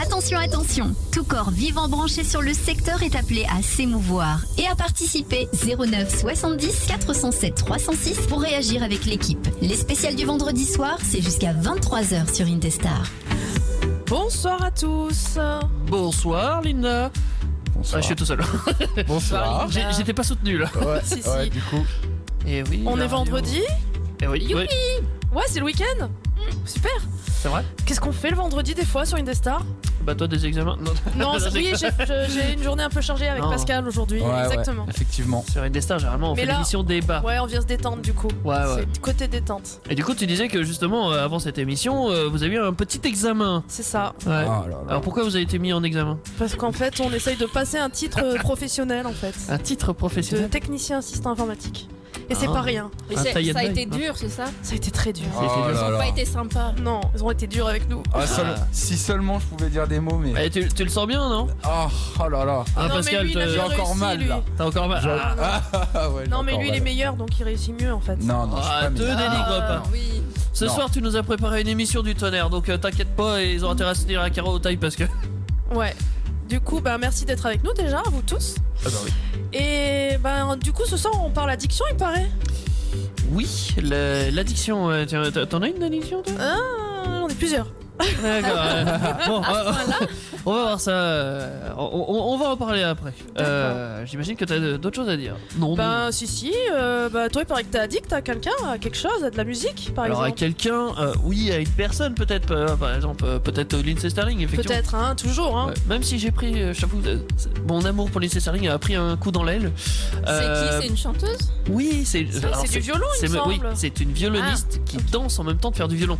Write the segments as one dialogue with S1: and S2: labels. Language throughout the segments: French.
S1: Attention, attention Tout corps vivant branché sur le secteur est appelé à s'émouvoir et à participer 09 70 407 306 pour réagir avec l'équipe. Les spéciales du vendredi soir, c'est jusqu'à 23h sur Intestar.
S2: Bonsoir à tous.
S3: Bonsoir Linda. Ah,
S4: Bonsoir.
S3: je suis tout seul.
S4: Bonsoir.
S3: J'ai- J'étais pas soutenu là.
S4: Ouais,
S2: Si, si.
S4: ouais, du coup.
S3: Et oui.
S2: On
S3: la
S2: est
S3: radio.
S2: vendredi
S3: Eh oui, oui, Mm.
S2: Ouais, c'est le week-end Super
S3: c'est vrai.
S2: Qu'est-ce qu'on fait le vendredi des fois sur Indestar
S3: Bah toi des examens. Non,
S2: Non,
S3: je
S2: c'est- oui,
S3: déconne.
S2: j'ai je- j'ai une journée un peu chargée avec
S3: Non.
S2: Pascal aujourd'hui,
S4: Ouais, ouais,
S2: exactement.
S4: effectivement.
S3: Sur une des stars, généralement on
S2: Mais
S3: fait
S2: là-
S3: l'émission débat.
S2: Ouais. on vient se détendre du coup.
S3: Ouais, ouais.
S2: C'est côté détente,
S3: Et du coup tu disais que justement euh, avant cette émission euh, vous avez eu un petit examen.
S2: c'est ça.
S3: Ouais.
S4: Ah là là.
S3: Alors pourquoi vous avez été mis en examen
S2: Parce qu'en fait, on essaye de passer un titre professionnel en fait.
S3: Un titre
S2: De
S3: professionnel.
S2: technicien assistant informatique. Et c'est
S3: Ah.
S2: pas rien.
S5: Mais
S3: Un
S5: c'est-
S3: taille
S5: ça a
S3: and
S5: été
S3: die, hein.
S5: dur, c'est ça
S2: Ça a été très dur.
S3: Ah.
S4: Oh là
S5: Ils ont
S4: là.
S5: pas été sympas.
S2: Non, ils ont été durs avec nous.
S4: Ah, seul- Si seulement je pouvais dire des mots, mais.
S3: Eh, tu, tu le sens bien non
S4: Oh, oh là là.
S3: Ah,
S2: non,
S3: Pascal,
S2: mais lui, il
S3: t'as-
S2: avait
S4: j'ai encore
S2: réussi,
S4: mal,
S2: lui.
S4: là.
S3: T'as encore mal. Ah,
S4: Ah, ouais,
S2: Non, mais
S4: encore
S2: lui, il est
S4: mal.
S2: meilleur donc il réussit mieux en fait.
S4: Non, non, je suis
S3: Ah,
S4: pas
S3: te
S4: meilleur.
S3: dénigre pas.
S5: Ah, oui.
S3: Ce
S4: Non.
S3: soir, tu nous as préparé une émission du tonnerre, donc euh, t'inquiète pas, et ils ont intérêt à se tenir à carreau au taille parce que.
S2: Ouais. Du coup, bah, merci d'être avec nous déjà, vous tous. Et ben du coup, ce soir, on parle addiction, il paraît.
S3: Oui, la- l'addiction. euh, tiens, t'en- T'en as une addiction, toi
S2: Ah, on est plusieurs. Ah,
S3: D'accord. euh, bon, euh, on va voir ça. euh, on, on- on va en parler après. Euh, J'imagine que t'as de- d'autres choses à dire. Non. non.
S2: Ben si, si. euh, bah, toi, il paraît que t'es addict à quelqu'un, à quelque chose, à de la musique, par
S3: Alors à
S2: exemple.
S3: quelqu'un, euh, oui, à une personne peut-être, euh, par exemple, euh, peut-être euh, Lindsay Sterling, effectivement.
S2: Peut-être, hein, toujours. Hein.
S3: Ouais, même si j'ai pris, euh, je t'avoue, euh, c'est- mon amour pour Lindsay Sterling a pris un coup dans l'aile.
S5: C'est
S3: Euh,
S5: qui C'est une chanteuse
S3: Oui, c'est.
S2: C'est-
S3: alors,
S2: C'est du violon, il
S3: c'est-
S2: me
S3: me- oui,
S2: semble. Ah.
S3: c'est une violoniste qui danse en même temps de faire du violon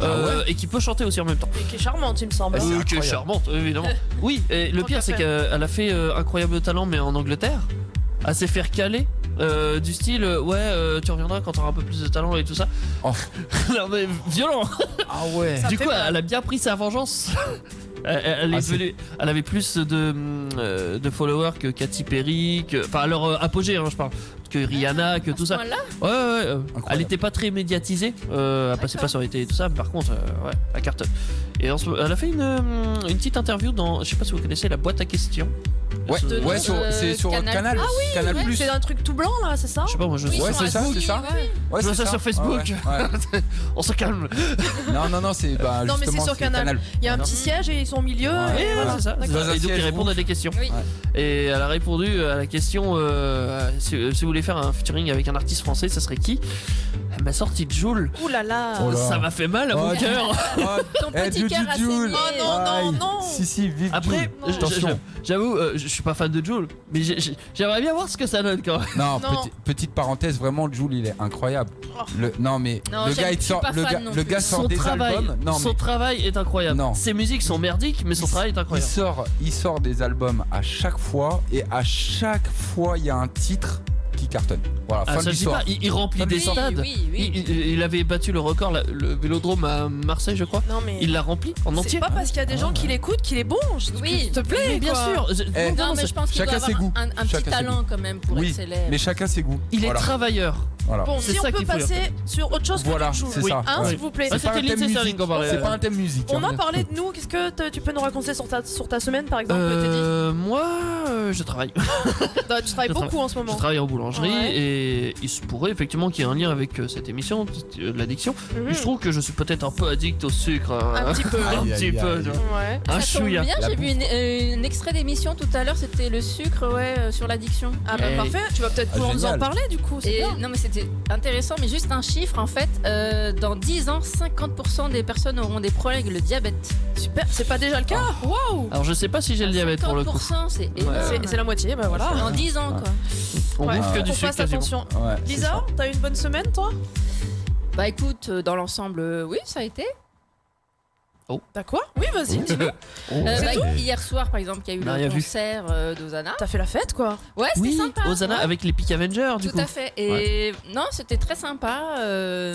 S3: Euh, et qui peut chanter aussi en même temps.
S2: Et qui est charmante, il me semble. hein.
S4: Ah, c'est
S3: Euh,
S4: incroyable.
S3: qui est charmante, évidemment. oui, et le
S2: Tant
S3: pire,
S2: qu'à
S3: c'est qu'elle a fait euh, incroyable talent, mais en Angleterre, à s'est faire caler. euh, du style, euh, ouais, euh, tu reviendras quand t'auras un peu plus de talent et tout ça.
S4: Oh.
S3: non, mais violent!
S4: Ah ouais.
S2: Ça
S3: du
S2: fait
S3: coup,
S2: mal.
S3: elle a bien pris sa vengeance. elle, elle est
S4: Ah, c'est-
S3: venue- elle avait plus de, hum, euh, de followers que Katy Perry, que. Enfin, alors, euh, apogée, hein, je parle. Que Rihanna, que tout ça.
S5: Là
S3: Ouais, ouais, ouais, euh, elle
S4: Incroyable.
S3: était pas très médiatisée, euh, elle passait pas sur les télés et tout ça, mais par contre, euh, ouais, elle cartonne. Et en ce moment- elle a fait une, euh, une petite interview dans, je sais pas si vous connaissez, la boîte à questions.
S4: Ouais,
S3: Euh,
S4: ouais,
S5: de-
S4: sur-
S5: euh,
S4: c'est sur
S5: Canal+.
S4: Canal.
S5: Ah
S4: Canal
S2: Ouais,
S4: Plus.
S2: C'est un truc tout blanc là, c'est ça
S3: Je sais pas, moi je.
S4: Oui. Ouais, c'est ça, c'est ça. Ouais,
S3: Je vois
S4: c'est
S3: ça sur Facebook.
S4: Ouais, ouais.
S3: On se calme. Ah,
S4: Non, non, non, c'est. Bah,
S2: Non, mais c'est
S4: justement,
S2: sur Canal. Il y a un
S4: Non.
S2: petit siège et ils sont au milieu.
S4: Ouais.
S3: Et
S2: et
S3: voilà,
S2: voilà.
S3: c'est ça.
S2: D'accord.
S3: c'est
S4: Dans un
S3: ça. Et donc
S4: siège
S3: ils répondent à des questions.
S5: Oui.
S3: Et elle a répondu à la question euh, si, si vous voulez faire un featuring avec un artiste français, ça serait qui Elle m'a sorti Joule.
S2: Ouh là Ah. là.
S4: Oh là.
S3: Ça m'a fait mal à mon
S4: Ouais.
S3: cœur.
S4: Ouais.
S5: Ton
S4: Eh,
S5: petit
S4: Juju
S5: cœur a saigné.
S4: Jules.
S2: Oh non, non,
S4: Aïe.
S2: non.
S4: Si, si, vive
S3: Après,
S4: Jules.
S2: Non.
S3: je- je-
S4: Attention.
S3: j'avoue, euh, je je suis pas fan de Joule, mais j'ai- j'ai- j'aimerais bien voir ce que ça donne quand même.
S4: Non,
S2: Non.
S4: petit- petite parenthèse, vraiment, Jules, il est incroyable.
S2: Oh.
S4: Le, non, mais
S5: Non,
S4: le
S5: j'aime-
S4: gars, il
S5: je suis
S4: sort,
S5: pas
S4: le
S5: fan
S4: gars,
S5: non
S4: le
S5: plus.
S4: gars sort
S3: son
S4: des
S3: travail,
S4: albums. Non,
S3: son
S4: mais
S3: travail est incroyable.
S4: Non.
S3: Ses musiques sont merdiques, mais son
S4: Il-
S3: travail est
S4: il
S3: incroyable.
S4: sort, il sort des albums à chaque fois et à chaque fois, il y a un titre qui cartonne. Voilà,
S3: Ah,
S4: fin
S3: ça,
S4: de
S3: je dis
S4: l'histoire.
S3: pas, il, il remplit
S4: Fin de
S3: des
S5: Oui,
S3: stades.
S5: oui, oui.
S3: Il, il- il avait battu le record, la- le vélodrome à Marseille, je crois.
S2: Non mais.
S3: Il l'a rempli en
S2: C'est
S3: entier.
S2: pas parce qu'il y a des gens qui l'écoutent qu'il est bon. je-
S5: Oui.
S2: S'il te plaît,
S3: Mais bien
S2: quoi.
S3: sûr, je-
S4: Ah Eh,
S3: non,
S5: Non, mais
S3: c'est-
S5: je pense qu'il doit
S4: chacun
S5: avoir
S4: ses goûts.
S5: un, un petit
S4: Chacun ses
S5: talent quand même pour
S4: Oui,
S5: être célèbre.
S4: mais chacun ses goûts.
S3: il est
S4: Voilà.
S3: travailleur.
S4: Voilà.
S2: Bon,
S3: C'est
S2: si
S3: ça
S2: on peut
S3: qu'il faut
S2: passer sur autre chose
S4: Voilà,
S2: que du
S4: c'est
S2: Joule.
S4: ça.
S2: Hein,
S4: ouais.
S2: s'il vous plaît.
S3: Ah, c'était
S4: pas un thème
S3: Lindsay Sterling
S4: musique.
S3: qu'on parlait,
S4: C'est
S3: euh.
S4: pas un thème musique.
S2: On
S4: hein.
S2: a parlé de nous. Qu'est-ce que te- tu peux nous raconter sur ta, sur ta semaine, par exemple Teddy
S3: Euh, moi, euh, je travaille.
S2: Bah, Tu travailles
S3: je
S2: beaucoup en ce
S3: Je
S2: moment.
S3: travaille en boulangerie
S2: Ouais.
S3: et il se pourrait effectivement qu'il y ait un lien avec euh, cette émission, euh, l'addiction.
S2: Mhm.
S3: Je trouve que je suis peut-être un peu addict au sucre. hein.
S2: Un petit peu.
S3: Un
S4: Aïe,
S3: petit
S4: aïe,
S3: peu,
S4: aïe.
S3: tu vois.
S2: Ouais.
S3: un
S5: ça tombe
S3: Ah, chouïa.
S5: bien,
S4: La
S5: j'ai vu
S4: bouffe.
S5: une, euh, une extrait d'émission tout à l'heure, c'était le sucre, ouais, euh, sur l'addiction.
S2: Ah bah
S3: Eh.
S2: parfait, tu vas peut-être
S4: Ah,
S2: pouvoir nous en
S4: génial.
S2: parler du coup. c'est
S5: Et
S2: bien.
S5: non, mais c'était intéressant, mais juste un chiffre en fait. euh, dans 10 ans, 50% des personnes auront des problèmes avec le diabète.
S2: Super, c'est pas déjà le cas Waouh
S3: Alors je sais pas si j'ai le diabète Ah. pour le coup.
S5: 50%, c'est énorme.
S3: Ouais.
S2: C'est c'est la moitié, bah voilà.
S5: Dans 10 ans, quoi.
S3: On
S2: Ouais.
S3: bouffe que
S4: Ah.
S3: du
S2: On
S3: sucre
S2: fasse
S3: quasiment.
S2: attention.
S4: Ouais, c'est ça.
S2: Lisa, t'as eu une bonne semaine toi
S5: Bah écoute, euh, dans l'ensemble, euh, oui, ça a été.
S2: T'as quoi Oui, vas-y, dis-nous.
S3: Oh,
S5: Euh,
S2: C'est
S5: bah, hier soir, par exemple, il y a eu
S3: Non, y a
S5: le
S3: Bah, vu.
S5: concert euh, d'Ozana.
S2: T'as fait la fête quoi
S5: Ouais, c'était
S3: Oui,
S5: sympa.
S3: Hosanna
S5: ouais.
S3: avec les Peak Avengers du
S5: Tout
S3: coup.
S5: à fait. Et non, c'était très sympa. euh,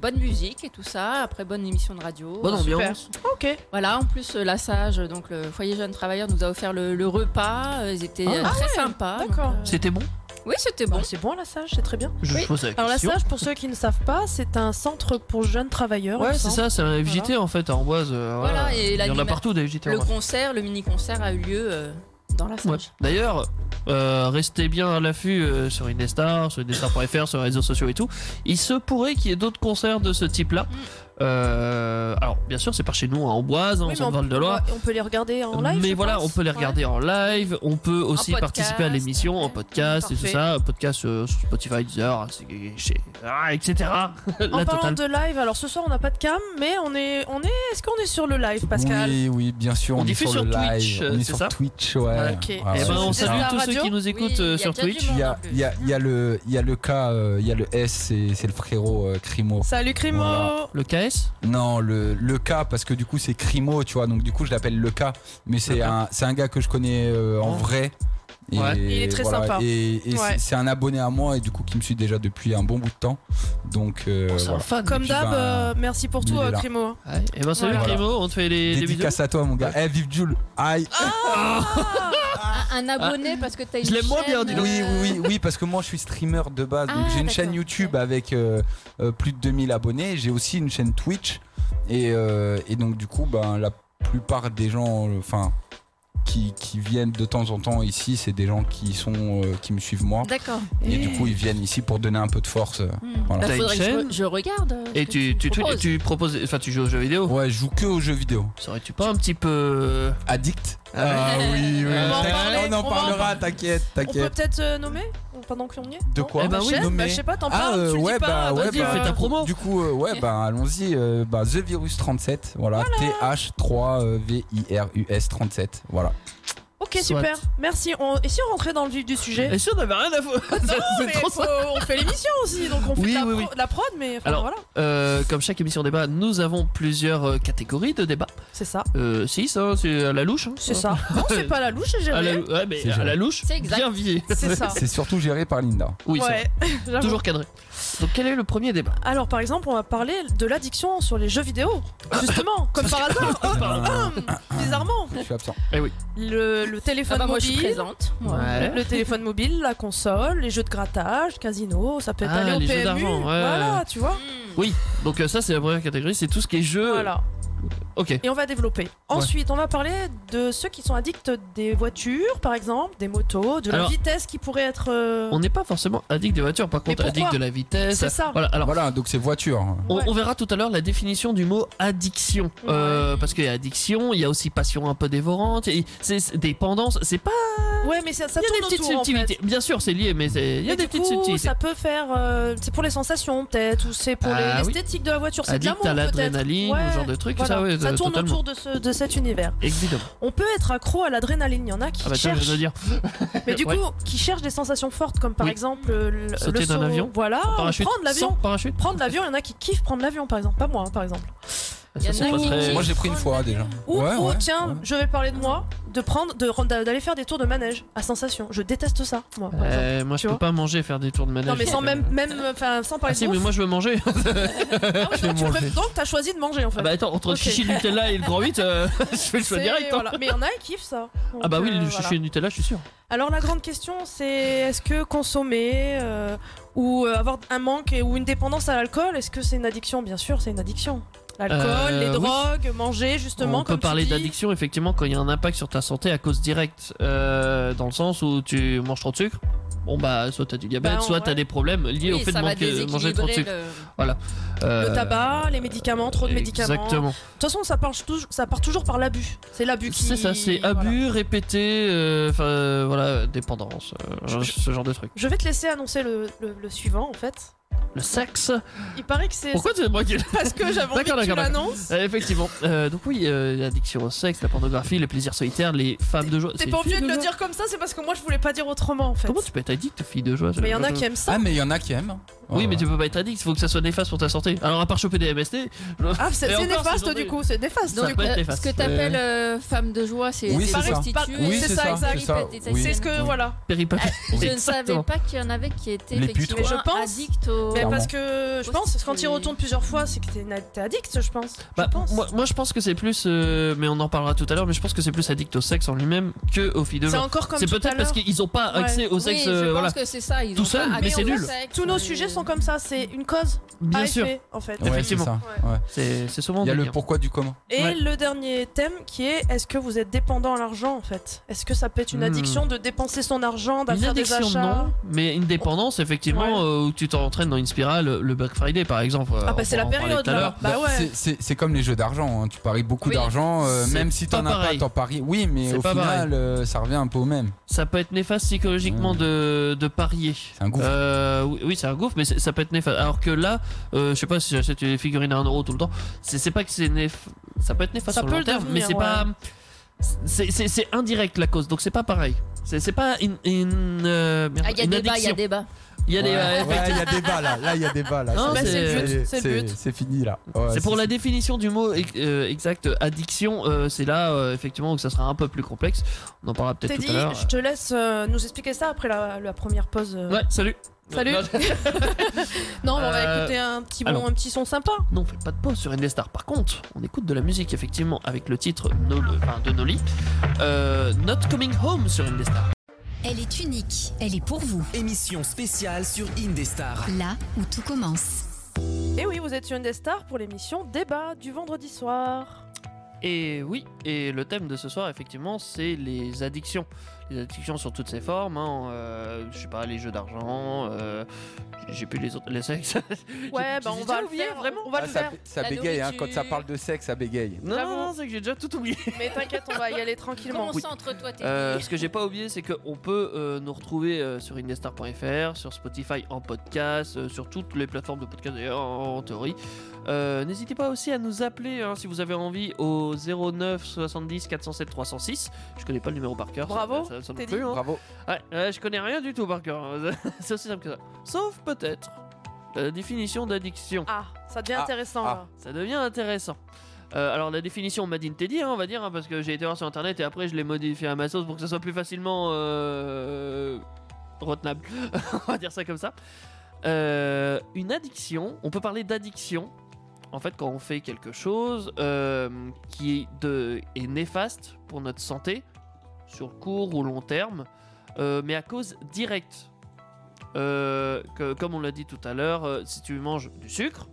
S5: bonne musique et tout ça. Après, bonne émission de radio.
S3: Bonne
S5: Euh,
S3: ambiance.
S2: Ok.
S5: Voilà, en plus, euh, la SAGE, donc le foyer jeunes travailleurs, nous a offert le, le repas. euh, Ils étaient
S3: Ah,
S5: euh, très sympas. donc,
S2: d'accord.
S5: euh,
S3: C'était bon
S5: Oui, c'était
S2: Ah, Bon,
S5: bon.
S2: c'est bon la SAGE, c'est très bien.
S3: Je
S5: Oui.
S3: pose la
S2: Alors la
S3: question.
S2: SAGE, pour ceux qui ne savent pas, c'est un centre pour jeunes travailleurs. il
S3: ouais,
S2: me
S3: c'est
S2: semble.
S3: ça, c'est un FJT en fait, à Amboise. euh,
S5: Voilà,
S3: il
S5: et
S3: y en a
S5: l'anima-
S3: partout des FJT. en
S5: Le
S3: vrai.
S5: concert, le mini-concert a eu lieu euh, dans la
S3: Ouais.
S5: sage.
S3: D'ailleurs, euh, restez bien à l'affût euh, sur Indestar, sur Indestar.fr, sur les réseaux sociaux et tout. Il se pourrait qu'il y ait d'autres concerts de ce type-là. Euh, alors, bien sûr, c'est par chez nous à Amboise, hein,
S2: Oui,
S3: on
S2: mais
S3: parle de
S2: on,
S3: loire
S2: on peut les regarder en live.
S3: mais
S2: je
S3: voilà,
S2: pense.
S3: on peut les regarder en live, on peut aussi
S5: podcast,
S3: participer à l'émission en
S5: ouais.
S3: podcast et tout
S5: Parfait.
S3: ça, podcast euh, sur Spotify, Deezer, c'est- chez- ah, etc.
S2: En
S3: La
S2: parlant
S3: totale.
S2: de live, alors ce soir on n'a pas de cam, mais on est, on est, est-ce qu'on est sur le live, Pascal
S4: Oui, oui, bien sûr,
S3: On
S4: on, est
S3: diffuse
S4: sur,
S3: sur
S4: le
S3: Twitch, euh,
S4: live. On
S3: c'est
S4: est sur
S3: ça
S4: Twitch, ouais.
S2: Ok.
S4: Ouais,
S2: Eh
S4: ouais,
S3: Eh ben, on
S4: ouais.
S2: Indestar
S3: salue tous
S5: Radio.
S3: ceux qui nous écoutent
S5: Oui,
S3: euh,
S5: il y a
S3: sur
S5: déjà du
S3: Twitch.
S4: Il
S5: monde.
S4: y a, il y a- il y a le, il y a le cas, euh, il y a le S, c'est c'est le frérot euh, Crimo.
S2: Salut Crimo
S4: Voilà.
S3: Le KS
S4: Non, le, le cas, parce que du coup, c'est Crimo, tu vois, donc du coup, je l'appelle le cas. Mais c'est
S3: D'accord.
S4: un, c'est un gars que je connais euh, en
S3: Ouais.
S4: vrai. Et
S3: Oh. Ouais.
S2: Il est très sympa.
S4: Et, et c'est-
S2: Ouais.
S4: c'est un abonné à moi et du coup, qui me suit déjà depuis un bon bout de temps. Donc, euh,
S3: Oh, C'est un
S4: voilà.
S3: fan.
S2: Comme
S4: puis,
S2: d'hab,
S4: ben,
S2: euh, merci pour tout,
S4: il est
S2: euh,
S4: là.
S2: Crimo.
S3: Ouais. Eh ben, salut
S2: Voilà.
S3: Primo, on te fait des, des bisous.
S4: Dédicace à toi, mon gars. Eh, vive Jules. Aïe.
S5: Ah, Un, un abonné parce que t'as une
S3: Ah. Je l'aime moins
S5: chaîne,
S3: bien, dis donc.
S5: euh,
S4: Oui, oui, oui, oui, parce que moi je suis streamer de base. donc
S5: Ah,
S4: j'ai une
S5: d'accord.
S4: chaîne YouTube avec euh, euh, plus de 2000 abonnés. J'ai aussi une chaîne Twitch. Et, euh, et donc, du coup, ben, la plupart des gens euh, enfin qui, qui viennent de temps en temps ici, c'est des gens qui, sont, euh, qui me suivent moi.
S5: D'accord.
S4: Et du coup, ils viennent ici pour donner un peu de force. euh,
S5: Hmm.
S4: Voilà.
S5: Bah,
S3: T'as
S5: faudrait
S3: une
S5: que je,
S3: chaîne
S5: re- je regarde. euh, ce
S3: Et
S5: que
S3: tu, tu, tu,
S5: proposes.
S3: tu proposes, enfin, tu joues aux jeux vidéo.
S4: Ouais, je joue que aux jeux vidéo.
S3: Serais-tu pas un petit peu. euh,
S4: Addict
S3: Ah
S4: Ah oui, oui.
S3: On va en
S2: parler,
S4: On en
S2: on va en
S4: parlera,
S2: parler.
S4: t'inquiète,
S2: On peut
S4: t'inquiète.
S2: peut-être euh, nommer ou pendant que l'on y est
S4: De
S2: Non
S4: quoi
S3: Eh ben
S2: La
S3: oui,
S2: chaîne
S4: nommer.
S2: Bah, Je sais pas, t'en
S4: Ah,
S2: parles,
S4: euh,
S2: tu le
S4: ouais,
S2: dis pas.
S4: bah, ouais,
S2: vas-y,
S3: bah,
S2: euh,
S3: fais ta promo.
S4: Du coup, euh, ouais, bah, allons-y. euh, bah, The Virus 37, voilà. euh, T-H-3-V-I-R-U-S 37, voilà.
S2: Ok,
S3: Soit.
S2: super. Merci. On- Et si on rentrait dans le vif du
S3: Et
S2: sujet
S3: si on avait rien à foutre C'est- c'est
S2: mais
S3: trop
S2: faut- On fait l'émission aussi, donc on fait
S3: Oui,
S2: de la,
S3: oui,
S2: pro-
S3: oui.
S2: de la prod, mais enfin,
S3: Alors-
S2: voilà.
S3: Euh, comme chaque émission débat, nous avons plusieurs euh, catégories de débats.
S2: C'est ça.
S3: 6, c'est à la louche. hein.
S2: C'est ça. Non, c'est pas la louche, j'ai
S3: À Ah, la,
S2: géré.
S3: ouais, mais
S4: C'est
S3: à
S4: géré.
S3: la louche,
S5: C'est exact.
S3: bien vié.
S2: C'est ça.
S4: C'est surtout géré par Linda.
S3: Oui, c'est vrai.
S2: Ouais, j'avoue.
S3: toujours cadré. Donc quel est le premier débat
S2: Alors, par exemple, on va parler de l'addiction sur les jeux vidéo. Justement, comme par hasard. Hop, hum, bizarrement.
S4: Eh ben,
S2: euh,
S4: Je suis absent.
S2: Le, le
S5: Ah
S2: téléphone
S5: bah, moi, je suis
S2: mobile.
S5: présente.
S3: Eh Ouais.
S2: Le- Le téléphone mobile, la console, les jeux de grattage, casino, ça peut être
S3: Ah,
S2: aller au
S3: les jeux
S2: PMU.
S3: d'argent, ouais.
S2: Voilà, tu vois.
S5: Hmm.
S3: Oui, donc euh, ça c'est la première catégorie, c'est tout ce qui est jeu.
S2: Voilà.
S3: Ok.
S2: Et on va développer. Ensuite, on va parler de ceux qui sont addicts des voitures, par exemple, des motos, de la
S3: Alors,
S2: vitesse qui pourrait être. euh,
S3: On n'est pas forcément addict des voitures, par
S2: Mais
S3: contre
S2: pourquoi
S3: addict de la vitesse.
S2: C'est ça.
S3: Voilà, alors
S4: Voilà, donc c'est voiture.
S3: on,
S2: ouais.
S3: on verra tout à l'heure la définition du mot addiction. Euh, parce qu'il y a addiction, il y a aussi passion un peu dévorante, et c'est c'est- dépendance, c'est pas...
S2: Ouais, mais ça, ça
S3: Il y a
S2: tourne
S3: des petites
S2: autour, en fait.
S3: subtilités. Bien sûr c'est lié, mais c'est- il y a
S2: Et
S3: des
S2: du
S3: petites
S2: coup,
S3: subtilités.
S2: Ça peut faire. euh, c'est pour les sensations, peut-être, ou c'est pour les-
S3: Ah oui.
S2: l'esthétique de la voiture. C'est de
S3: Addict à
S2: l'amour, peut-être.
S3: l'adrénaline,
S2: Ouais,
S3: ou ce genre de truc,
S2: voilà.
S3: ça ouais,
S2: ça
S3: euh,
S2: tourne
S3: totalement.
S2: autour de, ce- de cet univers.
S3: Exactement.
S2: On peut être accro à l'adrénaline, il y en a qui
S3: Ah bah tiens, je
S2: cherchent
S3: veux dire.
S2: Mais du
S3: Ouais.
S2: coup, qui cherchent des sensations fortes, comme par
S3: Oui.
S2: exemple euh, le,
S3: Sauter
S2: le
S3: d'un
S2: saut-
S3: avion,
S2: Voilà,
S3: parachute.
S2: prendre
S3: Sans
S2: l'avion.
S3: parachute. Ah,
S2: Prendre l'avion, il y en a qui kiffent prendre l'avion, par exemple. Pas moi, hein, par exemple.
S5: Il y en
S3: Ça, c'est
S5: a
S3: pas
S5: qui-
S3: très-
S4: Moi j'ai pris une fois déjà.
S2: Ou,
S4: Ouais,
S2: ou,
S4: ouais,
S2: tiens,
S4: ouais.
S2: je vais parler de moi, de prendre, de ren- d'aller faire des tours de manège à sensation. Je déteste ça, moi. Par exemple.
S3: Euh, moi,
S2: Tu
S3: je peux
S2: vois.
S3: pas manger et faire des tours de manège.
S2: non, mais sans
S3: Euh,
S2: même, même, enfin, sans
S3: Ah
S2: parler
S3: si,
S2: de
S3: mais
S2: bouffe.
S3: moi je veux manger.
S2: Ah oui, donc, tu
S4: manger.
S2: préfères- donc t'as choisi de manger en fait.
S3: Ah bah attends, entre
S2: Ok.
S3: le chichi Nutella et le grand 8, euh, je fais le choix
S2: C'est-
S3: direct. hein.
S2: voilà. Mais il y en a qui kiffent ça.
S3: Ah bah
S2: Donc,
S3: oui,
S2: euh,
S3: le
S2: voilà.
S3: chichi Nutella, je suis sûr.
S2: Alors la grande question c'est est-ce que consommer euh, ou euh, avoir un manque et- ou une dépendance à l'alcool, est-ce que c'est une addiction Bien sûr, c'est une addiction. L'alcool,
S3: Euh,
S2: les
S3: oui.
S2: drogues, manger justement
S3: On
S2: comme
S3: peut parler
S2: tu dis.
S3: d'addiction effectivement quand il y a un impact sur ta santé à cause directe, euh, dans le sens où tu manges trop de sucre. Bon bah soit t'as du diabète,
S2: Bah,
S3: soit
S2: ouais.
S3: t'as des problèmes liés au
S5: Oui,
S3: fait de
S5: ça va
S3: manquer- euh, manger trop de sucre.
S5: déséquilibrer le-
S2: Le tabac, les médicaments, trop de médicaments.
S3: euh, Exactement.
S2: De toute façon, ça part, tou- ça part toujours par l'abus. C'est l'abus qui
S3: C'est ça, c'est
S2: voilà.
S3: abus, répété, euh, enfin euh, voilà, dépendance, euh, ce genre de truc.
S2: Je vais te laisser annoncer le, le- le suivant en fait.
S3: Le sexe.
S2: Il paraît que c'est
S3: Pourquoi tu moi qui
S2: c'est parce que j'avais envie
S3: D'accord,
S2: que tu
S3: d'accord,
S2: l'annonces.
S3: Euh, Effectivement. Euh, donc oui, euh, l'addiction au sexe, la pornographie, les plaisirs solitaires, les femmes de joie.
S2: T'es
S3: C'est
S2: pas
S3: filles
S2: obligé de le
S3: joie
S2: dire comme ça, c'est parce que moi je voulais pas dire autrement en fait.
S3: Comment tu peux être addict aux filles de joie
S2: Mais il y en a
S3: Je-
S2: qui aiment ça.
S4: Ah, mais il y en a qui aiment.
S3: Oui, mais
S4: Ouais.
S3: tu peux pas être addict, il faut que ça soit néfaste pour ta santé. Alors à part choper des MST,
S2: Ah, c'est
S3: Et
S2: c'est
S3: encore, c'est
S2: néfaste
S3: aujourd'hui.
S2: du coup, c'est néfaste.
S3: Ça
S5: Donc,
S2: du
S3: peut
S5: euh,
S3: être les
S5: ce
S3: faces.
S5: que t'appelles euh, femme de joie, c'est
S4: Oui,
S5: c'est
S4: c'est
S5: des
S4: ça.
S5: prostituées,
S4: Oui,
S2: c'est
S4: c'est
S2: ça,
S4: ça, c'est
S5: exact.
S4: ça.
S5: Répète,
S4: Oui.
S2: C'est ce que
S4: Oui.
S2: voilà.
S3: péripatétiques.
S5: Je ne
S3: Exactement.
S5: savais pas qu'il y en avait qui étaient
S4: Les putes,
S2: quoi.
S5: effectivement
S2: Je pense.
S5: addicts au.
S2: Mais Mais
S4: clairement.
S2: parce que je pense, quand il retourne plusieurs fois, c'est que t'es na- t'es addict, je pense.
S3: Bah,
S2: je pense.
S3: moi, moi, je pense que c'est plus, euh, mais on en parlera tout à l'heure, mais je pense que c'est plus addict au sexe en lui-même que au filles de
S2: c'est
S3: genre.
S2: encore comme
S3: C'est
S2: tout à
S3: peut-être parce
S2: l'heure.
S3: qu'ils ont pas
S2: Ouais.
S3: accès au sexe,
S5: je
S3: euh,
S5: pense
S3: voilà.
S5: que c'est ça. Ils
S3: Tout
S5: ont
S3: seul,
S5: pas
S3: mais
S5: accès euh,
S3: c'est
S5: au
S3: nul.
S5: sexe,
S2: Tous nos
S5: mais-
S2: sujets sont comme ça, c'est une cause à
S3: Bien sûr,
S2: effet, en fait.
S4: Ouais, c'est
S3: effectivement.
S4: ça. Ouais.
S3: c'est c'est souvent.
S4: Il y a
S3: le
S4: le
S3: délire.
S4: pourquoi du comment.
S2: Et
S3: Ouais.
S2: le dernier thème qui est est-ce que vous êtes dépendant à l'argent en fait Est-ce que ça peut être une
S3: Hmm.
S2: addiction de dépenser son argent,
S3: Une
S2: d'affaire des
S3: addiction,
S2: achats
S3: non, mais une dépendance, effectivement,
S2: Ouais.
S3: euh, où tu t'entraînes dans une spirale, euh, le Black Friday par exemple. euh,
S2: Ah bah c'est la période là. Bah
S4: Bah,
S2: ouais.
S4: c'est- C'est c'est comme les jeux d'argent, hein. tu paries beaucoup
S5: Oui.
S4: d'argent, euh,
S3: C'est
S4: même si t'en
S3: pas
S4: as pas,
S3: pareil.
S4: t'en paries. Oui, mais
S3: C'est
S4: au
S3: pas
S4: final, euh, ça revient un peu au même.
S3: Ça peut être néfaste psychologiquement
S4: Ouais.
S3: de, de parier.
S4: Mmh. C'est un gouffre.
S3: Euh, oui, oui, c'est un gouffre, mais c'est- ça peut être néfaste. Alors que là, euh, je sais pas si j'achète des figurines à 1€ euro tout le temps, c'est c'est pas que c'est néf... ça peut être néfaste
S2: Ça
S3: sur
S2: peut
S3: le long
S2: le
S3: terme, mais
S2: devenir,
S3: c'est pas c'est- c'est c'est indirect la cause, donc c'est pas pareil. C'est c'est pas une une, euh, merde,
S5: Ah, il y a
S3: une
S5: débat, il y a
S3: addiction.
S5: débat.
S3: Il y a des-
S4: Ouais, ouais, il y a des bas là, là il y a des bas là.
S3: Non,
S4: Ça,
S3: bah, c'est le
S2: but, c'est le but.
S4: C'est fini là. Ouais,
S3: C'est pour la définition du mot ex- euh, exact addiction, euh, c'est là euh, effectivement où ça sera un peu plus complexe. On en parlera peut-être
S2: Teddy,
S3: tout à l'heure.
S2: je te laisse euh, nous expliquer ça après la, la première pause. euh.
S3: Ouais, salut.
S2: Salut.
S3: Non,
S2: Non, mais on va
S3: Euh,
S2: écouter un petit, bon,
S3: alors.
S2: un petit son sympa.
S3: Non, on fait pas de pause sur Indestar. Par contre, on écoute de la musique effectivement avec le titre No- enfin, de Nolly, euh, Not Coming Home sur Indestar.
S1: Elle est unique, elle est pour vous,
S6: Émission spéciale sur Indestar.
S1: là où tout commence.
S2: Et Eh oui, vous êtes sur une des stars pour l'émission Débat du vendredi soir.
S3: Et oui, et le thème de ce soir effectivement, c'est les addictions. Les addictions sur toutes ses formes. hein, euh, je sais pas, les jeux d'argent. euh, j'ai plus les autres, les sexes.
S2: Ouais,
S3: j'ai
S2: bah on
S3: déjà
S2: va le
S3: oublié,
S2: faire,
S3: vraiment.
S2: On va
S4: Ah,
S2: le
S4: ça,
S2: faire.
S4: ça
S5: La
S4: bégaye, hein, quand
S5: nourriture.
S4: ça parle de sexe, ça bégaye.
S3: Non,
S2: Bravo.
S3: non, c'est que j'ai déjà tout oublié.
S2: Mais t'inquiète, on va y aller tranquillement.
S5: Concentre-toi, Teddy.
S3: Euh, ce que j'ai pas oublié, c'est qu'on peut euh, nous retrouver euh, sur indestar.fr, sur Spotify en podcast, euh, sur toutes les plateformes de podcast d'ailleurs, en, en théorie. Euh, N'hésitez pas aussi à nous appeler hein, si vous avez envie au 09 70 407 306. Je connais pas le numéro par cœur. ça-
S2: Bravo,
S3: ça- ça non
S2: t'es
S3: plus,
S2: dit.
S3: hein.
S4: Bravo.
S3: Ouais, ouais, je connais rien du tout par cœur. hein. C'est aussi simple que ça. Sauf peut-être la définition d'addiction.
S2: Ah, ça devient
S4: Ah,
S2: intéressant
S4: ah.
S2: là.
S3: Ça devient intéressant. Euh, alors la définition Madine Teddy, hein, on va dire, hein, parce que j'ai été voir sur internet et après je l'ai modifié à ma sauce pour que ça soit plus facilement euh, retenable. on va dire ça comme ça. Euh, une addiction, on peut parler d'addiction. En fait, quand on fait quelque chose euh, qui est, de, est néfaste pour notre santé, sur court ou long terme, euh, mais à cause directe. Euh, que- comme on l'a dit tout à l'heure, euh, si tu manges du sucre,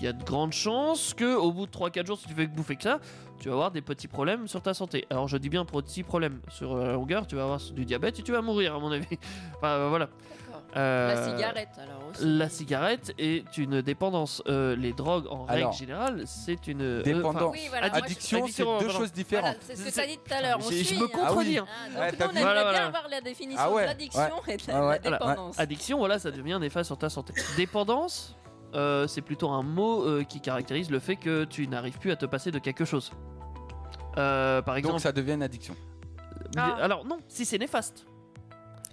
S3: il y a de grandes chances que au bout de 3-4 jours, si tu fais que bouffer que ça, tu vas avoir des petits problèmes sur ta santé. Alors je dis bien petits problèmes. Sur euh, la longueur, tu vas avoir du diabète et tu vas mourir, à mon avis. enfin euh, voilà.
S5: D'accord.
S3: Euh,
S5: La cigarette, alors aussi.
S3: La cigarette est une dépendance. Euh, les drogues,
S4: Alors,
S3: en règle générale, c'est une. euh,
S4: Dépendant.
S5: Oui, voilà. moi, je-
S4: Addiction, c'est
S3: addiction,
S4: deux
S3: pardon.
S4: choses
S5: voilà,
S4: différentes.
S5: c'est ce que t'as dit tout à l'heure.
S3: enfin,
S5: On
S3: je- je
S5: suit,
S3: me
S5: hein.
S3: contredis. hein.
S5: Ah,
S4: Ouais,
S5: donc,
S4: t'as
S5: nous, on
S4: vu.
S5: aimerait
S3: Voilà,
S5: bien
S3: voilà.
S5: avoir la définition
S4: Ah ouais,
S5: de l'addiction et de la,
S4: Ah ouais.
S5: la
S3: Voilà,
S5: dépendance.
S3: Addiction, voilà, ça devient néfaste sur ta santé. Dépendance, euh, c'est plutôt un mot euh, qui caractérise le fait que tu n'arrives plus à te passer de quelque chose. Euh, par exemple.
S4: Donc ça devient une addiction.
S3: Mais-
S2: Ah.
S3: Alors non, si c'est néfaste.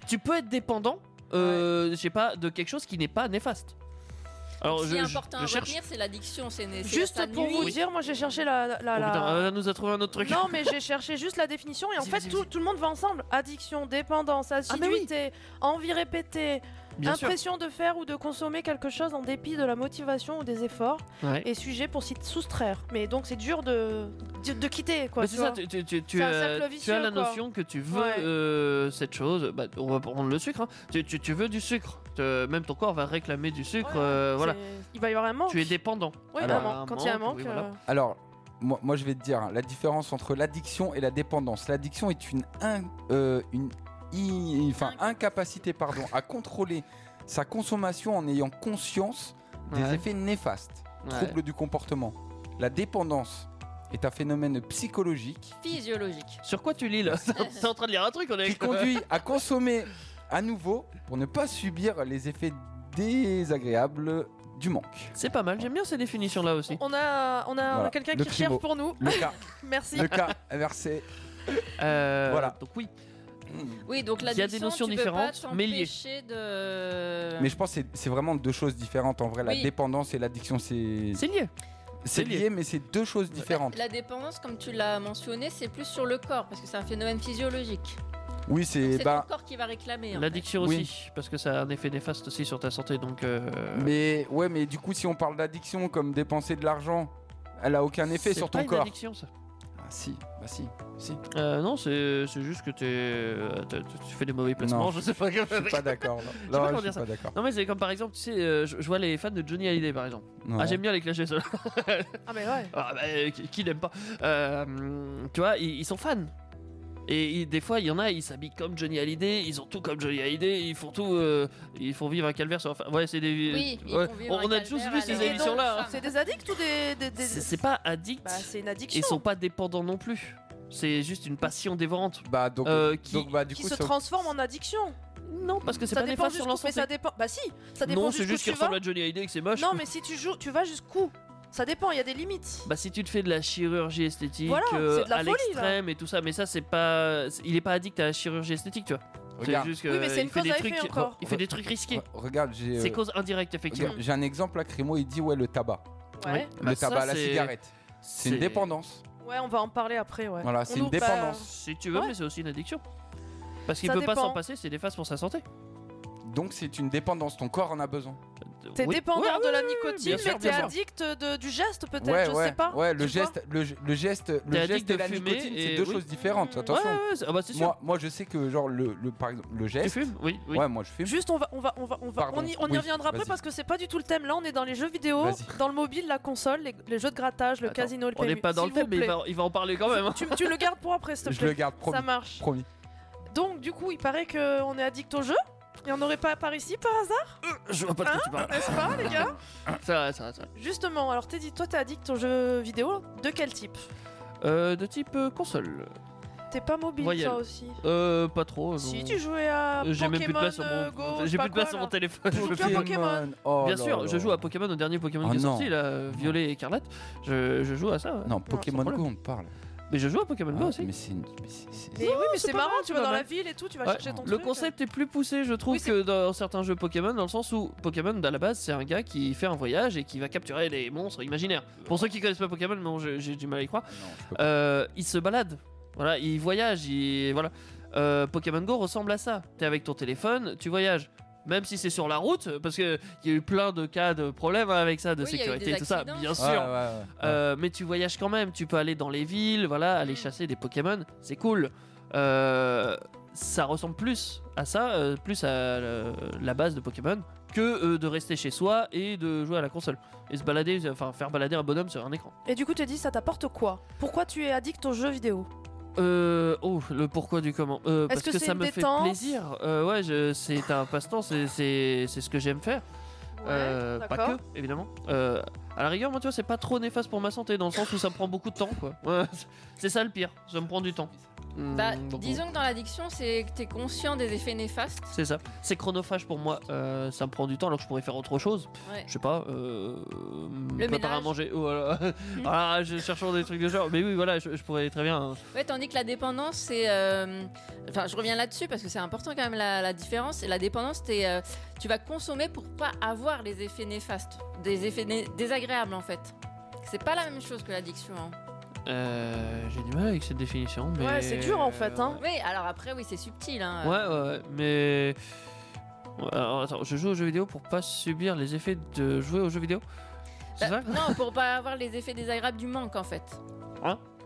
S3: Tu peux être dépendant, euh, je sais pas, de quelque chose qui n'est pas néfaste. Alors
S5: Ce
S3: je,
S5: qui est
S3: je-
S5: important
S3: je
S5: à
S3: cherche.
S5: retenir, c'est l'addiction. c'est né- c'est- ça
S2: Juste pour
S5: nuit.
S2: vous dire, moi j'ai cherché la. la-
S3: Oh,
S2: la-
S3: putain, euh, nous a trouvé un autre truc.
S2: Non, mais j'ai cherché juste la définition et en
S3: Vas-y,
S2: fait
S3: vas-y,
S2: tout,
S3: vas-y.
S2: tout le monde va ensemble. Addiction, dépendance,
S3: Ah, mais oui.
S2: assiduité, envie répétée,
S3: Bien sûr.
S2: impression de faire ou de consommer quelque chose en dépit de la motivation ou des efforts
S3: Ouais.
S2: et sujet pour s'y soustraire. Mais donc c'est dur de, de, de quitter quoi.
S3: Mais
S2: tu
S3: c'est ça,
S2: vois.
S3: tu, tu- tu- tu
S2: C'est un
S3: as,
S2: cercle
S3: tu as
S2: vicieux,
S3: la
S2: quoi.
S3: notion que tu veux
S2: Ouais.
S3: euh, cette chose. Bah, on va prendre le sucre. hein. Tu, tu- tu veux du sucre. Euh, même ton corps va réclamer du sucre.
S2: Ouais,
S3: euh, voilà.
S2: C'est- Il va y avoir un manque.
S3: Tu es dépendant.
S2: Oui,
S4: Alors,
S2: un manque. Quand il y a un manque.
S3: oui, voilà.
S2: euh,
S4: Alors, moi, moi, je vais te dire hein, la différence entre l'addiction et la dépendance. L'addiction est une, in- euh, une i- enfin, incapacité pardon, à contrôler sa consommation en ayant conscience des
S3: Ouais.
S4: effets néfastes,
S3: Ouais.
S4: troubles du comportement. La dépendance est un phénomène psychologique
S5: Physiologique.
S3: Sur quoi tu lis là T'es en train de lire un truc on est
S4: qui conduit à consommer à nouveau pour ne pas subir les effets désagréables du manque.
S3: C'est pas mal. J'aime bien ces définitions là aussi.
S2: On a, on a
S4: Voilà,
S2: quelqu'un
S4: le
S2: qui cherche
S4: primo.
S2: pour nous.
S4: Le cas,
S2: Merci.
S4: le cas inversé.
S3: Euh,
S4: Voilà.
S3: Donc oui.
S5: Oui, donc
S3: Il y a des
S5: l'addiction,
S3: notions
S5: tu peux pas
S3: différentes, mais liées.
S5: t'empêcher de.
S4: Mais je pense que c'est- c'est vraiment deux choses différentes. En vrai, la
S5: Oui.
S4: dépendance et l'addiction, c'est
S3: C'est lié.
S4: c'est
S3: lié.
S4: lié, mais c'est deux choses différentes.
S5: La dépendance, comme tu l'as mentionné, c'est plus sur le corps parce que c'est un phénomène physiologique.
S4: Oui,
S5: C'est
S4: c'est.
S5: ton
S4: bah,
S5: corps qui va réclamer. en
S3: L'addiction
S4: Oui.
S3: aussi, parce que ça a un effet néfaste aussi sur ta santé. Donc, euh,
S4: mais ouais, mais du coup, si on parle d'addiction comme dépenser de l'argent, elle a aucun effet
S3: c'est
S4: sur
S3: pas
S4: ton
S3: une
S4: corps.
S3: addiction, ça.
S4: Ah, si, bah si, si.
S3: Euh, non, c'est c'est juste que t'es, euh, t'as- tu fais des mauvais placements.
S4: Non.
S3: Je sais pas. comment-
S4: Je suis pas d'accord. là.
S3: pas
S4: Là,
S3: comment
S4: je
S3: dire
S4: suis
S3: ça.
S4: pas d'accord.
S3: Non mais c'est comme par exemple, tu sais, euh, je, je vois les fans de Johnny Hallyday par exemple.
S4: Non.
S3: Ah j'aime bien les Clash of Soul.
S2: Ah, mais ouais.
S3: Ah bah, euh, qui, qui n'aime pas Euh, Tu vois, ils, ils sont fans. Et ils- des fois, il y en a, ils s'habillent comme Johnny Hallyday, ils ont tout comme Johnny Hallyday, ils font tout, euh, ils font vivre un calvaire. Sur... enfin, ouais, c'est des. euh,
S5: Oui, ils
S3: ouais.
S5: font vivre
S3: on,
S5: un
S3: on a
S5: calvaire
S3: tous
S5: à
S3: vu
S5: la
S3: ces
S5: maison.
S3: émissions-là. hein.
S2: C'est des addicts ou des. des- des-
S3: C'est c'est pas addict.
S2: Bah, c'est une addiction.
S3: ils sont pas dépendants non plus. C'est juste une passion dévorante.
S4: Bah donc,
S3: Euh, qui-
S4: donc bah du
S2: Qui
S4: coup,
S2: se
S4: c'est-
S2: transforment en addiction.
S3: Non, parce que c'est
S2: Ça
S3: pas
S2: dépend
S3: néfaste sur
S2: jusqu'où. Mais ça
S3: l'ensemble.
S2: dépend. Bah si, ça dépend
S3: Non, c'est
S2: jusqu'où
S3: juste
S2: tu
S3: qu'il ressemble
S2: vas.
S3: à Johnny Hallyday et que c'est moche.
S2: Non, mais si tu joues, tu vas jusqu'où Ça dépend, il y a des limites.
S3: Bah si tu te fais de la chirurgie esthétique
S2: Voilà,
S3: euh,
S2: c'est de la
S3: à
S2: folie,
S3: l'extrême et tout ça, mais ça c'est pas, c'est- il est pas addict à la chirurgie esthétique, tu vois.
S4: regarde,
S3: juste que,
S2: Oui, mais c'est
S3: il
S2: une
S3: fait
S2: cause
S3: des
S2: à
S3: trucs,
S2: effet encore.
S3: Il fait des trucs risqués.
S4: re- regarde, j'ai.
S3: C'est
S4: euh,
S3: cause indirecte effectivement.
S4: regarde, J'ai un exemple, là, Crémo, il dit ouais le tabac,
S2: Ouais.
S3: Bah,
S4: le
S3: ça,
S4: tabac, la
S3: c'est-
S4: cigarette, c'est une dépendance.
S2: Ouais, on va en parler après, ouais.
S4: Voilà,
S2: On
S4: c'est une
S2: nous- bah,
S4: dépendance.
S3: Si tu veux,
S2: Ouais.
S3: mais c'est aussi une addiction. Parce qu'il
S2: Ça
S3: peut pas
S2: dépend.
S3: s'en passer, c'est néfaste pour sa santé.
S4: Donc c'est une dépendance, ton corps en a besoin.
S2: T'es
S3: Oui.
S2: dépendant
S3: Ouais, ouais,
S2: de la
S3: bien sûr,
S2: nicotine, mais t'es
S3: bien sûr.
S2: addict de- du geste peut-être,
S4: ouais,
S2: je
S4: ouais,
S2: sais pas.
S4: ouais, le
S2: tu vois.
S4: geste, le, ge- le geste, le
S3: addict
S4: geste
S3: de
S4: et la
S3: fumer
S4: nicotine,
S3: et-
S4: c'est deux
S3: oui.
S4: choses différentes.
S2: Mmh.
S3: Ouais,
S4: Attention.
S3: ouais, c'est- ah bah c'est sûr.
S4: moi, moi, je sais que genre le, le- par exemple, le
S3: Tu
S4: geste.
S3: fumes Oui, oui.
S4: Ouais, moi je fume.
S2: Juste, on va, on va, on va, on va,
S4: Pardon.
S2: on y, on y
S4: Oui,
S2: reviendra après
S4: vas-y.
S2: parce que c'est pas du tout le thème. Là, on est dans les jeux vidéo,
S4: Vas-y.
S2: dans le mobile, la console, les, les jeux de grattage, le
S3: Attends,
S2: casino, le
S3: On n'est
S2: PMU.
S3: pas dans le
S2: S'il
S3: thème,
S2: vous
S3: mais il
S2: plaît.
S3: va, il va en parler quand même. hein.
S2: tu, tu le gardes pour après, s'il te
S4: Je le
S2: plaît.
S4: garde promis.
S2: Ça marche.
S4: promis.
S2: Donc, du coup, il paraît qu'on est addict au jeu. Et on n'aurait pas par ici par hasard,
S3: Euh,
S2: Hein
S3: Je vois pas de quoi tu parles.
S2: n'est-ce pas, les gars
S3: Ça va, ça va, ça va.
S2: Justement, alors Teddy, toi, t'es addict aux jeux vidéo De quel type
S3: Euh, de type euh, console.
S2: T'es pas mobile,
S3: Voyelle.
S2: toi aussi
S3: Euh, pas trop.
S2: Si,
S3: non.
S2: tu jouais à
S3: Euh, J'ai
S2: Pokémon
S3: même plus de place sur mon.
S2: euh, Go, je sais
S3: J'ai
S2: pas
S3: plus de place
S2: quoi,
S3: sur
S2: là.
S3: mon téléphone.
S2: Tu joues plus à Pokémon.
S4: Oh
S3: Bien
S4: là
S3: sûr,
S4: là
S3: je
S4: là.
S3: joue à Pokémon au dernier Pokémon
S4: Ah
S3: qui est
S4: non.
S3: sorti, là, euh, Violet et Écarlate. Je, je joue à ça. ouais.
S4: Non, Pokémon
S3: sans
S4: Go, on te parle.
S3: Mais je joue à Pokémon Go
S4: Ah,
S3: aussi.
S4: mais c'est une- mais c'est- c'est-
S2: Mais oui, mais c'est
S3: pas
S2: marrant,
S3: grave,
S2: tu vas
S3: Ah, c'est
S2: dans
S3: pas
S2: la ville et tout, tu vas
S3: Ouais.
S2: chercher ton
S3: Le
S2: truc.
S3: concept est plus poussé, je trouve,
S2: Oui, c'est-
S3: que dans certains jeux Pokémon, dans le sens où Pokémon, à la base, c'est un gars qui fait un voyage et qui va capturer les monstres imaginaires. Pour ceux qui connaissent pas Pokémon, bon, j'ai j'ai du mal à y croire,
S4: non, je peux pas.
S3: euh, il se balade, voilà, il voyage, il... voilà. Euh, Pokémon Go ressemble à ça. T'es avec ton téléphone, tu voyages. Même si c'est sur la route, parce qu'il y a eu plein de cas de problèmes hein, avec ça, de
S5: Oui, il y a eu
S3: sécurité
S5: des
S3: et tout ça,
S5: accidents.
S3: bien sûr.
S4: Ouais, ouais, ouais, ouais.
S3: Euh, mais tu voyages quand même, tu peux aller dans les villes, voilà, aller
S5: Mm.
S3: chasser des Pokémon, c'est cool. Euh, ça ressemble plus à ça, euh, plus à euh, la base de Pokémon, que euh, de rester chez soi et de jouer à la console. Et se balader, enfin faire balader un bonhomme sur un écran.
S2: Et du coup, Teddy, ça t'apporte quoi Pourquoi tu es addict aux jeux vidéo
S3: Euh, oh, le pourquoi du comment. Euh,
S2: Est-ce
S3: parce
S2: que
S3: que,
S2: c'est
S3: ça
S2: une
S3: me
S2: détente
S3: fait plaisir. Euh, ouais, je- c'est un passe-temps, c'est- c'est c'est ce que j'aime faire. Euh, pas
S2: d'accord.
S3: que, évidemment. Euh, à la rigueur, moi, tu vois, c'est pas trop néfaste pour ma santé, dans le sens où ça me prend beaucoup de temps, quoi. Ouais, c'est ça le pire, ça me prend du temps. Hmm,
S5: Bah,
S3: beaucoup.
S5: disons que dans l'addiction, c'est que t'es conscient des effets néfastes.
S3: C'est ça. C'est chronophage pour moi, euh, ça me prend du temps alors que je pourrais faire autre chose.
S5: Ouais.
S3: Je sais pas, euh,
S5: Le
S3: me préparer
S5: ménage.
S3: à manger. Oh, voilà. Voilà, je cherchons des trucs de genre. Mais oui, voilà, je, je pourrais très bien. euh,
S5: Ouais, tandis que la dépendance, c'est. euh, Enfin, je reviens là-dessus parce que c'est important quand même la, la différence. Et la dépendance, t'es, euh, tu vas consommer pour pas avoir les effets néfastes, des effets né- désagréables en fait. C'est pas la même chose que l'addiction. hein.
S3: euh, J'ai du mal avec cette définition. Mais...
S2: Ouais, c'est dur, en fait, hein.
S5: Oui, alors après, oui, c'est subtil. hein.
S3: Ouais, ouais, ouais, mais. Ouais, alors, attends, je joue aux jeux vidéo pour pas subir les effets de jouer aux jeux vidéo C'est
S5: Bah,
S3: ça
S5: Non, pour pas avoir les effets désagréables du manque en fait.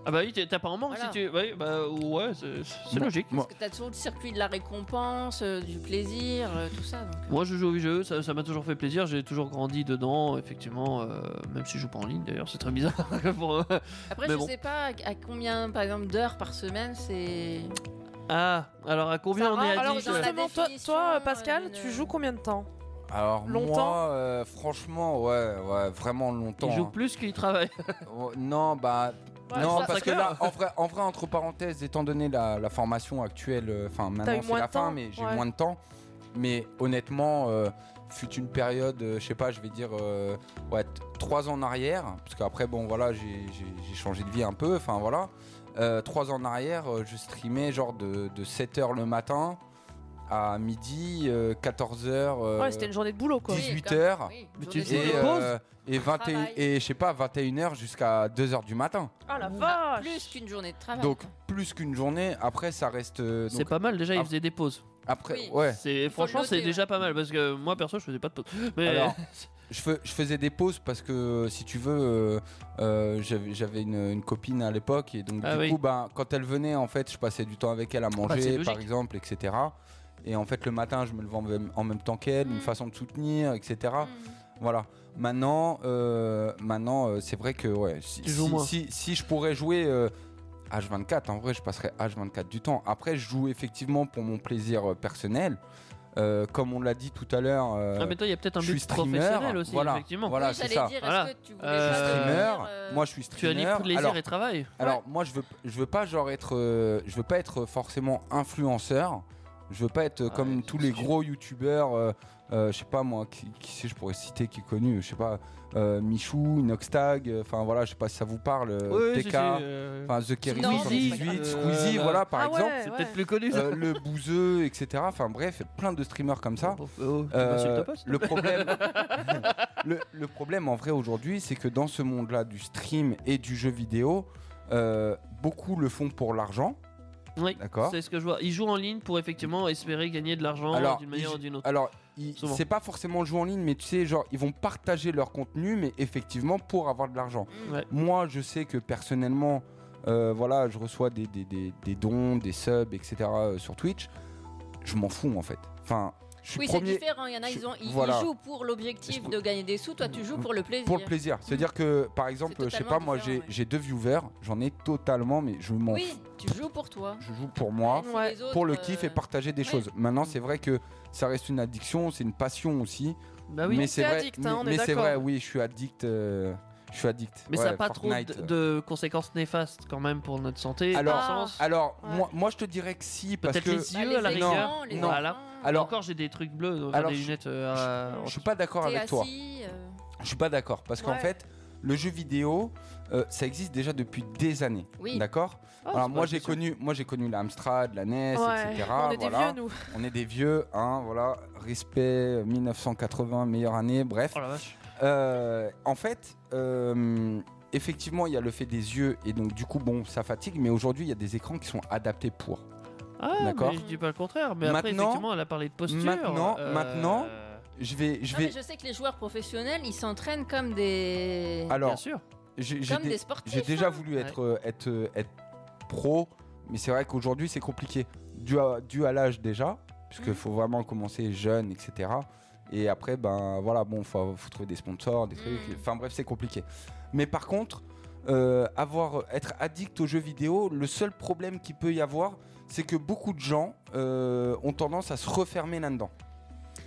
S3: Ah bah oui, t'es- t'as pas en manque
S5: Voilà.
S3: si tu... Ouais, bah ouais, c'est c'est
S4: Moi-
S3: logique.
S4: moi-
S5: Parce que t'as toujours le circuit de la récompense, euh, du plaisir, euh, tout ça. donc.
S3: Moi je joue aux jeux, ça ça m'a toujours fait plaisir, j'ai toujours grandi dedans, effectivement, euh, même si je joue pas en ligne d'ailleurs, c'est très bizarre. pour- euh,
S5: Après,
S3: Mais
S5: je
S3: bon.
S5: sais pas à- à combien, par exemple, d'heures par semaine, c'est.
S3: Ah, alors à combien
S5: Ça
S3: on est euh,
S5: rend-
S3: addict
S2: Alors,
S5: dans la
S2: justement, toi,
S5: définition,
S2: toi, euh,
S5: euh,
S2: Pascal,
S5: de-
S2: tu joues combien de temps
S4: Alors
S2: Longtemps
S4: moi, euh, franchement, ouais, ouais, vraiment
S3: Il
S4: longtemps.
S3: joue
S4: hein.
S3: plus qu'il travaille.
S4: Oh, Non, bah
S2: Ouais,
S4: non,
S2: ça-
S4: parce
S3: ça
S4: que là,
S3: clair.
S4: en vrai, en vrai, entre parenthèses, étant donné la, la formation actuelle, euh, enfin
S2: eu
S4: maintenant
S2: moins
S4: c'est
S2: de
S4: la
S2: temps,
S4: fin, mais j'ai
S2: ouais.
S4: moins de temps. Mais honnêtement, euh, fut une période, euh, je sais pas, je vais dire, euh, ouais, t- trois ans en arrière, parce qu'après, bon, voilà, j'ai j'ai- j'ai changé de vie un peu, enfin voilà. Euh, trois ans en arrière, euh, je streamais genre de, de 7h le matin à midi, euh,
S3: Euh,
S4: 14h,
S2: Ouais, c'était hein. une journée de boulot quoi.
S5: Oui,
S4: 18
S5: comme-
S4: heures,
S5: oui,
S3: mais tu
S5: journée de
S3: faisais
S4: et,
S3: des
S5: boulot.
S3: pauses.
S4: euh, et, 21,
S5: Travail.
S4: et je sais pas, 21h jusqu'à 2h du matin.
S2: Ah la
S5: Ah,
S2: vache
S5: Plus qu'une journée de travail.
S4: Donc plus qu'une journée, après ça reste... euh,
S3: C'est
S4: donc,
S3: pas mal déjà,
S4: Ah.
S3: ils faisaient des pauses.
S4: après,
S5: Oui.
S4: ouais.
S3: C'est
S5: faut
S3: franchement,
S5: le noter,
S3: c'est
S5: ouais.
S3: déjà pas mal parce que moi perso, je faisais pas de pause. Mais
S4: Alors, je, fais- je faisais des pauses parce que si tu veux, euh, euh, j'avais j'avais une, une copine à l'époque et donc
S3: Ah
S4: du
S3: oui. Ah,
S4: coup, ben, quand elle venait, en fait, je passais du temps avec elle à
S3: c'est
S4: manger,
S3: logique.
S4: par exemple, etc. Et en fait, le matin, je me levais en même- en même temps qu'elle, une
S5: Mm.
S4: façon de soutenir, etc.
S3: Mm.
S5: Hmm.
S4: Voilà. Maintenant, euh, maintenant, euh, c'est vrai que ouais, si,
S3: Tu joues
S4: si-
S3: moins.
S4: si- si je pourrais jouer euh, H24, en vrai, je passerais H24 du temps. Après, je joue effectivement pour mon plaisir euh, personnel. Euh, comme on l'a dit tout à l'heure, euh,
S3: ah, mais toi, il y a peut-être un
S4: je suis
S3: but
S4: streamer.
S3: professionnel aussi,
S4: voilà,
S3: effectivement.
S4: Voilà,
S5: Oui,
S4: c'est
S5: j'allais
S4: ça.
S5: dire,
S3: Voilà.
S5: est-ce que tu voulais
S3: Euh,
S5: pas
S4: Streamer.
S5: devenir, euh,
S4: Moi, je suis
S3: Tu as
S4: streamer.
S3: lié plaisir
S4: alors,
S3: et travail.
S4: alors, moi, je veux, je veux pas genre être, euh, je veux pas être forcément influenceur. Je veux pas être euh,
S3: Ah,
S4: comme
S3: ouais,
S4: tous
S3: c'est
S4: les
S3: sûr.
S4: gros youtubeurs. euh, euh, je sais pas moi, qui, qui c'est je pourrais citer qui est connu. Je sais pas, euh, Michou, Noxtag. euh, Enfin voilà, je sais pas si ça vous parle. euh,
S3: Oui,
S4: TK,
S3: c'est- euh,
S4: enfin The Kerry
S5: Squeezie,
S4: 78,
S3: euh,
S4: Squeezie,
S3: euh,
S4: voilà par
S2: Ah ouais,
S4: exemple.
S3: c'est
S2: ouais.
S3: peut-être plus connu ça.
S4: Euh, le bouseux, etc. Enfin bref, plein de streamers comme ça.
S3: Oh, oh, tu
S4: Euh,
S3: m'insultes pas, s'il te
S4: le problème, le, le problème en vrai aujourd'hui, c'est que dans ce monde-là du stream et du jeu vidéo, euh, beaucoup le font pour l'argent.
S3: Oui,
S4: D'accord.
S3: C'est ce que je vois. Ils jouent en ligne pour effectivement espérer gagner de l'argent
S4: Alors,
S3: d'une manière
S4: ils-
S3: ou d'une autre.
S4: Alors, ils-
S3: Souvent.
S4: c'est pas forcément le jeu en ligne, mais tu sais, genre, ils vont partager leur contenu, mais effectivement pour avoir de l'argent.
S5: Hmm.
S3: Mmh. Ouais.
S4: Moi, je sais que personnellement, euh, voilà, je reçois des, des- des- des dons, des subs, etc. euh, sur Twitch. Je m'en fous en fait. Enfin, je suis
S5: Oui, c'est
S4: premier
S5: différent. Il y en a, ils, ont, ils- ils
S4: Voilà.
S5: jouent pour l'objectif
S4: Je-
S5: de gagner des sous. Toi, tu joues pour le plaisir.
S4: pour le plaisir. C'est-à-dire que, par exemple, je sais pas,
S5: totalement
S4: moi j'ai
S5: différent, ouais.
S4: j'ai deux viewers, j'en ai totalement, mais je m'en
S5: Oui,
S4: fous.
S5: tu joues pour toi.
S4: Je joue pour moi,
S5: Si
S2: Ouais.
S5: les autres,
S4: pour le
S5: euh,
S4: kiff et partager des
S5: ouais.
S4: choses. Maintenant,
S3: Mm.
S4: c'est vrai que ça reste une addiction, c'est une passion aussi.
S3: Bah oui.
S4: mais
S3: Mais,
S4: c'est
S2: t'es
S4: vrai,
S2: addict, hein,
S4: mais-
S2: on est
S4: mais c'est
S2: d'accord.
S4: vrai, oui, je suis addict. euh, je suis addict.
S3: ça
S4: Ouais,
S3: n'a pas
S4: Fortnite,
S3: trop
S4: euh.
S3: de, de conséquences néfastes quand même pour notre santé.
S4: Alors-
S3: dans le sens-
S4: Alors,
S2: Ouais.
S4: moi, moi, je te dirais que si, parce
S3: peut-être
S4: que
S3: les
S5: bah,
S3: yeux
S5: les
S3: à la
S5: écrans,
S3: rigueur.
S5: les
S3: Voilà.
S5: enfants,
S4: Alors-
S3: encore j'ai des trucs bleus, enfin,
S4: Alors,
S3: des
S4: je-
S3: lunettes. euh, à-
S4: je suis pas d'accord
S5: t'es
S4: avec toi.
S5: assis, euh,
S4: Je suis pas d'accord parce qu'en
S2: Ouais.
S4: fait, le jeu vidéo, euh, ça existe déjà depuis des années.
S5: Oui.
S4: D'accord.
S2: Ah,
S4: Alors
S3: Oh, c'est
S4: moi,
S3: pas
S4: j'ai
S3: spécial.
S4: connu, moi, j'ai connu la Amstrad, la E NES,
S2: Ouais,
S4: etc.
S2: on est des
S4: voilà.
S2: vieux nous.
S4: On est des vieux, hein, voilà, respect, euh, 1980, meilleure année, bref.
S3: Oh la vache.
S4: Euh, en fait, euh, effectivement, il y a le fait des yeux, et donc du coup, bon, ça fatigue, mais aujourd'hui, il y a des écrans qui sont adaptés pour.
S3: Ah,
S4: D'accord.
S3: mais je dis pas le contraire. Mais après,
S4: Maintenant-
S3: effectivement, elle a parlé de posture.
S4: maintenant-
S3: euh,
S4: maintenant, Je vais, je
S5: Non,
S4: vais,
S5: mais je sais que les joueurs professionnels, ils s'entraînent comme des.
S3: Bien
S4: alors,
S3: sûr.
S4: j'ai j'ai
S5: comme
S4: dé-
S5: des sportifs.
S4: j'ai déjà
S5: hein.
S4: voulu être, euh, être, euh, être pro, mais c'est vrai qu'aujourd'hui, c'est compliqué, dû à, dû à l'âge déjà, puisqu'il
S5: Mhm.
S4: faut vraiment commencer jeune, etc. Et après, ben voilà, bon, faut, faut trouver des sponsors, des trucs.
S5: Mhm.
S4: Enfin bref, c'est compliqué. Mais par contre, euh, avoir, être addict aux jeux vidéo, le seul problème qu'il peut y avoir, c'est que beaucoup de gens euh, ont tendance à se refermer là-dedans.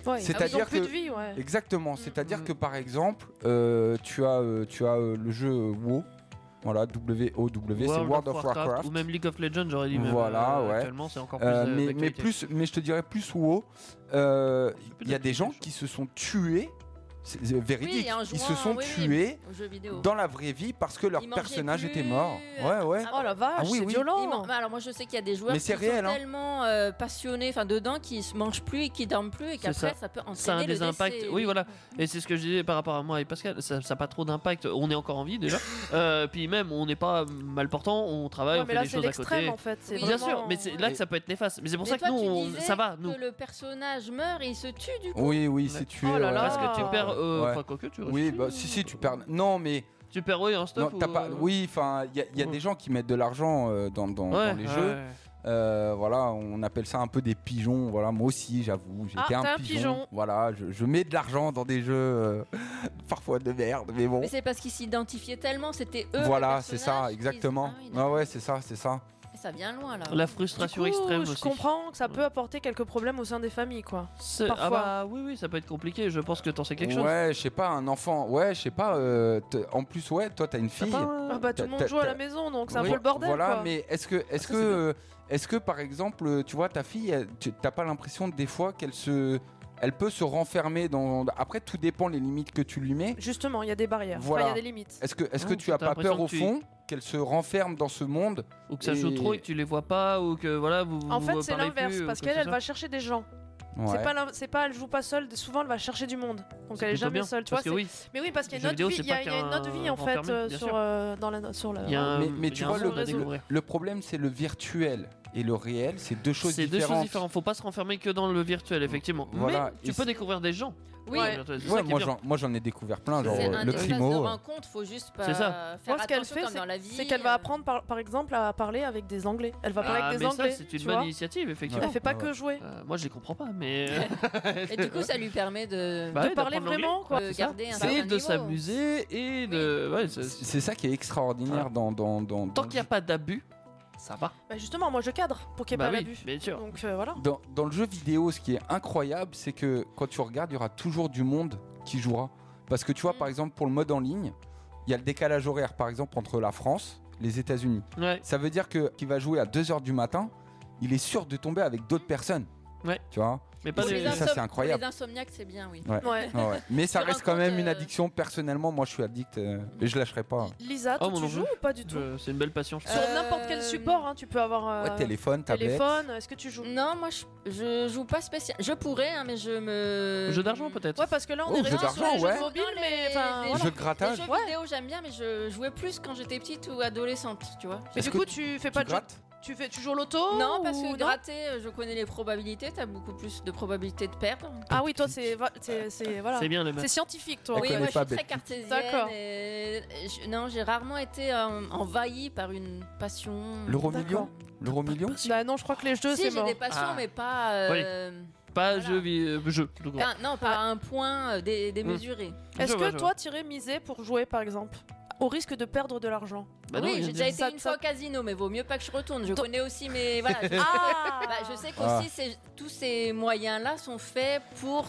S2: Ouais,
S4: C'est-à-dire
S2: ils ont plus
S4: que-
S2: de vie, ouais.
S4: Exactement. C'est-à-dire
S3: Mhm.
S4: que par exemple, euh, tu as, euh, tu as euh, le jeu WoW. Voilà, W-O-W, c'est World of Warcraft.
S3: Ou même League of Legends, j'aurais dit. Même,
S4: Voilà,
S3: euh,
S4: ouais.
S3: Actuellement, c'est encore plus.
S4: Euh,
S3: euh,
S4: mais, mais,
S3: d'actualité.
S4: plus, mais je te dirais plus WoW. euh,
S3: C'est plus
S4: Il y a
S3: d'actualité,
S4: des gens
S3: je
S4: qui se sont tués, c'est c'est véridique,
S5: en
S4: ils se
S5: jouant,
S4: sont
S5: oui, oui.
S4: tués
S5: Aux jeux vidéo.
S4: dans la vraie vie parce que leur
S5: Ils mangeaient
S4: personnage
S5: plus,
S4: était mort. Ouais,
S5: euh,
S4: ouais.
S5: Ah,
S2: Oh la vache,
S4: Ah oui,
S2: c'est
S4: oui.
S5: Ils
S2: violent.
S5: man- Alors moi je sais qu'il y a des joueurs
S4: Mais
S5: qui
S4: c'est
S5: sont
S4: réel, hein.
S5: tellement euh, passionnés, enfin dedans, qui se mangent plus et qui dorment plus et qu'après
S3: ça.
S5: ça. peut entraîner
S3: Ça a
S5: le
S3: des
S5: décès.
S3: impacts. Oui, voilà. Et c'est ce que je disais par rapport à moi et Pascal. Ça n'a pas trop d'impact. On est encore en vie déjà. Euh, puis même, on n'est pas mal portant. On travaille, on
S2: Ouais, mais
S3: fait
S2: là
S3: des
S2: c'est
S3: choses à
S2: l'extrême
S3: côté.
S2: en fait. c'est
S5: Oui,
S3: Bien
S2: vraiment-
S3: sûr, mais c'est là que ça peut être néfaste. Mais c'est pour
S5: Mais
S3: ça que
S5: toi,
S3: nous,
S5: tu
S3: on-
S5: disais
S3: ça va. Nous.
S5: Que le personnage meurt et il se tue du coup.
S4: Oui, oui, c'est tué.
S2: Oh là là.
S3: Euh, Parce que tu
S2: Ah.
S3: perds. euh,
S4: Ouais.
S3: Enfin, quoi que tu.
S4: Oui, bah si, si, tu perds. Non, mais.
S3: Tu perds, oui, un
S4: non,
S3: stuff.
S4: t'as
S3: ou,
S4: pas...
S3: euh,
S4: Oui, enfin, il y a, il y a
S3: Ouais.
S4: des gens qui mettent de l'argent euh, dans, dans,
S3: ouais,
S4: dans les
S3: ouais,
S4: jeux.
S3: ouais.
S4: Euh, voilà, on appelle ça un peu des pigeons. Voilà, moi aussi, j'avoue,
S2: Ah,
S4: j'étais
S2: t'es
S4: un,
S2: un
S4: pigeon.
S2: pigeon.
S4: Voilà, je, je mets de l'argent dans des jeux euh, parfois de merde, mais bon.
S5: Mais c'est parce qu'ils s'identifiaient tellement, c'était eux.
S4: Voilà,
S5: les
S4: c'est
S5: personnages,
S4: ça,
S5: qu'ils-
S4: exactement.
S5: Ah oui,
S4: Ah
S5: d'accord.
S4: ouais, c'est ça, c'est ça.
S5: Ça vient loin là.
S3: La
S2: Du
S3: frustration
S2: coup,
S3: extrême
S2: je
S3: aussi.
S2: comprends que ça peut apporter quelques problèmes au sein des familles, quoi.
S3: C'est-
S2: Parfois.
S3: Ah bah oui, oui, ça peut être compliqué. Je pense que t'en sais quelque chose.
S4: ouais, je sais pas, un enfant. Ouais, je sais pas. euh, t- en plus, ouais, toi, t'as une
S3: T'as
S4: fille.
S3: pas un-
S2: Ah bah tout
S4: t'as-
S2: le
S4: t'as-
S2: monde joue à
S4: t'as-
S2: la maison, donc c'est un
S4: Oui.
S2: peu le bordel,
S4: Voilà,
S2: quoi. Ah,
S4: mais est-ce que, est-ce
S3: ça,
S4: que,
S3: c'est bien.
S4: euh, est-ce que par exemple, euh, tu vois, ta fille, elle- tu- t'as pas l'impression des fois qu'elle se, elle peut se renfermer dans. Après, tout dépend les limites que tu lui mets.
S2: Justement, il y a des barrières, Enfin, il
S4: Voilà.
S2: y a des limites.
S4: Est-ce que, est-ce que
S3: Non,
S4: tu as
S3: Ah, t'as
S4: pas peur
S3: l'impression
S4: au
S3: que tu-
S4: fond qu'elles se renferment dans ce monde.
S3: Ou que ça joue
S4: Et-
S3: trop et que tu les vois pas, ou que voilà, vous.
S2: En
S3: vous
S2: fait, c'est
S3: parlez
S2: l'inverse,
S3: plus, ou
S2: parce
S3: quoi que
S2: qu'elle, elle
S3: ce
S2: va chercher des gens.
S4: Ouais.
S2: C'est pas, l'in- c'est pas, elle joue pas seule, souvent elle va chercher du monde. Donc
S3: soit.
S2: elle est
S3: C'est plutôt
S2: jamais
S3: bien,
S2: seule, tu
S3: parce
S2: vois.
S3: que
S2: c'est-
S3: oui,
S2: Mais oui, parce qu'il y
S3: Les
S2: a
S3: jeux
S2: une
S3: vidéo,
S2: autre vie,
S3: c'est
S2: il y a
S3: pas
S2: il y a une
S3: qu'un
S2: autre vie en fait
S3: renfermé,
S2: euh,
S3: bien
S2: sur,
S3: sûr.
S2: euh, dans la, sur la.
S3: il y a un.
S4: Mais- mais
S3: il y
S4: tu
S3: a un
S4: vois,
S3: fond
S4: le-
S3: à découvrir.
S4: Le problème, c'est le virtuel et le réel, c'est deux choses
S3: C'est deux
S4: différentes.
S3: choses différentes. Faut pas se renfermer que dans le virtuel, effectivement.
S4: Voilà.
S3: Mais tu
S4: Et
S3: peux
S4: c'est-
S3: découvrir des gens.
S5: Oui,
S3: dans le virtuel, c'est ça
S4: Ouais,
S3: qui est
S4: moi
S3: bien.
S4: j'en- moi, j'en ai découvert plein, genre
S5: c'est
S4: euh,
S5: un
S4: le
S5: espace de
S4: crimo. euh,
S5: rencontre, faut juste pas
S3: C'est ça.
S5: faire
S2: Moi, ce qu'elle
S5: attention
S2: fait,
S5: comme dans la
S2: c'est-
S5: vie.
S2: c'est qu'elle va
S5: euh,
S2: apprendre, par, par exemple, à parler avec des Anglais. Elle va parler
S3: Ah,
S2: avec des
S3: mais
S2: Anglais.
S3: ça, c'est une
S2: tu
S3: bonne
S2: vois.
S3: initiative, effectivement.
S2: Elle
S4: Ouais.
S2: fait pas que jouer.
S3: Euh, moi, je les comprends pas, mais. euh,
S5: Et du coup, ça lui permet de,
S3: bah
S2: de
S3: ouais,
S2: parler
S3: d'apprendre l'anglais.
S2: vraiment, quoi.
S5: de
S3: C'est ça.
S5: garder un
S3: C'est
S5: certain
S3: de
S5: niveau.
S3: s'amuser et de. Ouais, c'est- c'est-
S4: C'est ça qui est extraordinaire dans. dans, dans
S3: Tant
S4: dans-
S3: qu'il n'y a pas d'abus, ça va.
S2: Bah, justement, moi je cadre pour qu'il n'y ait
S3: Bah
S2: pas
S3: oui,
S2: d'abus.
S3: bien sûr.
S2: Donc euh, voilà.
S4: Dans, dans le jeu vidéo, ce qui est incroyable, c'est que quand tu regardes, il y aura toujours du monde qui jouera. Parce que tu vois,
S5: Mm.
S4: par exemple, pour le mode en ligne, il y a le décalage horaire, par exemple, entre la France, les États-Unis.
S3: Ouais.
S4: Ça veut dire que qui va jouer à 2h du matin, il est sûr de tomber avec d'autres personnes.
S3: Ouais.
S4: Tu vois
S3: Mais pas
S5: Pour
S4: Et
S5: les
S3: des.
S4: ça, c'est
S5: insomn- pour
S4: incroyable.
S5: les insomniaques, c'est bien, oui.
S2: Ouais.
S4: Ouais, ouais. Mais ça
S5: Tu
S4: reste quand même
S5: rencontres,
S4: une
S5: euh,
S4: addiction. Personnellement, moi, je suis addict euh, et je lâcherai pas.
S2: Lisa,
S3: Oh,
S2: toi,
S3: moi non
S2: tu joues
S3: plus.
S2: ou pas du tout
S3: Euh, C'est une belle passion. je trouve.
S2: Sur
S5: Euh,
S2: n'importe quel support, hein, tu peux avoir. euh,
S4: Ouais, téléphone, tablette.
S2: téléphone, euh, est-ce que tu joues
S5: Non, moi je, je joue pas spécial. Je pourrais, hein, mais je me.
S3: Jeu d'argent, peut-être.
S2: Ouais, parce que là on
S4: Oh,
S2: est
S4: jeu
S2: resté sur
S4: d'argent,
S2: les jeux
S4: ouais.
S2: mobiles,
S5: Non,
S2: mais
S5: les-
S2: enfin,
S5: les
S2: voilà.
S4: Jeu de
S5: Les
S4: grattage.
S5: jeux
S2: Ouais.
S5: vidéo, j'aime bien, mais je jouais plus quand j'étais petite ou adolescente, tu vois.
S2: Mais
S4: Est-ce
S2: du
S4: que
S2: coup, tu fais pas
S4: Tu
S2: de jeu.
S4: grattes
S2: Tu fais toujours l'auto
S5: non, parce
S2: ou
S5: que
S2: non
S5: gratter, euh, je connais les probabilités, t'as beaucoup plus de probabilités de perdre.
S2: Ah oui, toi, c'est. va- c'est- C'est voilà.
S3: C'est bien, les
S2: C'est
S3: mecs.
S2: scientifique, toi.
S4: Elle
S5: oui,
S4: connaît
S5: moi je
S4: pas
S5: suis très
S4: Betclic.
S5: cartésienne.
S2: D'accord.
S5: et- et je- non, j'ai rarement été euh, envahie par une passion.
S4: L'euro
S2: D'accord.
S4: million L'euro million
S2: Bah non, je crois que les jeux,
S5: Si,
S2: c'est
S5: j'ai
S2: mort.
S5: des passions,
S3: Ah.
S5: mais pas. euh,
S3: Pas
S5: Voilà.
S3: jeu. vi- euh, jeu, donc,
S5: enfin, non, pas à
S2: Ah.
S5: un point euh, dé- démesuré.
S3: Mmh.
S2: Est-ce
S3: Je vois, je
S2: que toi, t'irais miser pour jouer, par exemple Au risque de perdre de l'argent
S3: Bah non, il y
S5: oui,
S3: a
S5: j'ai
S3: des-
S5: déjà été
S2: Ça-
S5: une
S2: ça-
S5: fois au casino, mais vaut mieux pas que je retourne. Je
S2: Ton-
S5: connais aussi mes. Voilà, je-
S2: Ah
S5: Bah, je sais
S4: Ah.
S5: qu'aussi, c'est- tous ces moyens-là sont faits pour.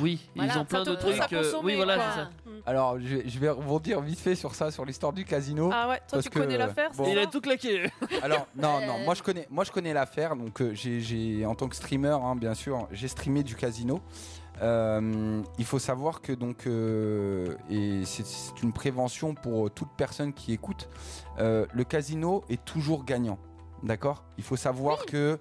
S3: Oui,
S5: Voilà,
S3: ils ont
S5: ça
S3: plein
S2: te
S3: de
S2: pousse
S3: trucs.
S2: à
S3: euh,
S2: consommer,
S3: oui, voilà,
S2: quoi.
S3: c'est ça.
S4: Alors, je, je vais rebondir vite fait sur ça, sur l'histoire du casino.
S2: Ah ouais, toi,
S4: Parce
S2: tu
S4: que,
S2: connais l'affaire,
S4: bon.
S2: c'est
S3: Il
S2: ça
S3: a tout claqué.
S4: Alors non,
S5: Euh.
S4: non, moi je connais, moi je connais l'affaire. Donc euh, j'ai, j'ai- en tant que streamer, hein, bien sûr, j'ai streamé du casino. Euh, il faut savoir que donc euh, et c'est, c'est une prévention pour euh, toute personne qui écoute. euh, le casino est toujours gagnant, d'accord Il faut savoir que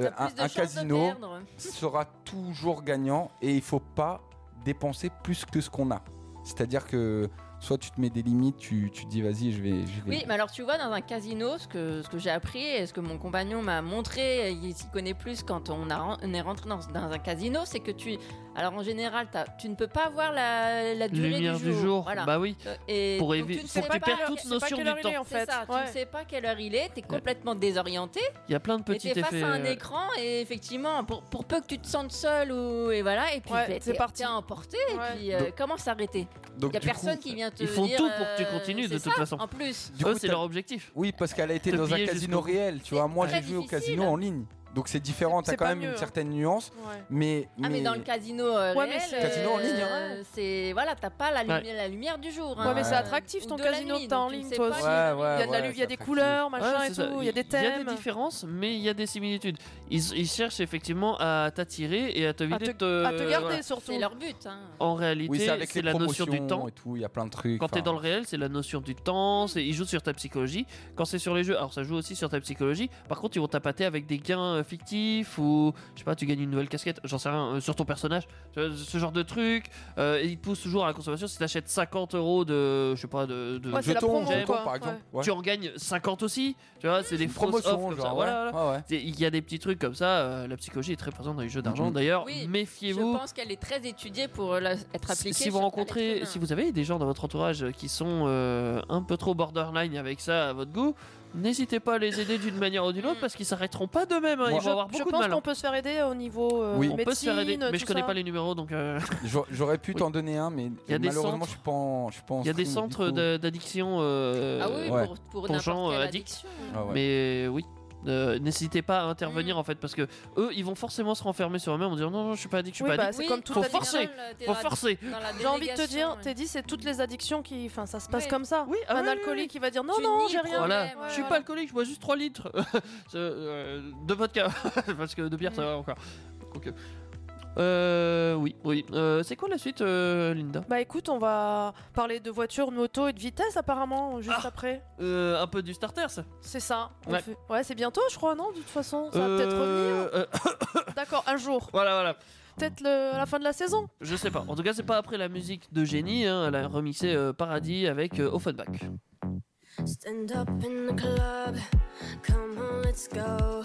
S4: euh,
S5: t'as
S4: un,
S5: plus de
S4: un
S5: chances de
S4: casino
S5: perdre.
S4: sera toujours gagnant et il faut pas dépenser plus que ce qu'on a. C'est-à-dire que soit tu te mets des limites, tu, tu te dis vas-y, je vais, je vais.
S5: Oui, mais alors tu vois, dans un casino, ce que, ce que j'ai appris et ce que mon compagnon m'a montré, et il s'y connaît plus quand on, a ren- on est rentré dans, dans un casino, c'est que tu. Alors en général, t'as- tu ne peux pas voir la, la durée
S3: Lumière du jour.
S5: Voilà.
S3: Bah oui.
S5: Euh, et
S3: Pour
S5: donc,
S3: évi-
S5: tu ne
S3: pour
S5: sais
S3: que
S5: pas
S3: tu perdes
S5: quelle
S3: toute
S5: heure-
S2: C'est pas
S3: notion
S2: quelle
S3: du
S2: heure il est,
S3: temps.
S2: en
S5: C'est
S2: fait.
S5: ça, tu ne
S2: Ouais.
S5: sais pas quelle heure il est, t'es complètement désorienté,
S3: Il y a plein de
S5: et
S3: petits
S5: t'es
S3: effets.
S5: face à un
S3: euh,
S5: écran, et effectivement, pour, pour peu que tu te sentes seul, ou, et voilà, et puis bah,
S2: Ouais,
S5: t'es-
S2: c'est
S5: t'es
S2: parti.
S5: t'es emporté,
S2: Ouais.
S5: et puis euh,
S4: Donc-
S5: comment s'arrêter
S4: Donc
S5: Il n'y
S4: du
S5: a
S4: coup-
S5: personne qui vient te
S3: Ils font
S5: dire,
S3: tout pour que tu
S5: euh,
S3: continues, de
S5: c'est
S3: toute
S5: ça,
S3: façon.
S5: En plus,
S4: Du
S3: Eux,
S4: coup,
S3: c'est
S4: t'as-
S3: leur objectif.
S4: Oui, parce qu'elle a été
S3: Te
S4: dans un
S3: piller
S4: casino
S3: jusqu'au bout.
S4: réel, tu vois. Moi,
S5: très
S4: j'ai joué au
S5: difficile.
S4: casino en ligne. Donc c'est différent,
S2: C'est- c'est
S4: t'as quand
S2: pas
S4: même
S2: mieux,
S4: une
S2: hein.
S4: certaine nuance.
S2: Ouais.
S4: Mais,
S5: Ah mais dans le casino euh,
S2: Ouais, mais
S5: réel,
S2: c'est-
S4: Casino en ligne,
S5: euh, c'est voilà, t'as pas la, lumi-
S3: Ouais.
S5: la lumière du jour.
S2: Ouais,
S5: hein,
S2: mais c'est
S5: euh,
S2: attractif
S5: ou
S2: ton
S5: de la
S2: casino que
S5: nuit,
S2: t'as en
S5: donc tu ne
S2: ligne,
S5: sais
S2: toi
S5: pas
S2: aussi.
S5: s'il y a de la
S4: Ouais,
S2: Il y a de la
S4: ouais,
S2: lu- il y a
S4: ça
S2: des
S4: fait
S2: couleurs, machin
S3: Ouais,
S2: et
S3: c'est ça.
S2: tout, il y a des
S3: Il y a
S2: thèmes.
S3: des différences, mais il y a des similitudes. Ils, ils cherchent effectivement à t'attirer et à
S2: À
S3: t'éviter de
S2: Ah, te, à te
S3: euh,
S2: garder
S3: voilà.
S2: surtout.
S5: C'est leur but. hein.
S3: En
S4: oui,
S3: réalité,
S4: c'est avec
S3: c'est
S4: les
S3: la notion
S4: promotions
S3: du temps.
S4: et tout, il y a plein de trucs.
S3: Quand t'es
S4: enfin.
S3: dans le réel, c'est la notion du temps, c'est- ils jouent sur ta psychologie. Quand c'est sur les jeux, alors ça joue aussi sur ta psychologie. Par contre, ils vont tapater avec des gains euh, fictifs ou je sais pas, tu gagnes une nouvelle casquette, j'en sais rien, euh, sur ton personnage, Tu vois, ce genre de truc. Euh, et ils te poussent toujours à la consommation. Si t'achètes 50 euros de, je sais pas, de, de-
S2: Ouais, c'est la
S4: Jetons,
S2: promo,
S4: jetons,
S2: quoi.
S4: par exemple. Ouais.
S3: tu en gagnes 50 aussi. Tu vois, c'est des
S4: Une
S3: fausses offres
S4: promotion,
S3: comme
S4: genre.
S3: ça.
S4: ouais.
S3: Voilà, voilà.
S4: Ouais, ouais.
S3: C'est- Il y a des petits trucs comme ça. euh, la psychologie est très présente dans les jeux d'argent.
S4: Mhm.
S3: D'ailleurs,
S5: Oui, Je
S3: méfiez-vous.
S5: pense qu'elle est très étudiée pour euh, la- être appliquée.
S3: Si vous rencontrez, si vous avez des gens dans votre entourage euh, qui sont euh, un peu trop borderline avec ça à votre goût, n'hésitez pas à les aider d'une manière ou d'une autre
S5: Mm.
S3: parce qu'ils s'arrêteront pas d'eux-mêmes. hein,
S4: Moi,
S3: Ils vont avoir
S2: Je
S3: beaucoup de
S2: pense
S3: mal.
S2: qu'on peut se faire aider au niveau euh,
S4: Oui.
S3: On peut se faire aider,
S2: médecine,
S3: mais je
S2: tout
S3: connais
S2: ça.
S3: pas les numéros donc euh,
S4: J'aurais- J'aurais pu
S3: Oui.
S4: t'en donner un, mais
S3: Il y a des
S4: malheureusement,
S3: centres.
S4: je suis pas en. Je suis pas en
S3: il y a des
S4: stream, du
S3: centres
S4: coup.
S3: de- d'addiction. euh,
S5: Ah oui,
S4: Ouais.
S5: pour, pour,
S3: Pour
S5: n'importe
S3: gens,
S5: quelle
S3: euh,
S5: addiction.
S2: hein.
S4: Ah ouais.
S3: Mais oui, euh, n'hésitez pas à
S2: Mm.
S3: intervenir en fait parce que eux ils vont forcément se renfermer sur eux-mêmes en disant non, non je suis pas addict, je suis
S2: Oui,
S3: pas
S2: bah,
S3: addict.
S2: c'est comme toute
S3: faut
S2: addiction. euh,
S3: forcer, Faut forcer.
S2: J'ai envie de te dire, Teddy, c'est toutes les addictions qui. Enfin, ça se passe
S5: Oui.
S2: comme ça.
S3: Oui, ah
S2: un
S3: oui, oui,
S2: alcoolique, il va dire non,
S5: Tu
S2: non,
S5: nies
S2: j'ai
S5: le
S2: rien.
S5: problème.
S3: Voilà,
S5: Ouais,
S3: je suis
S2: ouais.
S3: pas alcoolique, je bois juste 3 litres Je- euh, de vodka. Parce que de bière, ça va encore. Quoique. Euh, oui, oui. Euh, c'est quoi la suite, euh, Linda
S2: Bah écoute, on va parler de voitures, de moto et de vitesse apparemment juste après.
S3: Euh, Un peu du starter, ça
S2: C'est ça. on
S3: Ouais.
S2: fait- ouais c'est bientôt, je crois, non De toute façon, ça va peut-être
S3: Euh,
S2: revenir.
S3: euh,
S2: D'accord, un jour.
S3: voilà, voilà.
S2: Peut-être le- à la fin de la saison.
S3: Je sais pas. En tout cas, c'est pas après la musique de Génie. hein. Elle a remixé euh, Paradis avec euh, Offenbach.
S7: Stand up in the club, come on, let's go.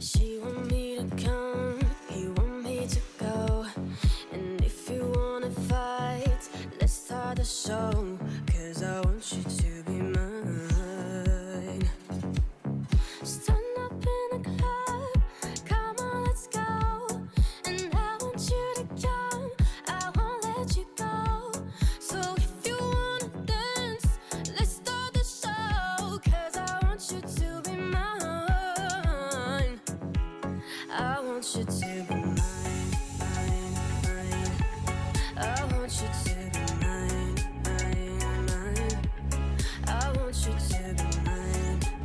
S7: She want me to come, he want me to go. And if you wanna fight, let's start the show. Cause I want you to be mine. Stand up in the club, come on, let's go. And I want you to come, I won't let you go. So if you wanna dance, Let's start the show, cause I want you to be mine. I want you to be mine, mine, mine. I want you to be mine,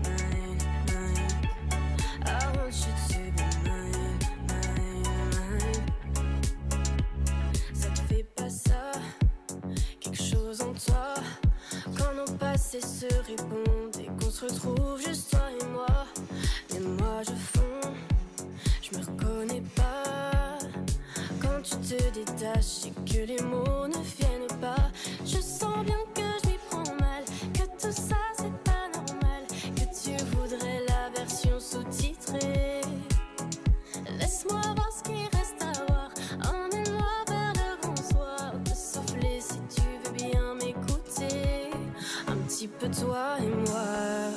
S7: mine, mine. I want you to be mine, mine, mine. I want you to be mine, mine, mine. Ça te fait pas ça, quelque chose en toi. Quand nos passés se répondent et qu'on se retrouve juste toi et moi. Mais moi je fonds, je me reconnais pas. Quand tu te détaches et que les mots ne viennent pas, je sens bien que je m'y prends mal. Que tout ça c'est pas normal. Que tu voudrais la version sous-titrée. Laisse-moi voir ce qui reste à voir. Emmène-moi vers le bonsoir. Te souffler si tu veux bien m'écouter. Un petit peu toi et moi.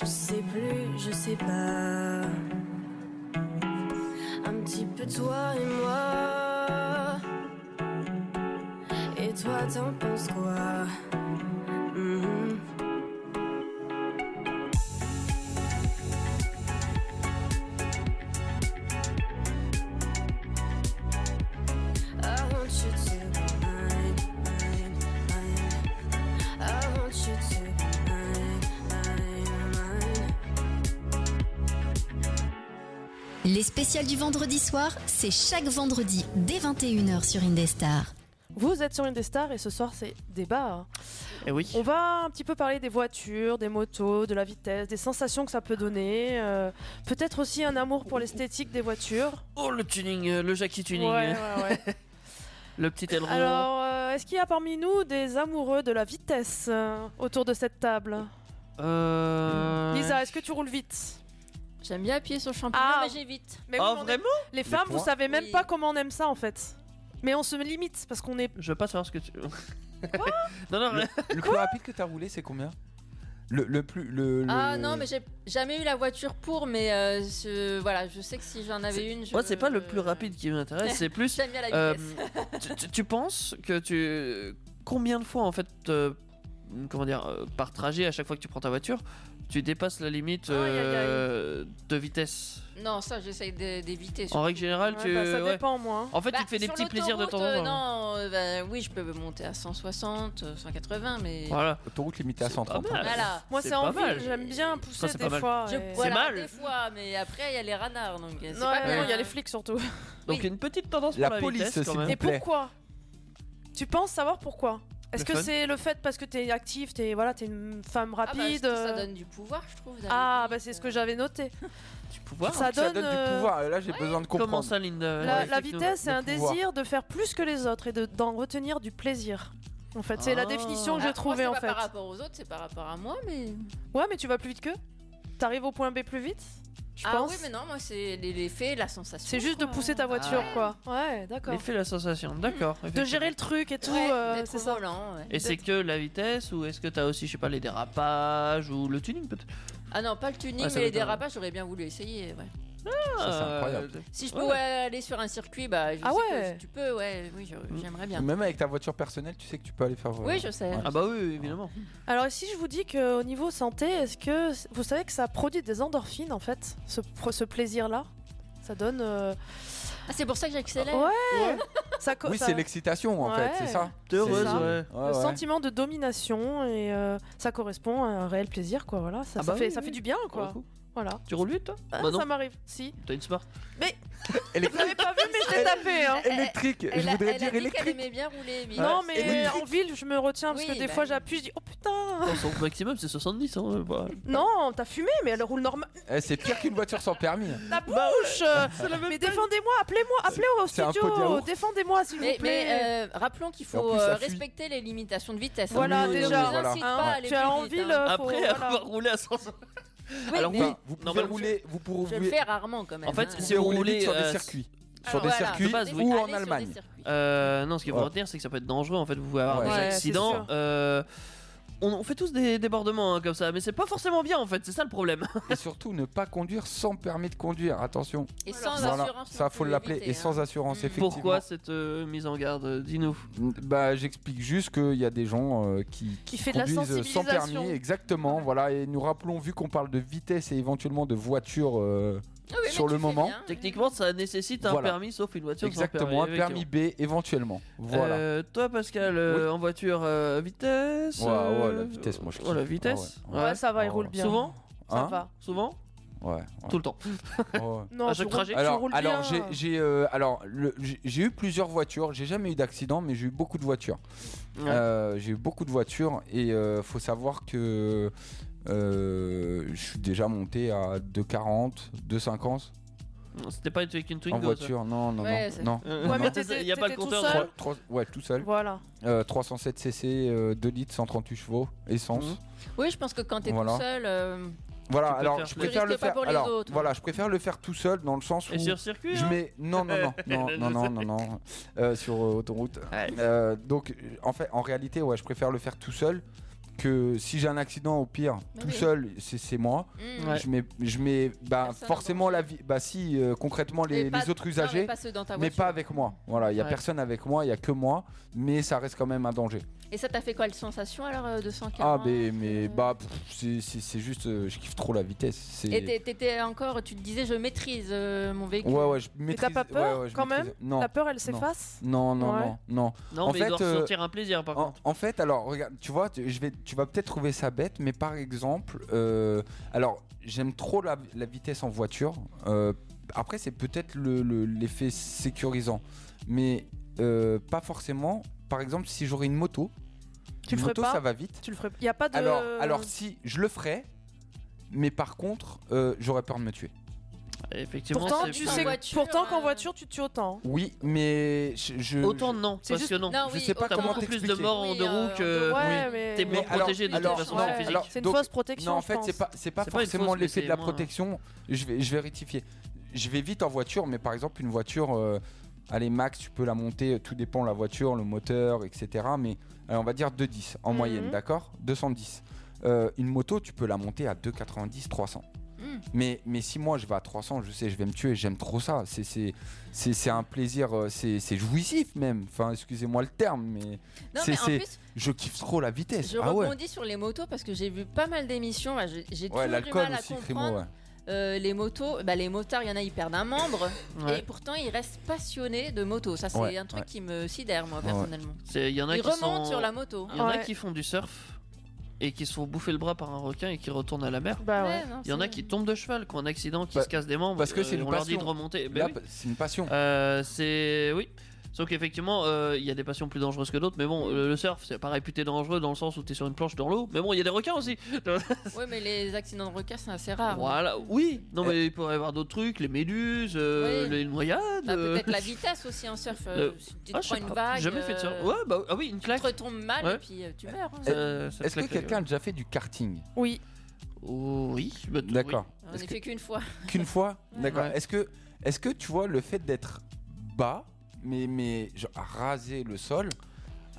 S7: Je sais plus, je sais pas. Un petit peu toi et moi. Et toi, t'en penses quoi? Mhm. I want you to be mine, mine, mine. I want you to be mine, mine, mine.
S1: Les spéciales du vendredi soir, c'est chaque vendredi dès 21h sur Indestar.
S2: Vous êtes sur une des stars et ce soir c'est débat. hein.
S3: Et Eh oui.
S2: On va un petit peu parler des voitures, des motos, de la vitesse, des sensations que ça peut donner. euh, Peut-être aussi un amour pour l'esthétique des voitures.
S3: Oh, le tuning, euh, le Jackie tuning,
S2: Ouais,
S3: euh,
S2: ouais, ouais.
S3: le petit aileron.
S2: Alors, euh, est-ce qu'il y a parmi nous des amoureux de la vitesse euh, autour de cette table
S3: Euh...
S2: Lisa, est-ce que tu roules vite
S5: J'aime bien appuyer sur le champignon,
S2: Ah.
S5: mais j'évite.
S2: Mais oui,
S3: Oh,
S2: mais on est-
S3: vraiment
S2: Les femmes, vous
S4: points.
S2: savez même
S5: Oui.
S2: pas comment on aime ça en fait. Mais on se limite parce qu'on est.
S3: Je veux pas savoir ce que tu. non, non, mais-
S4: Le plus rapide que t'as roulé, c'est combien le, le plus. Le, le-
S5: Ah non, mais j'ai jamais eu la voiture pour, mais euh, ce- voilà, je sais que si j'en avais une, je.
S3: moi, c'est pas le plus rapide qui m'intéresse, c'est plus.
S5: J'aime bien la
S3: euh,
S5: vitesse.
S3: tu, tu- tu penses que tu. Combien de fois, en fait, euh, comment dire, euh, par trajet, à chaque fois que tu prends ta voiture, tu dépasses la limite
S2: Aïe, aïe, aïe.
S3: euh, de vitesse
S5: Non, ça, j'essaye d'é- d'éviter.
S3: En règle générale, tu.
S2: Ouais, bah, ça
S3: ouais.
S2: dépend moi.
S3: En fait,
S5: Bah,
S3: tu te fais des
S5: sur
S3: petits plaisirs de temps en
S5: l'autoroute,
S3: temps.
S5: euh, non, euh, bah, oui, je peux monter à 160, euh, 180, mais.
S3: Voilà.
S4: Autoroute limitée à hein.
S3: C'est pas
S4: 130.
S3: mal.
S5: Voilà.
S2: Moi,
S3: hein. C'est
S2: c'est
S3: pas
S2: en ville,
S3: mal.
S2: j'aime bien
S3: Ça,
S2: pousser
S3: c'est
S2: des
S3: pas mal.
S2: fois.
S5: Je,
S2: et-
S5: voilà,
S3: mal.
S5: des fois, mais après, il y a les radards, donc euh, c'est
S2: Non,
S5: pas Ah,
S2: non,
S5: bien.
S2: il y a les flics surtout.
S3: Donc,
S5: Oui.
S3: une petite tendance
S4: La
S3: pour la
S4: police,
S3: vitesse, quand
S4: s'il
S3: même.
S4: vous
S2: Et
S4: plaît.
S2: pourquoi Tu penses savoir pourquoi Est-ce
S3: Le
S2: que
S3: fun.
S2: c'est le fait parce que t'es active, t'es voilà, t'es une femme
S5: Ah, bah,
S2: rapide
S5: ça
S2: euh,
S5: donne du pouvoir, je trouve. d'aller
S2: Ah,
S5: vite,
S2: bah c'est ce que
S5: euh.
S2: j'avais noté.
S3: Tu pouvoir.
S2: Ça
S4: Ça
S2: donne,
S4: donne du
S2: euh,
S4: pouvoir. Là, j'ai besoin de
S3: Comment
S4: comprendre.
S3: ça, Linda
S2: La,
S3: Ouais,
S2: la
S3: explique-nous.
S2: vitesse, c'est
S4: le
S2: un
S4: pouvoir.
S2: désir de faire plus que les autres et de- d'en retenir du plaisir. En fait, c'est
S3: Ah.
S2: la définition que
S5: Alors,
S2: j'ai
S5: moi,
S2: trouvée
S5: c'est
S2: en
S5: pas
S2: fait.
S5: par rapport aux autres, c'est par rapport à moi, mais.
S2: Ouais, mais tu vas plus vite qu'eux T'arrives au point B plus vite Je
S5: ah
S2: pense.
S5: oui, mais non, moi, c'est les- l'effet, la sensation.
S2: C'est juste de
S5: quoi.
S2: pousser ta voiture,
S5: Ah.
S3: ouais.
S2: quoi. Ouais, d'accord. Mmh.
S3: L'effet, la sensation, d'accord.
S2: De
S3: effectivement.
S2: gérer le truc et tout,
S5: Ouais,
S2: euh,
S5: d'être
S2: c'est ça.
S5: volant, ouais.
S3: Et c'est que la vitesse ou est-ce que t'as aussi, je sais pas, les dérapages ou le tuning peut-être
S5: Ah non, pas le tuning,
S3: Ouais, ça
S5: mais les
S3: m'étonne.
S5: dérapages, j'aurais bien voulu essayer. ouais.
S4: Ça, c'est
S3: Euh,
S4: incroyable.
S5: Si je
S3: Ouais.
S5: pouvais aller sur un circuit, bah, je
S2: Ah
S5: sais
S2: ouais.
S5: que si tu peux, ouais, oui, je-
S3: Mm.
S5: j'aimerais bien.
S4: Même avec ta voiture personnelle, tu sais que tu peux aller faire. euh,
S5: Oui, je sais.
S4: Ouais.
S3: Ah bah oui, évidemment.
S2: Alors si je vous dis qu'au niveau santé, est-ce que vous savez que ça produit des endorphines en fait, ce, pro- ce plaisir-là Ça donne... euh,
S5: Ah, c'est pour ça que j'accélère.
S2: Ouais,
S5: Ah,
S2: ça, co-
S4: Oui,
S2: ça-
S4: c'est l'excitation en
S2: Ouais.
S4: fait, c'est ça.
S3: T'es heureuse,
S2: ça.
S3: ouais.
S4: Ouais,
S2: le
S4: ouais.
S2: sentiment de domination et euh, ça correspond à un réel plaisir quoi voilà ça,
S3: Ah
S2: ça
S3: bah
S2: fait
S3: oui,
S2: ça
S3: oui.
S2: fait du bien
S3: Pour le
S2: quoi
S3: coup.
S2: Voilà.
S3: Tu roules vite, toi
S2: Ah,
S3: Bah non,
S2: ça m'arrive. Si.
S3: t'as une smart.
S2: Vous l'avez pas vu, Ah, mais je l'ai tapé. Hein.
S4: Électrique,
S5: Elle
S4: je
S5: a-
S4: voudrais
S5: elle
S4: dire
S5: a dit qu'elle
S4: électrique.
S5: aimait bien rouler, mais
S2: Non,
S4: Et
S2: mais
S4: oui.
S2: en ville, je me retiens parce
S5: Oui,
S2: que des
S5: bah
S2: fois,
S5: oui.
S2: j'appuie, je dis oh putain.
S3: Dans son maximum, c'est 70. Hein, bah.
S2: Non, t'as fumé, mais elle roule normal.
S4: Eh, c'est pire qu'une voiture sans permis.
S2: La bouche. euh, mais défendez-moi, appelez-moi, appelez au
S4: c'est un pot de
S2: studio,
S4: yaourt.
S2: défendez-moi s'il
S5: Mais,
S2: vous plaît.
S5: mais, euh, rappelons qu'il
S4: Et en
S5: faut
S4: plus, ça
S5: euh,
S4: fuit.
S5: respecter les limitations de vitesse. hein.
S2: Voilà,
S5: On ne
S2: déjà.
S5: vous incite
S2: Hein,
S5: pas à aller
S2: tu
S5: plus
S2: as en
S5: vite,
S2: ville,
S5: hein.
S2: euh, faut-
S3: Après
S2: voilà.
S3: avoir roulé à 100. Alors
S5: mais-
S3: oui,
S4: Enfin, vous pouvez
S3: normalement,
S4: rouler, vous
S5: Je
S4: pourrez
S5: le
S4: rouler,
S5: fais rarement quand même.
S3: En fait,
S5: hein.
S4: vous
S3: si
S4: pouvez rouler
S3: rouler,
S4: vite sur
S3: euh,
S4: des circuits,
S5: Alors,
S4: sur des
S5: voilà.
S4: circuits
S3: De base, oui.
S4: ou
S5: Allez
S4: en
S5: sur des
S4: Allemagne.
S5: circuits.
S3: Euh, non, ce qu'il faut
S4: Ouais.
S3: retenir, c'est que ça peut être dangereux. En fait, vous pouvez avoir
S4: Ouais.
S3: des
S2: Ouais, c'est sûr.
S3: accidents. euh, on, on fait tous des débordements hein, comme ça, mais c'est pas forcément bien en fait. C'est ça le problème.
S4: et surtout ne pas conduire sans permis de conduire. Attention,
S5: Et sans
S4: Voilà,
S5: assurance.
S4: ça
S5: non
S4: faut
S5: plus,
S4: l'appeler
S5: évitez,
S4: et
S5: hein.
S4: sans assurance
S5: Mm.
S4: effectivement.
S3: Pourquoi cette euh, mise en garde Dis-nous.
S2: Ah,
S4: Bah, j'explique juste qu'il y a des gens euh, qui,
S2: Qui fait de la
S4: conduisent euh, sans
S2: sensibilisation.
S4: permis, exactement. Voilà, et nous rappelons, vu qu'on parle de vitesse et éventuellement de voiture, euh,
S5: Ah oui, mais
S4: sur
S5: tu
S4: le
S5: fais
S4: moment.
S5: bien.
S3: Techniquement, ça nécessite un
S4: Voilà.
S3: permis sauf une voiture. sans
S4: exactement, un permis
S3: effectivement.
S4: B éventuellement. Voilà.
S3: Euh, toi, Pascal, euh, en voiture, euh, vitesse.
S4: Ouais, ouais,
S3: euh,
S4: la vitesse, moi, je
S3: ouais, la
S4: kiffe.
S3: vitesse.
S4: Ah ouais.
S2: Ouais, ça va, il
S4: Oh.
S2: roule bien.
S3: Souvent,
S2: Ça
S4: Hein
S2: va.
S3: souvent,
S4: Ouais, ouais.
S3: tout le temps. Ah,
S4: Ouais.
S2: Non,
S3: À
S2: tu
S3: chaque
S2: roules-
S3: trajet.
S2: tu
S4: Alors,
S2: roules bien.
S4: alors j'ai j'ai, euh, alors le- j'ai- j'ai eu plusieurs voitures. J'ai jamais eu d'accident, mais j'ai eu beaucoup de voitures.
S3: Ouais.
S4: Euh, j'ai eu beaucoup de voitures et euh, faut savoir que euh, je suis déjà monté à 2,40, 2,50
S3: C'était pas avec une Twingo.
S4: en voiture. Non, non, non,
S5: Ouais, ça-
S4: non.
S3: Ça.
S2: Ouais, mais
S3: Il
S2: t'étais-
S3: y a pas le
S2: t'étais
S3: compteur.
S2: tout
S3: de-
S2: seul.
S4: Trois- trois- ouais, tout seul.
S2: Voilà.
S4: Euh, 307 cc, euh, 2 litres, 138 chevaux, essence.
S3: Mhm.
S5: Oui, je pense que quand t'es
S4: Voilà.
S5: tout seul, euh,
S4: Voilà.
S3: Tu peux
S4: Alors,
S3: faire-
S4: je
S3: Tu
S4: préfère
S5: risques
S4: le
S5: pas
S4: faire.
S5: pour les
S4: alors,
S5: autres. hein.
S4: voilà, je préfère le faire tout seul dans le sens où
S3: Et sur circuit.
S4: Je
S3: hein
S4: mets non non non non non non non non Euh, sur euh, autoroute.
S3: Ouais.
S4: Euh, donc euh, en fait en réalité ouais je préfère le faire tout seul que si j'ai un accident au pire
S5: Mais
S4: tout
S5: oui.
S4: seul c'est c'est moi.
S5: hmm,
S3: Ouais.
S4: Je mets je mets bah
S5: Personne en
S4: forcément la vie bah si euh, concrètement les,
S5: mais pas-
S4: les autres
S5: non,
S4: usagers.
S5: mais pas ceux dans ta
S4: mais
S5: voiture.
S4: pas avec moi. Voilà, il y a
S3: Ouais.
S4: personne avec moi, il y a que moi, mais ça reste quand même un danger.
S5: Et ça t'a fait quoi, le sensation alors euh, de 140
S4: Ah mais mais
S5: euh,
S4: bah pff, c'est- c'est c'est juste euh, je kiffe trop la vitesse. C'est-
S5: Et t'es- t'étais encore, tu te disais, je maîtrise euh, mon véhicule.
S4: Ouais ouais, je
S2: Mais t'as
S4: maîtrise-
S2: pas peur
S4: ouais, ouais, je
S2: quand
S4: maîtrise-
S2: même
S4: Non.
S2: La peur, elle s'efface.
S4: Non non
S2: Ouais.
S4: non non.
S3: Non,
S4: En
S3: mais
S4: fait,
S3: il doit
S4: euh,
S3: ressentir un plaisir par
S4: En,
S3: contre.
S4: en fait, alors, regarde, tu vois, tu, je vais, tu vas peut-être trouver ça bête, mais par exemple, euh, alors, j'aime trop la, la vitesse en voiture. Euh, après, c'est peut-être le- le- l'effet sécurisant, mais euh, pas forcément. Par exemple, si j'aurais une moto,
S2: Tu
S4: une
S2: le ferais
S4: moto,
S2: pas
S4: ça va vite.
S2: Tu le ferais. Y a pas de.
S4: Alors, alors, si je le ferais, mais par contre, euh, j'aurais peur de me tuer.
S5: euh,
S3: Effectivement,
S2: Pourtant,
S3: c'est
S2: tu
S5: plus
S2: sais.
S5: en voiture,
S2: Pourtant, qu'en
S5: euh,
S2: voiture, tu te tues autant.
S4: Oui, mais je. je-
S3: Autant non,
S2: C'est
S3: parce
S2: juste-
S3: que non.
S5: Non,
S4: je
S5: oui,
S4: sais pas
S5: autant.
S3: T'as
S4: comment
S3: beaucoup plus de
S4: t'expliquer
S3: morts en
S5: Oui,
S3: deux
S5: euh,
S3: roues que.
S2: Ouais,
S4: Oui.
S2: mais.
S3: T'es moins
S4: Mais alors-
S3: protégé de
S4: alors-
S3: toute façon en
S4: ouais.
S3: physique.
S4: Alors-
S2: C'est une
S4: Donc-
S2: fausse protection.
S4: Non, en
S2: je
S4: fait,
S2: pense.
S4: c'est pas, c'est pas
S3: C'est pas une
S4: forcément
S3: fausse, mais
S4: l'effet de la
S3: c'est moins-
S4: protection. Je vais, je vais rectifier. Je vais vite en voiture, mais par exemple, une voiture, euh, allez, max, tu peux la monter, tout dépend la voiture, le moteur, etc. Mais allez, on va dire 210 en
S2: Mhm.
S4: moyenne, d'accord 210. Euh, une moto, tu peux la monter à 2,90, 300.
S5: Mhm.
S4: Mais, mais si moi je vais à 300, je sais, je vais me tuer, j'aime trop ça. C'est- C'est c'est- c'est un plaisir, euh, c'est c'est jouissif même. Enfin, excusez-moi le terme, mais
S5: Non,
S4: c'est-
S5: mais en
S4: c'est-
S5: plus,
S4: je kiffe trop la vitesse.
S5: je
S4: ah ouais,
S5: rebondis sur les motos parce que j'ai vu pas mal d'émissions. bah, J'ai j'ai
S4: ouais
S5: toujours du
S4: l'alcool
S5: mal à
S4: aussi, Crimo,
S5: comprendre
S4: ouais.
S5: euh, les motos. Bah, les motards, il y en a, ils perdent un membre. Et
S3: Ouais.
S5: pourtant, ils restent passionnés de moto. Ça, c'est
S4: Ouais,
S5: un truc
S4: ouais.
S5: qui me sidère, moi,
S4: Ouais.
S5: personnellement.
S3: C'est- Il y en a
S5: Ils
S3: qui
S5: remontent
S3: sont-
S5: sur la moto.
S3: Il y en a
S2: Ouais.
S3: qui font du surf et qui se font bouffer le bras par un requin et qui retournent à la mer.
S2: Bah ouais.
S5: non,
S3: Il y en a
S5: c'est-
S3: qui tombent de cheval, qui ont un accident, qui
S4: Bah,
S3: se cassent des membres.
S4: parce que c'est
S3: euh,
S4: une
S3: On leur dit de
S4: passion.
S3: remonter. Ben
S4: Là,
S3: oui.
S4: c'est une passion.
S3: Euh, c'est oui. Sauf qu'effectivement, euh, il y a des passions plus dangereuses que d'autres, mais bon, le, le surf, c'est pas réputé dangereux dans le sens où t'es sur une planche dans l'eau, mais bon, il y a des requins aussi.
S5: Ouais, mais les accidents de requin, c'est assez rare.
S3: Voilà, oui, non,
S4: Euh,
S3: mais il pourrait y avoir d'autres trucs, les méduses, euh,
S5: Oui.
S3: les noyades.
S5: Bah,
S3: euh,
S5: Peut-être la vitesse aussi en surf. euh,
S3: le-
S5: si Tu
S3: ah,
S5: te
S3: je
S5: prends
S3: sais
S5: une
S3: pas,
S5: vague.
S3: Jamais fait de surf.
S5: euh,
S3: Ouais, bah ah oui, une
S5: Tu
S3: claque.
S5: te retombes mal
S3: Ouais.
S5: et puis euh, tu meurs. hein.
S3: Ça- ça
S4: Est-ce que
S3: claque, ouais.
S4: quelqu'un a déjà fait du karting
S2: Oui.
S3: Oh, Oui, bah, t-
S4: D'accord.
S5: On
S4: Est-ce
S5: n'est fait qu'une fois.
S4: que- Qu'une fois
S5: Ouais.
S4: D'accord.
S3: Ouais.
S4: Est-ce que, est que tu vois le fait d'être bas, mais, mais genre, à raser le sol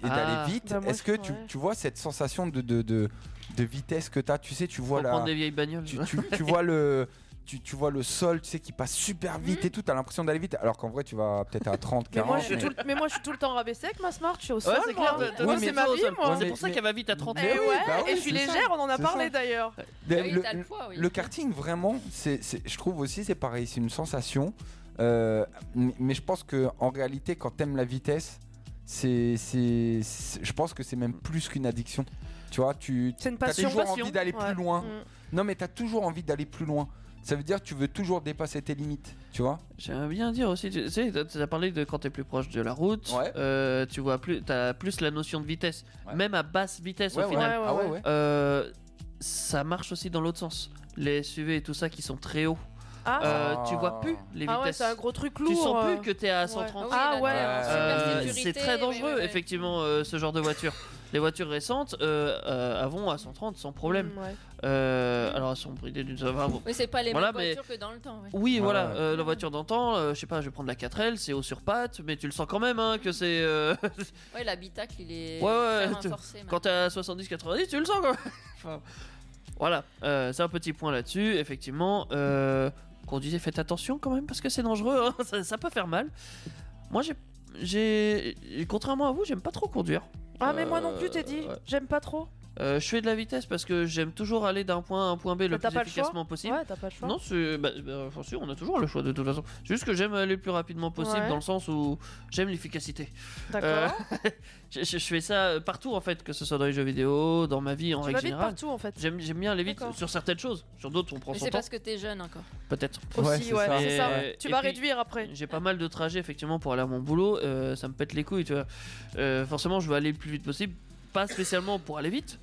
S4: et
S3: Ah.
S4: d'aller vite,
S2: Bah, moi,
S4: est-ce que
S2: je-
S4: tu,
S2: ouais.
S4: tu vois cette sensation de, de, de, de vitesse que tu as Tu sais, tu
S3: Pour
S4: vois, la,
S3: prendre des vieilles bagnoles.
S4: tu, tu, tu vois le... Tu, tu vois le sol, tu sais, qui passe super vite et tout, t'as l'impression d'aller vite, alors qu'en vrai, tu vas peut-être à 30,
S2: Mm. Mais
S4: 40.
S2: moi, je suis
S4: mais-
S2: tout le- mais moi, je suis tout le temps rabaissé avec ma smart. Je suis au sol.
S3: Ouais, c'est clair,
S2: moi.
S3: t'as- t'as
S2: Moi,
S4: Oui,
S2: c'est
S4: mais-
S2: ma vie,
S3: toujours au sol.
S2: moi.
S4: Mais-
S3: C'est pour ça
S4: mais-
S3: qu'elle va vite à 30
S4: Mais
S2: Eh
S4: oui,
S2: ouais,
S4: bah oui,
S2: et je suis
S4: c'est ça.
S2: légère, on en a
S4: C'est
S2: parlé
S4: ça.
S2: d'ailleurs.
S5: Ah
S4: Le-
S5: oui,
S4: le-
S5: t'as le poids, oui.
S4: Le karting, vraiment, c'est, c'est- je trouve aussi, c'est pareil, c'est une sensation. Euh, mais, mais je pense que en réalité, quand t'aimes la vitesse, c'est, c'est, c'est- je pense que c'est même plus qu'une addiction. Tu vois, tu
S2: C'est une
S4: as
S2: passion.
S4: toujours
S3: Passion.
S4: envie d'aller
S2: Ouais.
S4: plus loin.
S2: Mm.
S4: Non, mais t'as toujours envie d'aller plus loin. Ça veut dire que tu veux toujours dépasser tes limites, tu vois
S3: J'aimerais bien dire aussi, tu tu sais, tu as parlé de quand tu es plus proche de la route,
S4: Ouais.
S3: euh, tu vois plus, as plus la notion de vitesse,
S4: Ouais.
S3: même à basse vitesse au
S4: ouais.
S3: final.
S4: Ah ouais, ouais.
S3: Euh, ça marche aussi dans l'autre sens. Les SUV et tout ça qui sont très hauts,
S2: Ah,
S3: euh,
S4: Ah.
S3: tu vois plus les
S2: ah ouais,
S3: vitesses.
S2: c'est un gros truc lourd.
S3: tu sens
S2: euh.
S3: plus que t'es à 130.
S2: Ah
S5: là,
S2: ouais,
S5: t'as
S4: ouais.
S5: super
S3: Euh,
S5: sécurité,
S3: c'est très
S5: oui,
S3: dangereux,
S5: oui, oui.
S3: effectivement, euh, ce genre de voiture. Les voitures récentes euh, euh, avant à 130 sans problème.
S2: Mm, ouais.
S3: Euh, alors elles sont bridées d'une seule. enfin, bon.
S5: Oui, c'est pas les
S3: Voilà,
S5: mêmes
S3: mais-
S5: voitures que dans le temps. ouais.
S3: Oui,
S4: Ouais,
S3: voilà,
S4: ouais.
S3: euh, la voiture d'antan, euh, je sais pas, je vais prendre la 4L, c'est haut sur pattes, mais tu le sens quand même hein, que c'est. euh,
S5: Ouais, l'habitacle, il est
S3: Ouais, ouais,
S5: très
S3: tu-
S5: renforcé. maintenant.
S3: quand t'es à 70-90, tu le sens quand même. Enfin, voilà, euh, c'est un petit point là-dessus, effectivement. Euh, conduisez, faites attention quand même, parce que c'est dangereux, hein, ça, ça peut faire mal. Moi, j'ai. j'ai- Contrairement à vous, j'aime pas trop conduire.
S2: Ah, mais moi non
S3: Euh,
S2: plus, t'es dit.
S3: ouais.
S2: J'aime pas trop.
S3: Euh, je fais de la vitesse parce que j'aime toujours aller d'un point A à un point B le
S2: Mais t'as
S3: plus
S2: pas le choix
S3: efficacement possible.
S2: Ouais, t'as pas le choix.
S3: Non, c'est. Bah, bah, enfin, si, on a toujours le choix de toute façon. C'est juste que j'aime aller le plus rapidement possible
S2: Ouais.
S3: dans le sens où j'aime l'efficacité.
S2: D'accord.
S3: euh, Je, je- je fais ça euh, partout en fait, que ce soit dans les jeux vidéo, dans ma vie en
S2: tu vas
S3: règle
S2: vite
S3: générale.
S2: partout en fait.
S3: J'aime j'aime bien aller vite
S2: D'accord.
S3: sur certaines choses. Sur d'autres, on prend
S5: Mais
S3: son
S5: c'est
S3: temps.
S5: parce que t'es jeune encore.
S3: Peut-être. euh,
S4: Ouais,
S2: Aussi,
S4: c'est
S2: ouais,
S4: ça.
S2: c'est ça.
S3: Et-
S2: Tu
S3: et
S2: vas
S3: puis-
S2: réduire après.
S3: J'ai pas mal de trajets effectivement pour aller à mon boulot. euh, ça me pète les couilles, tu vois. Euh, forcément, je veux aller le plus vite possible. Pas spécialement pour aller vite,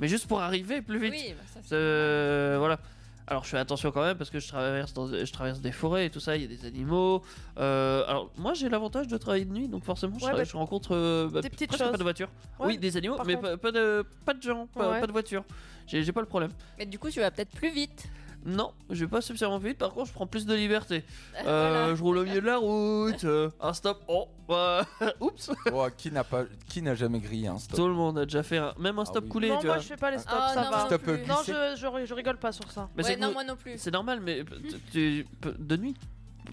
S3: mais juste pour arriver plus vite.
S5: Oui, bah, ça c'est.
S3: Euh, voilà. Alors je fais attention quand même parce que je traverse, dans- je traverse des forêts et tout ça, il y a des animaux. Euh, alors moi j'ai l'avantage de travailler de nuit donc forcément je,
S2: Ouais,
S3: tra-
S2: bah,
S3: je rencontre euh, bah,
S2: des petites
S3: presque
S2: choses.
S3: pas de voitures.
S2: Ouais,
S3: oui des animaux
S2: par
S3: mais
S2: contre.
S3: pas, pas de, pas de gens, pas,
S2: Ouais.
S3: pas de voitures. J'ai j'ai pas le problème.
S5: Mais du coup, tu vas peut-être plus vite.
S3: Non, je vais pas suffisamment vite par contre je prends plus de liberté. Euh,
S5: Voilà.
S3: Je roule au milieu de la route, euh, un stop, oh, bah, oups.
S4: Oh, qui n'a pas, qui n'a jamais grillé un stop Ah
S3: Tout le monde a déjà fait un, même un stop
S4: oui.
S3: coulé
S2: Non,
S3: tu
S2: moi
S3: vois.
S2: je fais pas les stops,
S5: Ah,
S2: ça va.
S5: non, moi non
S4: Stop
S5: plus.
S2: Non,
S4: glisser.
S2: je, je, je rigole pas sur ça.
S3: Mais
S5: Ouais,
S3: c'est
S5: non,
S3: que-
S5: moi non plus.
S3: c'est normal mais tu- tu- de nuit.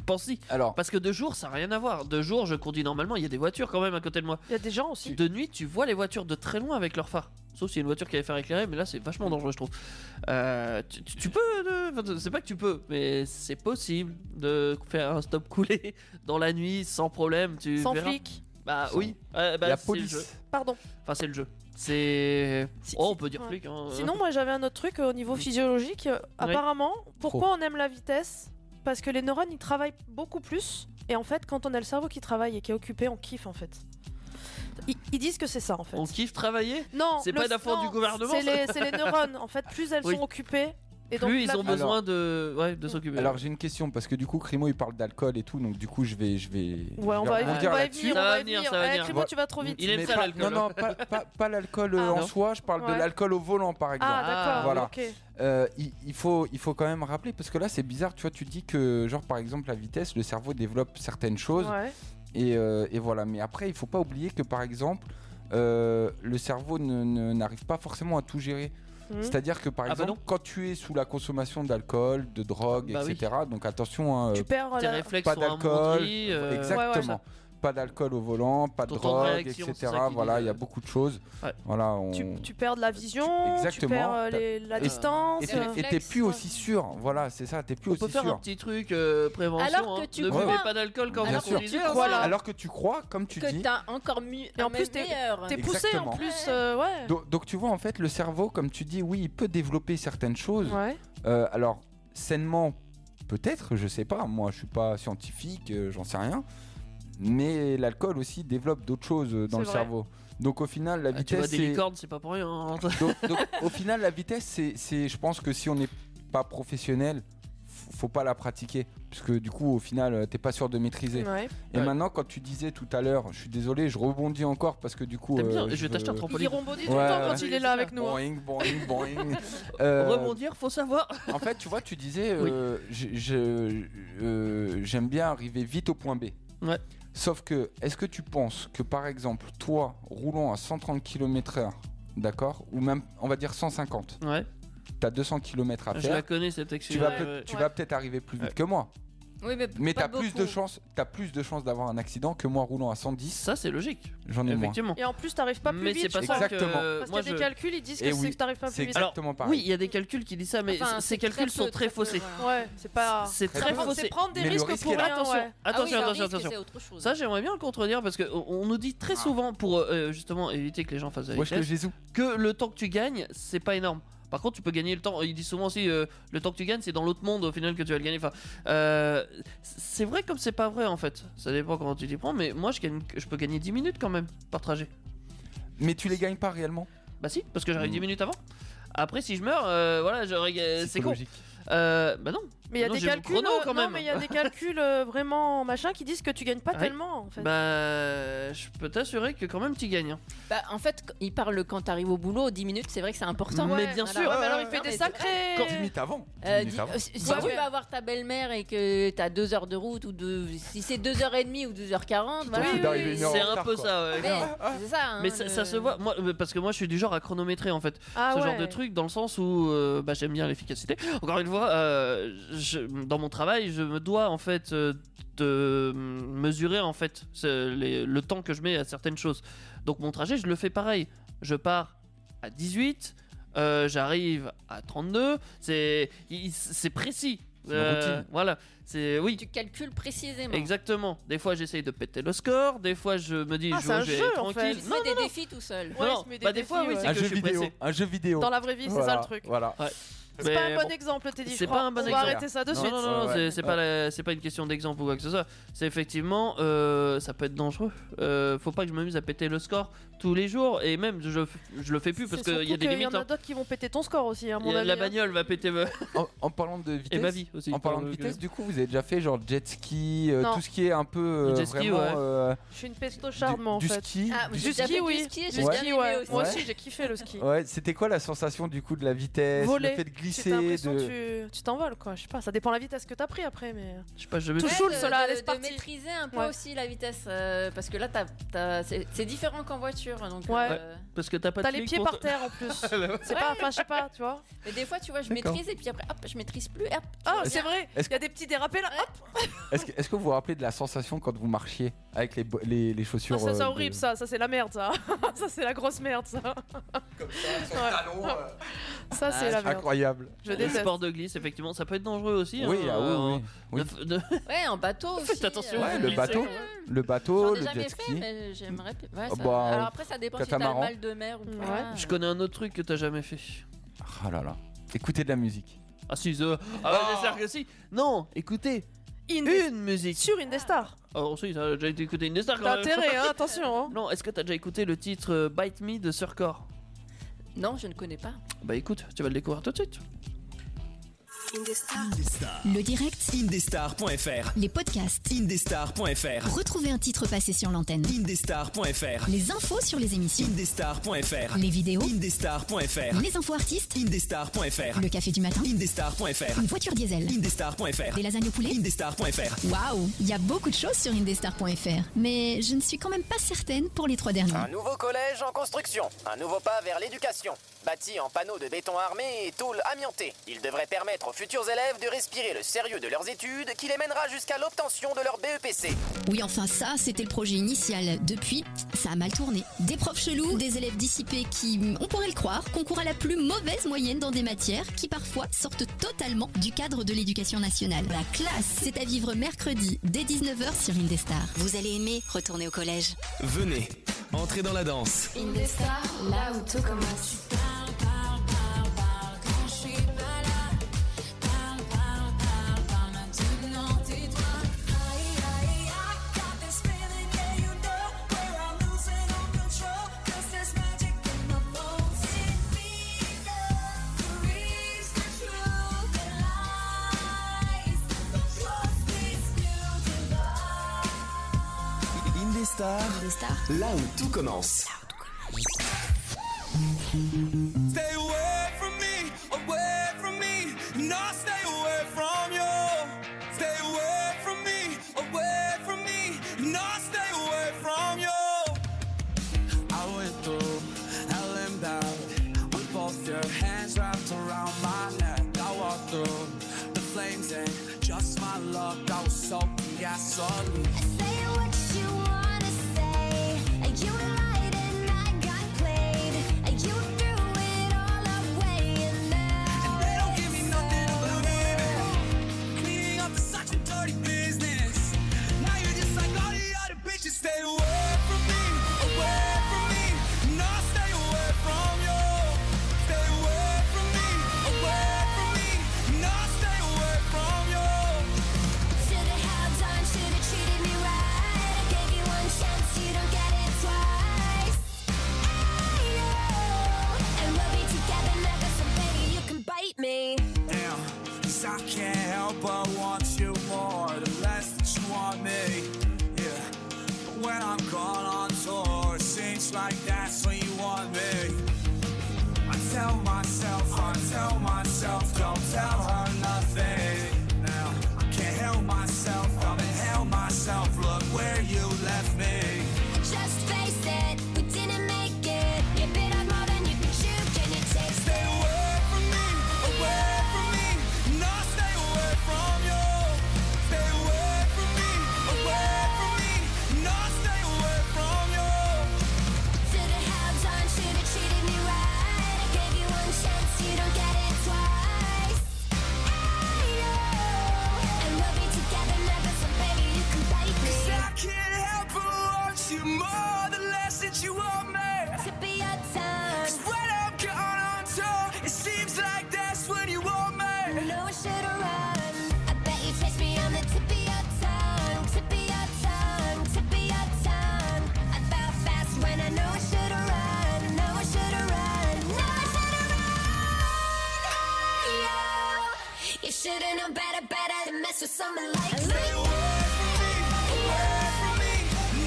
S3: Pense-y.
S4: Alors,
S3: Parce que de jour, ça n'a rien à voir. De jour, je conduis normalement, il y a des voitures quand même à côté de moi.
S2: Il y a des gens aussi.
S3: De nuit, tu vois les voitures de très loin avec leurs phares. Sauf s'il y a une voiture qui va les faire éclairer, mais là, c'est vachement dangereux, je trouve. Euh, tu, tu- tu peux. euh, enfin, c'est pas que tu peux, mais c'est possible de faire un stop coulé dans la nuit sans problème. Tu
S2: Sans
S3: verras.
S2: flic.
S3: Bah oui. Euh, bah,
S4: la
S3: c'est
S4: police.
S3: le jeu.
S2: Pardon.
S3: Enfin, c'est le jeu. C'est.
S2: Si-
S3: Oh, on peut dire
S2: ouais.
S3: flic. hein.
S2: Sinon, moi j'avais un autre truc euh, au niveau physiologique. Euh, Apparemment, pourquoi on aime la vitesse Parce que les neurones ils travaillent beaucoup plus. Et en fait, quand on a le cerveau qui travaille et qui est occupé, on kiffe en fait. Ils, ils disent que c'est ça en fait.
S3: on kiffe travailler.
S2: Non,
S3: C'est
S2: le-
S3: pas d'affaire
S2: non,
S3: du gouvernement,
S2: C'est
S3: ça.
S2: les, c'est les neurones. En fait, plus elles
S3: Oui.
S2: sont occupées. Et donc,
S3: Plus ils
S2: la- Mm.
S3: ont
S4: Alors-
S3: besoin de, ouais, de s'occuper.
S4: Alors j'ai une question parce que du coup Crimo il parle d'alcool et tout donc du coup je vais je vais
S2: Ouais, on
S4: je vais
S2: va,
S3: y-
S2: on
S4: rebondir
S2: va y
S4: là-dessus.
S2: venir.
S3: Ça
S2: on
S3: va
S2: va y
S3: venir,
S2: venir.
S3: ça va
S2: Eh,
S3: venir.
S2: Crimo, tu vas trop vite.
S3: Il aime
S4: Mais
S3: ça,
S4: pas-
S3: l'alcool. hein.
S4: Non non pas, pas- pas l'alcool euh,
S2: Ah,
S4: en
S3: non.
S4: soi, je parle
S2: Ouais.
S4: de l'alcool au volant par exemple.
S2: Ah, d'accord.
S4: Voilà.
S2: ok.
S4: Euh, il, il faut, il faut quand même rappeler parce que là c'est bizarre, tu vois, tu dis que genre par exemple la vitesse, le cerveau développe certaines choses
S2: Ouais.
S4: et, euh, et voilà. Mais après il faut pas oublier que par exemple euh, le cerveau ne- ne- n'arrive pas forcément à tout gérer.
S2: Mhm.
S4: C'est-à-dire que par
S3: Ah bah
S4: exemple
S3: non.
S4: quand tu es sous la consommation d'alcool, de drogue,
S3: Bah oui.
S4: etc. Donc attention, hein,
S2: Tu perds
S3: tes
S2: la-
S3: réflexes
S4: pas
S3: sont à
S4: d'alcool,
S3: montrer, euh,
S4: Exactement.
S2: ouais, ouais,
S4: Pas d'alcool au volant, pas de
S3: Ton temps de
S4: drogue,
S3: réaction,
S4: etc.
S3: c'est ça qu'ils
S4: Voilà,
S3: disent.
S4: il y a beaucoup de choses.
S3: Ouais.
S4: Voilà, on-
S2: Tu, tu perds de la vision, tu,
S4: Exactement.
S2: perds euh, les- la
S3: Et-
S2: distance.
S4: Et
S5: C'est
S4: t'es-
S5: un
S2: euh,
S4: et t'es
S5: réflexe,
S4: plus
S5: ouais.
S4: aussi sûr. Voilà, c'est ça, t'es plus
S3: On
S4: aussi
S3: peut faire un
S4: sûr.
S3: petit truc euh, prévention.
S5: Alors que
S3: hein.
S5: tu
S3: ne
S5: crois-
S3: buvez pas d'alcool quand
S4: Bien
S3: vous
S4: sûr.
S3: conduisez.
S5: Tu
S3: hein,
S5: crois-
S3: ça.
S4: Alors que tu crois, comme tu
S5: que
S4: dis.
S5: t'as encore mieux.
S2: Et en plus, t'es-
S5: meilleur.
S2: T'es poussé en
S4: Exactement.
S2: plus, euh, ouais.
S4: Donc, donc tu vois, en fait, le cerveau, comme tu dis, oui, il peut développer certaines choses.
S2: Ouais.
S4: Euh, alors, sainement, peut-être, je sais pas. Moi, je suis pas scientifique, euh, j'en sais rien. Mais l'alcool aussi développe d'autres choses euh, dans
S2: C'est
S4: le
S2: vrai.
S4: cerveau. Donc, au final, la
S3: Ah, tu vois
S4: vitesse.
S3: des
S4: c'est-
S3: licornes, c'est pas pour rien. hein.
S4: Donc, donc, au final, la vitesse, c'est, c'est- je pense que si on n'est pas professionnel, f- faut pas la pratiquer. Parce que du coup, au final, euh, t'es pas sûr de maîtriser.
S2: ouais.
S4: Et
S3: Ouais.
S4: maintenant, quand tu disais tout à l'heure, je suis désolé, je rebondis encore parce que du coup.
S3: T'aimes bien,
S4: euh,
S3: je vais t'acheter un
S4: veux-
S3: trampoline.
S2: Il rebondit tout
S4: Ouais,
S2: le temps
S4: ouais.
S2: quand il est là avec nous. hein.
S4: Boing, boing, boing. Euh,
S3: Rebondir, faut savoir.
S4: en fait, tu vois, tu disais, euh, je- je- euh, j'aime bien arriver vite au point B.
S3: Ouais.
S4: Sauf que, est-ce que tu penses que, par exemple, toi, roulant à 130 km/h, d'accord, ou même, on va dire 150,
S3: Ouais,
S4: t'as 200 km à
S3: je
S4: faire,
S3: la connais cette excuse.
S4: tu vas,
S2: Ouais,
S4: peut-
S2: ouais.
S4: tu vas peut-être arriver plus vite que moi.
S5: Oui, mais,
S4: Mais
S5: pas
S4: t'as plus de
S5: beaucoup.
S4: chances, t'as plus de chances d'avoir un accident que moi roulant à 110.
S3: Ça, c'est logique.
S4: J'en ai moins.
S3: Effectivement.
S2: Et en plus, t'arrives pas plus
S3: mais c'est
S2: vite.
S3: pas
S2: je
S3: ça
S2: crois.
S4: Exactement.
S3: que euh,
S2: Parce
S3: moi
S2: qu'il y a
S3: je.
S2: des calculs, ils disent
S4: Eh
S2: que c'est
S4: oui,
S2: que t'arrives pas
S4: C'est
S2: plus vite.
S3: Alors,
S4: exactement
S3: Oui,
S4: pareil.
S3: il y a des calculs qui disent ça, mais
S5: Enfin,
S3: ces
S5: c'est
S3: calculs
S5: peu,
S3: sont très
S5: peu,
S3: faussés.
S5: voilà.
S2: Ouais, c'est pas.
S3: C'est
S4: Très
S3: très
S4: peu.
S2: Prendre-
S3: faussé.
S2: C'est prendre des
S4: Mais le
S2: risques
S4: risque
S2: pour
S4: est là.
S2: rien.
S3: Attention,
S2: ouais.
S5: Ah oui,
S3: attention,
S5: le
S3: attention,
S5: risque,
S3: attention.
S5: C'est autre chose.
S3: Ça, j'aimerais bien le contredire parce qu'on on nous dit très souvent pour euh, justement éviter que les gens fassent la
S4: Moi je
S3: vitesse,
S4: que Jésus.
S3: que le temps que tu gagnes, c'est pas énorme. Par contre, tu peux gagner le temps. Il dit souvent aussi euh, le temps que tu gagnes, c'est dans l'autre monde au final que tu vas le gagner. Enfin, euh, c'est vrai comme c'est pas vrai en fait. Ça dépend comment tu t'y prends, mais moi je, gagne, je peux gagner 10 minutes quand même par trajet.
S4: Mais tu les gagnes pas réellement.
S3: Bah si, parce que j'arrive
S4: Mm.
S3: 10 minutes avant. Après, si je meurs, euh, voilà, j'aurais ga- c'est con.
S4: Psychologique.
S3: Euh, bah non.
S2: Mais il y a
S3: Non,
S2: des
S3: j'ai mon
S2: calculs.
S3: chrono,
S2: euh,
S3: quand
S2: Non,
S3: même. Ah
S2: mais il y a des calculs euh, vraiment machin qui disent que tu gagnes pas
S3: Ouais.
S2: tellement en fait.
S3: Bah, je peux t'assurer que quand même tu gagnes. hein.
S5: Bah, en fait, qu- il parle quand t'arrives au boulot, 10 minutes, c'est vrai que c'est important.
S3: Mais
S2: Ouais,
S3: bien
S5: voilà.
S3: sûr.
S2: Ouais, mais alors il
S5: ouais,
S2: fait
S5: ouais,
S2: des
S5: mais-
S2: sacrés.
S4: 10 minutes avant. dix
S5: Euh,
S4: minutes
S5: dis-
S4: avant.
S5: euh, si si
S2: Ouais,
S5: tu
S2: ouais.
S5: vas voir ta belle-mère et que t'as deux heures de route ou de, si c'est deux heures et demie ou 2h40,
S2: bah
S4: t'en
S5: voilà.
S4: fous d'arriver une heure en
S3: C'est un
S4: retard,
S3: peu
S4: quoi.
S3: ça. ouais.
S5: Mais c'est ça. hein,
S3: Mais ça, ça
S5: le-
S3: se voit, moi, euh, parce que moi je suis du genre à chronométrer en fait
S2: Ah
S3: ce
S2: ouais.
S3: genre de truc dans le sens où euh, bah, j'aime bien l'efficacité. Encore une fois, euh, je- dans mon travail, je me dois en fait euh, de mesurer en fait ce- les- le temps que je mets à certaines choses. Donc mon trajet, je le fais pareil. Je pars à 18, euh, j'arrive à 32. C'est il- c'est précis. Euh,
S4: C'est une routine.
S3: voilà, c'est oui.
S5: Tu calcules précisément.
S3: Exactement. Des fois, j'essaye de péter le score. Des fois, je me dis,
S2: Ah,
S3: je,
S2: c'est un
S3: je vais
S2: jeu,
S3: être
S2: en fait.
S5: Tu
S3: tranquille.
S5: te
S3: Non,
S5: fais des défis tout seul.
S2: Ouais, il
S3: non,
S2: se met des
S3: bah, des fois,
S2: défis,
S3: oui,
S2: ouais.
S3: c'est
S4: Un
S3: que je
S4: jeu
S3: suis
S4: vidéo.
S3: pressé.
S4: Un jeu vidéo.
S2: Dans la vraie vie, c'est ça
S4: Voilà,
S2: le truc.
S4: Voilà.
S2: C'est pas
S3: Mais
S2: un bon
S3: bon.
S2: exemple, Teddy. je
S3: C'est
S2: crois.
S3: pas un bon
S2: On va
S3: exemple.
S2: arrêter ça de
S3: Non,
S2: suite.
S3: non, non, non,
S4: Ouais.
S3: c'est- c'est pas, la- c'est pas une question d'exemple ou quoi que ce soit. C'est effectivement, euh, ça peut être dangereux. Euh, faut pas que je m'amuse à péter le score tous les jours. Et même, je, je le fais plus parce
S2: C'est
S3: qu'il y a
S2: surtout
S3: des
S2: qu'il
S3: limites.
S2: y en a
S3: hein.
S2: d'autres qui vont péter ton score aussi, à
S3: Il
S2: mon
S3: y a-
S2: avis.
S3: la
S2: hein.
S3: bagnole va péter me-
S4: En, en parlant de vitesse.
S3: et ma vie aussi.
S4: En parlant de
S3: Donc, euh,
S4: vitesse, du coup, vous avez déjà fait genre jet ski, euh,
S2: Non.
S4: tout ce qui est un peu euh,
S3: Jet ski,
S4: vraiment
S3: ouais.
S4: euh,
S2: Je suis une pestocharde, moi, en
S4: du, du
S2: fait.
S4: ski.
S5: Ah,
S4: du
S5: j'ai
S2: Du
S5: déjà
S2: ski,
S5: fait
S2: oui.
S5: du ski, j'ai
S2: Du
S5: bien
S2: ski,
S5: aimé
S2: ouais.
S5: aussi.
S2: Moi
S4: Ouais.
S2: aussi, j'ai kiffé le ski.
S4: Ouais, c'était quoi la sensation du coup de la vitesse,
S2: Voler.
S4: le fait de
S2: J'ai
S4: glisser,
S2: l'impression
S4: de...
S2: que tu- tu t'envoles, quoi. Je sais pas, ça dépend la vitesse que t'as pris après, mais. euh,
S3: Je sais pas, j'ai jamais
S2: Tout
S3: fait.
S2: chaud,
S5: de-
S2: le sol, allez,
S5: Euh, de,
S2: c'est
S5: de
S2: parti.
S5: maîtriser un peu
S2: Ouais.
S5: aussi la vitesse euh, parce que là t'as- t'as- c'est c'est différent qu'en voiture donc
S2: Ouais.
S5: euh,
S3: Parce que t'as pas de
S2: T'as les
S3: flic
S2: pieds
S3: pour
S2: par
S3: te- Ah,
S2: terre en plus.
S3: Ouais.
S2: C'est pas, enfin, je sais pas, tu vois.
S5: mais des fois tu vois je
S4: D'accord.
S5: maîtrise et puis après hop je maîtrise plus hop
S2: Ah, c'est vrai,
S4: Est-ce
S2: il y a des petits dérapés là. Hop,
S4: Est-ce que, est-ce que vous vous rappelez de la sensation quand vous marchiez avec les, bo- les, les chaussures
S2: Ah, ça c'est
S4: euh,
S2: horrible,
S4: de-
S2: ça, ça c'est la merde, ça. ça c'est la grosse merde, ça. Ouais.
S4: euh.
S2: Ça
S4: Ah,
S2: c'est la merde.
S4: Incroyable.
S2: Je
S3: Le
S2: déteste.
S3: sport de glisse, effectivement, ça peut être dangereux aussi.
S4: Oui,
S3: hein,
S4: ah
S3: euh,
S4: oui, oui,
S3: de- de-
S5: ouais en bateau aussi euh,
S3: Faites attention,
S4: Ouais,
S3: vous
S4: le
S3: glissez.
S4: bateau, le
S5: J'en
S3: Oh,
S4: bateau,
S5: ai
S4: le
S5: jamais
S4: jet
S5: fait,
S4: ski.
S5: mais j'aimerais. bien- Ouais,
S4: Ah
S5: ça-
S4: bah,
S5: Alors après, ça dépend si t'as le
S4: catamaran.
S5: mal de mer ou pas.
S2: Ouais.
S3: Je connais un autre truc que t'as jamais fait.
S4: Ah là là. Écoutez de la musique.
S3: Ah si, the... ah, ouais, c'est sûr que si. Non, écoutez,
S2: Une
S3: une musique.
S2: sur Indestar.
S3: Oh si, ça a déjà été écouté une des stars quand
S2: T'as
S3: même.
S2: intérêt, hein, attention. hein.
S3: Non, est-ce que t'as déjà écouté le titre euh, Bite Me de Surcore
S5: Non, je ne connais pas.
S3: Bah écoute, tu vas le découvrir tout de suite.
S6: Indestar.
S1: Le direct,
S6: Indestar.fr.
S1: les podcasts.
S6: Indestar.fr.
S1: Retrouvez un titre passé sur l'antenne.
S6: Indestar.fr.
S1: Les infos sur les émissions.
S6: Indestar.fr.
S1: Les vidéos.
S6: Indestar.fr.
S1: Les infos artistes.
S6: Indestar.fr.
S1: Le café du matin.
S6: Indestar.fr.
S1: Une voiture diesel.
S6: Indestar.fr.
S1: Des lasagnes au poulet.
S6: Indestar.fr.
S1: Waouh, il y a beaucoup de choses sur indestar.fr, mais je ne suis quand même pas certaine pour les trois dernières.
S8: Un nouveau collège en construction, un nouveau pas vers l'éducation. Bâti en panneaux de béton armé et tôle amiantée, il devrait permettre aux futurs élèves de respirer le sérieux de leurs études qui les mènera jusqu'à l'obtention de leur E BEPC.
S1: Oui, enfin ça, c'était le projet initial. Depuis, ça a mal tourné. Des profs chelous, des élèves dissipés qui, on pourrait le croire, concourent à la plus mauvaise moyenne dans des matières qui parfois sortent totalement du cadre de l'éducation nationale. La classe, c'est à vivre mercredi dès 19h sur Indestar. Vous allez aimer retourner au collège.
S6: Venez, entrez dans la danse.
S9: Indestar, là où tout commence.
S6: Indestar,
S1: Indestar.
S6: là où tout commence.
S10: Stay away from me, away from me, and I'll stay away from you. Stay away from me, away from me, and I'll stay away from you. I went through hell and back with both your hands wrapped around my neck. I walked through the flame dreams and just my luck. I was soaking gasoline.
S9: Say what you wanna say. You lied and I got played. You threw it all away and now
S10: They don't give me nothing about it. Cleaning up is such a dirty business. Now you're just like all the other bitches. Stay away from me, away from me. No, stay away from you. Stay away from me, away from me. No, stay away from you.
S9: Should've held on, should've treated me right. I gave you one chance, you don't get it twice. I know, and we'll be together never, so baby you can bite me.
S10: Damn, 'cause I can't help but want you more. The less that you want me, yeah. But when I'm gone on tour, seems like that's when you want me. I tell myself, I tell myself, don't tell her nothing. Now I can't help myself, I've been held myself. Look where you left me.
S9: Just face it, we didn't make it. You bit off more than you could chew, can you taste
S10: Stay away from me, away from me. No, stay away from you. Stay away from me, away from me. No, stay away from you.
S9: Should've held on, should've treated me right. I gave you one chance, you don't get it twice. I know, and we'll be together never, so baby you can bite me.
S10: Cause I can't help but want you more the less that you want me.
S9: To be your time.
S10: Cause when I'm gone on tour, it seems like that's when you want me.
S9: No, I should've run. I bet you chased me on the tip of your tongue, tip of your tongue, tip of your tongue. I fell fast when I know I should've run. No, I should've run. No, I should've run. Yo, you should've known better, better than mess with someone like me.
S10: Stay away from me, away from me.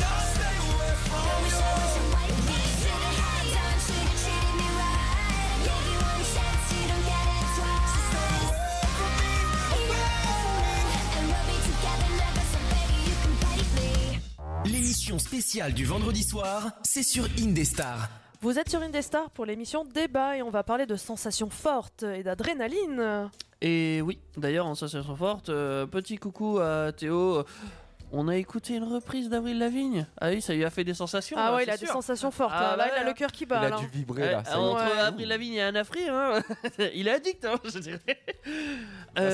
S10: No, stay away from
S9: No, I
S10: you.
S9: should've was your wife. Should've held on, should've treated me right. I gave you one chance, you don't get it twice. And we'll be together never, so baby you can bite me.
S6: L'émission spéciale du vendredi soir, c'est sur Indestar.
S2: Vous êtes sur Indestar pour l'émission Débat et on va parler de sensations fortes et d'adrénaline.
S3: Et oui, d'ailleurs, en sensation forte, euh, petit coucou à Théo. On a écouté une reprise d'Avril Lavigne. Ah oui, ça lui a fait des sensations.
S2: ah
S3: là,
S2: ouais,
S3: c'est
S2: il a des
S3: sûr.
S2: sensations fortes.
S3: Ah
S2: hein.
S3: bah
S2: là, il a
S3: là.
S2: le cœur qui
S4: Il
S2: bat.
S4: a
S2: là.
S4: dû vibrer
S3: Ouais,
S4: là. ça y est.
S3: entre
S2: Ouais.
S3: Avril Lavigne et Anafri, hein, il est addict, hein, je dirais. Euh,
S4: À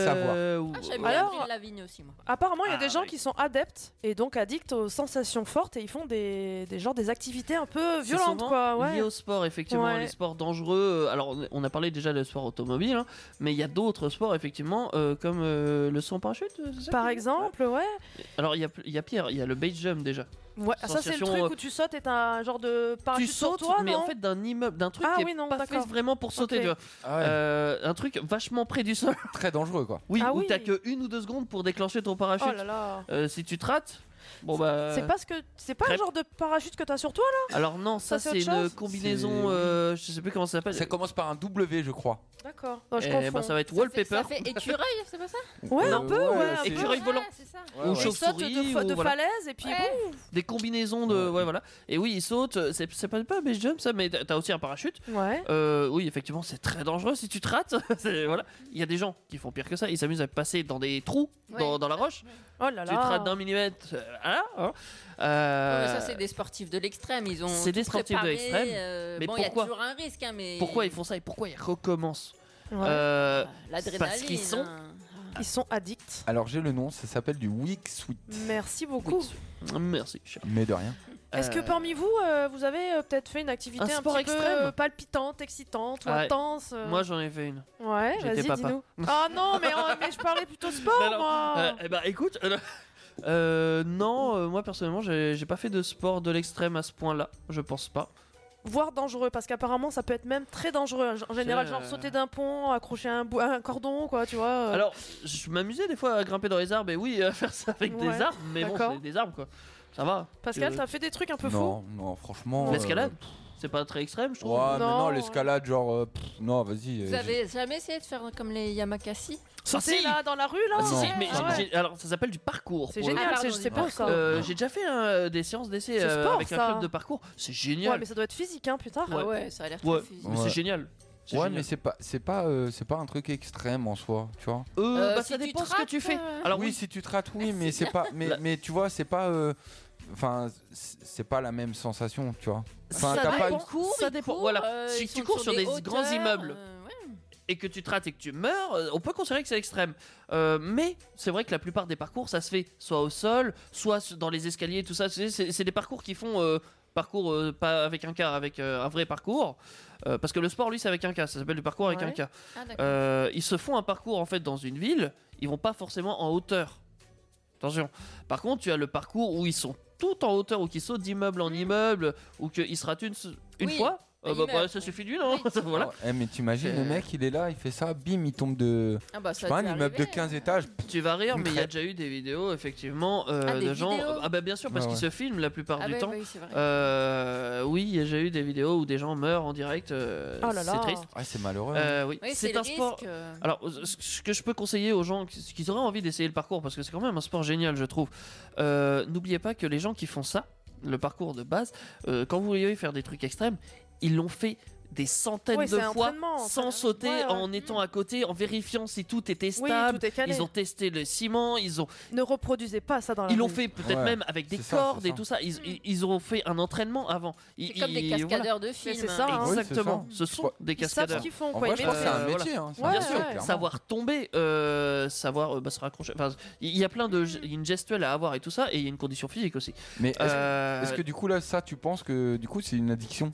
S4: savoir.
S5: Ah, j'aime bien
S2: Alors-
S5: Avril Lavigne aussi, moi.
S2: Apparemment, il y a des
S3: Ah
S2: gens
S3: oui.
S2: qui sont adeptes et donc addicts aux sensations fortes et ils font des, des genres des activités un peu
S3: C'est
S2: violentes
S3: souvent
S2: Ah, quoi.
S3: Lié
S2: Ouais.
S3: au sport, effectivement,
S2: Ouais.
S3: les sports dangereux. euh, Alors, on- on a parlé déjà de sport automobile, hein, mais il y a d'autres sports, effectivement, euh, comme euh, le saut en parachute. euh, c'est ça
S2: Par
S3: que-
S2: exemple, ouais.
S3: Alors, il y a, il y a pire, il y a le base jump déjà.
S2: Ouais, ah, ça c'est le
S3: Sensation,
S2: truc
S3: euh,
S2: où tu sautes et t'as un genre de parachute
S3: tu
S2: sur
S3: sautes,
S2: toi,
S3: mais
S2: non
S3: en fait, d'un immeuble, d'un truc
S2: Ah
S3: qui
S2: oui,
S3: est
S2: non,
S3: pas fait
S2: d'accord.
S3: vraiment pour sauter.
S2: Ok.
S3: tu vois.
S4: Ah ouais,
S3: Euh, un truc vachement près du sol.
S4: Très dangereux quoi.
S3: Oui,
S2: Ah
S3: où
S2: oui.
S3: t'as que une ou deux secondes pour déclencher ton
S2: Oh
S3: parachute.
S2: là là.
S3: Euh, si tu te rates, bon bah.
S2: C'est pas ce que c'est pas le
S3: Crêpe.
S2: genre de parachute que t'as sur toi là.
S3: Alors non,
S2: Ça,
S3: ça,
S2: c'est
S3: c'est
S2: autre
S3: une
S2: chose
S3: combinaison,
S4: C'est-
S3: euh, je sais plus comment ça s'appelle.
S4: Ça commence par un W, je crois.
S2: D'accord. Non, je
S3: Eh
S2: confonds.
S3: ben, ça va être
S5: Ça fait-
S3: wallpaper.
S5: Ça fait écureuil, c'est pas ça
S2: Ouais,
S4: Euh,
S2: un peu, ouais. un
S4: c'est-
S2: peu.
S3: Écureuil volant.
S5: Ouais, c'est ça.
S4: Ouais,
S3: Ou
S4: ouais.
S2: Il saute de,
S3: chauve-souris,
S2: fa-
S3: ou
S2: de
S3: voilà.
S2: falaise et puis
S5: Ouais.
S3: des combinaisons de ouais voilà et oui il saute euh, c'est c'est pas, pas un base jump ça mais t'as t'as aussi un parachute
S2: boum. Ouais.
S3: Euh, oui effectivement c'est très dangereux si tu te rates C'est- voilà il y a des gens qui font pire que ça ils s'amusent à passer dans des trous
S5: Ouais.
S3: dans, dans la roche
S2: Oh là là.
S3: tu te rates d'un millimètre euh, voilà hein. Euh,
S5: Ouais, mais ça, c'est des sportifs de l'extrême. Ils ont.
S3: c'est des
S5: tout
S3: sportifs de
S5: préparé,
S3: l'extrême,
S5: euh,
S3: mais
S5: bon, il y a
S3: pourquoi
S5: toujours un risque, hein, mais.
S3: pourquoi ils font ça et pourquoi ils recommencent
S2: Ouais.
S3: Euh,
S5: L'adrénaline.
S3: parce qu'ils sont
S5: hein.
S2: Ils sont addicts.
S4: Alors j'ai le nom, ça s'appelle du Weak Sweet.
S2: Merci beaucoup.
S3: merci cher.
S4: Mais de rien.
S2: Est-ce que
S3: Euh,
S2: parmi vous, euh, vous avez euh, peut-être fait une activité
S3: Un
S2: un,
S3: sport
S2: petit peu
S3: extrême
S2: euh, palpitante, excitante ou
S3: Ouais.
S2: intense euh,
S3: moi j'en ai fait une
S2: Ouais,
S3: j'étais
S2: vas-y,
S3: papa.
S2: dis-nous. Oh. Ah non, mais, euh, mais je parlais plutôt sport,
S3: Non, non.
S2: moi.
S3: Euh, eh ben écoute euh, euh, non euh, moi personnellement j'ai j'ai pas fait de sport de l'extrême à ce point là je pense pas
S2: voire dangereux parce qu'apparemment ça peut être même très dangereux en général
S3: C'est,
S2: genre
S3: euh,
S2: sauter d'un pont accrocher un, bou- un cordon quoi tu vois euh.
S3: Alors, je m'amusais des fois à grimper dans les arbres, et oui, à faire ça avec
S2: Ouais,
S3: des arbres, mais bon,
S2: d'accord.
S3: c'est des arbres quoi. Ça va.
S2: Pascal
S3: euh,
S2: t'as fait des trucs un peu fous
S4: Non, non, franchement.
S3: L'escalade, pff, c'est pas très extrême, je
S4: euh,
S3: trouve.
S4: Oh, Ouais, mais
S2: Non,
S4: non,
S2: ouais.
S4: l'escalade, genre. euh, pff, non, vas-y. euh,
S5: Vous
S4: j'ai-
S5: avez jamais essayé de faire comme les Yamakasi
S3: Ça,
S2: c'est
S3: si
S2: là dans la rue là
S3: Ah, si, si,
S2: Ouais,
S3: mais
S2: ouais.
S3: j'ai- j'ai- Alors, ça s'appelle du parcours.
S2: c'est
S3: pour le
S2: génial
S5: Ah,
S2: c'est
S5: pardon,
S2: c'est beau ça
S3: coup. Euh, J'ai déjà fait euh, des séances d'essai
S2: C'est
S3: euh,
S2: sport,
S3: avec
S2: ça.
S3: un club de parcours. C'est
S2: ouais
S3: génial.
S2: mais ça doit être physique hein putain
S5: Ah ouais, ça a l'air
S3: Ouais.
S5: très
S3: Mais
S5: physique.
S4: Ouais.
S3: C'est génial. C'est
S4: Ouais,
S3: génial.
S4: mais c'est pas, c'est pas, euh, c'est pas un truc extrême en soi, tu vois.
S3: Euh,
S5: Euh,
S3: bah,
S5: si
S3: ça
S5: tu
S3: dépend
S5: te
S3: ce que
S5: rates,
S3: tu fais.
S5: euh,
S3: Alors
S4: oui,
S3: oui,
S4: si tu te rates, oui, mais c'est pas, mais,
S3: La-
S4: mais tu vois, c'est pas, euh, enfin, c'est c'est pas la même sensation, tu vois. Enfin,
S5: Ça
S4: t'as pas
S5: dépend.
S4: une-
S5: court,
S3: ça
S5: il
S3: dépend.
S5: court,
S3: Voilà.
S5: euh,
S3: si
S5: ils
S3: tu
S5: sont
S3: cours sur des
S5: hauteurs,
S3: grands immeubles
S5: euh, ouais.
S3: et que tu te rates et que tu meurs, euh, on peut considérer que c'est extrême. Euh, mais c'est vrai que la plupart des parcours, ça se fait soit au sol, soit s- dans les escaliers, tout ça. C'est- C'est c'est des parcours qui font euh, parcours euh, pas avec un cas, avec euh, un vrai parcours. Euh, parce que le sport, lui, c'est avec un cas. Ça s'appelle du parcours avec
S2: Ouais.
S3: un cas.
S5: Ah, d'accord.
S3: Euh, ils se font un parcours en fait dans une ville, ils vont pas forcément en hauteur. Attention. Par contre, tu as le parcours où ils sont tout en hauteur, ou qui sautent d'immeuble en immeuble, ou qu'ils se ratent une, s- une
S5: Oui,
S3: fois.
S5: un
S3: Euh, bah, bah,
S5: immeuble,
S3: ça
S5: oui.
S3: suffit d'une, hein.
S5: Oui.
S3: voilà.
S4: Eh, mais t'imagines,
S3: Euh.
S4: le mec, il est là, il fait ça, bim, il tombe de,
S5: Ah bah,
S4: je
S5: ça
S4: sais pas,
S5: a
S4: un
S5: dû
S4: immeuble de
S5: arriver,
S4: 15
S5: hein.
S4: étages.
S3: Tu vas rire,
S4: Une
S3: mais il y a
S4: crêpe.
S3: déjà eu des vidéos, effectivement, euh,
S5: Ah, des
S3: de gens.
S5: vidéos
S3: Ah, bah, bien sûr, parce
S4: Ouais,
S3: qu'ils se filment la plupart
S5: Ah
S3: du
S5: bah,
S3: temps.
S5: bah oui, c'est vrai.
S3: Euh, oui, il y a déjà eu des vidéos où des gens meurent en direct. euh,
S2: Oh là là.
S3: C'est triste.
S4: Ouais, c'est malheureux. hein.
S3: Euh, oui,
S5: Oui,
S3: c'est un
S5: le
S3: sport.
S5: risque, euh.
S3: Alors, ce- ce que je peux conseiller aux gens qui qui auraient envie d'essayer le parcours, parce que c'est quand même un sport génial, je trouve, euh, n'oubliez pas que les gens qui font ça, le parcours de base, euh, quand vous voulez faire des trucs extrêmes, ils l'ont fait des centaines
S2: Oui,
S3: de
S2: c'est un
S3: fois
S2: entraînement,
S3: sans
S2: ça-
S3: sauter,
S2: ouais, ouais.
S3: en étant à côté, en vérifiant si tout était
S2: Oui,
S3: stable.
S2: tout est calé.
S3: ils ont testé le ciment, ils ont,
S2: Ne reproduisez pas ça dans la
S3: ils l'ont
S2: rue.
S3: fait peut-être
S4: Ouais,
S3: même avec des
S4: c'est ça,
S3: cordes
S4: c'est
S3: et
S4: ça.
S3: tout ça. Ils, ils- ils ont fait un entraînement avant. Ils-
S5: C'est comme des
S3: ils- voilà.
S5: cascadeurs de films.
S2: c'est ça, hein.
S4: Oui, c'est
S3: Exactement.
S4: ça.
S3: Ce sont des
S2: Ils savent ce
S3: cascadeurs.
S2: qu'ils font.
S4: En
S2: quoi,
S4: vrai,
S2: ils
S4: je pense que c'est un
S3: euh,
S4: métier. hein, c'est un
S2: Ouais,
S4: métier,
S3: Bien sûr,
S2: ouais,
S4: clairement.
S3: savoir tomber, euh, savoir euh, bah, se raccrocher. Enfin, il y a plein de, il y a une gestuelle à avoir et tout ça, et il y a une condition physique aussi.
S4: Mais est-ce
S3: Euh,
S4: est-ce que du coup là, ça, tu penses que du coup c'est une addiction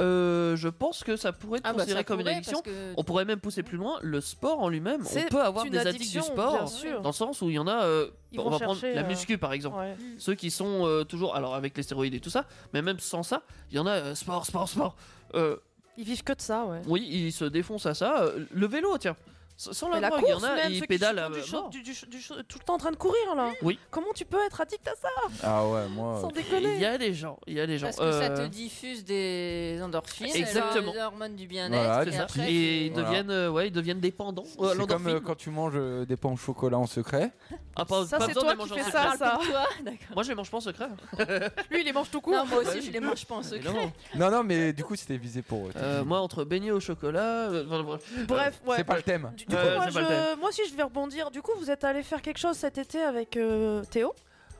S3: euh, je pense que ça pourrait être
S5: Ah bah,
S3: considéré
S5: ça
S3: comme une
S5: pourrait,
S3: addiction.
S5: parce que-
S3: On pourrait même pousser plus loin. Le sport en lui-même, on
S2: C'est
S3: peut avoir
S2: une
S3: des addicts du
S2: addiction, bien
S3: sport,
S2: sûr.
S3: dans le sens où il y en a. euh,
S2: Ils
S3: on
S2: vont
S3: va prendre
S2: chercher,
S3: la
S2: euh,
S3: muscu par exemple.
S2: Ouais.
S4: Mm.
S3: Ceux qui sont euh, toujours, alors avec les stéroïdes et tout ça, mais même sans ça, il y en a euh, sport, sport, sport. Euh,
S2: Ils vivent que de ça, ouais.
S3: oui, ils se défoncent à ça. Euh, Le vélo, tiens. S- Sans la,
S2: Mais la
S3: drogue,
S2: course,
S3: il y en a,
S2: même,
S3: ils
S2: ceux qui
S3: pédalent à
S2: font du
S3: mort.
S2: cho- du- du- du cho- tout le temps en train de courir là.
S3: Oui. Euh,
S2: Comment tu peux être addict à ça
S4: Ah ouais, moi.
S2: sans
S3: Il y
S2: déconner
S3: a des gens, il y a des gens.
S5: Parce que ça
S3: Euh,
S5: te diffuse des endorphines,
S3: Exactement.
S5: des hormones du
S4: Voilà,
S5: bien-être,
S3: C'est
S5: et
S3: ça.
S5: après,
S3: Et ils
S4: Voilà.
S3: deviennent, euh, ouais, ils deviennent dépendants. euh, à
S4: C'est comme
S3: l'endorphine.
S4: euh, quand tu manges euh, des pains au chocolat en secret.
S3: Ah, pas,
S2: Ça,
S3: pas
S2: c'est
S3: besoin de
S2: toi
S3: les manger
S2: qui fais
S3: en
S2: ça,
S3: secret.
S2: ça.
S5: toi, d'accord.
S3: Moi, je les mange pas en secret. hein.
S2: Lui, il les mange tout court.
S5: Non, moi
S3: Bah
S5: aussi,
S3: oui.
S5: je les mange pas en secret.
S3: Évidemment.
S4: Non, non, mais du coup c'était visé pour. eux.
S3: Euh, moi, entre beignet au chocolat. euh, enfin, bref.
S2: Bref, ouais.
S4: C'est pas le thème.
S2: Du, du coup,
S3: Ouais,
S2: moi,
S3: c'est pas le thème.
S2: je... moi aussi, je vais rebondir. Du coup, vous êtes allé faire quelque chose cet été avec euh, Théo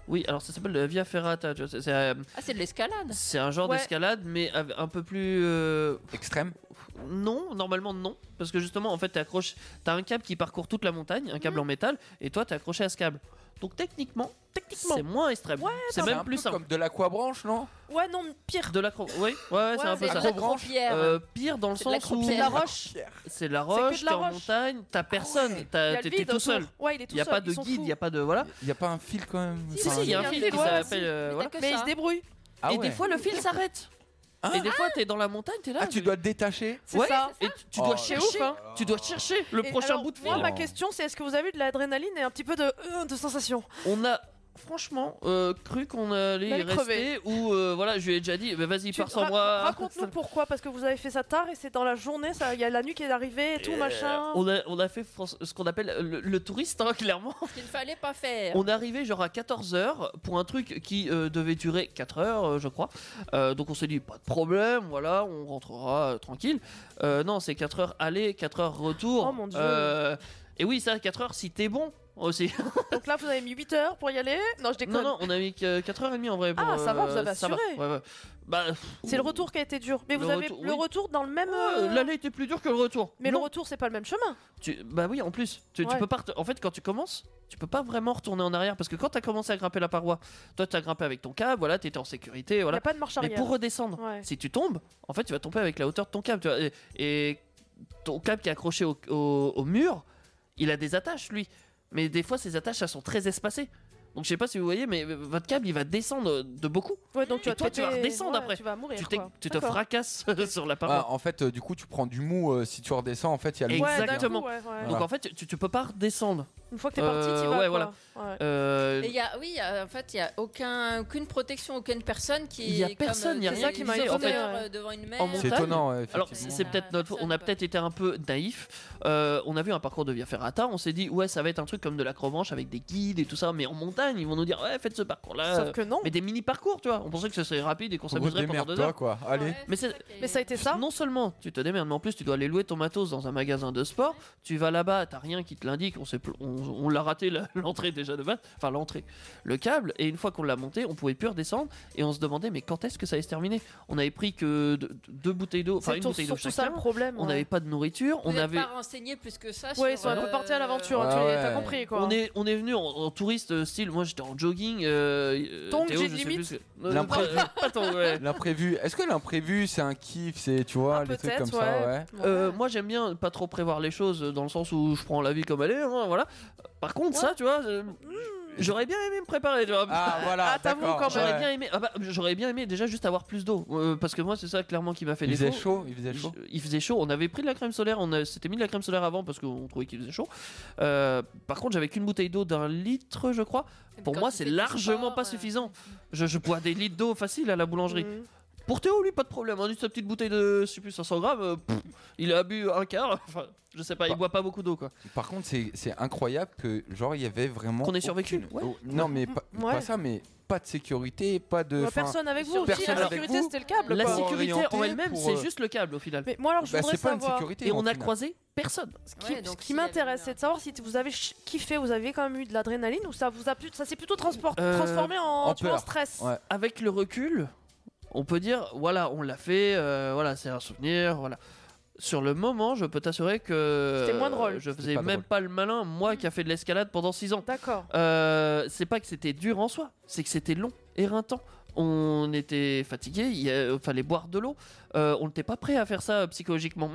S3: Oui, alors ça s'appelle le Via Ferrata. tu vois, c'est- C'est euh,
S5: Ah, c'est de l'escalade.
S3: c'est un genre
S2: Ouais.
S3: d'escalade, mais av- un peu plus. euh,
S4: Extrême.
S3: Non, normalement non, parce que justement, en fait, t'es accroché. T'as un câble qui parcourt toute la montagne, un
S2: Mm.
S3: câble en métal, et toi, t'es accroché à ce câble. Donc techniquement,
S2: Techniquement.
S3: c'est moins extrême. c'est
S4: C'est
S3: même
S4: un
S3: plus
S4: peu
S3: simple.
S4: Comme de l'aquabranche, non
S2: Ouais, non, pire.
S3: De l'acro. Oui, ouais, ouais, c'est un peu
S5: C'est
S3: ça.
S5: de la croupière.
S3: Euh, pire dans le
S5: C'est de
S3: sens où
S5: l'acropierre.
S2: C'est de la roche.
S3: c'est de la
S2: que de
S3: roche, t'es
S2: la
S3: en
S2: roche.
S3: montagne, t'as personne,
S2: Il y
S3: t'as-
S2: a le
S3: t'es
S2: vide
S3: t'es tout
S2: autour.
S3: seul.
S2: Ouais, il est tout
S3: Il y a
S2: seul,
S3: pas de
S2: ils sont
S3: guide, il
S2: fous.
S3: y a pas de voilà.
S4: Y a pas un fil quand même
S5: Si,
S3: Si,
S4: Enfin,
S3: si, il y a
S5: il y
S3: un
S5: a
S3: fil
S5: des
S3: qui
S5: doigts
S3: s'appelle.
S5: aussi.
S3: euh,
S5: Mais
S3: voilà.
S5: t'as que
S2: Mais
S5: ça.
S2: il se débrouille.
S4: Ah
S3: et des
S4: ouais.
S3: fois, le fil s'arrête.
S4: Hein
S3: et des fois, t'es dans la montagne, t'es là.
S4: Ah, tu dois te détacher
S2: C'est
S3: Ouais.
S2: ça.
S3: Et tu, tu dois
S4: Oh,
S3: chercher.
S2: c'est ouf,
S3: Tu dois chercher le
S2: Et
S3: prochain
S2: alors,
S3: bout de fil.
S2: Moi, ma question, c'est est-ce que vous avez eu de l'adrénaline et un petit peu de, euh, de sensation
S3: On a franchement euh, cru qu'on allait y
S2: Allez,
S3: rester
S2: crever.
S3: ou euh, voilà, je lui ai déjà dit, bah, vas-y,
S2: Tu-
S3: pars sans
S2: ra-
S3: moi.
S2: Raconte-nous pourquoi, parce que vous avez fait ça tard et c'est dans la journée, ça- il y a la nuit qui est arrivée et tout,
S3: Euh,
S2: machin.
S3: On a, on a fait fran- ce qu'on appelle le, le touriste, hein, clairement.
S5: Ce qu'il fallait pas faire.
S3: On est arrivé genre à 14h pour un truc qui euh, devait durer 4 heures, euh, je crois. Euh, donc on s'est dit, pas de problème, voilà, on rentrera euh, tranquille. Euh, non, c'est 4 heures aller, 4 heures retour.
S2: Oh, mon Dieu.
S3: Euh, et oui, ça, 4 heures si t'es bon aussi.
S2: Donc là, vous avez mis 8 heures pour y aller. Non, je déconne.
S3: non, non, on a mis 4 heures et demie en vrai. Pour,
S2: Ah, ça va, vous
S3: euh,
S2: avez
S3: ça va.
S2: assuré.
S3: Ouais, ouais. Bah, pff,
S2: C'est le retour qui a été dur. Mais
S3: Le
S2: vous avez
S3: retour,
S2: le
S3: oui.
S2: retour dans le même.
S3: euh,
S2: euh,
S3: L'aller était plus dur que le retour.
S2: Mais
S3: Non,
S2: le retour, c'est pas le même chemin.
S3: tu- Bah oui, en plus. Tu, tu
S2: Ouais.
S3: peux pas ret- En fait, quand tu commences, tu peux pas vraiment retourner en arrière parce que quand t'as commencé à grimper la paroi, toi t'as grimpé avec ton câble, voilà, t'étais en sécurité,
S2: Il n'y
S3: voilà.
S2: a pas de marche
S3: Mais
S2: arrière.
S3: pour redescendre,
S2: Ouais.
S3: si tu tombes, en fait, tu vas tomber avec la hauteur de ton câble. tu vois, et, et ton câble qui est accroché au, au- au mur, il a des attaches, lui. Mais des fois, ces attaches, elles sont très espacées. Donc, je sais pas si vous voyez, mais euh, votre câble, il va descendre euh, de beaucoup.
S2: Ouais, donc
S3: Et
S2: tu vas te
S3: toi, tu vas
S2: péter-
S3: redescendre
S2: ouais,
S3: après.
S2: Tu vas mourir.
S3: Tu, t'es-
S2: quoi.
S3: tu te
S2: D'accord.
S3: fracasses sur la
S4: Ah,
S3: paroi.
S4: En fait, euh, du coup, tu prends du mou euh, si tu redescends. En fait, il y a le
S3: Et-
S4: mou.
S2: Ouais, d'un
S3: Exactement.
S2: coup, ouais, ouais.
S3: Donc, en fait, tu, tu peux pas redescendre.
S2: Une fois que Oh, t'es parti,
S3: Euh,
S2: t'y vas.
S3: ouais,
S2: quoi.
S3: voilà.
S2: Ouais.
S3: Euh,
S5: Et il y a, oui, il y a- en fait, il n'y a aucun, aucune protection, aucune personne qui.
S3: Il y a
S5: est comme,
S3: personne, il y a
S5: euh,
S3: rien
S5: des-
S3: qui m'a-
S5: des
S3: en fait,
S5: auteurs, euh, devant une mer.
S3: en montagne.
S4: étonnant, ouais,
S3: Alors
S4: effectivement.
S3: c'est c'est peut-être notre, faute, on a peut-être été un peu naïf. Euh, on a vu un parcours de Via Ferrata, on s'est dit ouais ça va être un truc comme de l'acromanche avec des guides et tout ça, mais en montagne ils vont nous dire ouais faites ce parcours là.
S2: Sauf que non.
S3: Mais des mini parcours tu vois, on pensait que ce serait rapide et qu'on
S4: Gros,
S3: s'amuserait pendant deux
S4: démerde-toi,
S3: heures.
S4: quoi. Allez.
S5: Ouais,
S3: Mais
S5: c'est
S3: c'est-
S5: ça qui est-
S2: Mais ça a été ça.
S3: Non seulement tu te démerdes, mais en plus tu dois aller louer ton matos dans un magasin de sport. Tu vas là-bas, t'as rien qui te l'indique. On, s'est pl- on, on l'a raté la- l'entrée déjà de base, enfin l'entrée, le câble. Et une fois qu'on l'a monté, on pouvait plus redescendre et on se demandait mais quand est-ce que ça allait se terminer On avait pris que de- de- deux bouteilles d'eau, enfin
S2: C'est
S3: une
S2: tout-
S3: bouteille d'eau
S2: surtout ça
S3: chacun.
S2: le problème.
S3: On
S2: ouais.
S3: n'avait pas de nourriture,
S5: Vous
S3: on
S5: n'êtes
S3: avait.
S5: pas hein, renseigné plus que ça. sur,
S2: Ouais, ils sont un peu
S5: euh,
S2: partis à l'aventure, hein,
S4: Ouais,
S2: tu les-
S4: Ah ouais.
S2: t'as compris quoi.
S3: On est, on est venu en, en touriste euh, style, moi j'étais en jogging. Euh,
S2: Tongs,
S3: Théo,
S2: j'ai
S3: je
S2: de
S3: sais
S2: limite.
S3: plus ce que- Non,
S4: L'imprévu.
S3: pas- pas tant, ouais.
S4: L'imprévu. Est-ce que l'imprévu, c'est un kiff C'est, tu vois,
S2: Ah,
S4: les trucs
S2: peut-être,
S4: comme ça, ouais.
S3: Euh, moi j'aime bien pas trop prévoir les choses euh, dans le sens où je prends la vie comme elle est, hein, voilà. Par contre ça tu vois, euh, j'aurais bien aimé me préparer, tu vois.
S4: Ah, voilà.
S2: Ah, t'avoues
S4: d'accord,
S2: quand même.
S3: J'aurais
S4: ouais.
S3: bien aimé, ah bah, j'aurais bien aimé déjà juste avoir plus d'eau, euh, parce que moi c'est ça clairement qui m'a fait
S4: Il
S3: défaut.
S4: faisait chaud, il faisait chaud.
S3: Il faisait chaud. On avait pris de la crème solaire, on a- s'était mis de la crème solaire avant parce qu'on trouvait qu'il faisait chaud. Euh, par contre, j'avais qu'une bouteille d'eau d'un litre, je crois. Pour
S5: quand
S3: moi,
S5: tu
S3: c'est
S5: fais du
S3: largement
S5: sport,
S3: pas
S5: euh,
S3: suffisant. Je, je bois des litres d'eau facile à la boulangerie.
S2: Mhm.
S3: Pour Théo, lui, pas de problème. Hein, juste sa petite bouteille de je sais plus, 500 grammes, euh, pff, il a bu un quart. Enfin, je sais pas, il
S4: Bah.
S3: boit pas beaucoup d'eau quoi.
S4: Par contre, c'est c'est incroyable que, genre, il y avait vraiment.
S3: Qu'on ait survécu,
S4: aucune-
S3: ouais.
S4: oh, Non, mais pas,
S2: Ouais.
S4: pas ça, mais pas de sécurité, pas de.
S2: Bah,
S4: enfin,
S2: personne avec vous
S5: sur-
S2: aussi,
S4: personne
S2: la
S4: avec
S2: sécurité
S4: vous.
S2: c'était le câble
S3: La
S2: quoi.
S4: Pour
S3: sécurité en
S4: orienter,
S3: elle-même,
S4: pour,
S3: c'est
S4: euh,
S3: juste le câble au final.
S2: Mais moi alors je
S4: bah,
S2: voudrais
S4: c'est pas une
S2: savoir,
S4: sécurité.
S3: Et
S4: en
S3: on a
S4: final.
S3: croisé personne.
S2: ce qui,
S5: Ouais, donc
S2: ce qui
S5: s'il y avait
S2: m'intéresse
S5: eu un-
S2: c'est de savoir si vous avez ch- kiffé, vous avez quand même eu de l'adrénaline ou ça vous a plus, ça s'est plutôt transpor-
S3: Euh,
S2: transformé en,
S4: en
S2: tu vois, en
S4: peur.
S2: stress.
S4: Ouais.
S3: avec le recul, on peut dire voilà, on l'a fait, euh, voilà, c'est un souvenir, voilà. Sur le moment, je peux t'assurer que
S2: C'était moins drôle. Mm.
S3: Je
S4: C'était
S3: faisais
S4: pas
S3: même
S4: drôle.
S3: pas le malin, moi qui a fait de l'escalade pendant 6 ans.
S2: D'accord.
S3: Euh, c'est pas que c'était dur en soi, c'est que c'était long, éreintant. On était fatigué, il y a- fallait boire de l'eau. Euh, on n'était pas prêt à faire ça euh, psychologiquement.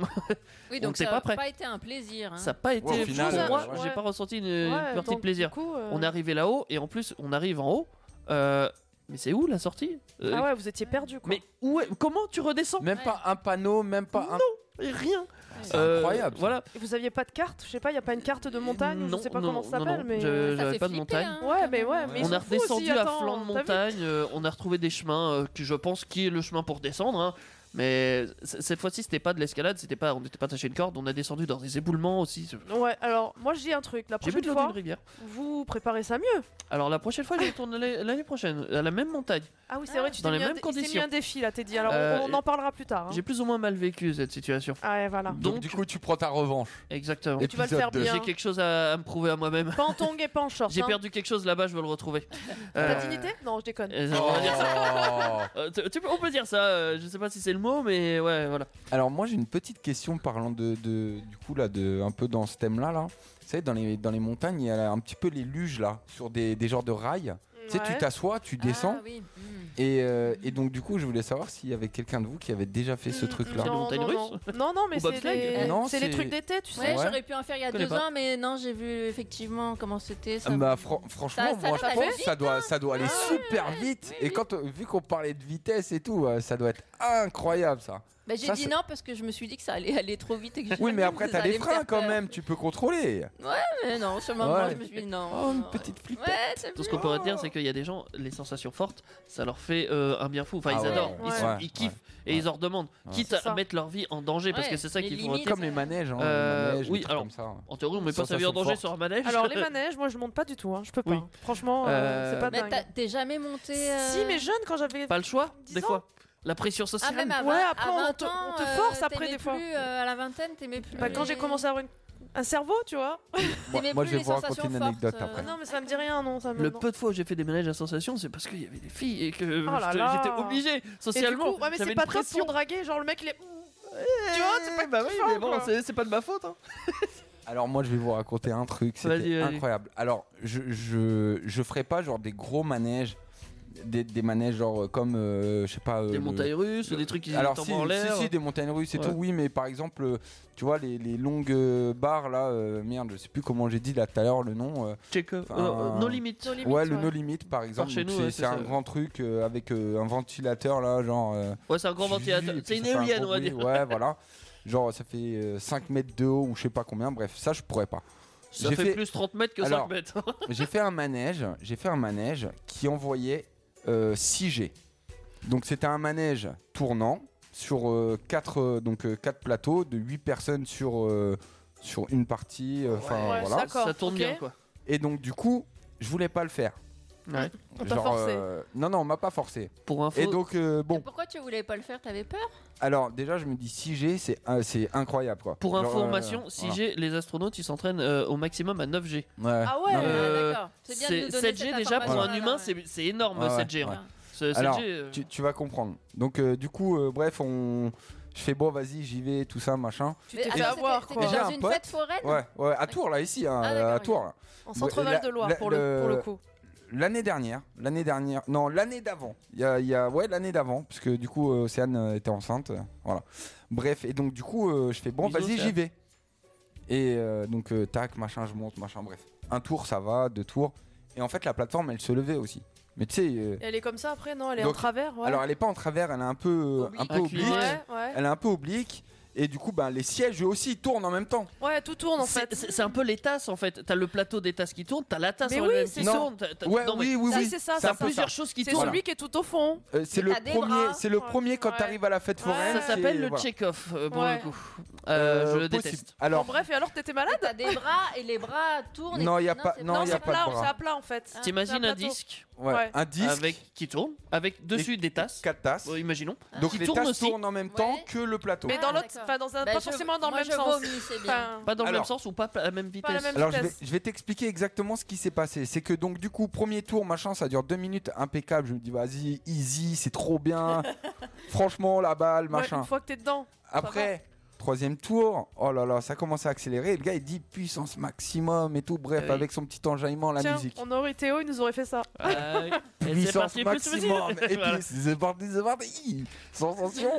S5: Oui,
S3: on
S5: donc
S3: s'est
S5: ça
S3: pas
S5: n'a
S3: prêt.
S5: pas été un plaisir. hein.
S3: ça n'a pas été.
S4: au
S3: pour
S4: final, euh,
S3: moi,
S4: ouais.
S3: j'ai pas ressenti une, une
S2: Ouais,
S3: partie
S2: donc,
S3: de plaisir.
S2: du coup, euh,
S3: On est arrivé là-haut et en plus, on arrive en haut. Euh, mais c'est où la sortie Euh,
S2: Ah ouais, vous étiez perdu quoi.
S3: Mais où est- comment tu redescends
S4: Même pas un panneau, même pas un.
S3: Rien.
S4: C'est
S3: Euh,
S4: incroyable. ça.
S3: Voilà.
S2: Et Vous aviez pas de carte, je sais pas, il y a pas une carte de montagne, ou je
S3: Non,
S2: sais pas
S3: non,
S2: comment ça
S3: non,
S2: s'appelle
S3: non,
S2: mais
S3: je-
S2: euh,
S5: Ça
S3: j'avais
S5: fait
S3: pas de
S5: flipper,
S3: montagne.
S5: hein,
S2: Ouais,
S5: quand
S2: mais
S5: même,
S2: ouais,
S5: hein.
S2: mais ils
S3: on
S2: sont
S3: a
S2: fous aussi,
S3: redescendu à
S2: attends,
S3: flanc de
S2: t'as vu
S3: montagne. euh, on a retrouvé des chemins euh, que je pense qui est le chemin pour descendre. hein. Mais c- cette fois-ci, c'était pas de l'escalade, c'était pas, on n'était pas attaché à une corde. On a descendu dans des éboulements aussi.
S2: Ouais, alors moi je dis un truc, la
S3: J'ai bu
S2: prochaine
S3: de l'eau d'une
S2: fois,
S3: rivière.
S2: vous préparez ça mieux.
S3: Alors la prochaine fois, je retourne l'année l'année prochaine à la même montagne.
S2: Ah oui, c'est
S5: Ah,
S2: vrai, tu
S3: dans
S2: t'es
S3: les
S2: mis, un
S3: mêmes
S2: dé- il s'est mis
S3: conditions.
S2: un défi là, t'es dit. Alors
S3: Euh,
S2: on, on en parlera plus tard. hein.
S3: J'ai plus ou moins mal vécu cette situation.
S2: Ah ouais, voilà.
S4: Donc,
S3: Donc-
S4: du coup, tu prends ta revanche.
S3: Exactement.
S2: Et tu vas le faire
S4: Épisode
S2: bien.
S3: J'ai quelque chose à, à me prouver à moi-même.
S2: Pas en tongs et pas en short.
S3: J'ai
S2: hein.
S3: perdu quelque chose là-bas, je veux le retrouver.
S2: Ta
S3: Euh,
S2: dignité Non, je déconne.
S3: euh, on va dire ça.
S4: Oh.
S3: Euh, tu- tu peux- on peut dire ça. euh, je sais pas si c'est le mot, mais ouais, voilà.
S4: Alors moi j'ai une petite question parlant de, de- du coup là de un peu dans ce thème là là. Vous savez dans les dans les montagnes il y a un petit peu les luges là sur des, des genres de rails. Tu sais tu
S2: Ouais.
S4: t'assois, tu
S5: Ah,
S4: descends
S5: oui. Mm.
S4: et, euh, et donc du coup je voulais savoir s'il y avait quelqu'un de vous qui avait déjà fait ce
S2: Mm,
S4: truc
S2: non,
S4: là.
S3: Les montagnes
S2: non,
S3: russes
S2: non. Non, non, mais
S3: Ou
S2: c'est
S3: bobsleigh
S2: les...
S4: Non,
S2: c'est les
S4: c'est- Ah
S2: trucs d'été, tu sais.
S5: Ouais,
S4: Ouais.
S5: j'aurais pu en faire il y a
S3: Connais
S5: deux
S3: pas.
S5: ans, mais non, j'ai vu effectivement comment c'était. Ça...
S4: Bah, fran- franchement,
S5: Ça- ça
S4: moi
S5: va
S4: je
S5: vite, hein.
S4: pense que ça doit, ça doit aller
S2: Ah
S4: super vite.
S5: oui,
S4: et
S5: oui.
S4: quand, vu qu'on parlait de vitesse et tout, euh, ça doit être incroyable ça.
S5: Bah, j'ai
S4: ça,
S5: dit
S4: c'est-
S5: non parce que je me suis dit que ça allait aller trop vite. Et que
S4: Oui, mais
S5: ça
S4: après t'as
S5: allait
S4: les
S5: me
S4: freins
S5: faire
S4: quand
S5: peur.
S4: même, tu peux contrôler.
S5: Mais non, sur le moment,
S4: Ouais.
S5: je me suis dit non.
S4: Oh, une
S5: non.
S4: petite flippette.
S5: Ouais, c'est
S3: Tout ce qu'on peut dire, c'est qu'il y a des gens, les sensations fortes, ça leur fait euh, un bien fou. Enfin,
S4: Ah
S3: ils
S4: ouais,
S3: adorent, ils,
S2: ouais.
S3: sont-
S4: Ouais,
S3: ils kiffent
S4: ouais,
S3: et ils en redemandent,
S4: Ouais.
S3: quitte
S2: C'est
S3: à
S2: ça.
S3: mettre leur vie en danger parce
S5: Ouais,
S3: que c'est ça
S5: les
S3: qu'ils font.
S5: limites.
S4: Comme les manèges, hein, les
S3: Euh,
S4: manèges, les
S3: oui,
S4: trucs
S3: alors-
S4: comme ça. hein.
S3: En théorie, on met pas sa vie
S4: Sensation
S3: en danger
S4: forte.
S3: sur un manège.
S2: Alors les manèges, moi je monte pas du tout, hein. je peux pas.
S3: Oui.
S2: Franchement, euh,
S3: Euh,
S2: c'est pas
S5: Mais
S2: dingue.
S5: t'as- t'es jamais monté. euh,
S2: Si, mais jeune, quand j'avais.
S3: pas le choix,
S2: Dix
S3: des
S2: ans.
S3: fois. La pression
S5: Ah,
S3: sociale.
S5: même à
S2: Ouais,
S5: 20
S2: après,
S5: à
S2: on
S5: 20
S2: te-
S5: ans,
S2: on te
S5: euh,
S2: force après,
S5: t'aimais
S2: des fois.
S5: plus, euh, à la vingtaine, t'aimais plus.
S2: Bah, quand j'ai commencé à avoir une- un cerveau, tu vois.
S5: T'aimais
S4: moi,
S5: plus
S4: je vais
S5: les
S4: vous
S5: sensations
S4: raconter une
S5: fortes,
S4: anecdote
S5: euh,
S4: après.
S2: Ah non, mais ça me dit rien, non. Ça me...
S3: Le
S2: non.
S3: peu de fois où j'ai fait des manèges à sensation, c'est parce qu'il y avait des filles et que
S2: Oh là
S3: j'étais-
S2: là.
S3: j'étais obligé
S2: Et du
S3: socialement.
S2: coup, ouais, mais
S3: J'avais
S2: c'est
S3: une
S2: pas top
S3: pression.
S2: pour draguer, genre le mec il est.
S3: Tu vois, c'est pas bah oui, mais bon,
S2: quoi.
S3: c'est c'est pas de ma faute. hein.
S4: Alors moi je vais vous raconter un truc,
S3: Vas-y,
S4: c'était
S3: vas-y.
S4: incroyable. Alors je, je, je ferai pas genre des gros manèges, des, des manèges genre euh, comme euh, je sais pas... euh,
S3: Des
S4: le-
S3: montagnes russes, ou
S4: le-
S3: des trucs qui
S4: Alors
S3: tombent
S4: si,
S3: en l'air.
S4: si, si, des montagnes russes et
S3: Ouais.
S4: tout, oui mais par exemple euh, tu vois les, les longues euh, barres là, euh, merde je sais plus comment j'ai dit là tout à l'heure le nom. euh,
S3: Check-up.
S4: Enfin,
S3: Euh, euh, Nos limites.
S2: No limit,
S4: ouais le No Limit par exemple,
S3: chez
S4: donc
S3: nous,
S4: c'est
S3: ouais, c'est
S4: c'est un
S3: ça.
S4: grand truc euh, avec euh, un ventilateur là genre... euh,
S3: Ouais, c'est un grand ventilateur.
S4: et puis
S3: C'est une
S4: ça fait un
S3: éolienne,
S4: gros
S3: on va
S4: bruit.
S3: dire.
S4: euh, Ouais, voilà. Genre, ça fait 5 mètres de haut ou je sais pas combien. Bref, ça, je pourrais pas.
S3: Ça
S4: J'ai
S3: fait,
S4: fait-
S3: plus 30 mètres que
S4: Alors,
S3: 5 mètres.
S4: j'ai fait un manège, j'ai fait un manège qui envoyait euh, 6G. Donc c'était un manège tournant sur 4 donc euh, quatre plateaux de 8 personnes sur euh, sur une partie euh, enfin
S2: Ouais,
S4: voilà.
S2: d'accord,
S3: Ça tourne
S2: ok.
S3: bien, quoi.
S4: Et donc du coup, je voulais pas le faire.
S3: Ouais.
S2: On t'a forcé.
S4: euh, non non, on m'a pas forcé.
S3: Pour info,
S4: Et donc euh, bon,
S5: Pourquoi tu voulais pas le faire T'avais peur
S4: alors déjà je me dis 6G c'est euh, c'est incroyable quoi.
S3: pour
S4: Genre, euh,
S3: information,
S4: voilà.
S3: 6G, les astronautes, ils s'entraînent euh, au maximum à 9G.
S4: Ouais.
S2: Ah ouais
S4: Non, mais-
S3: Euh,
S5: Ah, d'accord. C'est bien de nous donner
S3: 7G
S5: cette
S3: déjà pour un
S5: information-là,
S3: humain,
S5: ouais.
S3: c'est- c'est énorme
S4: Ouais,
S3: 7G.
S4: ouais.
S3: hein. Ce- 7G,
S4: Alors,
S3: euh,
S4: tu, tu vas comprendre. Donc euh, du coup, euh, bref, on... je fais bon, vas-y, j'y vais, tout ça, machin.
S5: Tu
S2: t'es fait
S5: attends,
S2: avoir,
S5: c'était-
S2: quoi.
S5: c'était
S4: Déjà
S5: dans
S4: un
S5: une
S4: pote.
S5: fête foraine
S4: Ouais, ouais, à Tours là, ici, hein,
S5: Ah, d'accord,
S4: à Tours. là.
S2: En
S4: la-
S2: centre-val de Loire
S4: la-
S2: pour, le, pour le
S4: le-
S2: coup.
S4: L'année dernière, l'année dernière, non, l'année d'avant. Il y a, il y a- ouais, l'année d'avant, puisque du coup, euh, Océane euh, était enceinte, euh, voilà. Bref, et donc du coup, euh, je fais bon,
S3: Bisous,
S4: vas-y, j'y
S3: Océane.
S4: vais. Et euh, donc euh, tac, machin, je monte, machin, bref. Un tour, ça va, deux tours. Et en fait, la plateforme, elle se levait aussi. Mais tu sais, euh,
S2: Elle est comme ça après, non Elle est en
S4: Donc,
S2: travers ouais.
S4: alors elle est pas en travers, elle est un peu, euh, un peu
S3: Oblique.
S4: oblique.
S2: ouais, ouais.
S4: elle est un peu oblique et du coup ben, les sièges eux aussi ils tournent en même temps.
S2: Ouais, tout tourne en
S3: c'est-
S2: fait.
S3: C'est c'est un peu les tasses en fait. T'as le plateau des tasses qui tourne, t'as la tasse
S2: Mais
S3: en
S2: oui,
S3: elle-même
S2: c'est
S3: qui
S4: ça.
S3: tourne. t'as- t'as-
S4: Ouais,
S3: non, mais
S4: oui, oui,
S2: Si,
S4: oui.
S2: c'est ça,
S4: C'est
S2: c'est
S4: un
S3: T'as
S4: peu
S2: ça.
S3: plusieurs choses qui
S2: C'est
S3: tournent.
S4: Voilà.
S2: celui qui est tout au fond.
S4: Euh, c'est le
S5: t'as des
S4: premier,
S5: bras.
S4: c'est le premier quand
S2: Ouais.
S4: t'arrives à la fête foraine.
S2: Ouais.
S3: Ça
S4: c'est-
S3: s'appelle le
S4: voilà.
S3: check-off euh, pour
S2: Ouais.
S3: le coup. Euh, je
S4: Euh,
S3: le
S4: possible.
S3: déteste.
S2: En
S4: Alors
S2: bref, et alors t'étais malade
S5: T'as des bras et les bras tournent. et-
S4: Non, y a pas-
S5: c'est
S4: non,
S5: pas-
S4: y a
S2: c'est
S4: pas de
S2: plat,
S4: bras.
S2: c'est à plat en fait.
S3: T'imagines
S2: c'est un
S3: un
S2: plateau.
S3: disque
S4: ouais,
S2: ouais.
S4: un disque,
S3: avec qui tourne, avec dessus des tasses.
S4: quatre tasses.
S3: Bon, imaginons.
S4: Donc
S3: qui
S4: les
S3: tournent
S4: tasses
S3: aussi.
S4: tournent en même temps
S5: Ouais.
S4: que le plateau.
S2: Ah. Mais
S5: Ah,
S2: dans l'autre,
S5: d'accord.
S2: enfin dans un,
S5: Bah,
S2: pas
S5: je-
S2: forcément dans le
S5: moi,
S2: même
S5: je
S2: sens.
S5: vomis, c'est bien.
S2: Enfin,
S3: Pas dans le
S4: Alors.
S3: même sens ou pas à la même vitesse.
S2: Pas la même-
S4: Alors je vais,
S2: vitesse.
S4: je vais t'expliquer exactement ce qui s'est passé. C'est que donc du coup premier tour machin ça dure deux minutes impeccable. Je me dis vas-y easy c'est trop bien. Franchement la balle
S2: ouais,
S4: machin.
S2: une fois que t'es dedans.
S4: Après, troisième tour, oh là là, ça commence à accélérer. Le gars, il dit puissance maximum et tout. Bref,
S3: Ah oui.
S4: avec son petit enjaillement, la
S2: Tiens,
S4: musique.
S2: on aurait Théo, il nous aurait fait ça.
S3: Ah oui. Et c'est
S4: Puissance
S3: parti, plus
S4: maximum.
S3: petit.
S4: Et
S3: Voilà.
S4: puis, c'est parti, c'est parti. Hi, Sensation.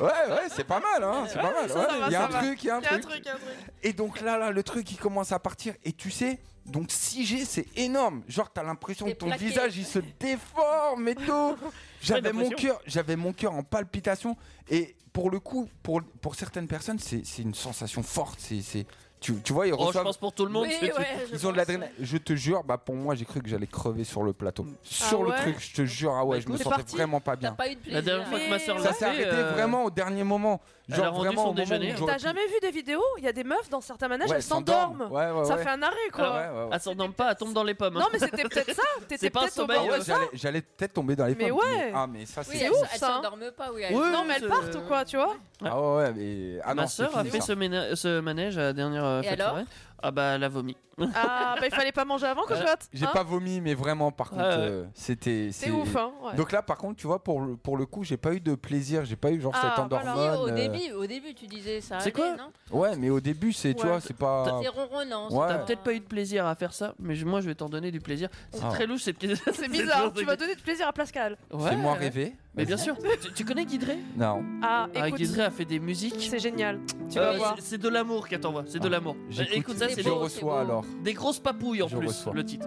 S4: Ouais, ouais, c'est pas mal, hein. C'est pas mal.
S2: ça, ça
S4: ouais.
S2: va,
S4: Il y a
S2: ça
S4: un
S2: va.
S4: truc, il y a un
S2: Il y a un
S4: truc.
S2: truc, il y a un truc.
S4: Et donc là, là, le truc, il commence à partir. Et tu sais, donc 6G, c'est énorme. Genre, t'as l'impression que
S5: T'es
S4: ton
S5: plaqué.
S4: visage, il se déforme et tout. J'avais mon
S3: l'impression.
S4: cœur, j'avais mon cœur en palpitation. Et pour le coup, pour, pour certaines personnes, c'est c'est une sensation forte. C'est, c'est- tu, tu vois, ils
S3: Oh, je
S4: reçoivent-
S3: pense pour tout le monde.
S5: Oui,
S3: ce truc.
S5: ouais, Ah je
S4: ils ont de
S5: pense,
S4: l'adrénaline. Je te jure, bah pour moi, j'ai cru que j'allais crever sur le plateau. Sur le
S2: ouais
S4: truc, je te jure, ah ouais,
S3: Bah,
S4: je me
S3: écoute,
S4: sentais
S2: c'est parti.
S4: vraiment pas
S5: T'as
S4: bien.
S5: pas eu de plaisir.
S3: La dernière fois que ma soeur
S2: Mais
S3: l'a
S4: Ça
S3: fait.
S4: s'est arrêté
S3: euh,
S4: vraiment au dernier moment.
S3: elle
S4: Genre
S3: a rendu
S4: vraiment
S3: son
S4: au moment
S3: déjeuner. hein.
S4: où
S3: T'as
S4: j'aurais
S2: T'as
S4: pu-
S2: jamais vu des vidéos Il y a des meufs dans certains manèges,
S4: Ouais,
S2: elles s'endorment.
S4: Ouais, ouais,
S2: Ça
S4: ouais.
S2: fait un arrêt
S4: Ouais,
S2: quoi.
S4: ouais, ouais.
S3: Elle s'endorme pas, elle tombe dans les pommes. hein.
S2: Non mais c'était peut-être ça. T'étais
S3: Ah C'est pas un
S2: peut-être
S3: sommeil, euh.
S4: Ah
S2: tombé
S4: ouais,
S2: de ça.
S4: j'allais- J'allais peut-être tomber dans les
S2: Mais
S4: pommes.
S2: ouais.
S4: Ah, mais ça,
S5: Oui,
S4: c'est.
S5: elles
S2: ouf,
S5: elles
S2: ça, hein.
S5: s'endorment pas, oui.
S3: Ouais.
S2: Non mais elles
S3: Euh,
S2: partent ou quoi, tu vois
S4: Ah ouais, ouais, mais. Ah
S3: Ma
S4: non, c'est
S3: sœur a
S4: fini,
S3: fait
S4: ça.
S3: ce, ména- ce manège à la dernière euh,
S5: Et
S3: fête
S5: alors
S3: foraine. Ah bah elle a vomi.
S2: Ah bah il fallelle pas manger avant
S3: Ouais.
S2: cocotte.
S4: J'ai
S2: hein
S4: pas vomi, mais vraiment, par contre,
S3: ouais.
S4: euh, c'était.
S2: C'est ouf hein. ouais.
S4: Donc là, par contre, tu vois, pour, le- pour le coup, j'ai pas eu de plaisir, j'ai pas eu genre
S2: Ah,
S4: cette
S2: voilà.
S4: endormone.
S5: Au
S4: euh,
S5: début, au début, tu disais ça.
S3: C'est
S5: allait,
S3: quoi
S5: non
S4: Ouais, mais au début, c'est, tu
S2: Ouais.
S4: vois, c'est pas.
S5: oh C'est ronronnant.
S4: Ouais.
S3: T'as peut-être pas eu de plaisir à faire ça, mais je- moi je vais t'en donner du plaisir. C'est
S4: Ah.
S3: très louche cette
S2: C'est bizarre, tu vas donner du plaisir à Pascal.
S4: C'est moi rêver.
S3: Mais bien
S4: Vas-y.
S3: sûr, tu, tu connais Guidré
S4: Non,
S2: Ah
S3: Ah,
S2: écoute,
S3: Guidré a fait des musiques.
S2: c'est génial. Tu
S3: Euh,
S2: vas voir.
S3: c'est- C'est de l'amour qu'elle t'envoie, c'est de
S4: Ah,
S3: l'amour. Euh,
S4: j'écoute.
S3: Écoute ça,
S5: C'est
S3: c'est
S4: je
S3: des,
S5: beau.
S4: reçois
S5: beau.
S4: alors.
S3: des grosses papouilles en
S4: Je
S3: plus,
S4: reçois.
S3: le titre.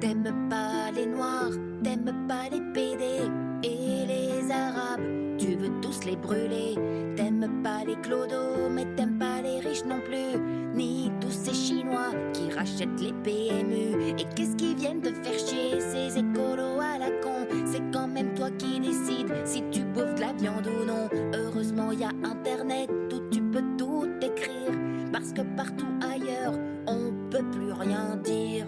S9: T'aimes pas les noirs, t'aimes pas les PD et les arabes, tu veux tous les brûler. T'aimes pas les clodos, mais t'aimes pas les riches non plus, ni tous ces chinois qui rachètent les PMU. Et qu'est-ce qu'ils viennent de faire chier ces écolos à la con C'est quand même toi qui décides si tu bouffes de la viande ou non. Heureusement, y a internet où tu peux tout écrire, parce que partout ailleurs, on peut plus rien dire.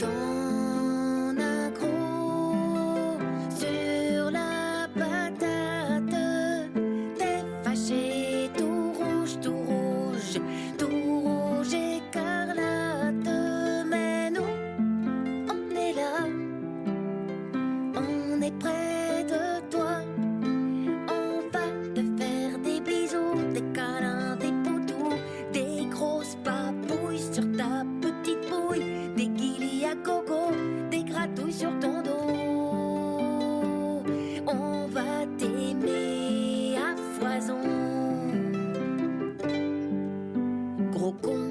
S9: Ton accro sur la patate, t'es fâché tout rouge, tout rouge, tout rouge écarlate. Mais nous, on est là, on est près de toi. On va te faire des bisous, des câlins, des poutous, des grosses papouilles sur ta petite bouille des guillis à coco, des gratouilles sur ton dos. On va t'aimer à foison. Gros con.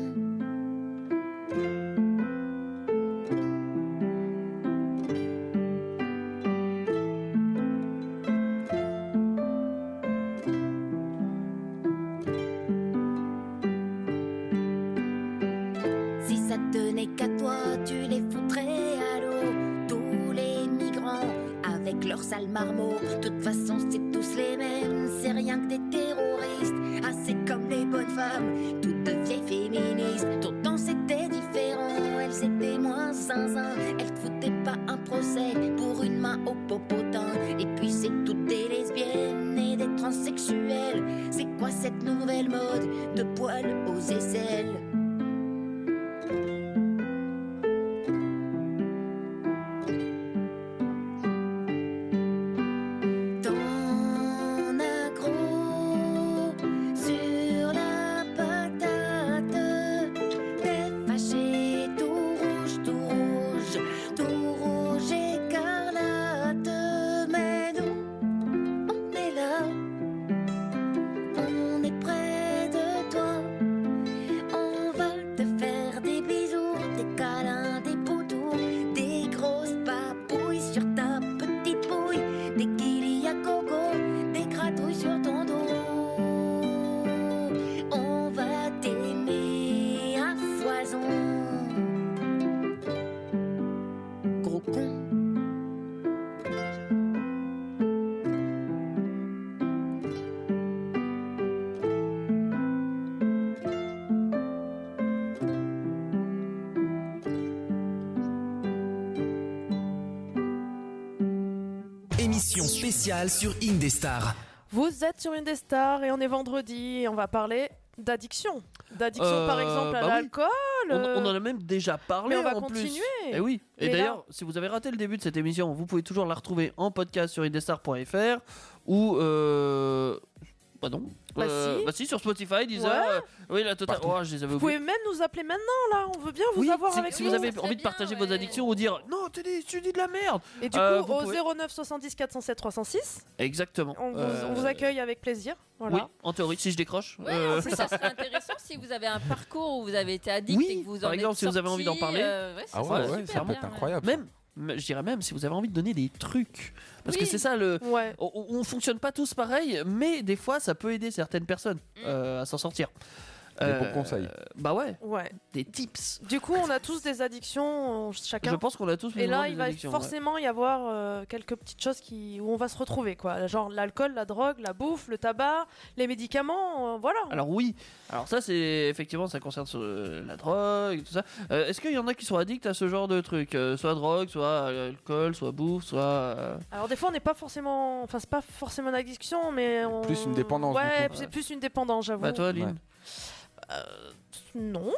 S9: sale marmot. De toute façon, c'est tous les mêmes, c'est rien que des terroristes. Ah, c'est comme les bonnes femmes, toutes de vieilles féministes. Tout le temps, c'était différent, elles étaient moins zinzin. Elles te foutaient pas un procès pour une main au popotin. Et puis, c'est toutes des lesbiennes et des transsexuels. C'est quoi cette nouvelle mode de poils aux aisselles? Ton accro sur la patate, t'es fâché tout rouge, tout rouge, tout rouge écarlate. Mais nous, on est là, on est près de toi. On va te faire des bisous, des câlins, des poutous, des grosses papouilles sur ta petite bouille, des guillis à coco, des gratouilles sur ton dos. On va t'aimer à foison. Gros con.
S6: Émission spéciale sur Indestar.
S2: Vous êtes sur une des stars et on est vendredi et on va parler d'addiction. D'addiction par
S3: Euh,
S2: exemple à
S3: bah oui.
S2: l'alcool.
S3: On,
S2: euh,
S3: on en a même déjà parlé hein,
S2: mais on va
S3: en plus.
S2: continuer.
S3: Et oui. Et
S2: Mais
S3: d'ailleurs, si vous avez raté le début de cette émission, vous pouvez toujours la retrouver en podcast sur indestar.fr ou euh... bah non.
S2: Bah
S3: Euh,
S2: si.
S3: sur Spotify, Deezer.
S2: Ouais.
S3: euh, Oui, la totale. Oh, je les avais
S2: Vous
S3: oubliés.
S2: pouvez même nous appeler maintenant là, on veut bien vous avoir
S3: Si,
S2: avec
S3: si
S2: nous.
S3: vous avez envie de partager vos addictions ou dire non, tu dis, tu dis de la merde.
S2: Et du
S3: euh,
S2: coup,
S3: vous
S2: au
S3: pouvez-
S2: 09 70 407 306,
S3: Exactement.
S2: on vous,
S3: Euh,
S2: on vous accueille avec plaisir. Voilà.
S3: Oui, en théorie, si je décroche.
S5: Ouais,
S3: Euh,
S5: en plus, ça serait intéressant si vous avez un parcours où vous avez été addict et que vous
S3: par
S5: en
S3: exemple,
S5: êtes
S3: si vous avez envie d'en
S5: sorti,
S3: parler.
S5: euh, ouais, ça
S3: Ah
S5: serait
S3: ouais, ouais,
S5: super
S3: ça peut
S5: bien,
S3: être
S5: ouais.
S3: incroyable. Même, mais je dirais même si vous avez envie de donner des trucs. Parce que
S5: Oui.
S3: c'est ça le.
S2: Ouais.
S3: On, on fonctionne pas tous pareil, mais des fois ça peut aider certaines personnes
S5: Mm.
S3: euh, à s'en sortir. Des
S4: bons conseils.
S3: Bah ouais.
S2: Ouais.
S3: Des tips.
S2: Du coup, on a tous des addictions, on- chacun.
S3: Je pense qu'on a tous plus
S2: Et
S3: ou moins
S2: là,
S3: des
S2: il va
S3: addictions,
S2: forcément y avoir euh, quelques petites choses qui... où on va se retrouver, quoi. Genre l'alcool, la drogue, la bouffe, le tabac, les médicaments, euh, voilà.
S3: Alors oui, alors ça c'est effectivement ça concerne euh, la drogue, tout ça. Euh, Est-ce qu'il y en a qui sont addicts à ce genre de trucs, Euh, soit drogue, soit euh, alcool, soit bouffe, soit euh,
S2: Alors des fois on n'est pas forcément, enfin c'est pas forcément une addiction, mais on...
S3: Plus une dépendance, du
S2: Ouais,
S3: coup.
S2: c'est plus une dépendance, j'avoue.
S3: Bah, toi, Lynn Ouais.
S2: Euh, Non.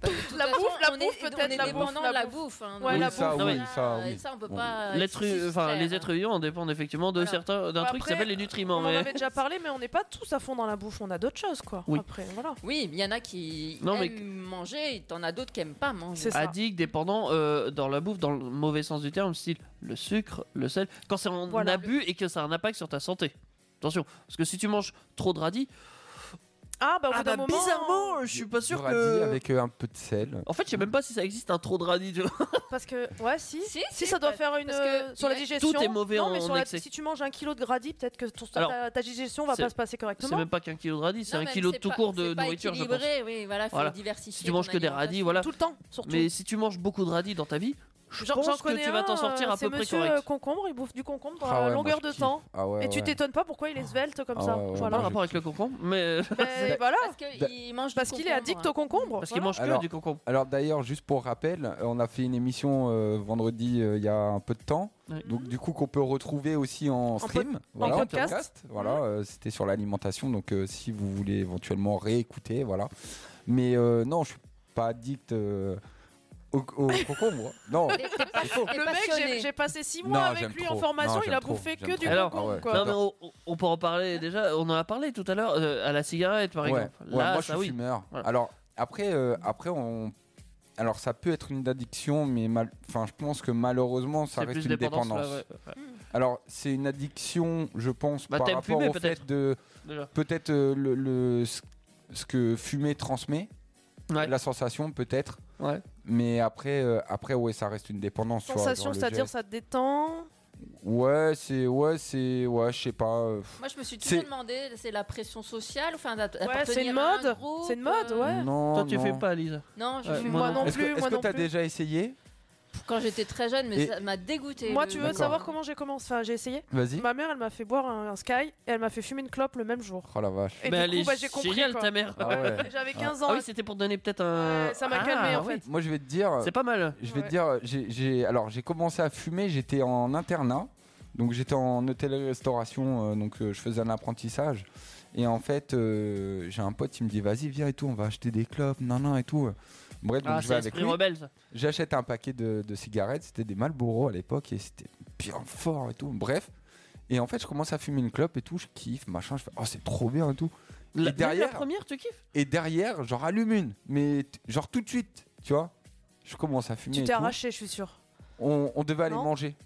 S5: toute
S2: la
S5: façon,
S2: bouffe, la
S5: on est-
S2: bouffe
S5: on est
S2: peut-être, la bouffe,
S5: dépendant de la bouffe, hein,
S2: Ouais,
S5: donc,
S2: la
S5: euh,
S2: bouffe.
S3: ça,
S5: Voilà,
S3: oui,
S5: ça, oui. ça, on peut pas, euh,
S3: L'être hu- enfin, les êtres vivants en dépendent effectivement de certains Euh, d'un
S2: Bon,
S3: truc qui
S2: après,
S3: s'appelle les nutriments.
S2: On en
S3: mais-
S2: avait déjà parlé, mais on n'est pas tous à fond dans la bouffe, on a d'autres choses, quoi.
S3: Oui.
S2: Après, voilà.
S5: Oui, il y en a qui
S3: Non, mais-
S5: aiment manger, et t'en as d'autres qui aiment pas manger.
S3: Addict, dépendant euh, dans la bouffe, dans le mauvais sens du terme, style le sucre, le sel, quand c'est en
S5: Voilà.
S3: abus et que ça a un impact sur ta santé. Attention, parce que si tu manges trop de radis,
S2: ah bah,
S3: ah bah,
S2: euh,
S3: bizarrement, je suis pas sûr
S4: radis
S3: que.
S4: avec euh, un peu de sel.
S3: En fait, je sais même pas si ça existe un trop de radis. Tu vois.
S2: Parce que, ouais, si. si,
S5: Si, si,
S2: ça doit
S5: parce-
S2: faire une.
S5: parce que
S2: euh, sur la
S5: tout
S2: digestion.
S3: est mauvais
S2: non, mais
S3: en
S2: sur la-
S3: excès.
S2: Si tu manges un kilo de radis, peut-être que ton-
S3: Alors,
S2: ta, ta digestion va
S3: c'est-
S2: pas se passer
S3: C'est
S2: correctement.
S3: même pas qu'un kilo de radis, c'est
S2: Non,
S3: un
S2: mais
S3: kilo
S2: c'est
S3: tout
S2: pas-
S3: court de
S2: c'est pas
S3: nourriture, je pense.
S5: équilibré, oui, voilà, faut
S3: Voilà.
S5: diversifier
S3: Si tu manges
S5: ton
S3: que des
S5: alimentation.
S3: radis, voilà.
S2: Tout le temps, surtout.
S3: Mais si tu manges beaucoup de radis dans ta vie, je
S2: Genre, j'en
S3: pense que
S2: connais
S3: tu vas t'en
S2: un,
S3: sortir à
S2: c'est
S3: peu près
S2: monsieur,
S3: correct.
S2: euh, concombre, il bouffe du concombre
S3: Ah
S2: à
S3: ouais, moi,
S2: longueur
S3: je
S2: de
S3: kiffe.
S2: temps.
S3: Ah ouais,
S2: et tu
S3: ouais.
S2: t'étonnes pas pourquoi il est svelte comme
S3: Ah
S2: ça.
S3: ouais, ouais,
S2: voilà.
S3: moi, rapport avec le concombre, mais euh,
S2: Mais voilà.
S5: Parce qu'il mange
S2: Parce qu'il est addict au concombre.
S3: Parce qu'il mange que du concombre.
S4: Alors d'ailleurs, juste pour rappel, euh, on a fait une émission euh, vendredi euh, il y a un peu de temps,
S3: Ouais.
S4: donc du coup qu'on peut retrouver aussi en,
S2: pod-
S4: stream,
S2: en
S4: voilà,
S2: podcast. Mmh.
S4: Voilà, euh, c'était sur l'alimentation, donc euh, si vous voulez éventuellement réécouter, voilà. Mais euh, non, je suis pas addict euh, au, au concombre. non.
S2: Le mec, j'ai- j'ai passé 6 mois
S4: Non,
S2: avec
S4: j'aime
S2: lui
S4: trop.
S2: en formation,
S4: Non,
S2: il
S4: j'aime
S2: a
S4: trop,
S2: bouffé
S4: j'aime
S2: que
S4: trop.
S2: du
S4: Alors,
S2: concombre.
S4: ah ouais.
S2: quoi.
S3: Non, mais on, on peut en parler déjà. On en a parlé tout à l'heure euh, à la cigarette par
S4: Ouais,
S3: exemple.
S4: ouais,
S3: Là,
S4: moi je
S3: ça,
S4: suis
S3: oui.
S4: fumeur. Alors après, euh, après on. Alors ça peut être une addiction, mais mal... enfin, je pense que malheureusement ça
S3: C'est
S4: reste
S3: plus
S4: une
S3: dépendance,
S4: dépendance.
S3: ouais, ouais, ouais.
S5: Hmm.
S4: Alors c'est une addiction, je pense,
S3: Bah,
S4: par
S3: t'aimes
S4: rapport
S3: fumer,
S4: au
S3: peut-être,
S4: fait de
S3: déjà.
S4: peut-être euh, le, le- ce- ce que fumer transmet, la sensation peut-être. Mais après, euh, après ouais, ça reste une dépendance. tu vois, genre
S2: Sensation,
S4: le
S2: c'est-à-dire
S4: geste.
S2: ça te détend.
S4: Ouais, c'est ouais, c'est ouais, je sais pas. euh, pff.
S5: Moi, je me suis
S4: C'est-
S5: toujours demandé, c'est la pression sociale, enfin, d'att-
S2: Ouais,
S5: d'appartenir
S2: c'est une
S5: à un
S2: mode.
S5: groupe,
S2: C'est une mode,
S5: euh,
S2: ouais.
S4: Non,
S3: Toi, tu
S4: non.
S3: fais pas, Lisa.
S5: Non, je
S3: Ouais,
S5: fume
S3: moi
S5: pas.
S3: non
S4: Est-ce que-
S3: plus,
S4: Est-ce
S3: moi
S4: que
S3: non
S4: t'as
S3: plus.
S4: déjà essayé
S5: Quand j'étais très jeune, mais
S4: Et-
S5: ça m'a dégoûté.
S2: Moi,
S5: le-
S2: tu veux savoir comment j'ai commencé Enfin, j'ai essayé.
S4: Vas-y.
S2: Ma mère, elle m'a fait boire un, un Sky et elle m'a fait fumer une clope le même jour.
S4: Oh la vache.
S2: Et du coup, bah, j'ai compris.
S3: géniale,
S2: quoi.
S3: ta mère.
S4: Ah ouais.
S2: J'avais 15 ans.
S3: Ah oui, c'était pour donner peut-être un. Ah,
S2: Ouais, ça m'a calmé, en fait.
S4: Moi, je vais te dire. euh,
S3: C'est pas mal.
S4: Je vais te dire, j'ai- j'ai alors j'ai commencé à fumer. J'étais en internat, donc j'étais en hôtellerie-restauration, euh, donc euh, je faisais un apprentissage. Et en fait, euh, j'ai un pote qui me dit, vas-y, viens et tout, on va acheter des clopes, non, non et tout. Bref, donc
S3: Ah,
S4: je
S3: c'est
S4: vais avec
S3: l'esprit
S4: lui.
S3: rebelle, ça.
S4: J'achète un paquet de, de cigarettes. C'était des Marlboro à l'époque et c'était bien fort et tout. Bref. Et en fait, je commence à fumer une clope et tout. Je kiffe, machin. Je fais, oh, c'est trop bien et tout.
S3: La,
S4: et
S3: même
S4: derrière,
S3: la première, tu kiffes
S4: et derrière, j'en rallume une, mais t- genre tout de suite, tu vois. Je commence à fumer.
S2: Tu
S4: et
S2: t'es
S4: tout.
S2: arraché, je suis sûr.
S4: On, on devait aller
S2: Non
S4: manger.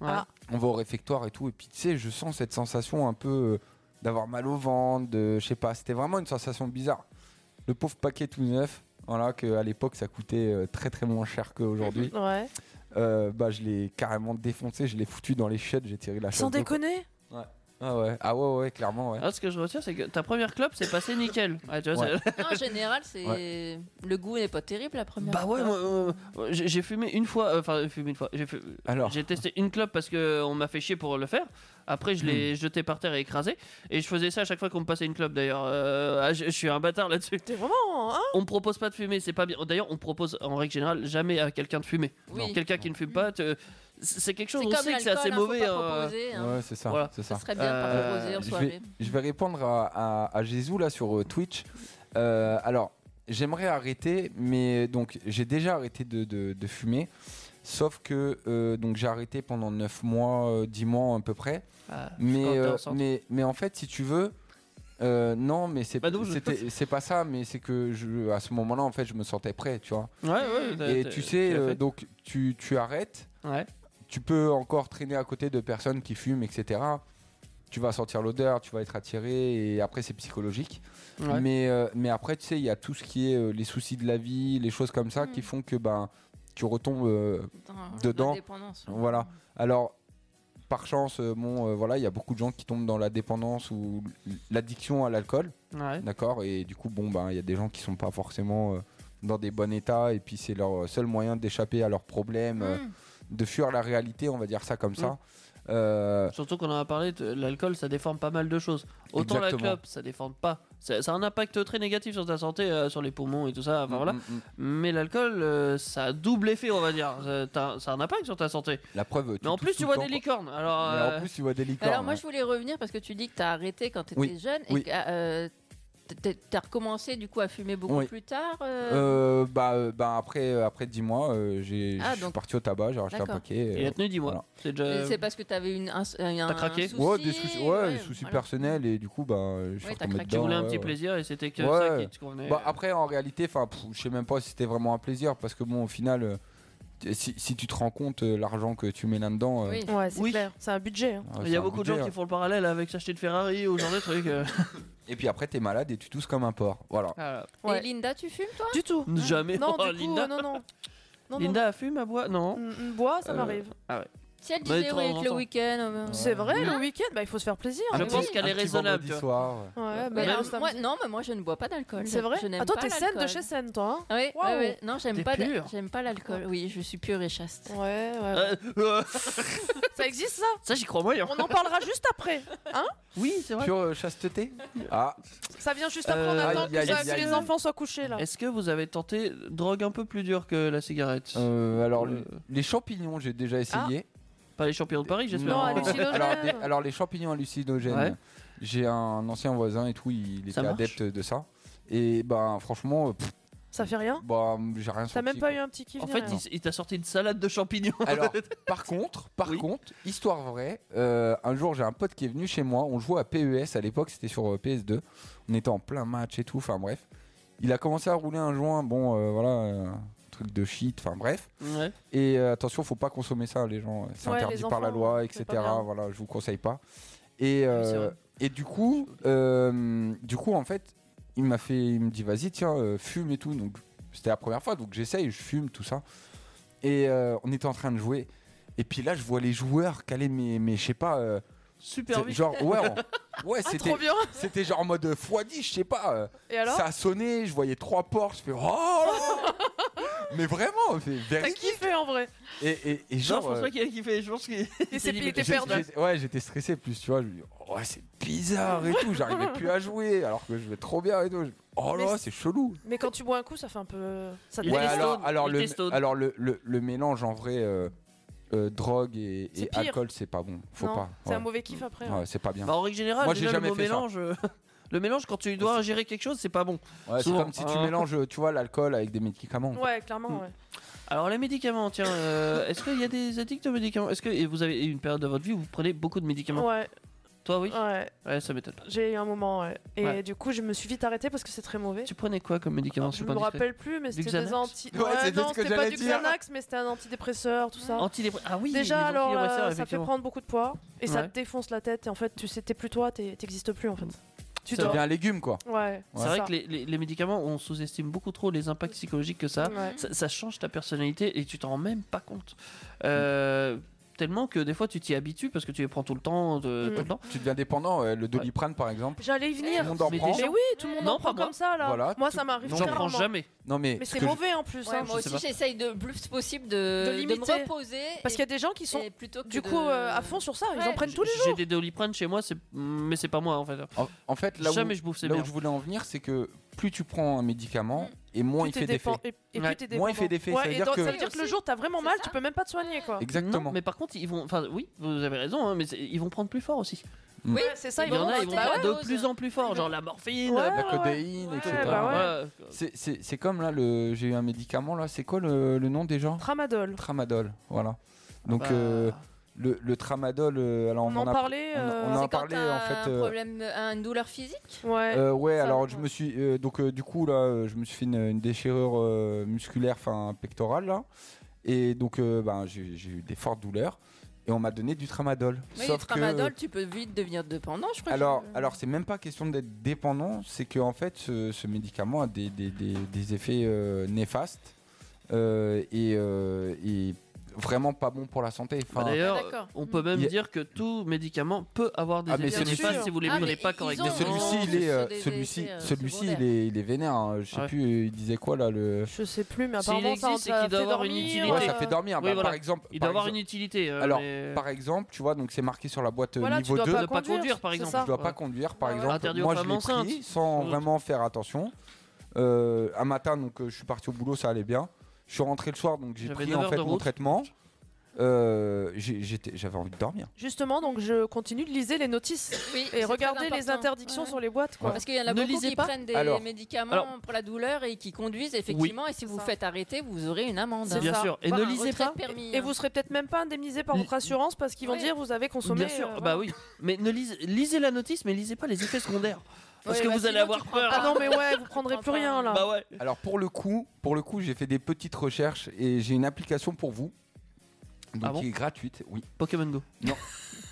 S2: Ah.
S4: On va au réfectoire et tout. Et puis, tu sais, je sens cette sensation un peu euh, d'avoir mal au ventre, de, je sais pas. C'était vraiment une sensation bizarre. Le pauvre paquet tout neuf, voilà, que à l'époque, ça coûtait euh, très très moins cher qu'aujourd'hui.
S2: Ouais.
S4: Euh, bah, je l'ai carrément défoncé, je l'ai foutu dans les chiottes, j'ai tiré la
S2: Sans
S4: chasse d'eau.
S2: déconner
S4: Ouais. Ah ouais, ah ouais, ouais, clairement, ouais.
S3: Ah, ce que je retiens, c'est que ta première clope, c'est passé nickel. Ah, tu vois,
S4: Ouais.
S3: c'est-
S5: Non, en général, c'est le goût n'est pas terrible la première.
S3: Bah ouais,
S5: fois.
S3: moi, euh, euh, j'ai j'ai fumé une fois, euh, enfin, j'ai fumé une fois. J'ai fu- j'ai testé une clope parce que euh, on m'a fait chier pour le faire. Après, je l'ai jeté par terre et écrasé. Et je faisais ça à chaque fois qu'on me passait une clope. D'ailleurs, Euh, ah, je je suis un bâtard là-dessus.
S2: T'es vraiment. Hein
S3: on me propose pas de fumer, c'est pas bien. D'ailleurs, on propose en règle générale jamais à quelqu'un de fumer.
S5: Oui. Hmm.
S3: Non. Quelqu'un qui ne fume pas, te- c'est c'est quelque chose.
S5: C'est
S3: on
S5: comme
S3: sait que c'est
S5: l'alcool,
S3: assez
S5: hein, faut
S3: mauvais.
S5: pas proposer, hein.
S4: Ouais, c'est ça.
S3: Voilà.
S4: c'est ça. Euh,
S5: serait bien de pas proposer en
S4: je,
S5: soirée.
S4: vais, je vais répondre à, à, à Jésus là sur euh, Twitch. Euh, alors, j'aimerais arrêter, mais donc j'ai déjà arrêté de, de- de fumer. Sauf que euh, donc j'ai arrêté pendant 9 mois, euh, 10 mois à peu près.
S3: Ah,
S4: mais,
S3: quand t'es
S4: euh,
S3: enceinte.
S4: mais, mais en fait, si tu veux. euh, non, mais
S3: Bah,
S4: c'est c'était- c'est pas ça, mais c'est que je, à ce moment-là, en fait, je me sentais prêt, tu vois.
S3: Ouais, ouais, t'as-
S4: Et
S3: t'as-
S4: tu
S3: tu
S4: sais,
S3: l'as
S4: euh,
S3: fait.
S4: donc tu, tu arrêtes,
S3: Ouais.
S4: tu peux encore traîner à côté de personnes qui fument, etc. Tu vas sentir l'odeur, tu vas être attiré, et après c'est psychologique.
S3: Ouais.
S4: Mais, euh, mais après, tu sais, il y a tout ce qui est euh, les soucis de la vie, les choses comme ça qui font que ben, tu retombes euh,
S5: Dans
S4: dedans.
S5: la dépendance, ouais.
S4: Voilà. Alors, par chance, euh, bon, euh, voilà, il y a beaucoup de gens qui tombent dans la dépendance ou l'addiction à l'alcool.
S3: Ouais.
S4: D'accord Et du coup, bon, ben, il y a des gens qui sont pas forcément euh, dans des bons états et puis c'est leur euh, seul moyen d'échapper à leurs problèmes, euh,
S3: Mm.
S4: de fuir la réalité, on va dire ça comme
S3: Mm.
S4: ça. Euh,
S3: Surtout qu'on en a parlé, t- l'alcool ça déforme pas mal de choses. Autant la
S4: Exactement.
S3: clope ça déforme pas. Ça, ça a un impact très négatif sur ta santé, euh, sur les poumons et tout ça. Enfin,
S4: Mm,
S3: voilà. Mais l'alcool euh, ça a double effet, on va dire. Ça, t'as- ça a un impact sur ta santé.
S4: La preuve.
S3: Mais en plus, tu vois des licornes. Alors,
S4: Mais
S3: euh,
S4: en plus, tu vois des hein. licornes.
S5: Alors moi je voulais revenir parce que tu dis que t'as arrêté quand t'étais
S4: Oui.
S5: jeune et
S4: Oui.
S5: que euh, t'es- t'as recommencé du coup à fumer beaucoup
S4: Oui.
S5: plus tard. euh,
S4: Euh, bah, euh, bah, après, euh, après 10 mois, euh, j'ai- je
S5: Ah,
S4: suis
S5: donc-
S4: parti au tabac, j'ai racheté un
S5: D'accord.
S4: paquet. euh,
S3: Il a tenu 10 mois. C'est
S5: mais
S3: déjà.
S5: C'est parce que t'avais une un, un- un souci.
S4: Ouais, des soucis, ouais,
S5: ouais,
S4: des soucis
S5: voilà.
S4: personnels et du coup, bah, je suis
S5: Ouais, t'as
S4: retombé
S5: craqué.
S4: dedans.
S3: Tu voulais un
S4: ouais,
S3: petit
S4: ouais.
S3: plaisir et c'était que ça qui te convenait.
S4: Bah, après, en réalité, enfin, pff, je sais même pas si c'était vraiment un plaisir parce que bon, au final, euh, t- si, si tu te rends compte euh, l'argent que tu mets là-dedans, euh,
S2: Ouais, c'est clair. C'est un budget. hein.
S4: ouais,
S3: Il y
S4: c'est
S3: a
S4: un
S3: beaucoup de
S4: budget,
S3: gens qui
S4: hein.
S3: font le parallèle avec s'acheter une Ferrari ou ce genre de trucs. euh.
S4: Et puis après, t'es malade et tu tousses comme un porc. Voilà.
S5: Et Linda, tu fumes toi
S2: Du tout.
S3: Ah, Jamais.
S2: Non,
S3: Oh,
S2: du coup,
S3: Linda.
S2: euh, non, non. Non,
S3: Linda a fumé ma bois Non.
S5: Mm,
S2: Bois, ça m'arrive.
S3: Ah ouais.
S5: Si elle
S3: Bah,
S5: disait
S3: trop
S5: oui,
S3: longtemps.
S5: que le week-end. euh,
S2: C'est vrai,
S5: Hein
S2: le week-end, bah, il faut se faire plaisir.
S3: Je
S2: hein.
S3: pense qu'elle est raisonnable. tu vois.
S2: Ouais, bah,
S5: Mais,
S2: un
S5: euh,
S2: samedi.
S5: moi, non, mais moi je ne bois pas d'alcool.
S2: C'est vrai
S5: Je n'aime
S2: Ah, toi,
S5: pas
S2: t'es saine de
S5: l'alcool.
S2: chez saine, toi. hein
S5: Ah Oui,
S2: Waouh.
S5: ouais, ouais. non, j'aime
S2: T'es
S5: pas, d'a-
S2: pure.
S5: j'aime pas l'alcool. Oui, je suis pure et chaste. Euh,
S2: Ouais, ouais. Ça existe, ça
S3: Ça, j'y crois moyen.
S2: Euh, On en parlera juste après. Hein
S3: Oui, c'est vrai.
S4: Pure euh, chasteté
S5: Mm.
S4: Ah.
S2: Ça vient juste après,
S3: Euh,
S2: on attend que, ça- que les enfants soient couchés, là.
S3: Est-ce que vous avez tenté drogue un peu plus dure que la cigarette
S4: Euh, alors, les- les champignons, j'ai déjà essayé.
S3: Pas les champignons de Paris, j'espère.
S4: Non,
S2: euh,
S4: alors, des- alors, les champignons hallucinogènes,
S3: Ouais.
S4: j'ai un ancien voisin et tout, il
S3: Ça
S4: était
S3: marche
S4: adepte de ça. Et ben, franchement, euh, pff,
S2: Ça fait rien
S4: bah, j'ai rien
S2: T'as
S4: senti,
S2: même
S4: quoi.
S2: pas eu un petit kiff
S3: En
S2: ni
S3: fait,
S2: rien.
S3: il, il t'a sorti une salade de champignons.
S4: Alors, par contre, par contre, histoire vraie, euh, un jour j'ai un pote qui est venu chez moi, on jouait à PES à l'époque, c'était sur euh, PS2, on était en plein match et tout, enfin bref. Il a commencé à rouler un joint, bon euh, voilà, euh, truc de shit, enfin bref.
S3: Ouais.
S4: Et euh, attention, faut pas consommer ça, les gens, euh, c'est
S3: Ouais,
S4: interdit
S3: les
S4: par la
S3: enfants,
S4: loi,
S3: c'est
S4: etc.
S3: pas bien.
S4: Voilà, je vous conseille pas. Et, euh,
S3: c'est vrai.
S4: et du coup, euh, du coup en fait, il m'a fait, il me dit vas-y tiens, euh, fume et tout, donc c'était la première fois, donc j'essaye, je fume tout ça. Et euh, on était en train de jouer. Et puis là, je vois les joueurs caler mes, mes je sais pas. euh,
S3: Super
S4: c'est-
S3: vite.
S4: Genre, ouais, en- ouais,
S3: Ah,
S4: c'était,
S3: trop bien.
S4: c'était genre en mode x10, je sais pas. euh,
S2: Et alors
S4: ça a sonné, je voyais trois portes, je fais oh là oh, Mais vraiment, c'est
S2: T'as
S4: véridique.
S2: kiffé en vrai.
S4: Et, et, et
S3: Non,
S4: genre.
S3: je pense
S4: euh,
S3: pas qu'il a kiffé. Je pense qu'il
S2: Il s'est- il était
S4: j'ai-
S2: perdu.
S4: j'ai- Ouais, j'étais stressé plus, tu vois. Je me dis, ouais, c'est bizarre et tout. J'arrivais plus à jouer alors que je vais trop bien et tout. Je- Oh là,
S2: Mais-
S4: c'est chelou.
S2: Mais quand tu bois un coup, ça fait un peu. euh, Ça te
S4: Ouais,
S2: déteste.
S4: alors, alors, le, alors le, le- le mélange en vrai, euh, euh, drogue et,
S2: C'est
S4: et
S2: pire.
S4: alcool, c'est pas bon. Faut
S2: Non,
S4: pas.
S2: C'est un
S4: ouais.
S2: mauvais kiff après. hein.
S4: Ouais, c'est pas bien.
S3: Bah, en règle générale,
S4: Moi, j'ai
S3: déjà,
S4: jamais
S3: le mot
S4: fait ça.
S3: mélange, euh, le mélange quand tu dois gérer quelque chose, c'est pas bon.
S4: Ouais, c'est
S3: Souvent.
S4: comme si tu
S3: Hein.
S4: mélanges, euh, tu vois, l'alcool avec des médicaments.
S2: Ouais,
S3: Hmm.
S2: clairement, ouais.
S3: Alors les médicaments, tiens, euh, est-ce qu'il y a des addicts aux médicaments Est-ce que et vous avez eu une période de votre vie où vous prenez beaucoup de médicaments
S2: Ouais,
S3: Toi, oui.
S2: ouais.
S3: Ouais, ça m'étonne. pas.
S2: J'ai eu un moment, ouais. Et
S3: Ouais.
S2: du coup, je me suis vite arrêtée parce que c'est très mauvais.
S3: Tu prenais quoi comme médicament si
S2: Je
S3: suis pas
S2: me
S3: indiscret
S2: rappelle plus, mais
S3: Du
S2: c'était des
S3: Xanax
S2: anti.
S4: Ouais, c'est
S2: non,
S4: ce que
S2: c'était pas
S4: j'allais
S2: du
S4: dire.
S2: Xanax, mais c'était un antidépresseur, tout ça.
S3: Antidépre- Ah oui. les
S2: Déjà, alors,
S3: antidépresseurs,
S2: euh, ça fait
S3: effectivement.
S2: prendre beaucoup de poids et ça
S3: Ouais.
S2: te défonce la tête. Et en fait, tu sais, t'es plus toi, t'es- t'existes plus en fait. Tu
S4: Tu deviens un légume, quoi.
S2: Ouais,
S3: C'est vrai que les, les- les médicaments, on sous-estime beaucoup trop les impacts psychologiques que ça. a.
S2: Ouais.
S3: Ça, ça change ta personnalité et tu t'en rends même pas compte. Euh, tellement que des fois, tu t'y habitues parce que tu les prends tout le temps. de-
S2: Mm.
S3: tout le temps.
S4: Tu deviens dépendant. euh, le doliprane, par exemple.
S2: J'allais y venir.
S4: Tout le monde en
S2: mais,
S4: prend.
S2: oui, tout le monde
S3: Non,
S2: en prend
S3: pas moi.
S2: comme ça là.
S4: Voilà,
S2: moi,
S4: tout-
S2: ça m'arrive.
S4: Non,
S3: J'en
S2: clairement.
S3: prends jamais.
S4: Non, mais.
S2: Mais
S4: ce
S2: c'est
S4: que je-
S2: mauvais en plus.
S5: Ouais,
S2: hein.
S5: moi
S3: sais
S5: aussi,
S3: pas.
S5: j'essaye de plus possible de,
S2: De
S5: de
S2: limiter.
S5: me reposer.
S2: Parce qu'il y a des gens qui
S5: et-
S2: sont
S5: et plutôt que
S2: du
S5: de-
S2: coup euh, à fond sur ça. Ils
S5: Ouais,
S2: en prennent tous les
S3: J'ai
S2: jours.
S3: des doliprane chez moi, c'est- mais c'est pas moi en fait.
S4: En, en fait, là,
S3: Jamais
S4: où,
S3: je bouffe ces
S4: là où
S3: merdes.
S4: je voulais en venir, c'est que plus tu prends un médicament et moins
S2: Mm. Plus
S4: il
S2: t'es
S4: fait d'effet.
S2: dépend- Et, et
S3: Ouais.
S2: plus t'es
S4: Moins il
S2: dépendant.
S4: fait d'effet,
S2: Ouais,
S4: ça veut
S2: et
S4: dire
S2: dans-
S4: que-
S2: ça veut dire que le jour t'as vraiment mal, tu peux même pas te soigner quoi.
S3: Non,
S4: Exactement.
S3: mais par contre, ils vont. Enfin, oui, vous avez raison, hein, mais c'est- ils vont prendre plus fort aussi.
S4: Mm.
S5: Oui,
S2: Ouais, c'est ça.
S5: Il
S3: Il y en a,
S5: augmenter
S3: ils vont
S5: la
S3: prendre de
S5: dose.
S3: plus en plus fort, genre la morphine, euh,
S2: Ouais,
S3: la-
S4: La
S2: ouais, ouais.
S4: codéine,
S5: Ouais,
S4: etc.
S2: bah ouais.
S4: C'est- C'est c'est comme là, le... j'ai eu un médicament là, c'est quoi le, le nom déjà
S2: Tramadol.
S4: Tramadol, voilà. Donc
S3: Bah,
S4: euh, le, le tramadol, euh, alors on,
S2: On en
S4: a
S2: parlait.
S4: on-
S2: euh,
S4: on en a
S5: C'est quand
S4: parlé,
S5: t'as
S4: en fait,
S5: Un
S4: euh,
S5: problème, euh, une douleur physique.
S2: Ouais.
S4: Euh, ouais,
S2: Ça,
S4: alors je
S2: ouais.
S4: me suis euh, donc euh, du coup là, euh, je me suis fait une, une déchirure euh, musculaire, enfin pectorale là, et donc euh, ben, j'ai j'ai eu des fortes douleurs et on m'a donné du tramadol.
S5: Mais le
S4: Sauf que-
S5: tramadol, tu peux vite devenir dépendant, je crois.
S4: alors, alors c'est même pas question d'être dépendant, c'est que en fait ce, ce médicament a des, des- des- des effets euh, néfastes euh, et, euh, et vraiment pas bon pour la santé.
S3: bah,
S4: Enfin,
S3: D'ailleurs,
S5: Ah, d'accord.
S3: on peut même
S4: Il y a-
S3: dire que tout médicament peut avoir des
S4: Ah, mais
S3: effets
S4: c'est-
S3: néfastes si vous les
S5: Ah,
S3: prenez
S5: mais
S3: pas
S5: ils ont-
S3: correctement.
S4: mais celui-ci, il est, euh,
S5: des
S4: celui-ci,
S5: effets, euh,
S4: celui-ci, il
S5: secondaires.
S4: est, il est vénère. hein. Je sais
S3: Ouais.
S4: plus, euh, il disait quoi là le.
S2: Je sais plus, mais
S3: S'il
S2: apparemment ça
S3: existe, c'est
S2: ça
S3: qu'il doit
S2: fait
S3: avoir une
S2: dormir,
S3: utilité.
S4: Ouais,
S2: euh,
S4: ça fait dormir.
S3: oui,
S4: Bah,
S3: voilà.
S4: Par exemple,
S3: Il doit
S4: par
S3: avoir
S4: exemple-
S3: une utilité. euh,
S4: Alors,
S3: mais-
S4: par exemple, tu vois, donc c'est marqué sur la boîte euh,
S2: Voilà, tu
S4: niveau
S2: dois
S4: 2.
S3: de pas conduire, par
S2: c'est
S3: exemple.
S2: ça.
S4: Je dois
S3: Ouais.
S4: pas conduire, par
S5: Ouais, ouais.
S4: exemple.
S3: Interdit aux
S4: Moi, je
S3: femmes
S4: l'ai
S3: enceintes. Mmh.
S4: pris sans
S3: Ouais.
S4: vraiment faire attention. Euh, un matin, donc euh, je suis parti au boulot, ça allait bien. Je suis rentré le soir, donc j'ai
S3: J'avais
S4: pris
S3: neuf
S4: en
S3: heures
S4: fait
S3: de
S4: mon
S3: route.
S4: traitement. Euh, j'ai- j'étais- J'avais envie de dormir.
S2: Justement, donc je continue de liser les notices
S5: Oui, c'est
S2: et
S5: très
S2: regarder les
S5: important.
S2: interdictions
S5: Ouais.
S2: sur les boîtes. Quoi.
S5: Parce qu'il y en
S3: Ne
S5: a beaucoup
S3: lisez
S5: qui
S3: pas.
S5: prennent des
S4: Alors.
S5: médicaments
S3: Alors.
S5: pour la douleur et qui conduisent effectivement. Et si vous
S2: ça.
S5: faites arrêter, vous aurez une amende.
S2: C'est
S3: Bien
S2: ça.
S3: sûr. Et
S5: Enfin,
S3: ne
S5: un
S3: lisez
S5: retrait
S3: pas.
S5: de permis,
S2: Et
S5: hein.
S2: vous serez peut-être même pas indemnisé par votre assurance parce qu'ils vont
S5: Oui.
S2: dire vous avez consommé.
S3: Bien sûr,
S2: euh,
S3: bah
S2: voilà.
S3: oui. Mais ne lisez, lisez la notice, mais lisez pas les effets secondaires. Parce
S5: Ouais,
S3: que
S5: bah,
S3: vous allez
S5: sinon,
S3: avoir
S5: tu prends
S3: peur.
S2: Ah non, mais ouais, vous prendrez plus
S5: Enfin,
S2: rien là.
S3: Bah ouais.
S4: Alors pour le coup, pour le coup, j'ai fait des petites recherches et j'ai une application pour vous. Donc
S3: Ah bon
S4: qui est gratuite, oui.
S3: Pokémon Go.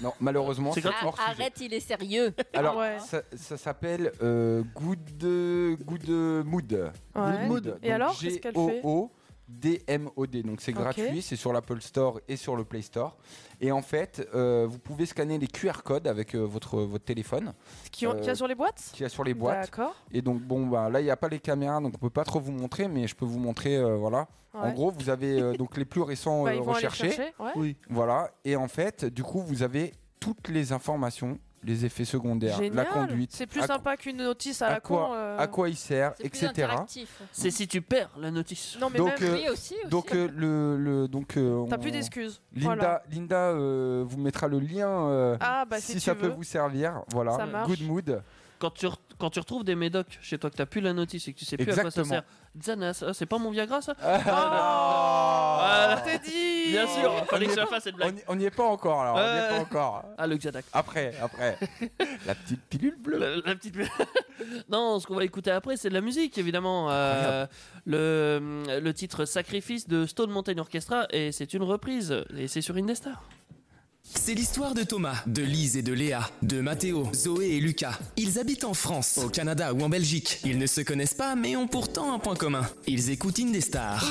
S4: Non, malheureusement,
S3: C'est
S4: c'est
S3: gratuit.
S4: hors
S5: Ah,
S4: sujet.
S5: arrête, il est sérieux.
S4: Alors,
S2: Ah ouais.
S4: ça, ça s'appelle euh, Good, good Mood.
S2: Ouais.
S4: Good Mood.
S2: Et alors, qu'est-ce qu'elle fait
S4: G-O-O-D-M-O-D. Donc, c'est
S2: Ok.
S4: gratuit, c'est sur l'Apple Store et sur le Play Store. Et en fait, euh, vous pouvez scanner les QR codes avec euh, votre, votre téléphone
S2: Qui ont-
S4: Euh,
S2: Qu'il y a sur les boîtes
S4: qu'il y a sur les boîtes.
S2: D'accord.
S4: Et donc, bon, bah, là, il n'y a pas les caméras, donc on peut pas trop vous montrer, mais je peux vous montrer, euh, voilà. En
S2: ouais.
S4: gros, vous avez euh, donc les plus récents
S2: Bah,
S4: euh,
S2: ils vont aller
S4: recherchés.
S2: chercher. ouais.
S4: Voilà. Et en fait, du coup, vous avez toutes les informations, les effets secondaires, la
S2: Génial.
S4: conduite.
S2: C'est plus
S4: à-
S2: sympa qu'une notice à,
S4: à
S2: la
S4: quoi-
S2: con. euh.
S4: à quoi il sert,
S5: C'est plus
S4: etc.
S5: interactif.
S3: C'est si tu perds la notice.
S2: Non, mais
S4: Donc,
S2: même.
S4: euh,
S5: Oui, aussi. aussi.
S4: Donc euh, le, le donc euh,
S2: hein. T'as
S4: on-
S2: plus d'excuses.
S4: Linda
S2: Voilà.
S4: Linda euh, vous mettra le lien euh,
S2: Ah, bah si,
S4: si,
S2: tu
S4: ça peut
S2: veux.
S4: vous servir voilà
S2: Ça marche.
S4: good mood
S3: Quand tu, re- quand tu retrouves des médocs chez toi que t'as plus la notice et que tu sais plus à quoi
S4: Exactement.
S3: ça sert. Xanax, ah, c'est pas mon Viagra ça
S2: Oh
S3: Voilà.
S2: T'es dit
S3: Ah, Bien sûr, fallait que je la fasse cette
S4: on
S3: blague.
S4: n'y- on n'y est pas encore alors on n'y est
S3: Euh.
S4: pas encore
S3: Ah le Xanax.
S4: après après la petite pilule bleue
S3: La, la petite. non, ce qu'on va écouter après, c'est de la musique, évidemment. Euh, le, le titre Sacrifice de Stone Mountain Orchestra, et c'est une reprise, et c'est sur Indestar.
S6: C'est l'histoire de Thomas, de Lise et de Léa, de Mathéo, Zoé et Lucas. Ils habitent en France, au Canada ou en Belgique. Ils ne se connaissent pas mais ont pourtant un point commun. Ils écoutent Ah. Indestar.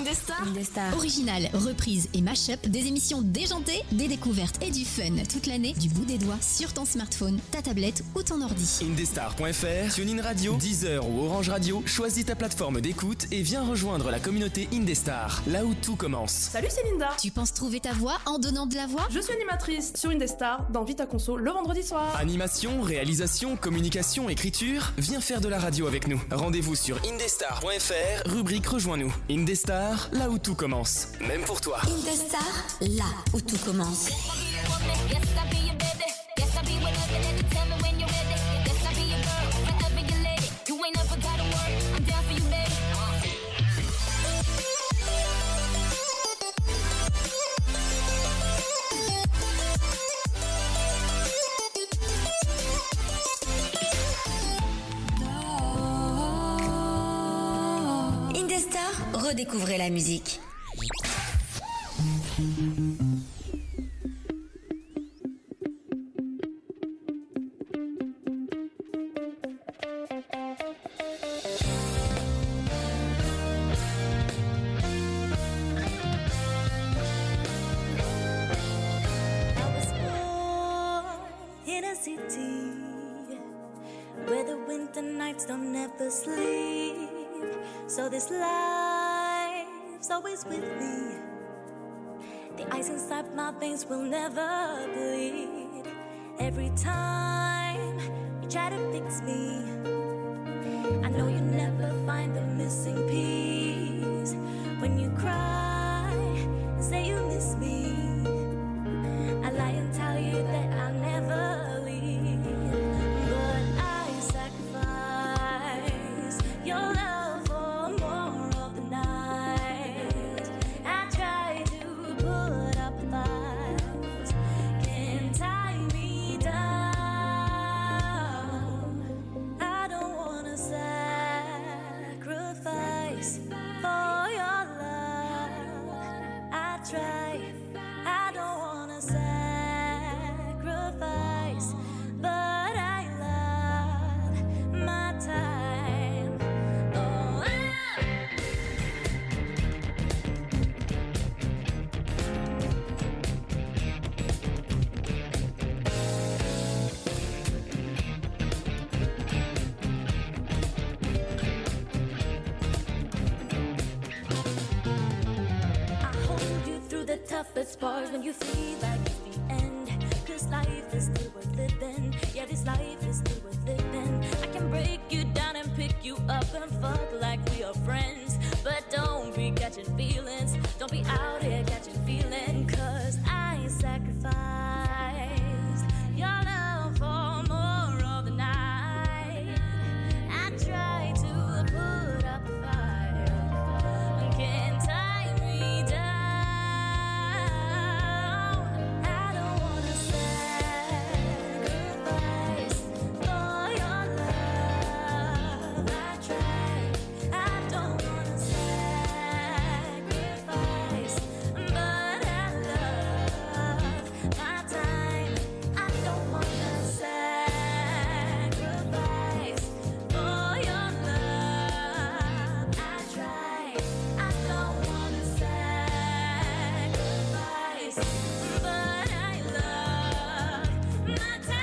S1: Indestar Original, reprise et mash-up, des émissions déjantées, des découvertes et du fun toute l'année, du bout des doigts, sur ton smartphone, ta tablette ou ton ordi.
S6: Indestar.fr, TuneIn Radio, Deezer ou Orange Radio, choisis ta plateforme d'écoute et viens rejoindre la communauté Indestar, là où tout commence.
S2: Salut c'est Linda
S1: Tu penses trouver ta voix en donnant de la voix
S2: Je suis animatrice sur une des stars dans Vita Conso le vendredi soir.
S6: Animation, réalisation, communication, écriture, viens faire de la radio avec nous. Rendez-vous sur indestar.fr, rubrique Rejoins-nous. Indestar, là où tout commence. Même pour toi.
S9: Indestar, là où tout commence. Indestar, redécouvrez la musique.
S11: I was born in a city where the winter nights don't ever sleep. So this life's always with me. The ice inside my veins will never bleed. Every time you try to fix me, I know you never find the missing piece. When you cry and say you miss me. I lie and tell you that I'll never leave. But I sacrifice your love for more of the night. I try to put up a fight. Can't tie me down. I don't wanna sacrifice for your love. I try. I don't wanna sacrifice, but I love my time. Oh, I- I hold you through the toughest bars when you feel like it's the end. Cause life is still worth living. Yeah, this life is still worth living. I can break you down and pick you up and fuck like we are friends. But don't be catching feelings. Don't be out here catching feelings. Cause I sacrifice your love for more of the night. I try to put up a fight. Can't tie me down. I don't wanna sacrifice for your love. I try. I don't wanna sacrifice, but I love my time. I don't wanna sacrifice for your love. I try. I don't wanna sacrifice, but I love my time.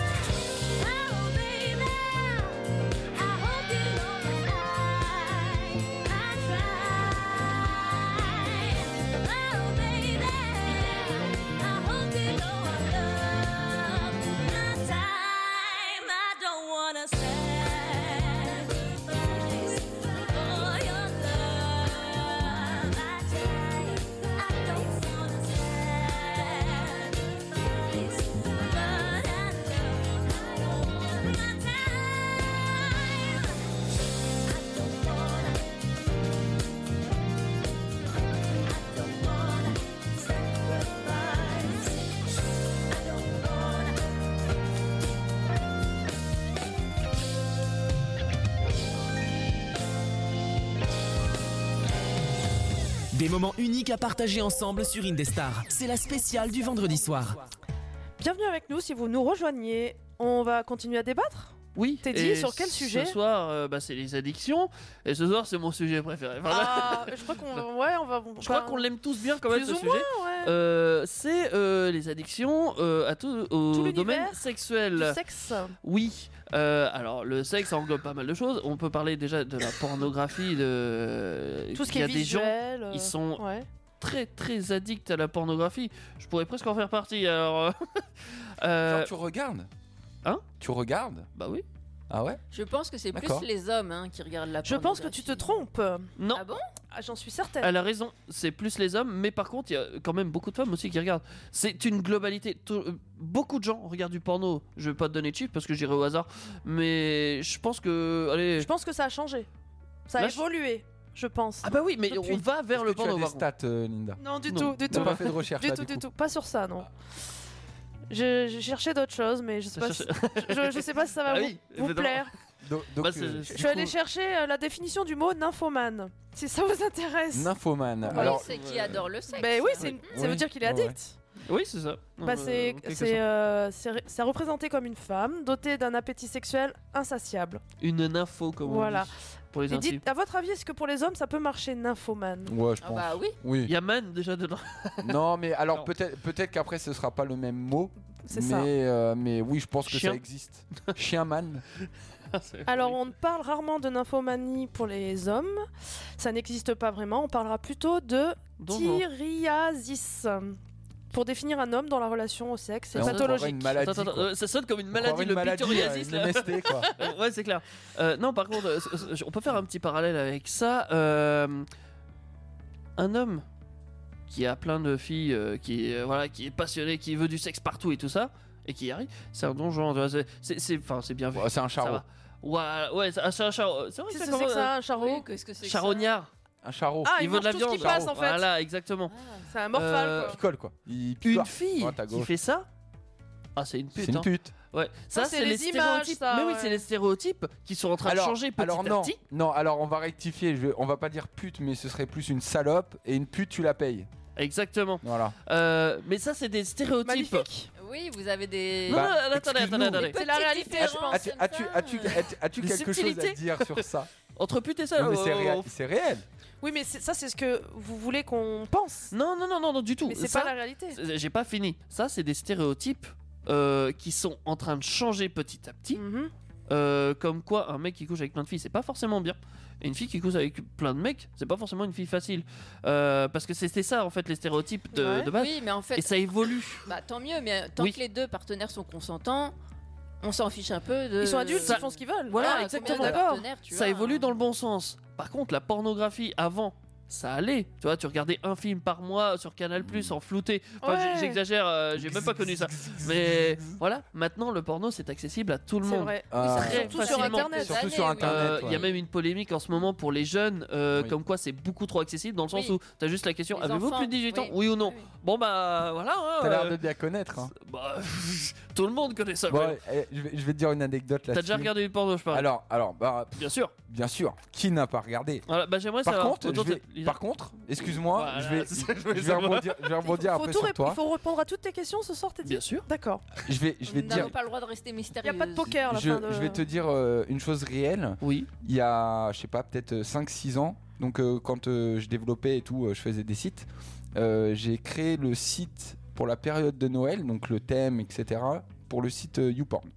S11: Oh, baby, I hope you know that I, I try.
S6: Des moments uniques à partager ensemble sur Indestar. C'est la spéciale du vendredi soir.
S2: Bienvenue avec nous si vous nous rejoignez. On va continuer à débattre
S3: Oui.
S2: T'es
S3: Et
S2: dit sur quel sujet
S3: Ce soir, euh, bah, c'est les addictions. Et ce soir, c'est mon sujet préféré. Enfin,
S2: Ah, je crois qu'on ouais, on va.
S3: Je crois qu'on l'aime tous bien quand même,
S2: Plus
S3: ce
S2: ou
S3: sujet.
S2: moins, ouais.
S3: euh, c'est euh, les addictions euh, à tout, au
S2: Tout l'univers
S3: domaine sexuel.
S2: du sexe.
S3: Oui. Euh, alors, le sexe ça englobe pas mal de choses. On peut parler déjà de la pornographie, de
S2: Tout ce qui
S3: Il y a
S2: est
S3: des gens,
S2: visuel, euh,
S3: ils sont
S2: ouais.
S3: très très addicts à la pornographie. Je pourrais presque en faire partie. Alors, Euh,
S4: tu regardes
S3: Hein
S4: Tu regardes
S3: Bah oui.
S4: Ah ouais
S5: Je pense que c'est plus
S3: D'accord.
S5: les hommes hein, qui regardent la
S2: Je pense que tu te trompes.
S3: Non.
S5: Ah bon
S2: J'en suis certaine.
S3: Elle a raison, c'est plus les hommes, mais par contre, il y a quand même beaucoup de femmes aussi qui regardent. C'est une globalité. Tout- euh, beaucoup de gens regardent du porno. Je vais pas te donner de chiffres parce que j'irai au hasard, mais je pense que. Allez.
S2: Je pense que ça a changé. Ça a
S3: Là, je-
S2: évolué, je pense.
S3: Ah bah oui, mais on va vers le
S4: Tu as
S3: porno.
S4: des
S3: par contre.
S4: stats, euh, Linda
S2: Non, du
S3: Non.
S2: tout, du
S3: T'as
S2: tout.
S3: pas fait de recherche,
S2: Du
S3: là,
S2: tout,
S3: du
S2: du
S3: coup.
S2: tout. Pas sur ça, non. Je- J'ai cherché d'autres choses, mais je sais
S3: T'as
S2: pas, si,
S3: cherché-
S2: je, je sais pas si ça va
S3: Ah
S2: vous,
S3: oui,
S2: vous
S3: évidemment.
S2: plaire.
S4: Do- donc,
S3: Bah, c'est-
S4: euh,
S2: Je
S4: du
S2: suis allée
S4: coup,
S2: chercher euh, la définition du mot nymphomane, si ça vous intéresse.
S4: Nymphomane.
S5: Oui,
S4: Alors, Ah
S5: c'est qui adore le sexe.
S2: Ben oui, c'est une- ça
S4: Oui.
S2: veut dire qu'il est
S4: Ouais, ouais.
S2: addict.
S3: Oui, c'est ça.
S2: Bah,
S3: Euh,
S2: c'est
S3: quelque
S2: c'est,
S3: chose.
S2: euh, c'est re- c'est représenté comme une femme dotée d'un appétit sexuel insatiable.
S3: Une nympho, comme
S2: Voilà.
S3: on dit. Pour les
S2: Et
S3: intimes.
S2: dites, à votre avis, est-ce que pour les hommes ça peut marcher nymphomane
S4: Ouais, je pense.
S2: bah
S5: oui.
S3: Il y a man déjà dedans.
S4: Non, mais alors
S3: Non.
S4: peut-être peut-être qu'après ce sera pas le même mot.
S2: C'est
S4: Mais,
S2: ça.
S4: euh, mais oui, je pense que
S3: Chien. Ah,
S4: ça existe. Chienman.
S2: Alors, on parle rarement de nymphomanie pour les hommes. Ça n'existe pas vraiment. On parlera plutôt de
S3: Donc, on-
S2: thyriasis. Pour définir un homme dans la relation au sexe, c'est
S4: Et on croirait
S2: pathologique.
S4: une maladie.
S3: Attends, attends,
S4: quoi.
S3: euh, ça sonne comme une
S4: On
S3: maladie,
S4: croirait
S3: le
S4: une maladie,
S3: pictoriasis,
S4: euh,
S3: là.
S4: une MST, quoi.
S3: Euh, ouais, c'est clair. Euh, non, par contre, euh, c- c- on peut faire un petit parallèle avec ça. Euh, un homme qui a plein de filles, euh, qui, euh, voilà, qui est passionné, qui veut du sexe partout et tout ça, et qui y arrive, c'est un donjon. tu vois, c'est- C'est c'est- enfin, c'est bien vu.
S4: Ouais, c'est un
S3: ça
S4: charreau.
S3: va. Ouah, Ouais, c'est un c'est un charreau. Euh, C'est vrai que
S2: Qu'est-ce
S3: ça
S2: que c'est que
S3: commence-
S2: Ah ça, un charreau
S5: Oui, qu'est-ce que c'est que ça
S3: Charognard.
S4: Un charreau.
S2: Ah, il
S3: il veut de la
S2: mange tout
S3: viande.
S2: ce qui passe, en fait.
S3: Voilà, exactement.
S2: C'est un morphal,
S3: Euh,
S2: quoi.
S4: Il colle quoi. Il
S3: Une
S4: picore.
S3: fille
S4: Droite à
S3: qui
S4: gauche.
S3: fait ça, ah, c'est une pute.
S4: C'est une
S3: hein.
S4: pute.
S3: Ouais, ça,
S2: c'est
S3: c'est
S2: les
S3: les,
S2: images,
S3: stéréotypes.
S2: ça,
S3: Mais oui,
S2: ouais.
S3: c'est les stéréotypes qui sont en train de changer petit
S4: alors
S3: à
S4: non,
S3: petit.
S4: non, alors on va rectifier. Je, on va pas dire pute, mais ce serait plus une salope. Et une pute, tu la payes.
S3: Exactement.
S4: Voilà.
S3: Euh, mais ça, c'est des stéréotypes.
S2: Magnifique.
S5: Oui, vous avez des.
S3: Non,
S4: Bah,
S3: non, attendez,
S4: excuse-nous.
S3: attendez, attendez.
S2: C'est la
S5: petites
S2: réalité, je
S5: différences
S2: pense.
S4: As-tu
S5: comme
S4: as-tu
S2: Ah.
S5: ça.
S4: as-tu as-tu
S3: Des
S4: quelque chose à
S3: subtilités.
S4: dire sur ça
S3: Entre pute et ça.
S4: Non, mais c'est
S3: euh,
S4: réel.
S3: on-
S4: C'est réel.
S2: Oui, mais c'est- ça, c'est ce que vous voulez qu'on pense.
S3: Non, non, non, non, non, du tout.
S2: Mais c'est
S3: Ça,
S2: pas la réalité.
S3: c'est- J'ai pas fini. Ça, c'est des stéréotypes euh, qui sont en train de changer petit à petit.
S2: Mhm.
S3: Euh, comme quoi, un mec qui couche avec plein de filles, c'est pas forcément bien. Et une fille qui couche avec plein de mecs, c'est pas forcément une fille facile. Euh, parce que c'était ça, en fait, les stéréotypes de,
S2: Ouais.
S3: de base.
S5: Oui, mais en
S3: Et
S5: fait,
S3: ça évolue.
S5: bah, tant mieux, mais tant
S3: Oui.
S5: que les deux partenaires sont consentants, on s'en fiche un peu de.
S2: Ils sont adultes,
S3: Euh, ça-
S2: ils font ce qu'ils veulent.
S3: Voilà,
S5: combien de
S3: exactement.
S2: D'accord.
S5: partenaires tu
S3: ça
S5: as,
S3: évolue
S2: euh.
S5: hein.
S3: dans le bon sens. Par contre, la pornographie avant, ça allait. Tu vois, tu regardais un film par mois sur Canal Plus en flouté. Enfin,
S2: Ouais.
S3: j- j'exagère, euh, j'ai même pas connu ça. Mais voilà, maintenant le porno c'est accessible à tout le
S2: C'est
S3: monde.
S2: vrai.
S4: Ah.
S2: Oui, c'est surtout
S3: Très
S2: sur
S3: facilement.
S2: Internet.
S5: Sur-
S4: Surtout
S5: années,
S4: sur
S5: oui.
S3: Euh,
S4: internet.
S3: Il
S4: ouais.
S3: y a même une polémique en ce moment pour les jeunes, euh,
S4: Oui.
S3: comme quoi c'est beaucoup trop accessible, dans le sens
S5: Oui.
S3: où t'as juste la question
S5: Les
S3: avez-vous
S5: enfants,
S3: plus de 18 ans
S5: oui.
S3: Oui ou non
S5: Oui.
S3: Bon bah voilà. hein,
S4: T'as l'air
S3: euh,
S4: de bien connaître. hein.
S3: bah, tout le monde connaît ça.
S4: Bon,
S3: quoi.
S4: eh, je, vais, je vais te dire une anecdote là.
S3: T'as déjà regardé du porno, je parle.
S4: Alors, alors, bah,
S3: Bien sûr.
S4: bien sûr. Qui n'a pas regardé
S3: Voilà, bah, j'aimerais
S4: Par
S3: savoir.
S4: contre,
S3: autant
S4: je vais-
S3: t'as-
S4: par contre, excuse-moi,
S3: Voilà,
S4: je vais,
S3: c'est ça que je
S4: je
S3: voulais
S4: vais
S3: savoir.
S4: rebondir, je vais rebondir
S2: faut
S4: après
S2: tout
S4: sur
S2: rép-
S4: toi.
S2: Il faut répondre à toutes tes questions ce soir, t'es dit
S3: Bien sûr.
S2: D'accord.
S4: Je vais, je vais
S5: Nous
S4: te
S5: n'avons
S4: dire,
S5: pas le droit de rester
S2: Il
S5: mystérieux.
S2: a pas de poker à la
S4: je,
S2: fin de...
S4: je vais te dire euh, une chose réelle.
S3: Oui.
S4: Il y a, je sais pas, peut-être euh, 5-6 ans, donc euh, quand euh, je développais et tout, euh, je faisais des sites. euh, J'ai créé le site pour la période de Noël, donc le thème, etc. Pour le site euh, YouPorn.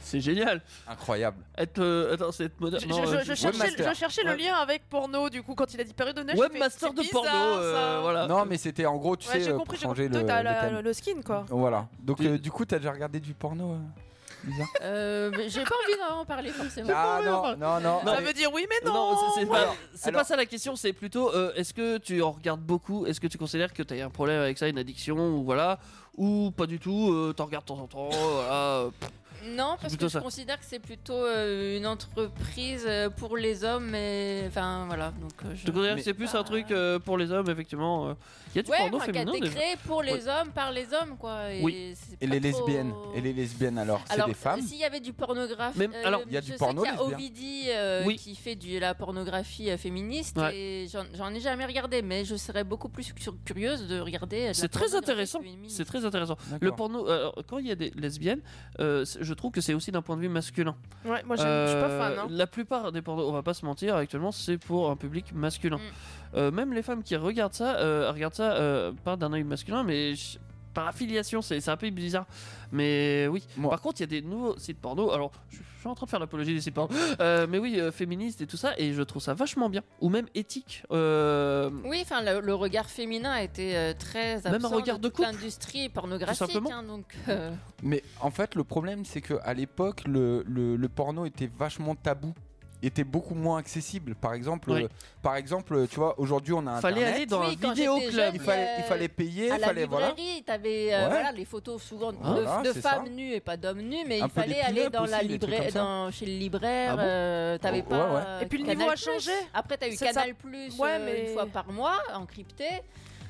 S3: C'est génial.
S4: Incroyable.
S3: Être, euh, attends, c'est être
S2: Je,
S3: moderne.
S2: je-
S3: non,
S2: je
S3: euh,
S2: cherchais,
S4: Webmaster.
S2: je cherchais le
S4: Ouais.
S2: lien avec porno, du coup, quand il a dit période de neige. j'ai fait,
S3: Webmaster
S2: c'est
S3: de
S2: bizarre,
S3: porno, euh,
S2: ça.
S3: voilà.
S4: Non, mais c'était en gros, tu
S2: Ouais,
S4: sais,
S2: j'ai
S4: euh,
S2: compris,
S4: pour
S2: j'ai
S4: changer
S2: compris.
S4: le,
S2: Toi, t'as
S4: le
S2: la-
S4: thème.
S2: le skin, quoi.
S4: Voilà. Donc
S3: Et-
S4: euh, du coup, t'as déjà regardé du porno euh, Lisa
S5: Euh, mais J'ai pas envie d'en parler forcément.
S4: Ah non, non, non.
S3: Non,
S2: Ça
S4: allez.
S2: veut dire oui, mais non
S3: Oh,
S2: Euh,
S3: c'est c'est pas, c'est
S4: alors-
S3: pas ça la question, c'est plutôt euh, est-ce que tu en regardes beaucoup Est-ce que tu considères que t'as un problème avec ça, une addiction ou voilà Ou pas du tout, euh, t'en regardes de temps en temps, voilà. euh, pff,
S5: Non, parce
S3: plutôt
S5: que
S3: ça.
S5: je considère que c'est plutôt euh, une entreprise euh, pour les hommes, et enfin voilà. Donc, euh, je...
S3: Je te considère que c'est
S2: Ah.
S3: plus un truc euh, pour les hommes, effectivement. euh. Il y a du
S5: Ouais,
S3: porno
S5: enfin, qui a
S3: féminin.
S5: été
S3: déjà.
S5: créé pour les
S3: Ouais.
S5: hommes, par les hommes, quoi. Et
S3: Oui.
S5: c'est
S4: Et
S5: pas
S4: les
S5: trop-
S4: lesbiennes Et les lesbiennes alors, c'est
S5: Alors,
S4: des femmes
S5: s'il y avait du pornographe, euh,
S4: Même- alors, il y a
S5: je
S4: du
S5: sais
S4: porno
S5: qu'il y a
S4: lesbien.
S5: Ovidi euh,
S4: Oui.
S5: qui fait de la pornographie euh, féministe,
S3: Ouais.
S5: et j'en- j'en ai jamais regardé, mais je serais beaucoup plus sur- curieuse de regarder. euh, de la
S3: C'est très
S5: pornographie
S3: intéressant.
S5: féminine.
S3: C'est très intéressant. Le porno, alors, quand il y a des lesbiennes, euh, c'est- je trouve que c'est aussi d'un point de vue masculin. Euh,
S2: Ouais, moi, j'aime- je suis pas fan, hein.
S3: La plupart des pornos, on va pas se mentir, actuellement, c'est pour un public masculin.
S2: Mm.
S3: Euh, même les femmes qui regardent ça, euh, regardent ça euh, pas d'un œil masculin, mais ch- par affiliation, c'est c'est un peu bizarre. Mais oui. Par contre, il y a des nouveaux sites porno. Alors, je, je suis en train de faire l'apologie des sites porno, Euh, mais oui, euh, féministes et tout ça, et je trouve ça vachement bien. Ou même éthique. euh,
S5: Oui, enfin, le, le regard féminin a été euh, très absent
S3: Même un regard
S5: de, toute l'industrie pornographique,
S4: simplement.
S5: hein, donc. euh,
S4: Mais en fait, le problème, c'est que à l'époque, le, le- le porno était vachement tabou, était beaucoup moins accessible. Par exemple,
S3: Oui.
S4: euh, par exemple, tu vois, aujourd'hui, on a Internet.
S3: Fallait aller dans
S5: Oui, quand j'étais jeune,
S4: Il fallait, il
S5: euh,
S4: fallait payer,
S5: À
S4: il
S5: la
S4: fallait voilà.
S5: librairie, t'avais euh,
S4: Ouais.
S5: voilà, les photos souvent de,
S4: Voilà,
S5: de
S4: c'est
S5: femmes
S4: ça.
S5: nues et pas d'hommes nus, mais
S4: Un
S5: il
S4: peu des
S5: fallait aller
S4: pin-up
S5: dans la
S4: aussi, des trucs
S5: libraire,
S4: comme ça.
S5: dans- chez le libraire,
S4: Ah bon
S5: euh, t'avais
S4: Oh,
S5: pas.
S4: ouais, ouais.
S5: euh,
S2: Et puis le niveau
S5: Canal+.
S2: a changé.
S5: Après, t'as eu
S2: C'est ça.
S5: Canal Plus euh,
S2: Ouais, mais-
S5: une fois par mois, encrypté.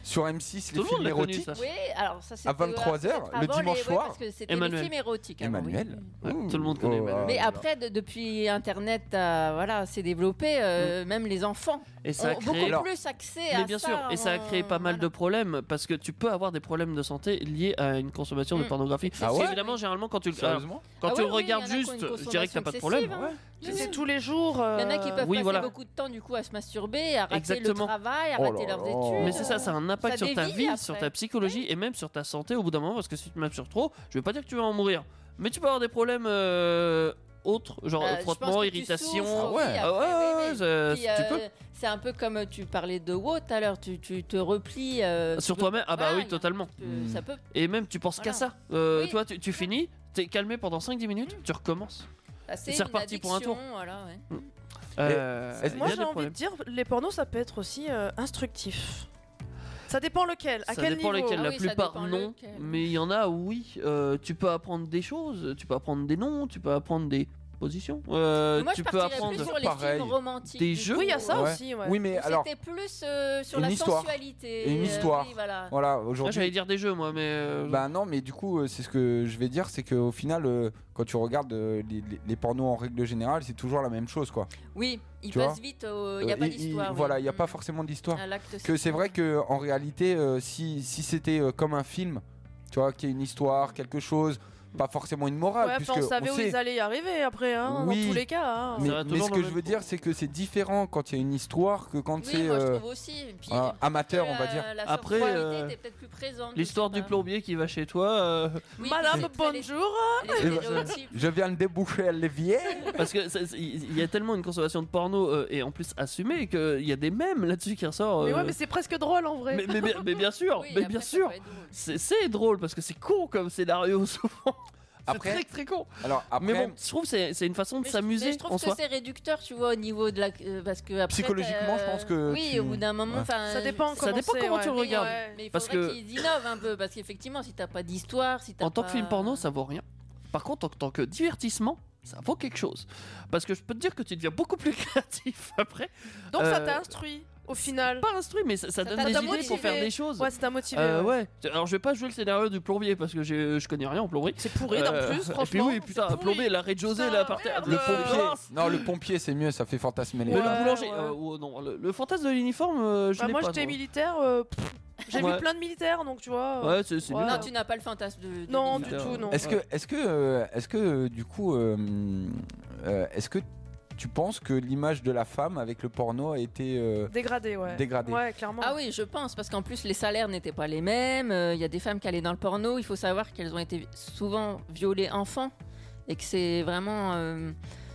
S4: Sur M6,
S3: Tout
S4: les
S3: le monde
S4: films
S3: l'a connu,
S4: érotiques.
S3: ça.
S5: Oui, alors ça c'était
S4: À 23 heures,
S5: peut-être
S4: le
S5: avant
S4: dimanche
S5: les- ouais,
S4: soir.
S5: parce que c'était les
S3: Emmanuel. Oh
S5: films érotiques. avant, oui.
S4: Emmanuel.
S3: tout le monde connaît Emmanuel.
S5: Mais après, de- depuis Internet, euh, voilà, s'est développé, euh, même les enfants
S3: Mm. Et ça a
S5: ont
S3: créé-
S5: beaucoup plus accès à
S3: Mais bien
S5: ça,
S3: sûr, et ça a
S5: en-
S3: créé pas mal de problèmes parce que tu peux avoir des problèmes de santé liés à une consommation de
S5: Mm.
S3: pornographie.
S4: Ah ouais
S3: évidemment, généralement quand tu le-
S4: Sérieusement
S3: quand
S5: Ah
S3: tu
S5: oui,
S3: le
S5: oui,
S3: regardes
S5: il y en a qui ont
S3: juste,
S5: une
S3: je dirais que t'as pas de
S5: consommation
S3: problème.
S5: excessive, hein.
S2: Mais C'est tous les jours.
S5: Il y en a qui
S2: euh,
S5: peuvent
S3: oui,
S5: passer
S3: voilà.
S5: beaucoup de temps du coup à se masturber, à rater
S3: Exactement.
S5: le travail,
S4: Oh
S5: à rater leurs études.
S3: Mais c'est ça, ça a un impact
S5: Ça
S3: sur ta
S5: dévie
S3: vie,
S5: après.
S3: sur ta psychologie et même sur ta santé au bout d'un moment parce que si tu te sur trop, je vais pas dire que tu vas en mourir, mais tu peux avoir des problèmes euh, autres, genre
S5: Euh, je pense
S3: frottement,
S5: que tu
S3: irritation.
S5: souffres, oui,
S3: Ah ouais, ouais, ouais, ça-
S5: Puis,
S3: tu
S5: euh,
S3: peux.
S5: C'est un peu comme euh, tu parlais de WoW tout à l'heure, tu, tu te replies. euh,
S3: Sur
S5: tu peux-
S3: toi-même, ah bah
S5: voilà,
S3: oui, totalement.
S5: euh, Ça peut.
S3: Et même tu penses qu'à
S5: Voilà.
S3: ça. Euh,
S5: Oui. Mm.
S3: Toi, tu, tu finis, t'es calmé pendant 5-10 minutes, tu recommences.
S5: bah,
S3: C'est reparti pour un tour. Mm.
S5: addiction, voilà, ouais.
S3: Euh, il y a
S2: Moi,
S3: des
S2: j'ai envie
S3: problèmes.
S2: de dire, les pornos, ça peut être aussi euh, instructif. Ça dépend lequel, à
S3: ça
S2: quel
S3: dépend
S2: niveau.
S5: Ah
S3: lesquels. La plupart non, Mm. mais il y en a oui. euh, tu peux apprendre des choses, tu peux apprendre des noms, tu peux apprendre des positions. euh,
S5: Moi,
S3: tu
S5: je
S3: peux
S5: partirais
S3: apprendre
S5: plus sur les
S4: Pareil.
S5: films romantiques.
S3: Des
S5: du
S3: jeux.
S5: coup. euh,
S3: Oui, il y a ça
S4: Ouais. aussi, ouais. Oui, mais
S5: Où
S4: alors-
S5: C'était plus euh, sur
S4: Une
S5: la
S4: histoire.
S5: sensualité.
S4: Et une
S5: euh,
S4: histoire.
S5: oui, voilà.
S4: Voilà,
S3: Ah,
S4: aujourd'hui.
S3: J'allais dire des jeux moi, mais euh,
S4: Bah non, mais du coup, euh, c'est ce que je vais dire, c'est qu'au final, euh, quand tu regardes euh, les, les- les pornos en règle générale, c'est toujours la même chose, quoi.
S5: Oui, il
S4: Tu
S5: passe
S4: vois
S5: vite. au- Il n'y a
S4: Euh,
S5: pas
S4: il- il-
S5: d'histoire. oui.
S4: Voilà, il n'y a pas forcément d'histoire.
S5: À l'acte
S4: Que c'est vrai que en réalité, euh, si, si c'était euh, comme un film, tu vois, qu'il y ait une histoire, quelque chose, pas forcément une morale,
S2: Ouais, enfin,
S4: Ah, puisque
S2: on savait
S4: on
S2: où
S4: sait-
S2: ils allaient y arriver après, hein,
S4: Oui.
S2: dans tous les cas. hein.
S4: Mais, mais ce que je veux dire, c'est que c'est différent quand il y a une histoire que quand
S5: Oui,
S4: c'est
S5: moi je
S4: euh,
S5: trouve aussi. Et puis,
S4: un amateur,
S5: la-
S4: on va dire.
S5: la
S3: Après,
S5: sensualité
S3: euh,
S5: était peut-être plus présente.
S3: l'histoire du plombier qui va chez toi. euh,
S5: Oui,
S2: Madame,
S5: puis c'est-
S2: bonjour.
S5: les-
S4: Et
S5: les
S4: bah,
S5: stéréotypes.
S4: je viens de déboucher à l'évier.
S3: Parce que ça- c'est- il y a tellement une consommation de porno euh, et en plus assumée qu'il y a des mèmes là-dessus qui ressortent.
S2: Mais
S3: euh,
S2: ouais, mais c'est presque drôle en vrai.
S3: mais, mais bien- mais bien sûr, mais bien sûr, c'est c'est drôle parce que c'est con comme scénario souvent. C'est
S4: Après-
S3: très très con.
S4: Alors après,
S3: Mais bon, je trouve que c'est c'est une façon de
S5: Mais je- mais
S3: s'amuser
S5: je trouve
S3: en
S5: que
S3: soi.
S5: c'est réducteur, tu vois, au niveau de la. euh, Parce que après,
S4: Psychologiquement,
S5: t'as-
S4: je pense que
S5: Oui,
S4: tu-
S5: au bout d'un moment.
S4: Ouais.
S5: enfin, euh,
S2: Ça dépend
S3: Ça dépend
S2: c'est,
S3: comment tu
S2: ouais.
S3: le regardes.
S2: Ouais.
S5: Mais il
S3: Parce
S5: faudrait
S3: que-
S5: qu'ils innovent un peu. Parce qu'effectivement, si t'as pas d'histoire, si t'as
S3: En tant
S5: pas-
S3: que film porno, ça vaut rien. Par contre, en tant que divertissement, ça vaut quelque chose. Parce que je peux te dire que tu deviens beaucoup plus créatif après.
S2: Donc ça
S3: Euh,
S2: t'a instruit au final.
S3: Pas instruit, mais ça, ça donne
S2: t'a
S3: des idées
S2: motivé.
S3: pour faire des choses.
S2: Ouais, ça t'a motivé.
S3: Euh,
S2: ouais.
S3: ouais. Alors je vais pas jouer le scénario du plombier parce que j'ai- je connais rien en plomberie. C'est
S2: pourri, en plus,
S3: Et puis
S2: franchement,
S3: oui, putain,
S2: c'est pourri.
S3: plombier, l'arrêt de José là par terre.
S4: le
S3: Euh,
S4: pompier.
S3: mince.
S4: Non, le pompier, c'est mieux, ça fait fantasmer les
S3: Ou
S4: gens.
S3: le boulanger.
S2: ouais.
S3: Euh, ou- non, le, le fantasme de l'uniforme, euh, je
S2: Bah,
S3: l'ai
S2: moi
S3: pas.
S2: j'étais
S3: non.
S2: militaire, euh, pff, j'ai
S3: Ouais.
S2: vu plein de militaires donc tu vois. euh,
S3: Ouais, c'est c'est
S2: Ouais.
S3: nul.
S5: Non, tu n'as pas le fantasme de. de
S2: Non, du
S5: l'histoire.
S2: tout, non.
S4: Est-ce que, est-ce que, euh, est-ce que euh, du coup, euh, euh, est-ce que tu penses que l'image de la femme avec le porno a été euh,
S2: Dégradé, ouais.
S4: Dégradé.
S2: Ouais, clairement.
S5: Ah oui, je pense, parce qu'en plus les salaires n'étaient pas les mêmes. euh, Il y a des femmes qui allaient dans le porno. Il faut savoir qu'elles ont été souvent violées enfants et que c'est vraiment. euh,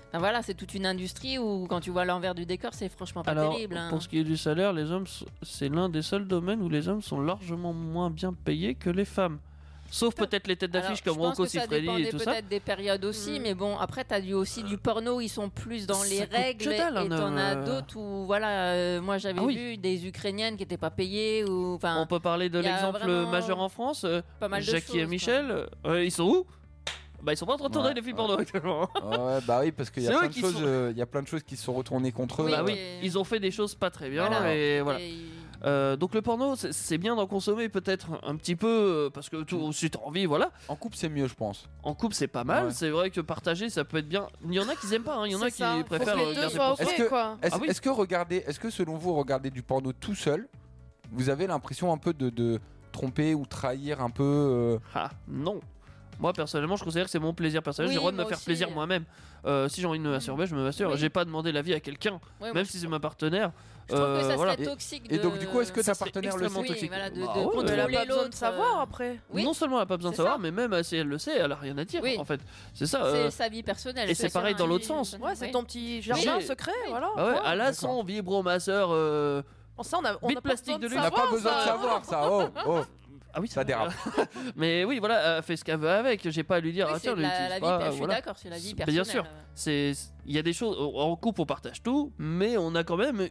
S5: enfin, voilà, c'est toute une industrie où quand tu vois l'envers du décor, c'est franchement pas
S3: Alors,
S5: terrible. hein.
S3: pour ce qui est du salaire, les hommes, sont- c'est l'un des seuls domaines où les hommes sont largement moins bien payés que les femmes. Sauf peut-être les têtes
S5: Alors,
S3: d'affiche
S5: je
S3: comme
S5: pense
S3: Rocco
S5: que ça
S3: Siffredi et
S5: dépendait
S3: tout ça.
S5: peut-être des périodes aussi,
S2: Mm.
S5: mais bon, après, t'as dû aussi
S2: Euh,
S5: du porno, ils sont plus dans
S3: Ça
S5: les
S3: coûte que
S5: règles.
S3: dalle, un
S2: hein,
S5: et t'en as
S3: homme.
S5: d'autres où, voilà, euh, moi j'avais
S3: Ah oui.
S5: vu des Ukrainiennes qui n'étaient pas payées ou.
S3: On
S5: Enfin,
S3: peut parler de
S5: il y a
S3: l'exemple
S5: vraiment
S3: majeur en France. euh,
S5: pas mal de
S3: Jackie
S5: choses,
S3: et
S5: quoi.
S3: Michel, euh, ils sont où Bah, ils sont pas en train de tourner
S4: Ouais,
S3: des films porno actuellement.
S4: Ouais, bah oui, parce qu'il y, a
S3: C'est eux
S4: plein de
S3: qui
S4: choses,
S3: sont-
S4: euh, il y a plein de choses qui se sont retournées contre eux.
S3: bah oui, ils ont fait des choses pas très bien
S4: Voilà.
S3: et voilà. Euh, donc le porno, c'est- c'est bien d'en consommer peut-être un petit peu euh, parce que tout, si t'as envie, voilà.
S4: En couple, c'est mieux, je pense.
S3: En couple, c'est pas mal.
S4: Ouais.
S3: C'est vrai que partager, ça peut être bien. Il y en a qui aiment pas. hein, Il y en a
S2: C'est
S3: qui
S2: ça, faut que
S3: préfèrent
S2: les deux
S3: regarder
S2: soient
S3: pour soi.
S2: ok,
S4: Est-ce que,
S2: quoi.
S4: est-ce-
S3: Ah oui.
S4: est-ce que regarder, est-ce que selon vous regarder du porno tout seul, vous avez l'impression un peu de, de tromper ou trahir un peu euh,
S3: Ah non. Moi personnellement, je considère que c'est mon plaisir personnel.
S5: Oui,
S3: j'ai le droit de me
S5: moi
S3: faire
S5: aussi. Mm.
S3: plaisir moi-même. Euh, si j'ai envie de me masturber, je me masturbe.
S5: Oui.
S3: J'ai pas demandé l'avis à quelqu'un,
S5: Ouais, moi,
S3: même
S5: je
S3: si c'est ma partenaire. Euh,
S5: Je trouve que ça
S3: voilà.
S5: serait toxique.
S3: et
S5: de-
S3: donc, du coup, est-ce que
S5: Ça
S3: ta
S5: serait
S3: partenaire le
S5: extrêmement
S3: sait
S5: toxique. Oui, voilà, de,
S3: Bah,
S5: de
S3: ouais.
S5: contrôler
S3: Elle a pas
S5: l'autre, euh,
S2: besoin de savoir, après.
S5: Oui.
S3: Non seulement elle a pas besoin de
S5: C'est
S3: savoir,
S5: ça.
S3: mais même si elle le sait, elle a rien à dire
S5: Oui.
S3: en fait. C'est ça.
S5: C'est
S3: euh,
S5: sa vie personnelle.
S3: et c'est pareil
S5: un
S3: dans l'autre
S5: vie
S3: sens.
S5: personnelle,
S2: Ouais, c'est
S5: oui.
S2: ton petit jardin
S3: J'ai-
S2: secret, voilà.
S3: Bah ouais,
S2: voilà.
S3: elle a son vibromasseur. Euh...
S2: Ça, on a, on
S3: Bite
S2: a pas
S3: plastique de
S2: besoin
S3: lui.
S4: On n'a pas
S2: savoir,
S4: besoin de
S2: ça.
S4: savoir ça. Oh, oh,
S3: Ah oui,
S4: ça dérape.
S3: Mais oui, voilà, elle fait ce qu'elle veut avec. J'ai pas à lui dire.
S5: Oui,
S3: ah,
S5: c'est
S3: tiens,
S5: de la-
S3: l'utilise
S5: la vie
S3: pas,
S5: per- je suis
S3: voilà.
S5: d'accord, c'est la vie
S3: Mais Bien sûr,
S5: personnelle, euh.
S3: c'est il y a des choses. En couple, on partage tout, mais on a quand même,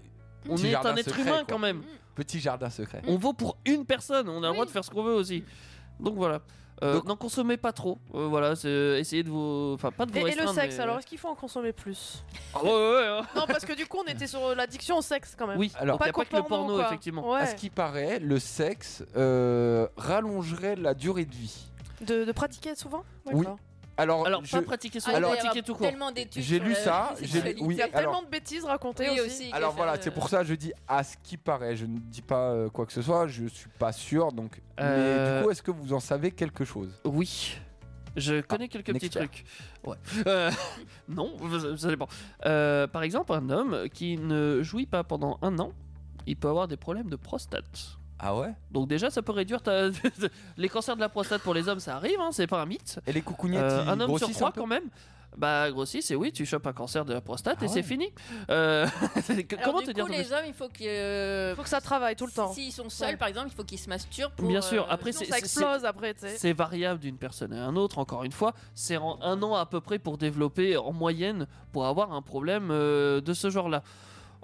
S3: on
S4: Petit
S3: est
S4: jardin
S3: un être
S4: secret,
S3: humain
S4: quoi.
S3: quand même.
S4: Petit jardin secret.
S3: On vaut pour une personne. On a le droit de faire ce qu'on veut aussi. Donc voilà. Euh, N'en consommez pas trop. Euh, voilà, c'est- essayez de vous, enfin pas de vous
S2: Et, et le
S3: restreindre,
S2: sexe,
S3: mais-
S2: alors, est-ce qu'il faut en consommer plus
S3: Ah ouais, ouais, ouais, hein.
S2: Non, parce que du coup, on était sur l'addiction au sexe quand même.
S3: Oui, alors,
S2: pas
S3: y a
S2: qu'au
S3: pas que le porno,
S2: quoi.
S3: effectivement.
S2: Ouais.
S4: À ce qui paraît, le sexe euh, rallongerait la durée de vie.
S2: de, de pratiquer souvent
S4: Oui.
S2: D'accord.
S4: Alors,
S3: Alors,
S4: je-
S3: pas pratiquer
S5: Ah,
S3: souvent,
S5: il doit y
S3: pratiquer
S5: avoir
S3: tout court.
S5: tellement d'études
S4: J'ai
S5: sur
S4: lu
S5: la-
S4: ça,
S5: la
S4: j'ai-
S5: sexualité.
S4: oui,
S2: Il y a
S4: alors-
S2: tellement de bêtises racontées
S5: Oui,
S2: aussi.
S5: aussi.
S4: Alors
S5: que
S4: voilà,
S5: ça- euh,
S4: c'est pour ça que je dis à ce qui paraît. Je ne dis pas euh, quoi que ce soit, je suis pas sûr. Donc, mais
S3: Euh,
S4: du coup, est-ce que vous en savez quelque chose
S3: Oui. Je connais quelques
S4: Ah, un
S3: petits
S4: expert.
S3: trucs. Ouais. Euh, non, ça- ça dépend. Euh, par exemple, un homme qui ne jouit pas pendant un an, il peut avoir des problèmes de prostate.
S4: Ah ouais
S3: Donc déjà, ça peut réduire ta- les cancers de la prostate pour les hommes, ça arrive, hein, c'est pas un mythe.
S4: Et les coucougnettes,
S3: Euh,
S4: ils
S3: un homme sur
S4: grossissent
S3: trois
S4: un peu
S3: quand même. Bah grossi, c'est oui, tu chopes un cancer de la prostate
S4: Ah
S3: et
S4: ouais.
S3: c'est fini. Euh, c'est- que-
S5: Alors,
S3: comment
S5: du
S3: te
S5: coup,
S3: dire ça,
S5: les hommes, il faut que. euh,
S2: Il faut que ça travaille tout le temps.
S5: S'ils sont seuls, par exemple, il faut qu'ils se masturbent pour.
S3: Bien sûr,
S5: euh,
S3: après
S2: Sinon,
S3: c'est
S2: ça
S3: c'est-
S2: explose après, tu sais.
S3: C'est euh, variable d'une personne à un autre, encore une fois. C'est en un an à peu près pour développer en moyenne pour avoir un problème euh, de ce genre-là.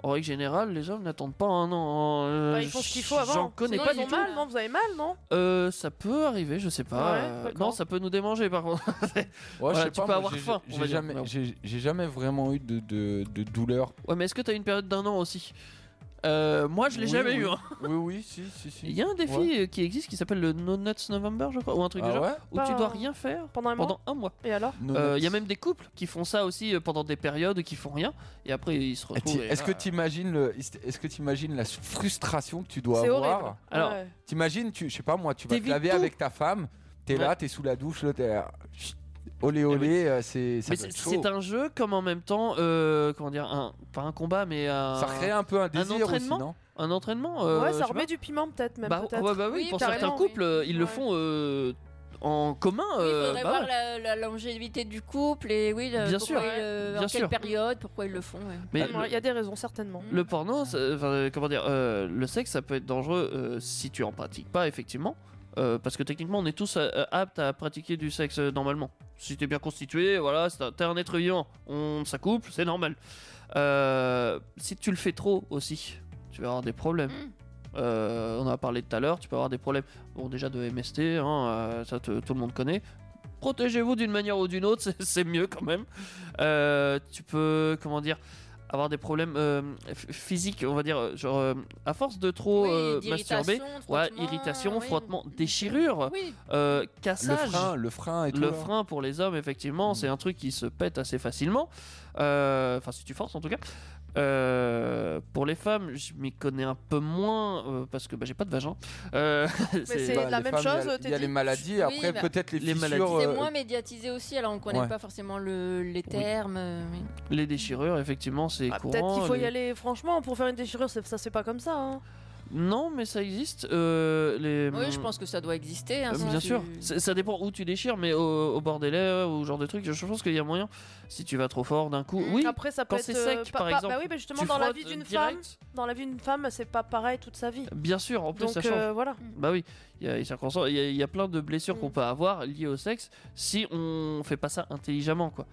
S3: En règle générale, les hommes n'attendent pas un an. euh,
S2: Bah, ils font ce qu'il faut avant.
S3: J'en connais
S2: Sinon,
S3: pas
S2: ils
S3: du
S2: ont
S3: tout.
S2: mal, non Vous avez mal, non
S3: Euh, ça peut arriver, je sais pas.
S2: Ouais,
S3: Euh,
S2: d'accord.
S3: non, ça peut nous démanger par contre. ouais,
S4: Ouais,
S3: Voilà,
S4: je sais
S3: tu
S4: pas,
S3: peux
S4: moi,
S3: avoir
S4: j'ai-
S3: faim, on va
S4: J'ai
S3: dire.
S4: jamais,
S3: Non.
S4: j'ai- j'ai jamais vraiment eu de, de, de douleur.
S3: mais est-ce que t'as une période d'un an aussi Euh, Moi, je l'ai
S4: Oui,
S3: jamais
S4: oui.
S3: eu. hein.
S4: Oui, oui, si, si, si.
S3: Il y a un défi
S4: Ouais.
S3: euh, qui existe qui s'appelle le No Nuts November, je crois, ou un truc
S4: Ah
S3: du genre,
S4: ouais
S3: où tu
S2: Pas-
S3: dois rien faire
S2: Pendant un mois
S3: pendant un mois.
S2: Et alors
S4: No
S3: Euh, Il
S4: nuts.
S3: y a même des couples qui font ça aussi euh, pendant des périodes qui font rien et après ils se
S4: Et Ah, ti-
S3: retrouvent. et ah.
S4: Est-ce
S3: là-
S4: que tu imagines le, est-ce que t'imagines la frustration que tu dois
S2: C'est
S4: avoir
S2: horrible.
S3: Alors,
S2: Ouais.
S4: T'imagines, tu, je sais pas moi, tu vas te
S3: T'évites
S4: laver
S3: tout.
S4: avec ta femme, t'es
S3: Ouais.
S4: là, t'es sous la douche, là, t'es. chut, Olé olé, euh, c'est. ça
S3: Mais
S4: doit
S3: c'est
S4: être chaud.
S3: c'est un jeu comme en même temps, euh, comment dire, un, pas un combat mais un,
S4: Ça crée un peu un désir aussi,
S3: entraînement
S4: non
S3: un entraînement. euh,
S2: ouais,
S3: je
S2: ça
S3: sais
S2: remet
S3: pas.
S2: du piment peut-être même
S3: Bah,
S2: peut-être.
S3: ouais, bah oui,
S5: Oui,
S3: pour
S5: carrément,
S3: certains couples,
S5: oui.
S3: euh, ils le
S2: Ouais.
S3: font euh, en commun.
S5: Oui, il
S3: euh,
S5: faudrait
S3: bah
S5: voir
S3: ouais.
S5: la, la longévité du couple et oui, le-
S3: Bien
S5: pourquoi
S3: sûr.
S5: ils, euh,
S3: Bien
S5: en quelle
S3: sûr.
S5: période, pourquoi ils le font. ouais.
S3: Mais
S2: Ouais, Il
S3: le,
S2: y a des raisons certainement.
S3: le porno, ça- enfin, euh, comment dire, euh, le sexe, ça peut être dangereux euh, si tu en pratiques pas effectivement, euh, parce que techniquement, on est tous euh, aptes à pratiquer du sexe euh, normalement. Si t'es bien constitué, voilà, c'est un- t'es un être vivant, on s'accouple, c'est normal. Euh, si tu le fais trop aussi, tu vas avoir des problèmes.
S5: Mm.
S3: Euh, on en a parlé tout à l'heure, tu peux avoir des problèmes. Bon, déjà de MST, hein, euh, ça te- tout le monde connaît. Protégez-vous d'une manière ou d'une autre, c'est- c'est mieux quand même. Euh, tu peux, comment dire, avoir des problèmes euh, ph- physiques, on va dire, euh, genre euh, à force de trop
S5: Oui,
S3: euh,
S5: d'irritation,
S3: masturber,
S5: de
S3: ouais,
S5: frottement,
S3: irritation,
S5: oui.
S3: frottement, déchirure,
S5: Oui,
S3: euh,
S4: Le
S3: cassage.
S4: frein, le frein et tout.
S3: Le
S4: là.
S3: frein pour les hommes, effectivement,
S4: Mm.
S3: c'est un truc qui se pète assez facilement. Euh, Enfin, si tu forces, en tout cas. Euh, pour les femmes, je m'y connais un peu moins euh, parce que bah, j'ai pas de vagin. Euh, c'est-
S2: c'est- la
S4: Bah, les
S2: même
S4: femmes, il y a-
S2: chose,
S4: Il y a,
S2: t'es dit-
S4: les maladies, après
S5: bah,
S4: peut-être les,
S3: les
S4: fissures.
S3: maladies.
S5: c'est
S4: euh,
S5: moins médiatisé aussi, alors on connaît
S4: ouais.
S5: pas forcément le- les termes. euh, mais-
S3: Les déchirures, effectivement, c'est
S2: Ah,
S3: courant.
S2: peut-être qu'il faut y
S3: les-
S2: aller franchement pour faire une déchirure, c'est- ça c'est pas comme ça. hein.
S3: Non, mais ça existe. euh, les...
S5: Oui, je pense que ça doit exister. hein,
S3: Euh,
S5: si
S3: Bien
S5: tu-
S3: sûr, C'est- ça dépend où tu déchires, mais au, au bord des lèvres ou ce genre de truc, je pense qu'il y a moyen. Si tu vas trop fort d'un coup, oui,
S2: Mmh. Après ça peut
S3: quand
S2: être
S3: c'est
S2: euh,
S3: sec,
S2: pas-
S3: par
S2: pas-
S3: exemple,
S2: Bah oui, bah justement
S3: tu
S2: dans la
S3: frottes
S2: vie d'une femme,
S3: direct.
S2: dans la vie d'une femme, c'est pas pareil toute sa vie.
S3: Bien sûr, en plus
S2: Donc
S3: ça change.
S2: euh,
S5: Mm.
S2: voilà.
S3: Bah oui, il y a les circonstances- il y, a- il y a plein de blessures
S2: Mm.
S3: qu'on peut avoir liées au sexe si on fait pas ça intelligemment quoi.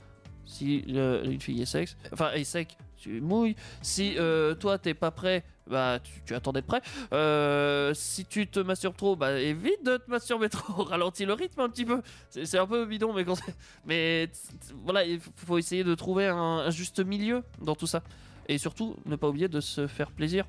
S3: Si le- une fille est sexe, enfin est sec, tu mouilles. Si euh, toi t'es pas prêt, bah tu, tu attends d'être prêt. Euh, si tu te masturbes trop, bah évite de te masturber trop, ralentis le rythme un petit peu. C'est c'est un peu bidon, mais quand mais t- t- voilà, il f- faut essayer de trouver un, un juste milieu dans tout ça. Et surtout, ne pas oublier de se faire plaisir.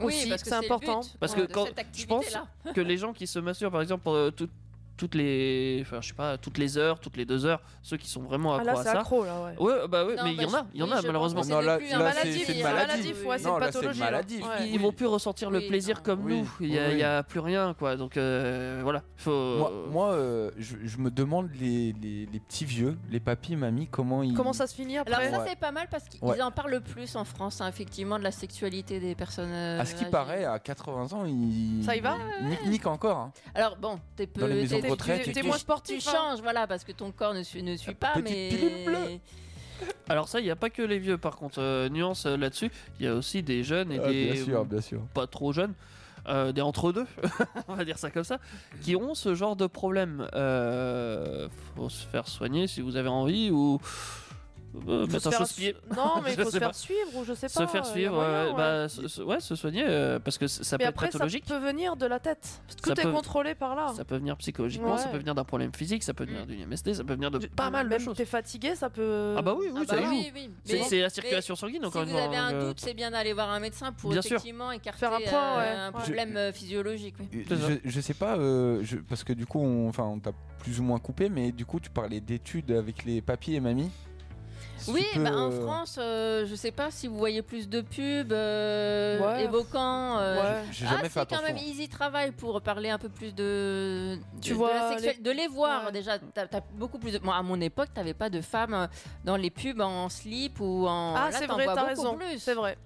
S5: Oui, parce que c'est le
S2: important.
S5: but,
S3: Parce
S5: euh,
S3: que
S5: de
S3: quand
S5: cette
S3: je pense
S5: activité-là.
S3: que les gens qui se masturbent, par exemple, pendant tout- toutes les, enfin, je sais pas, toutes les heures, toutes les deux heures, ceux qui sont vraiment
S2: Ah,
S3: accro
S2: là,
S3: à
S2: c'est
S3: ça.
S2: accro, là, ouais.
S3: bah ouais,
S2: Non,
S3: mais il
S2: bah,
S3: y en a,
S2: je-
S3: il y en
S2: oui,
S3: a
S2: je pense
S3: malheureusement.
S2: que c'est Non, là- devenu un là, c'est- maladif, c'est une c'est un maladif. maladif, ouais, c'est une
S3: Non, là,
S2: pathologie, là. Ouais.
S3: Ils ils vont plus ressentir le
S2: Oui,
S3: plaisir
S2: non.
S3: comme
S2: Oui,
S3: nous. Il y a,
S2: oui.
S3: il y a plus rien, quoi. Donc euh, voilà, faut.
S12: Moi, moi, euh, je, je me demande les, les- les petits vieux, les papis, mamies, comment ils.
S2: se finit
S12: après
S5: Alors ça
S12: Ouais.
S5: c'est pas mal parce qu'ils
S12: Ouais.
S5: en parlent le plus en France, hein, effectivement, de la sexualité des personnes. euh,
S12: À ce qui
S5: âgées.
S12: paraît, à 80 ans, ils.
S5: Ça y va
S12: Nique, nique encore. hein.
S5: Alors bon, t'es peu,
S12: Dans les maisons
S5: t'es-
S12: de retraite et
S5: t'es-
S12: tout.
S5: tu- Tu changes, voilà, parce que ton corps ne suit, ne suit pas,
S3: petite
S5: mais. bah
S3: pilule bleue. Alors ça, il n'y a pas que les vieux, par contre. euh, nuance euh, là-dessus, il y a aussi des jeunes et
S12: Ah,
S3: des
S12: bien sûr, bien sûr.
S3: pas trop jeunes, euh, des entre-deux, on va dire ça comme ça, qui ont ce genre de problème. Euh, faut se faire soigner si vous avez envie ou... Euh,
S2: Faut
S3: mettre
S2: se
S3: un
S2: faire
S3: chausse-pied.
S2: su- Non, mais
S3: Je
S2: il faut se
S3: sais
S2: faire
S3: pas.
S2: suivre ou je sais pas.
S3: Se faire
S2: euh, y a
S3: suivre,
S2: moyen,
S3: euh,
S2: ouais.
S3: bah, se, se- ouais, se soigner, euh, parce que c- ça
S2: Mais
S3: peut
S2: après,
S3: être pathologique.
S2: Ça peut venir de la tête. Parce que Tout
S3: Ça
S2: est
S3: peut-
S2: contrôlé par là.
S3: Ça peut venir psychologiquement, ça
S2: Ouais. Mm.
S3: peut venir d'un problème physique, ça peut venir d'une MST, ça peut venir de pas mal de
S2: Même
S3: choses.
S2: T'es fatigué, ça peut.
S3: Ah bah oui, oui,
S5: Ah
S3: ça
S5: bah
S3: joue.
S5: oui, oui.
S3: C'est-
S5: Mais-
S3: C'est la
S5: mais
S3: circulation sanguine, encore
S5: si
S3: une
S5: vous
S3: fois.
S5: avez
S3: hein,
S5: un
S3: le-
S5: doute, c'est bien d'aller voir un médecin pour
S3: Bien sûr.
S5: effectivement écarter
S2: Faire un point,
S5: euh,
S2: ouais.
S5: un
S2: Ouais.
S5: problème euh, physiologique. oui.
S12: Je, je sais pas, euh, je- parce que du coup, on, enfin, on t'a plus ou moins coupé, mais du coup, tu parlais d'études avec les papis et mamies. Si
S5: Oui,
S12: tu peux,
S5: bah, en
S12: euh,
S5: France, euh, je sais pas si vous voyez plus de pubs euh,
S12: Ouais.
S5: évoquant. euh,
S12: Ouais. J'ai jamais
S5: ah,
S12: fait
S5: si,
S12: attention.
S5: quand même, ils y travaillent pour parler un peu plus de.
S2: Tu
S5: de- de
S2: vois,
S5: la sexualité-
S2: les-
S5: de les voir déjà. T'as t'as beaucoup plus de. Moi, à mon époque, t'avais pas de femmes euh, dans les pubs en slip ou en.
S2: Ah,
S5: Là,
S2: c'est
S5: t'en
S2: vrai,
S5: vois
S2: t'as
S5: beaucoup
S2: raison.
S5: plus.
S2: C'est vrai.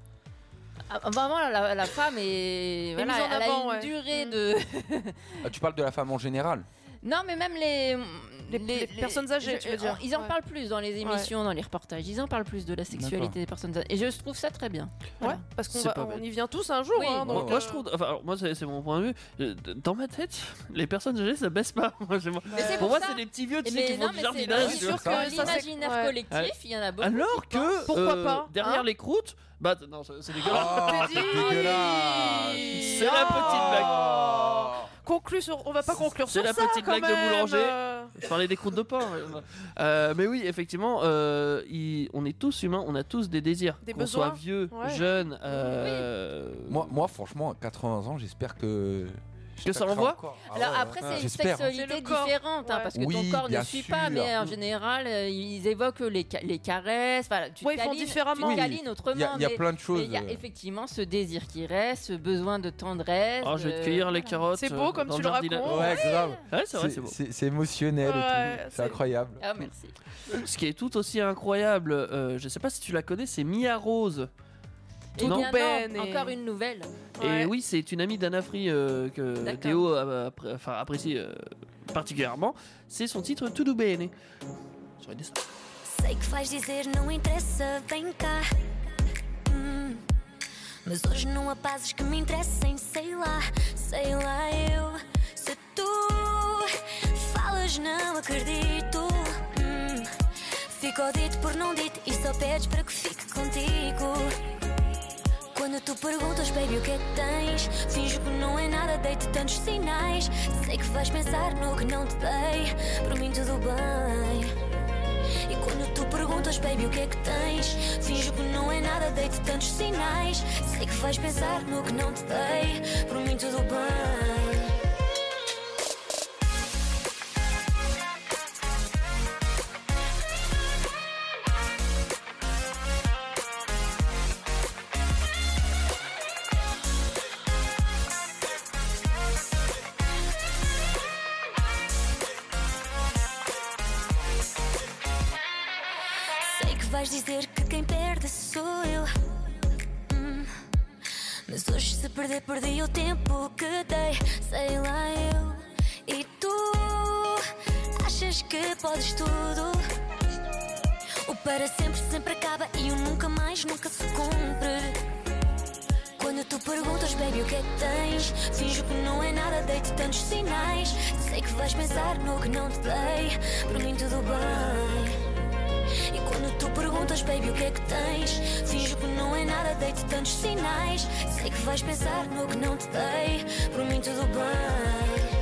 S5: Ah, Vraiment, la, la femme est. voilà,
S2: mise en
S5: elle
S2: avant,
S5: a
S2: ouais. Mm.
S5: une durée de.
S12: Ah, tu parles de la femme en général.
S5: Non, mais même les. Les,
S2: personnes âgées, tu veux dire.
S5: Ils en
S2: Ouais.
S5: parlent plus dans les émissions, dans les reportages. Ils en parlent plus de la
S3: D'accord.
S5: sexualité des personnes âgées. Et je trouve ça très bien.
S2: Ouais, parce qu'on
S3: C'est
S2: va-
S3: pas
S2: on
S3: bête.
S2: y vient tous un jour. hein,
S3: moi,
S2: donc,
S3: moi,
S2: euh,
S3: je trouve, enfin, alors, moi c'est c'est mon point de vue. Euh, d- Dans ma tête, les personnes âgées ça baisse pas. Moi, c'est- pour, moi, c'est les petits vieux tu sais, qui font du jardinage.
S5: Je suis
S3: tu vois.
S5: sûr que l'imaginaire
S2: ouais.
S5: collectif, il y en a beaucoup.
S3: Alors
S5: qui
S3: que
S5: pensent-
S3: euh,
S5: hein
S3: derrière les croûtes, bah t- non, c'est c'est dégueulasse.
S2: Oh, c'est dégueulasse.
S3: C'est la petite blague.
S2: Conclue sur. On va pas conclure
S3: C'est
S2: sur
S3: la
S2: ça,
S3: petite
S2: quand
S3: blague de
S2: même,
S3: boulanger.
S2: euh.
S3: Je parlais des croûtes de pain. Euh, mais oui, effectivement, euh, il- on est tous humains, on a tous des désirs.
S2: Des
S3: Qu'on soit
S2: besoins.
S3: vieux,
S2: Ouais.
S3: jeune. euh,
S12: Moi, moi, franchement, à 80 ans, j'espère que.
S3: Que ça envoie
S4: Ah
S5: Alors après, c'est une sexualité différente, hein, parce que ton
S12: Ah, hein. Oui,
S5: corps ne
S12: bien
S5: suit
S12: sûr.
S5: pas, mais en
S12: Mm.
S5: général, euh, ils évoquent les, ca- les caresses, enfin, tu te
S2: Ouais, ils font
S5: câlines,
S2: différemment.
S5: tu te
S12: Oui.
S5: câlines autrement.
S12: Il y a- il y a
S5: mais-
S12: plein de choses. euh.
S5: mais Il y a effectivement ce désir qui reste, ce besoin de tendresse. euh,
S3: Oh, je vais te
S5: de-
S3: cueillir les carottes.
S5: C'est beau
S3: euh,
S5: comme
S3: dans
S5: tu
S3: le
S5: le
S3: jardin.
S5: racontes.
S12: Ouais, grave.
S3: Ouais, c'est vrai,
S12: C'est-
S3: c'est beau.
S12: C'est c'est émotionnel et
S3: Ouais,
S12: tout.
S3: c'est-
S12: C'est incroyable.
S5: Ah, merci.
S3: Ce qui est tout aussi incroyable, euh, je sais pas si tu la connais, c'est Mia Rose.
S5: Et
S3: Non
S5: Eh bien,
S2: peine
S5: non,
S2: et-
S5: Encore une nouvelle.
S3: Et oui, c'est une amie d'Anna Free euh, que
S5: D'accord.
S3: Théo a- appré- enfin, apprécie euh, particulièrement. C'est son titre Tout Bene. E. Sur une des stars.
S13: Sei que vais dizer, não interessa, vem cá. Hum, Mas hoje não há pazes que me interessem, sei lá, sei lá eu. Se tu falas, não acredito. Hum, Ficou dito por não dito e só pedes para que fique contigo. Quando tu perguntas, baby, o que é que tens? Finjo que não é nada, dei-te tantos sinais. Sei que vais pensar no que não te dei, por mim tudo bem. E quando tu perguntas, baby, o que é que tens? Finjo que não é nada, dei-te tantos sinais. Sei que vais pensar no que não te dei, por mim tudo bem. Sei que vais dizer que quem perde sou eu. Hum. Mas hoje, se perder, perdi o tempo que dei. Sei lá, eu e tu. Achas que podes tudo? O para sempre sempre acaba e o nunca mais nunca se cumpre. Quando tu perguntas, baby, o que é que tens? Finjo que não é nada, dei-te tantos sinais. Sei que vais pensar no que não te dei. Por mim, tudo bem. E quando Tu perguntas, baby, o que é que tens? Finjo que não é nada, dei-te tantos sinais. Sei que vais pensar no que não te dei. Por mim, tudo bem.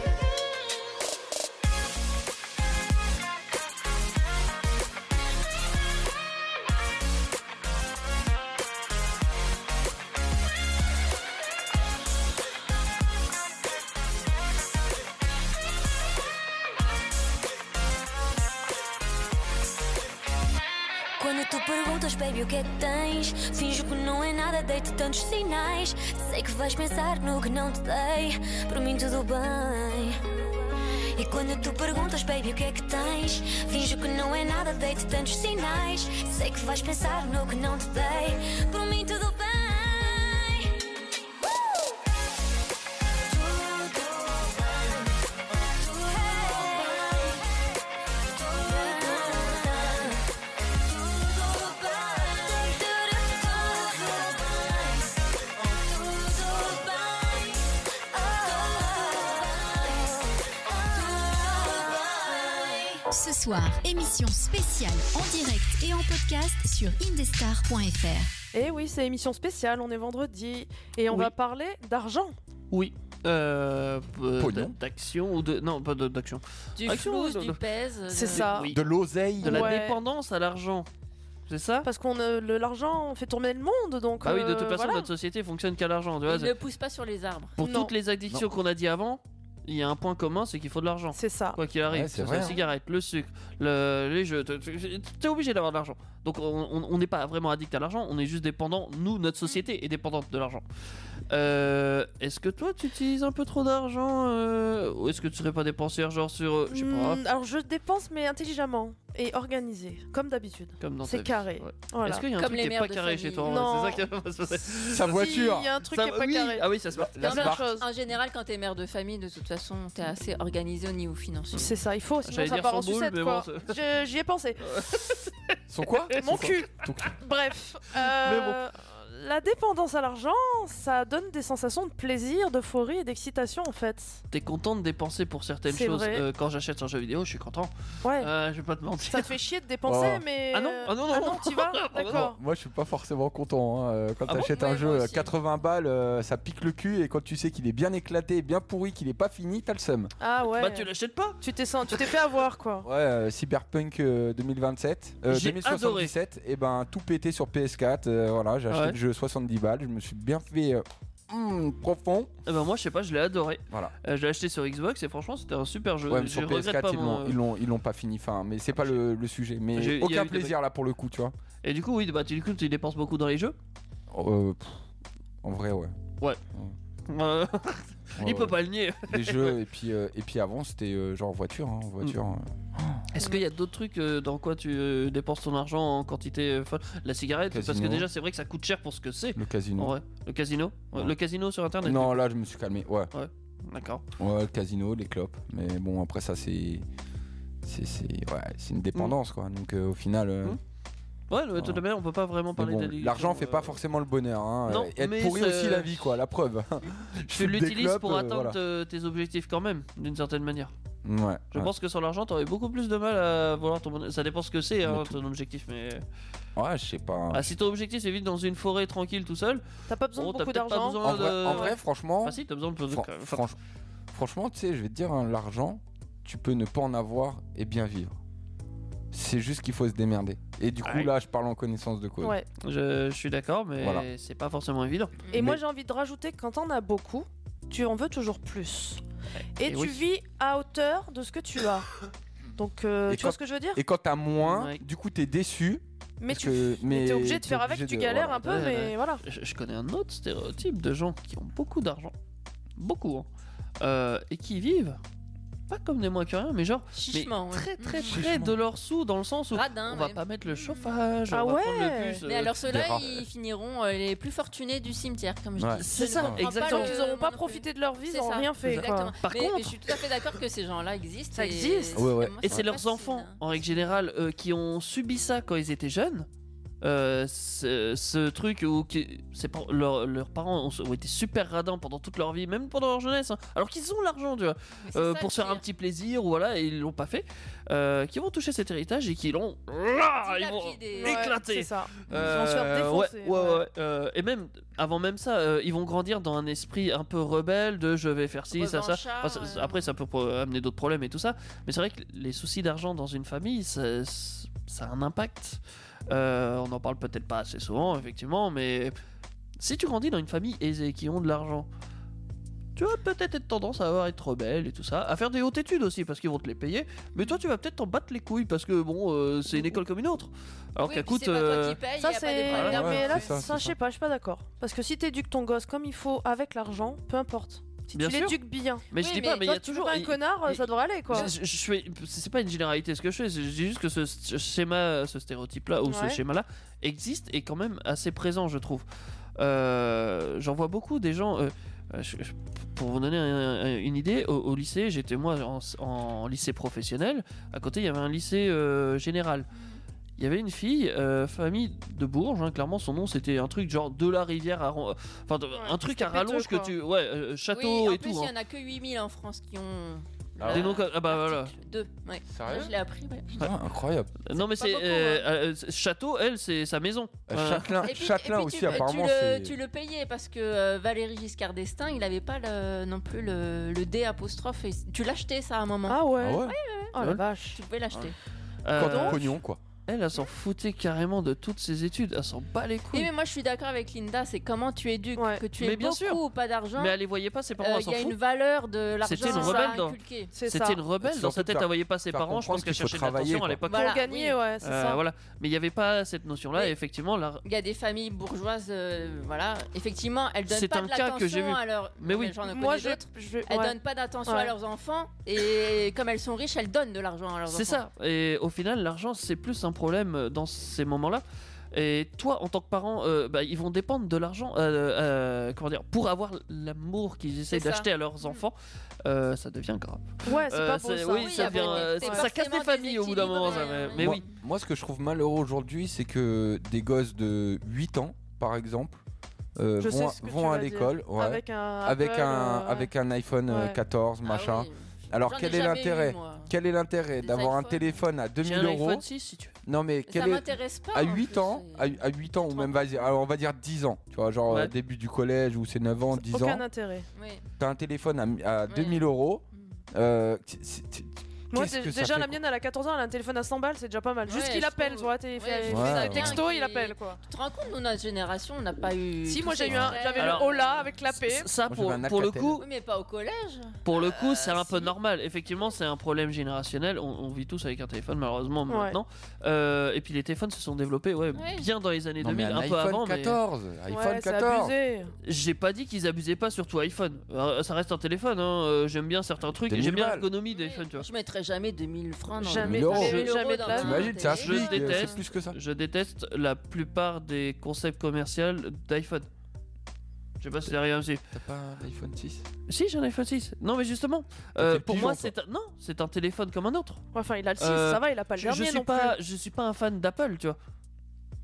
S13: Quando tu perguntas, baby, o que é que tens? Finjo que não é nada, dei-te tantos sinais. Sei que vais pensar no que não te dei, por mim tudo bem. E quando tu perguntas, baby, o que é que tens? Finjo que não é nada, dei-te tantos sinais. Sei que vais pensar no que não te dei, por mim tudo bem. Uh!
S1: Ce soir, émission spéciale en direct et en podcast sur indestar.fr.
S2: Et Eh oui, c'est émission spéciale, on est vendredi et on
S3: Oui.
S2: va parler d'argent.
S3: Oui. Euh, euh,
S4: Pognon.
S3: d'action ou de non pas de- d'action
S5: Du
S3: Action,
S5: flouze,
S3: de-
S5: du
S3: de-
S5: pèse, euh, de-
S2: C'est ça.
S3: oui.
S4: De l'oseille.
S3: de la
S2: Ouais.
S3: dépendance à l'argent c'est ça
S2: Parce qu'on euh, le- l'argent fait tourner le monde, donc.
S3: ah oui de
S2: euh,
S3: toute façon
S2: voilà.
S3: notre société fonctionne qu'à l'argent tu vois,
S5: Il
S3: c'est-
S5: ne pousse pas sur les arbres.
S3: pour
S2: Non.
S3: toutes les addictions qu'on a dit avant il y a un point commun c'est qu'il faut de l'argent
S2: C'est ça.
S3: quoi qu'il arrive
S4: Ouais,
S3: que
S4: c'est
S3: ce soit
S4: vrai,
S3: la
S4: hein.
S3: cigarette le sucre le- les jeux t'es- t'es t'es obligé d'avoir de l'argent donc on- on on n'est pas vraiment addict à l'argent on est juste dépendant nous notre société est dépendante de l'argent Euh, est-ce que toi tu utilises un peu trop d'argent euh, ou est-ce que tu serais pas dépensière genre sur euh, je sais pas
S2: Hmm, alors je dépense, mais intelligemment et organisé, comme d'habitude.
S3: comme dans ta
S2: C'est
S3: vie.
S2: carré.
S3: Ouais.
S2: Voilà.
S3: Est-ce qu'il y a un
S5: Comme
S3: truc
S5: les
S3: qui est
S5: mères
S3: pas
S5: de
S3: carré
S5: famille.
S3: chez toi
S2: Non.
S3: ouais, C'est ça qui va se passer.
S4: Sa voiture.
S2: Il y a un truc
S3: Ça
S2: qui est
S3: va-
S2: pas
S3: oui.
S2: carré.
S3: Ah oui, ça se marche.
S4: La
S2: Plein de
S4: Smart.
S2: choses.
S5: En général, quand t'es mère de famille, de toute façon, t'es assez organisé au niveau financier.
S2: C'est ça, il faut, sinon
S3: J'allais
S2: ça
S3: dire
S2: part en
S3: son boule,
S2: sucette
S3: mais
S2: quoi.
S3: bon,
S2: Je- J'y ai pensé.
S4: Son quoi
S2: Mon
S4: Son quoi
S2: cul
S4: Ton cul.
S2: Bref. euh, La dépendance à l'argent, ça donne des sensations de plaisir, d'euphorie et d'excitation en fait.
S3: T'es content de dépenser pour certaines
S2: C'est
S3: choses.
S2: vrai.
S3: Euh, quand j'achète un jeu vidéo, je suis content.
S2: Ouais.
S3: Euh, je vais pas te mentir.
S2: Ça te fait chier de dépenser,
S4: Oh.
S2: mais.
S3: Ah non,
S2: euh,
S3: ah non, non,
S2: ah non, t'y vas
S3: Ah bah non.
S2: D'accord.
S4: Moi, je suis pas forcément content. hein. Euh, Quand
S3: Ah bon
S4: t'achètes
S5: Ouais,
S4: un
S5: moi
S4: jeu à
S5: aussi.
S4: 80 balles, euh, ça pique le cul. Et quand tu sais qu'il est bien éclaté, bien pourri, qu'il est pas fini, t'as le seum.
S2: Ah ouais.
S3: Bah tu l'achètes pas.
S2: Tu t'es sent- tu t'es fait avoir quoi.
S4: Ouais, euh, Cyberpunk euh, 2027, euh,
S3: J'ai
S4: 2077, et ben tout pété sur PS4. euh, voilà, j'ai acheté
S3: Ouais.
S4: le jeu 70 balles. Je me suis bien fait euh, hum, profond.
S3: Eh ben moi je sais pas, je l'ai adoré.
S4: Voilà.
S3: Euh, je l'ai acheté sur Xbox et franchement c'était un super jeu.
S4: Ouais, mais
S3: je
S4: sur
S3: regrette
S4: PS4,
S3: pas
S4: ils
S3: mon- euh,
S4: l'ont- ils l'ont- ils l'ont pas fini. Enfin, mais c'est pas le, le sujet.
S3: J'ai- il
S4: Mais
S3: y a eu
S4: aucun
S3: des
S4: plaisir là pour le coup, tu vois.
S3: Et du coup oui, bah du coup tu dépenses beaucoup dans les jeux.
S4: Euh, pff, en vrai, ouais.
S3: Euh,
S4: Ouais,
S3: il peut
S4: ouais.
S3: pas le nier.
S4: Les jeux, et puis, euh, et puis avant, c'était euh, genre voiture. hein, voiture
S3: Mm.
S4: euh.
S3: Est-ce qu'il y a d'autres trucs euh, dans quoi tu euh, dépenses ton argent en quantité euh, folle La cigarette, parce que
S4: Casino.
S3: déjà c'est vrai que ça coûte cher pour ce que c'est.
S4: Le
S3: En
S4: casino.
S3: vrai, le casino, Ouais,
S4: Ouais.
S3: le casino sur internet.
S4: non, là, je me suis calmé. Ouais,
S3: D'accord.
S4: ouais le casino, les clopes. Mais bon, après, ça, c'est. C'est c'est- ouais, c'est une dépendance, quoi. Donc, euh, au final. euh,
S3: Mm. Ouais, mais de toute
S4: Voilà.
S3: manière, on peut pas vraiment
S4: mais
S3: parler
S4: bon,
S3: d'addiction,
S4: l'argent fait
S3: euh,
S4: pas forcément le bonheur. Hein.
S3: Non,
S4: Euh, Être
S3: mais
S4: pourri
S3: ça-
S4: aussi la vie, quoi. La preuve. Je
S3: Tu
S4: fume des
S3: l'utilises
S4: clopes,
S3: pour
S4: euh,
S3: atteindre euh, tes objectifs quand même, d'une certaine manière.
S4: voilà. Ouais.
S3: Je
S4: ouais.
S3: pense que sans l'argent, t'aurais beaucoup plus de mal à vouloir ton bonheur. Ça dépend ce que c'est, hein, ton objectif, mais...
S4: Ouais, je sais pas.
S3: Ah, si ton objectif, c'est vivre dans une forêt tranquille tout seul,
S2: T'as pas besoin
S3: bon,
S2: de
S3: t'as
S2: beaucoup
S3: peut-être pas
S2: d'argent.
S4: en
S3: besoin de...
S4: vrai, en vrai, franchement.
S3: Ah si, t'as besoin de...
S4: fran-
S3: Enfin,
S4: franch- franchement, tu sais, je vais te dire, hein, l'argent, tu peux ne pas en avoir et bien vivre. C'est juste qu'il faut se démerder. Et du coup,
S3: Ouais.
S4: là, je parle en connaissance de cause.
S2: Ouais.
S3: je, je suis d'accord, mais
S4: Voilà.
S3: c'est pas forcément évident.
S2: Et
S4: Mais-
S2: moi, j'ai envie de rajouter que quand t'en as beaucoup, tu en veux toujours plus. Et,
S3: Et
S2: tu
S3: oui.
S2: vis à hauteur de ce que tu as. Donc, euh,
S4: Et
S2: tu vois
S4: quand-
S2: ce que je veux dire
S4: Et quand t'as moins,
S3: Ouais.
S4: du coup, t'es déçu.
S2: Mais
S4: parce
S2: tu
S4: que-
S2: mais
S4: mais
S2: t'es obligé de
S4: t'es
S2: faire avec,
S4: obligé
S2: tu
S4: de-
S2: galères
S4: voilà.
S2: un peu,
S3: Ouais,
S2: mais
S3: ouais.
S2: voilà.
S3: Je, je connais un autre stéréotype de gens qui ont beaucoup d'argent, beaucoup, hein, euh, et qui vivent pas comme des moins que rien, mais genre
S5: Chichement, ouais. Mmh.
S3: très très près
S4: Chichement.
S3: de leur sous dans le sens où
S5: Radin,
S3: on va
S5: mais-
S3: pas mettre le chauffage, on
S2: Ah
S3: va
S2: ouais.
S3: prendre le bus.
S5: Mais
S3: euh,
S5: alors ceux-là,
S4: rares.
S5: ils finiront euh, les plus fortunés du cimetière, comme je
S4: Ouais.
S5: dis.
S3: C'est
S5: Je
S3: ça,
S5: ne comprends pas
S3: exactement.
S5: le-
S2: Tant qu'ils n'auront pas
S5: mon
S2: profité de leur vie, ils
S5: C'est
S2: n'auront
S5: ça.
S2: rien fait. quoi.
S5: Exactement.
S3: Par
S5: mais,
S3: contre-
S5: mais je suis tout à fait d'accord que ces gens-là existent.
S2: Ça
S5: et-
S2: existe.
S4: Ouais, ouais.
S5: moi,
S3: Et
S5: ça
S3: c'est
S5: me
S3: leurs
S5: fascine,
S3: enfants,
S5: hein.
S3: en règle générale, euh, qui ont subi ça quand ils étaient jeunes euh, ce, ce truc où qui- c'est pas- leurs- leurs parents ont, ont été super radins pendant toute leur vie, même pendant leur jeunesse, hein, alors qu'ils ont l'argent, tu vois, euh, pour se faire un petit plaisir, ou voilà, et ils l'ont pas fait, euh, qui vont toucher cet héritage et qui l'ont là, ils vont
S2: Dilapidé. Ouais,
S3: éclater.
S2: c'est ça. Ils vont se faire
S3: Euh,
S2: défoncer,
S3: ouais, ouais, ouais, euh, et même avant même ça, euh, ils vont grandir dans un esprit un peu rebelle de je vais faire ci, ça, ça.
S5: Revanchard,
S3: Enfin, ça-
S2: ah.
S3: ça- Après, ça peut pro- amener d'autres problèmes et tout ça. Mais c'est vrai que les soucis d'argent dans une famille, ça, ça a un impact. Euh, on en parle peut-être pas assez souvent, effectivement, mais si tu grandis dans une famille aisée qui ont de l'argent, tu vas peut-être être tendance à avoir être rebelle et tout ça, à faire des hautes études aussi parce qu'ils vont te les payer, mais toi tu vas peut-être t'en battre les couilles parce que bon, euh, c'est une école comme une autre. Alors qu'elle coûte. euh,
S2: ça
S5: y a pas
S2: c'est.
S5: des problèmes
S2: Non,
S3: d'argent.
S2: mais là,
S3: Ah C'est ça,
S2: ça,
S3: c'est
S2: je sais pas, je suis pas d'accord. Parce que si t'éduques ton gosse comme il faut avec l'argent, peu importe. Si
S3: Bien
S2: tu
S3: sûr.
S2: l'éduques bien.
S3: Mais je dis pas, mais il y
S2: toi,
S3: a
S2: tu fais
S3: toujours-
S2: pas un
S3: il-
S2: connard, euh,
S3: il-
S2: ça devrait aller quoi.
S3: Je, je- je fais- c'est pas une généralité ce que je fais, je dis juste que ce, ce schéma, ce stéréotype-là ou
S2: Ouais.
S3: ce schéma-là existe et quand même assez présent, je trouve. Euh, J'en vois beaucoup des gens. euh, euh, je- je- pour vous donner un- un- une idée, au, au lycée, j'étais moi en, en lycée professionnel. À côté, il y avait un lycée euh, général. Il y avait une fille, euh, famille de Bourges, hein, clairement son nom c'était un truc genre de la rivière à. ron- Enfin, de- un truc à
S5: péteux,
S3: rallonge que
S5: quoi.
S3: tu. Ouais, euh,
S5: oui,
S3: château
S5: en
S3: et
S5: plus,
S3: tout.
S5: il
S3: hein.
S5: y en a que 8000 en France qui ont.
S3: Ah Des noms comme- ah bah voilà.
S5: Deux. Ouais.
S4: Sérieux
S5: Ça, Je l'ai appris, ouais.
S4: incroyable.
S3: Non mais
S5: pas
S3: c'est
S5: beaucoup, hein.
S3: euh, euh, c'est- château, elle c'est sa maison. Euh,
S4: Châtelain-
S5: Et puis- et puis tu le- Tu le, tu le payais parce que euh, Valéry Giscard d'Estaing, il avait pas le- non plus le, le D apostrophe. et tu l'achetais ça à un moment.
S2: Ah ouais. Ah ouais.
S3: Oh la
S2: vache.
S5: Tu pouvais
S3: Ah
S5: l'acheter.
S3: Euh,
S4: pognon, quoi.
S3: Elle, elle s'en foutait carrément de toutes ses études, elle s'en bat les couilles.
S5: Oui, mais moi je suis d'accord avec Linda, c'est comment tu éduques, que tu aies
S3: Mais bien
S5: beaucoup
S3: sûr.
S5: ou pas d'argent.
S3: Mais elle les voyait pas, ses parents,
S5: euh,
S3: elle s'en
S5: Il y a
S3: fout.
S5: une valeur de l'argent.
S3: C'était une
S5: à
S3: rebelle dans-
S5: inculquer.
S3: C'était une rebelle dans sa
S4: Surtout
S3: tête,
S4: faire-
S3: elle voyait pas ses
S4: faire
S3: parents, je
S4: comprendre
S3: pense qu'elle
S4: qu'il faut
S3: cherchait l'attention
S4: travailler,
S3: à
S4: quoi.
S3: l'époque. Euh,
S5: Voilà, Pour gagner, oui. ouais, c'est ça.
S3: Voilà. Mais il n'y avait pas cette notion-là, et effectivement, la...
S5: Il y a des familles bourgeoises, euh, voilà. Effectivement, elles donnent
S3: C'est
S5: pas
S3: un
S5: de
S3: cas que j'ai
S5: l'attention
S3: vu.
S5: à leurs.
S3: Mais oui.
S5: j'en ai
S3: Moi,
S5: connu
S3: je-
S5: d'autres.
S3: je-
S5: Elles
S3: ouais.
S5: donnent pas d'attention à
S3: Ouais.
S5: leurs enfants et comme elles sont riches, elles donnent de l'argent à leurs enfants.
S3: C'est ça. Et au final, l'argent, c'est plus un problème euh, dans ces moments-là. Et toi, en tant que parent, euh, bah, ils vont dépendre de l'argent euh, euh, comment dire, pour avoir l'amour qu'ils essayent
S5: C'est ça.
S3: d'acheter à leurs enfants. Euh, ça devient grave.
S2: Mm. Ouais, c'est pas
S3: Euh,
S2: beau, ça.
S3: Oui,
S2: Oui,
S3: ça,
S2: après,
S3: devient, euh,
S2: t'es
S3: ça
S2: forcément
S3: casse les familles au bout d'un moment. ça, mais mais
S4: moi,
S3: oui.
S4: moi, ce que je trouve malheureux aujourd'hui, c'est que des gosses de 8 ans, par exemple, euh,
S2: Je sais
S4: vont,
S2: ce que
S4: vont
S2: tu
S4: à
S2: vas dire.
S4: l'école ouais,
S2: Avec un
S4: avec,
S2: Apple,
S4: un,
S2: euh,
S4: avec un iPhone euh,
S2: Ouais. Ah
S4: 14, machin. Alors,
S5: J'en ai
S4: quel est
S5: jamais eu,
S4: l'intérêt
S5: moi.
S4: Quel est l'intérêt d'avoir un téléphone à 2000
S5: un
S4: euros
S5: iPhone 6, si tu
S4: Non, mais
S5: Ça
S4: quel est-
S5: m'intéresse pas,
S4: À
S5: en
S4: 8 ans, à, à 8 ans, ou même, vas-y, alors, on va dire 10 ans, tu vois, genre
S2: Ouais.
S4: euh, début du collège ou c'est 9 ans, 10 ans.
S2: Aucun intérêt.
S4: T'as un téléphone à, à 2000 euros. euh, c'est- c'est- c'est-
S2: Moi,
S4: qu'est-ce
S2: dé-
S4: que ça
S2: déjà,
S4: fait,
S2: la mienne, elle a 14 ans, elle a un téléphone à 100 balles, c'est déjà pas mal. Juste
S5: Ouais,
S2: qu'il
S5: je
S2: appelle, tu vois, t'es-
S5: Ouais,
S2: fait-
S5: je trouve ça
S2: fait
S5: bien
S2: texto,
S5: qu'il-
S2: il appelle, quoi.
S5: Tu te rends compte, nous, notre génération, on n'a pas eu.
S2: Si,
S5: tous
S2: moi,
S5: ces
S2: j'ai eu un-
S5: trucs.
S2: j'avais le Alors, Ola avec la paix.
S3: ça, Moi, pour- j'avais un pour le Alcatel. coup-
S5: Oui, mais pas au collège.
S3: Pour le coup, c'est un peu normal. Effectivement, c'est un problème générationnel. On, on vit tous avec un téléphone, malheureusement,
S5: Ouais.
S3: maintenant. Euh, et puis les téléphones se sont développés ouais,
S5: Ouais.
S3: bien dans les années
S4: Non, mais
S3: 2000,
S4: un
S3: un, peu
S4: iPhone
S3: avant. mais-
S4: 14, iPhone Ouais, c'est 14. abusé.
S3: J'ai pas dit qu'ils abusaient pas, surtout iPhone. Euh, ça reste un téléphone. hein. Euh, J'aime bien certains trucs. et
S4: 2000
S3: J'aime bien
S4: balles.
S3: l'ergonomie des iPhones, tu vois.
S5: Je mettrais jamais 2000 francs dans
S3: Jamais,
S5: 2000
S3: euros.
S5: euros.
S3: jamais, jamais de
S5: dans
S3: la
S5: un
S3: vie.
S5: téléphone.
S4: T'as un
S3: Je
S4: flic, euh, c'est
S3: déteste-
S4: plus que ça.
S3: Je déteste la plupart des concepts commerciaux d'iPhone. Je sais pas si c'est rien aussi.
S4: T'as pas un iPhone 6
S3: Si, j'ai un iPhone 6. Non, mais justement, euh,
S4: fait le
S3: pour
S4: pigeon,
S3: moi,
S4: toi.
S3: c'est un... non, c'est un téléphone comme un autre.
S2: Ouais, Enfin, il a Ah, le 6,
S3: Euh,
S2: ça va, il a pas le
S3: je, je
S2: dernier
S3: suis
S2: non
S3: pas,
S2: plus.
S3: Je suis pas un fan d'Apple, tu vois.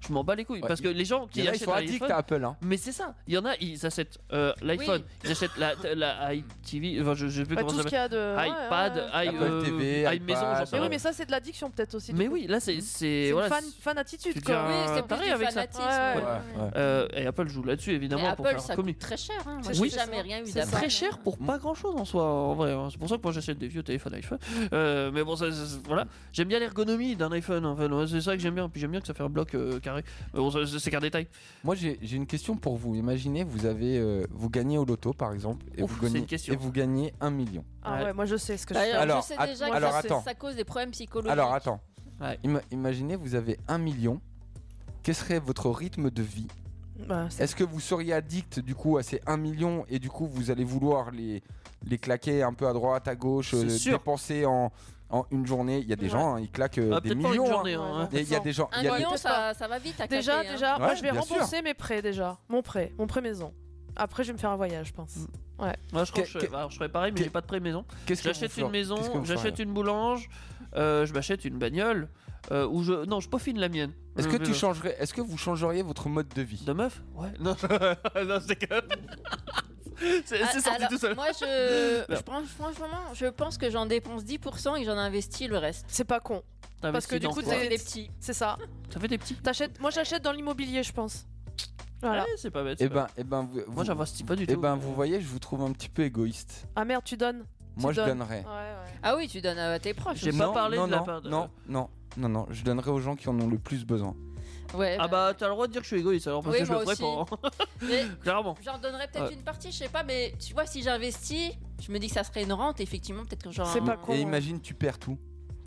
S3: Je m'en bats les couilles.
S4: Ouais,
S3: parce que
S4: il-
S3: les
S4: il
S3: gens
S4: y en
S3: qui
S4: a, ils
S3: achètent
S4: sont
S3: un
S4: addicts
S3: iPhone-
S4: à Apple, hein.
S3: Mais c'est ça. Il y en a, ils achètent euh, l'iPhone, ils achètent la, la iTV, enfin, je, je sais plus
S2: Bah,
S3: comment
S2: tout
S3: ça
S2: ce qu'il y a
S3: s'appelle.
S2: de- ouais,
S3: iPad,
S2: ouais,
S3: i-
S4: Apple
S3: euh,
S4: TV,
S3: i- maison,
S4: iPad,
S3: j'en sais
S2: Mais oui,
S3: rien.
S2: mais ça, c'est de l'addiction, peut-être aussi. du
S3: Mais
S2: coup.
S3: oui, là c'est Mhm.
S2: C'est
S3: c'est
S2: une
S3: voilà.
S2: fan,
S3: c'est-
S2: fan
S3: tu
S2: attitude,
S3: deviens
S2: quoi.
S3: taré avec ça.
S5: ouais.
S4: Ouais.
S3: Euh, et Apple joue là-dessus évidemment
S5: Mais
S3: pour
S5: Apple,
S3: faire
S5: ça
S3: comme
S5: coûte très cher, hein. Moi,
S3: Oui.
S5: j'ai jamais rien eu
S3: C'est
S5: d'Apple.
S3: très cher pour pas grand chose en soi, en vrai. hein. C'est pour ça que moi j'achète des vieux téléphones iPhone. Euh, mais bon, ça, ça- ça- voilà. J'aime bien l'ergonomie d'un iPhone, en fait. Ouais, c'est ça que j'aime bien. Puis j'aime bien que ça fait un bloc euh, carré. Mais bon, ça, c'est qu'un détail.
S4: Moi, j'ai j'ai une question pour vous. Imaginez, vous avez, euh, vous gagnez au loto, par exemple, et, vous, gagnez, et vous gagnez 1 million.
S2: Ah ouais, moi, je sais ce que je fais.
S5: D'ailleurs,
S4: Alors,
S5: Bah, je sais
S4: att-
S5: déjà que
S4: alors,
S5: ça,
S4: attends.
S5: ça cause des problèmes psychologiques.
S4: Alors, attends. Ima- imaginez, vous avez 1 million. Quel serait votre rythme de vie
S2: Bah, c'est-
S4: Est-ce que vous seriez addict du coup à ces 1 million et du coup vous allez vouloir les, les claquer un peu à droite, à gauche,
S3: C'est
S4: euh,
S3: sûr.
S4: dépenser en, en une journée Il y a des gens, hein, ils claquent euh,
S3: Ah,
S4: des
S3: peut-être pas une
S4: millions. hein.
S3: journée, hein, ouais.
S4: Et Il y a des gens.
S5: Un
S4: il y a des-
S5: million, ça, ça va vite à
S2: Déjà,
S5: claquer, hein.
S2: déjà, moi,
S4: Ouais,
S2: je vais
S4: bien sûr.
S2: rembourser mes prêts, déjà. Mon prêt, mon prêt maison. Après, je vais me faire un voyage, je pense. Ouais.
S3: Moi, Mm. je crois que, je, alors, je ferais pareil, mais j'ai pas de prêt maison.
S4: qu'est-ce que
S3: J'achète
S4: vous
S3: une
S4: ferez- qu'est-ce que
S3: maison,
S4: vous ferez
S3: j'achète une boulange, euh, je m'achète une bagnole. euh, où je. Non, je peaufine la mienne.
S4: Est-ce que
S3: Mais
S4: tu
S3: non.
S4: changerais Est-ce que vous changeriez votre mode de vie
S3: De meuf Ouais. Non, non c'est que. C'est c'est sorti
S5: Ah, Alors,
S3: tout seul.
S5: Moi, je,
S3: Non.
S5: je pense, franchement, je pense que j'en dépense 10% et j'en investis le reste.
S2: C'est pas con. Parce que du coup,
S5: c'est
S2: c'est
S5: des petits.
S2: C'est ça.
S3: Ça fait des petits.
S2: T'achètes. Moi, j'achète dans l'immobilier, je pense. Voilà.
S3: Ouais, c'est pas bête.
S4: Eh ben, eh ben, vous-
S3: Moi,
S4: vous-
S3: j'investis pas du
S4: Eh
S3: tout.
S4: ben, vous voyez, je vous trouve un petit peu égoïste.
S2: Ah merde, tu donnes.
S4: Moi,
S2: Tu
S4: je
S2: donnes.
S4: donnerais.
S5: Ah oui, tu donnes à tes proches.
S4: Non, non, non, Non, non, non, non, je donnerais aux gens qui en ont le plus besoin.
S5: Eh ben Ouais,
S3: ah bah, t'as le droit de dire que je suis égoïste alors parce
S5: Oui,
S3: que je le
S5: moi
S3: ferais
S5: aussi.
S3: pas. hein.
S5: Mais
S3: Clairement.
S5: J'en donnerais peut-être
S3: Ouais.
S5: une partie, je sais pas, mais tu vois, si j'investis, je me dis que ça serait une rente, effectivement, peut-être que j'en.
S4: Et
S3: hein.
S4: imagine, tu perds tout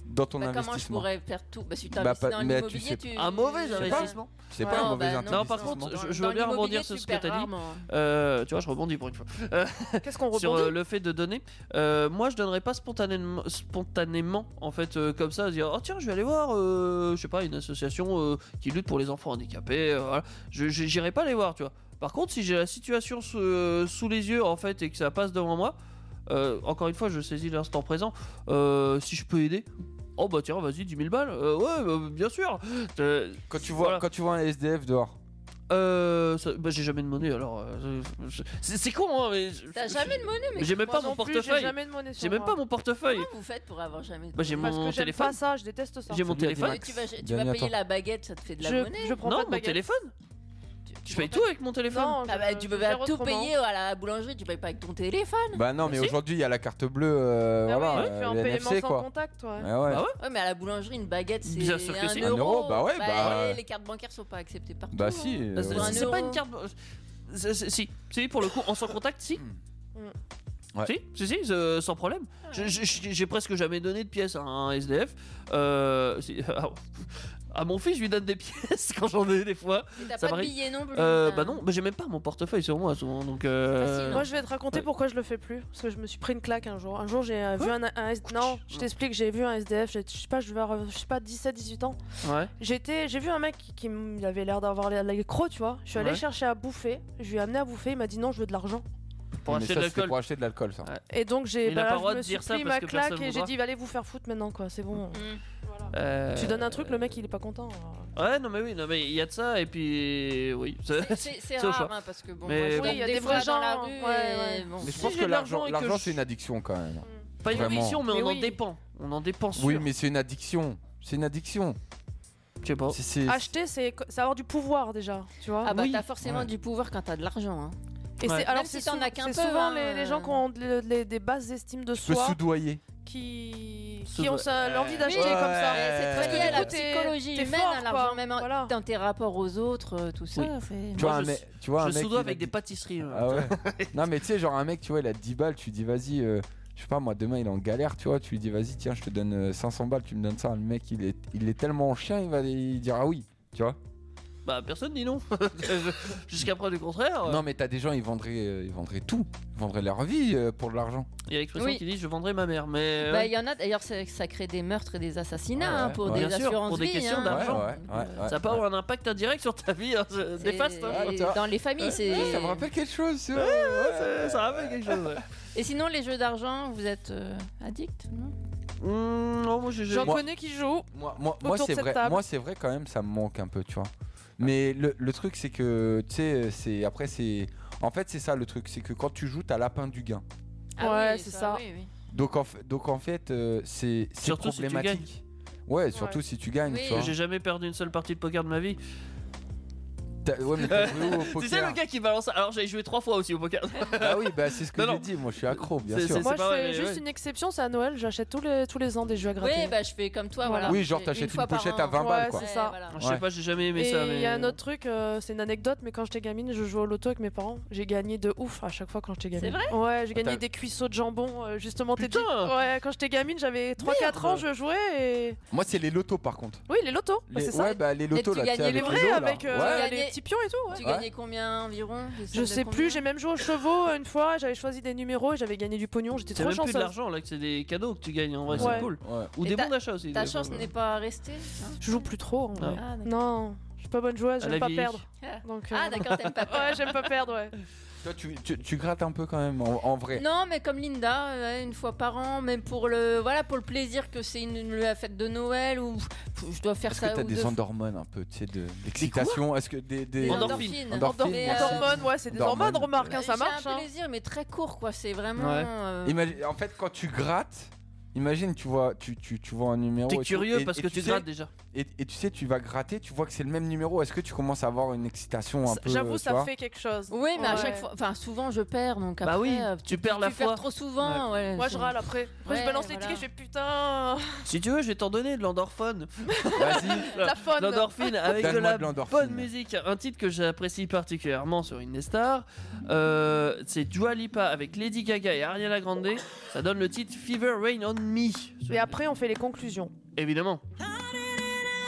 S4: dans ton
S5: Bah, comment je
S4: investissement.
S5: pourrais perdre tout Bah, si tu
S4: Bah,
S5: investis
S4: pas-
S5: dans
S4: mais tu
S5: l'immobilier,
S4: sais-
S5: tu,
S3: Un mauvais
S5: je sais
S3: investissement.
S4: C'est pas un mauvais
S3: Non, par contre, je, je veux
S5: bah, Dans
S3: bien
S5: l'immobilier,
S3: rebondir sur
S5: tu
S3: ce que
S5: perds
S3: t'as dit.
S5: rarement. hein.
S3: Euh, tu vois, je rebondis pour une fois. Euh,
S2: Qu'est-ce qu'on
S3: Sur
S2: rebondit
S3: euh, le fait de donner. Euh, moi, je donnerais pas spontanément, spontanément en fait, euh, comme ça, dire oh tiens, je vais aller voir, euh, je sais pas, une association euh, qui lutte pour les enfants handicapés. euh, voilà. Je je- j'irai pas les voir, tu vois. Par contre, si j'ai la situation sous, euh, sous les yeux en fait et que ça passe devant moi, euh, encore une fois, je saisis l'instant présent. Euh, si je peux aider. Oh bah tiens vas-y 10 000 balles Euh, ouais bah, bien sûr
S4: quand tu vois quand tu vois un SDF dehors
S3: euh, ça- bah, j'ai jamais demandé alors euh, je- je- c'est c'est con hein mais je-
S5: T'as jamais de monnaie, mais
S3: j'ai même
S5: moi
S3: pas
S5: non
S3: mon
S5: plus, j'ai
S3: portefeuille.
S5: jamais de monnaie sur
S3: J'ai même
S5: moi.
S3: pas mon portefeuille.
S5: Comment vous faites pour avoir jamais de
S3: Bah, j'ai
S5: monnaie
S3: mon
S2: Parce que j'aime
S3: téléphone.
S2: pas ça, je déteste ça.
S3: J'ai mon téléphone.
S5: Mais tu vas, tu vas payer la baguette, ça te fait de la
S2: Je-
S5: monnaie.
S2: je prends
S3: non,
S2: pas de
S3: mon
S2: baguette.
S3: téléphone. je paye tout avec mon téléphone.
S5: Ah bah, tu peux pas tout
S2: autrement.
S5: payer à la boulangerie, tu payes pas avec ton téléphone.
S4: Bah non, mais aujourd'hui, il y a la carte bleue,
S3: Ah
S4: euh, voilà,
S5: Bah oui, tu fais un
S4: euh,
S5: paiement
S4: NFC,
S5: sans
S4: quoi.
S5: contact, ouais.
S4: Ah ouais.
S5: Ouais, mais à la boulangerie, une baguette, c'est
S4: Bien sûr que
S5: un
S4: si.
S5: euro.
S4: Un euro, bah ouais, bah-
S5: les- Les cartes bancaires sont pas acceptées partout.
S4: Bah si,
S5: hein.
S4: euh,
S5: Pour
S4: ouais.
S5: un
S3: C'est
S5: euro.
S3: pas une carte. euh, c'est- c'est- Si, si, pour le coup, en sans contact, si. Si, si, si, euh, sans problème.
S2: Ah
S3: Je- je- je- J'ai presque jamais donné de pièces à un SDF. Euh, si- à mon fils, je lui donne des pièces quand j'en ai des fois.
S5: Et t'as
S3: Ça
S5: pas de
S3: m'arrive.
S5: billets non plus, Ah.
S3: Euh,
S5: t'as-
S3: bah non, bah, j'ai même pas mon portefeuille sur moi souvent. Donc, euh,
S2: Moi, je vais te raconter pourquoi je le fais plus. Parce que je me suis pris une claque un jour. Un jour, j'ai euh, vu un, un S- Non, je t'explique, j'ai vu un SDF. j'ai- Je sais pas, je devais avoir, je sais pas, 17-18 ans.
S3: Ouais.
S2: J'étais, j'ai vu un mec qui, qui m- il avait l'air d'avoir les, les crocs, tu vois. Je suis allée
S4: Ouais.
S2: chercher à bouffer. Je lui ai amené à bouffer. Il m'a dit non, je veux de l'argent.
S3: Pour
S4: Mais
S3: acheter
S4: ça,
S3: de
S4: c'était
S3: l'alcool. Eh ben,
S4: Pour acheter de l'alcool, ça.
S2: Et donc
S5: Eh
S2: j'ai,
S3: Il a
S2: bah,
S3: pas
S2: là,
S3: le droit
S2: je
S3: de
S2: me
S3: dire
S2: suis
S3: ça
S2: pris
S3: parce
S2: ma
S3: que
S2: claque
S3: personne
S2: et j'ai
S3: voudra.
S2: dit allez vous faire foutre maintenant quoi, c'est bon.
S5: Mm. hein.
S3: Euh,
S2: Tu donnes un truc, le mec il est pas content. hein.
S3: Ouais, non, mais oui, non, mais il y a de ça, et puis. Oui,
S5: C'est- c'est- c'est
S3: au
S5: rare,
S3: choix.
S5: hein, parce que bon, moi,
S3: mais
S5: je
S3: bon,
S5: donne des fois dans la rue, et bon.
S4: Mais je
S5: Si
S4: pense
S5: j'ai
S4: que
S5: de l'argent
S4: l'argent,
S5: et que
S4: l'argent,
S5: je-
S4: c'est une addiction quand même.
S3: Pas une
S4: Vraiment.
S3: addiction, mais,
S4: Mais
S3: on en
S4: oui.
S3: dépend. On en dépend sûr.
S4: Oui, mais c'est une addiction. C'est une addiction.
S3: Ah, Je sais pas.
S2: Acheter, c'est c'est avoir du pouvoir déjà, tu vois.
S5: Ah bah t'as forcément du pouvoir quand t'as de l'argent. Hein.
S2: Et c'est alors
S5: Même
S2: c'est
S5: si t'en
S2: souvent,
S5: as qu'un peu.
S2: c'est souvent
S5: hein,
S2: les, les gens qui ont de- de- des basses estimes de
S4: Tu peux
S2: soi
S4: soudoyer.
S2: qui,
S4: Sous-
S2: qui ont ça-
S4: Ouais.
S2: l'envie d'acheter
S4: Ouais.
S2: comme ça.
S4: Ouais, c'est très
S2: Parce que
S4: lié à
S2: du
S4: la
S2: coup, t'es-
S5: Psychologie
S2: t'es
S5: humaine,
S2: fort,
S5: à
S2: quoi.
S5: l'argent, même en- dans tes rapports aux autres, euh, tout ça.
S4: Tu vois, un mec- tu vois, un
S3: je
S4: mec,
S3: soudois
S4: il a
S3: avec
S4: dit-
S3: des pâtisseries. euh.
S4: Ah ouais. non, mais tu sais, genre un mec, tu vois, il a 10 balles, tu dis vas-y, euh, je sais pas, moi demain il est en galère, tu vois, tu lui dis vas-y, tiens, je te donne euh, 500 balles, tu me donnes ça. Le mec, il est, il est tellement en chien, il va il dira oui, tu vois.
S3: Bah, personne dit non. Jusqu'à preuve du contraire.
S4: Non, mais t'as des gens, ils vendraient, euh, ils vendraient tout, ils vendraient leur vie euh, pour de l'argent.
S3: Il y a l'expression
S5: Oui.
S3: qui dit je vendrai ma mère, mais. euh,
S5: Bah, il y en a d'ailleurs, c'est- ça crée des meurtres et des assassinats hein, pour des
S3: Bien sûr,
S5: assurances
S3: pour des
S5: vie,
S3: questions
S5: hein.
S3: d'argent.
S4: ouais, Ah,
S3: ça peut avoir un impact indirect sur ta vie, hein, c'est-
S5: C'est-
S3: néfaste. hein.
S5: et dans les familles, c'est.
S4: ça me rappelle quelque chose.
S3: Ouais, ouais, ça- ça rappelle quelque chose. ouais.
S5: Et sinon, les jeux d'argent, vous êtes euh, addict non
S3: non, Mmh, oh, moi j'ai.
S2: J'en
S4: Moi-
S2: connais qui jouent.
S4: Moi, Moi, moi, c'est vrai. Moi, c'est vrai quand même, ça me manque un peu, tu vois. Mais le, le truc, c'est que, tu sais, c'est après, c'est, en fait, c'est ça le truc, c'est que quand tu joues, t'as lapin du gain.
S5: Ah
S2: ouais, c'est
S5: bah
S2: ça.
S4: Donc en, f- donc en fait, euh, c'est c'est
S3: Surtout si tu
S4: problématique. ouais, surtout
S3: Ouais.
S4: si tu gagnes. Tu vois.
S3: J'ai jamais perdu une seule partie de poker de ma vie.
S4: T'as- ouais, mais t'as joué où au
S3: Tu sais
S4: poker
S3: le gars qui balance. Alors j'ai joué trois fois aussi au poker.
S4: Ah oui, bah c'est ce que j'ai dit. Moi, je suis accro, bien
S3: C'est-
S4: sûr.
S3: c'est-
S2: Moi,
S3: c'est
S2: je
S3: pas
S2: fais
S3: vrai,
S2: juste
S3: ouais.
S2: une exception, c'est à Noël, j'achète tous les, tous les ans des jeux à gratter.
S5: Oui, bah je fais comme toi, voilà.
S4: Oui, genre,
S5: J'ai-
S4: t'achètes
S5: fois
S4: une
S5: par
S4: pochette
S5: an.
S4: à 20 balles,
S5: Ouais,
S4: quoi.
S5: c'est ça. voilà.
S3: Je sais pas, j'ai jamais aimé
S2: Et
S3: ça.
S2: il
S3: mais-
S2: y a un autre truc, euh, c'est une anecdote, mais quand j'étais gamine, je jouais au loto avec mes parents. J'ai gagné de ouf à chaque fois quand j'étais gamine.
S5: C'est vrai
S2: Ouais, j'ai
S4: Ah,
S2: gagné
S4: t'as-
S2: des cuissots de jambon, euh, justement. t'es dit-
S4: Putain
S2: Ouais, quand j'étais gamine, j'avais 3-4 ans, je jouais et.
S4: Moi, c'est les lotos, par contre.
S2: Oui, les lotos, bah,
S4: Les-
S2: c'est ça.
S4: ouais, bah, les lotos,
S2: Et tu
S4: là, tu sais,
S2: gagnais les
S4: avec les
S2: vrais
S4: os, là.
S2: avec euh,
S4: Ouais.
S2: les petits pions et tout. ouais.
S5: Tu gagnais combien environ Des sommes
S2: Je
S5: de
S2: sais
S5: combien
S2: plus, j'ai même joué aux chevaux euh, une fois, j'avais choisi des numéros et j'avais gagné du pognon, j'étais
S3: C'est
S2: trop
S3: même plus de
S2: chanceuse.
S3: l'argent là, que c'est des cadeaux que tu gagnes en vrai,
S2: Ouais.
S3: c'est cool.
S4: Ouais.
S3: Ou
S5: Et
S3: des
S5: ta-
S3: bons d'achat aussi.
S5: Ta
S3: des
S5: chance
S3: fois.
S5: n'est pas restée. hein
S2: Je joue plus trop en vrai.
S3: Ah,
S2: non, suis pas bonne joueuse,
S4: Elle
S2: j'aime
S4: a
S2: pas
S4: vieilli.
S2: perdre. Donc, euh,
S5: Ah, d'accord, t'aimes pas perdre.
S2: Ouais, j'aime pas perdre, ouais.
S4: Toi, tu, tu- tu grattes un peu quand même, en, en vrai.
S5: Non, mais comme Linda, euh, une fois par an, même pour le, voilà, pour le plaisir que c'est une, une- la fête de Noël ou pff, je dois faire
S4: Est-ce
S5: ça.
S4: que t'as
S5: ou
S4: des
S5: deux-
S4: endormones un peu, tu sais, de- d'excitation Est-ce que des, des...
S5: Des endorphines.
S4: Endorphines,
S5: Mais,
S4: merci.
S5: euh,
S2: Hormones, ouais, c'est des
S4: Hormones.
S2: hormones, remarque, hein, ça
S5: C'est
S2: marche.
S5: un
S2: hein.
S5: plaisir, mais très court, quoi. C'est vraiment.
S4: Ouais.
S5: euh,
S4: Imagine- en fait, quand tu grattes, imagine, tu vois, tu, tu, tu vois un numéro.
S3: T'es
S4: et tout,
S3: curieux
S4: et-
S3: parce
S4: et
S3: que tu grattes
S4: sais-
S3: déjà.
S4: Et, et tu sais, tu vas gratter, tu vois que c'est le même numéro. Est-ce que tu commences à avoir une excitation un peu
S2: J'avoue,
S4: tu
S2: ça
S4: vois Bah
S2: fait quelque chose.
S5: Oui, mais à
S2: Ouais.
S5: chaque fois, enfin souvent je perds, donc après.
S3: oui,
S5: euh,
S3: tu perds la
S5: tu perds
S3: foi.
S5: trop souvent. Ouais.
S2: Moi,
S5: c'est-
S2: je râle après. Après, je
S5: Ouais,
S2: balance les
S5: voilà.
S2: tickets, je fais putain.
S3: Si tu veux, je vais t'en donner de l'endorphone.
S4: Vas-y.
S2: La faune.
S3: L'endorphine avec de
S4: Donne-moi
S3: la
S4: de l'endorphine.
S3: bonne musique. Un titre que j'apprécie particulièrement sur Indestar, euh, c'est Dua Lipa avec Lady Gaga et Ariana Grande. Ça donne le titre Fever Rain on Me.
S2: Et après, on fait les conclusions.
S3: Évidemment.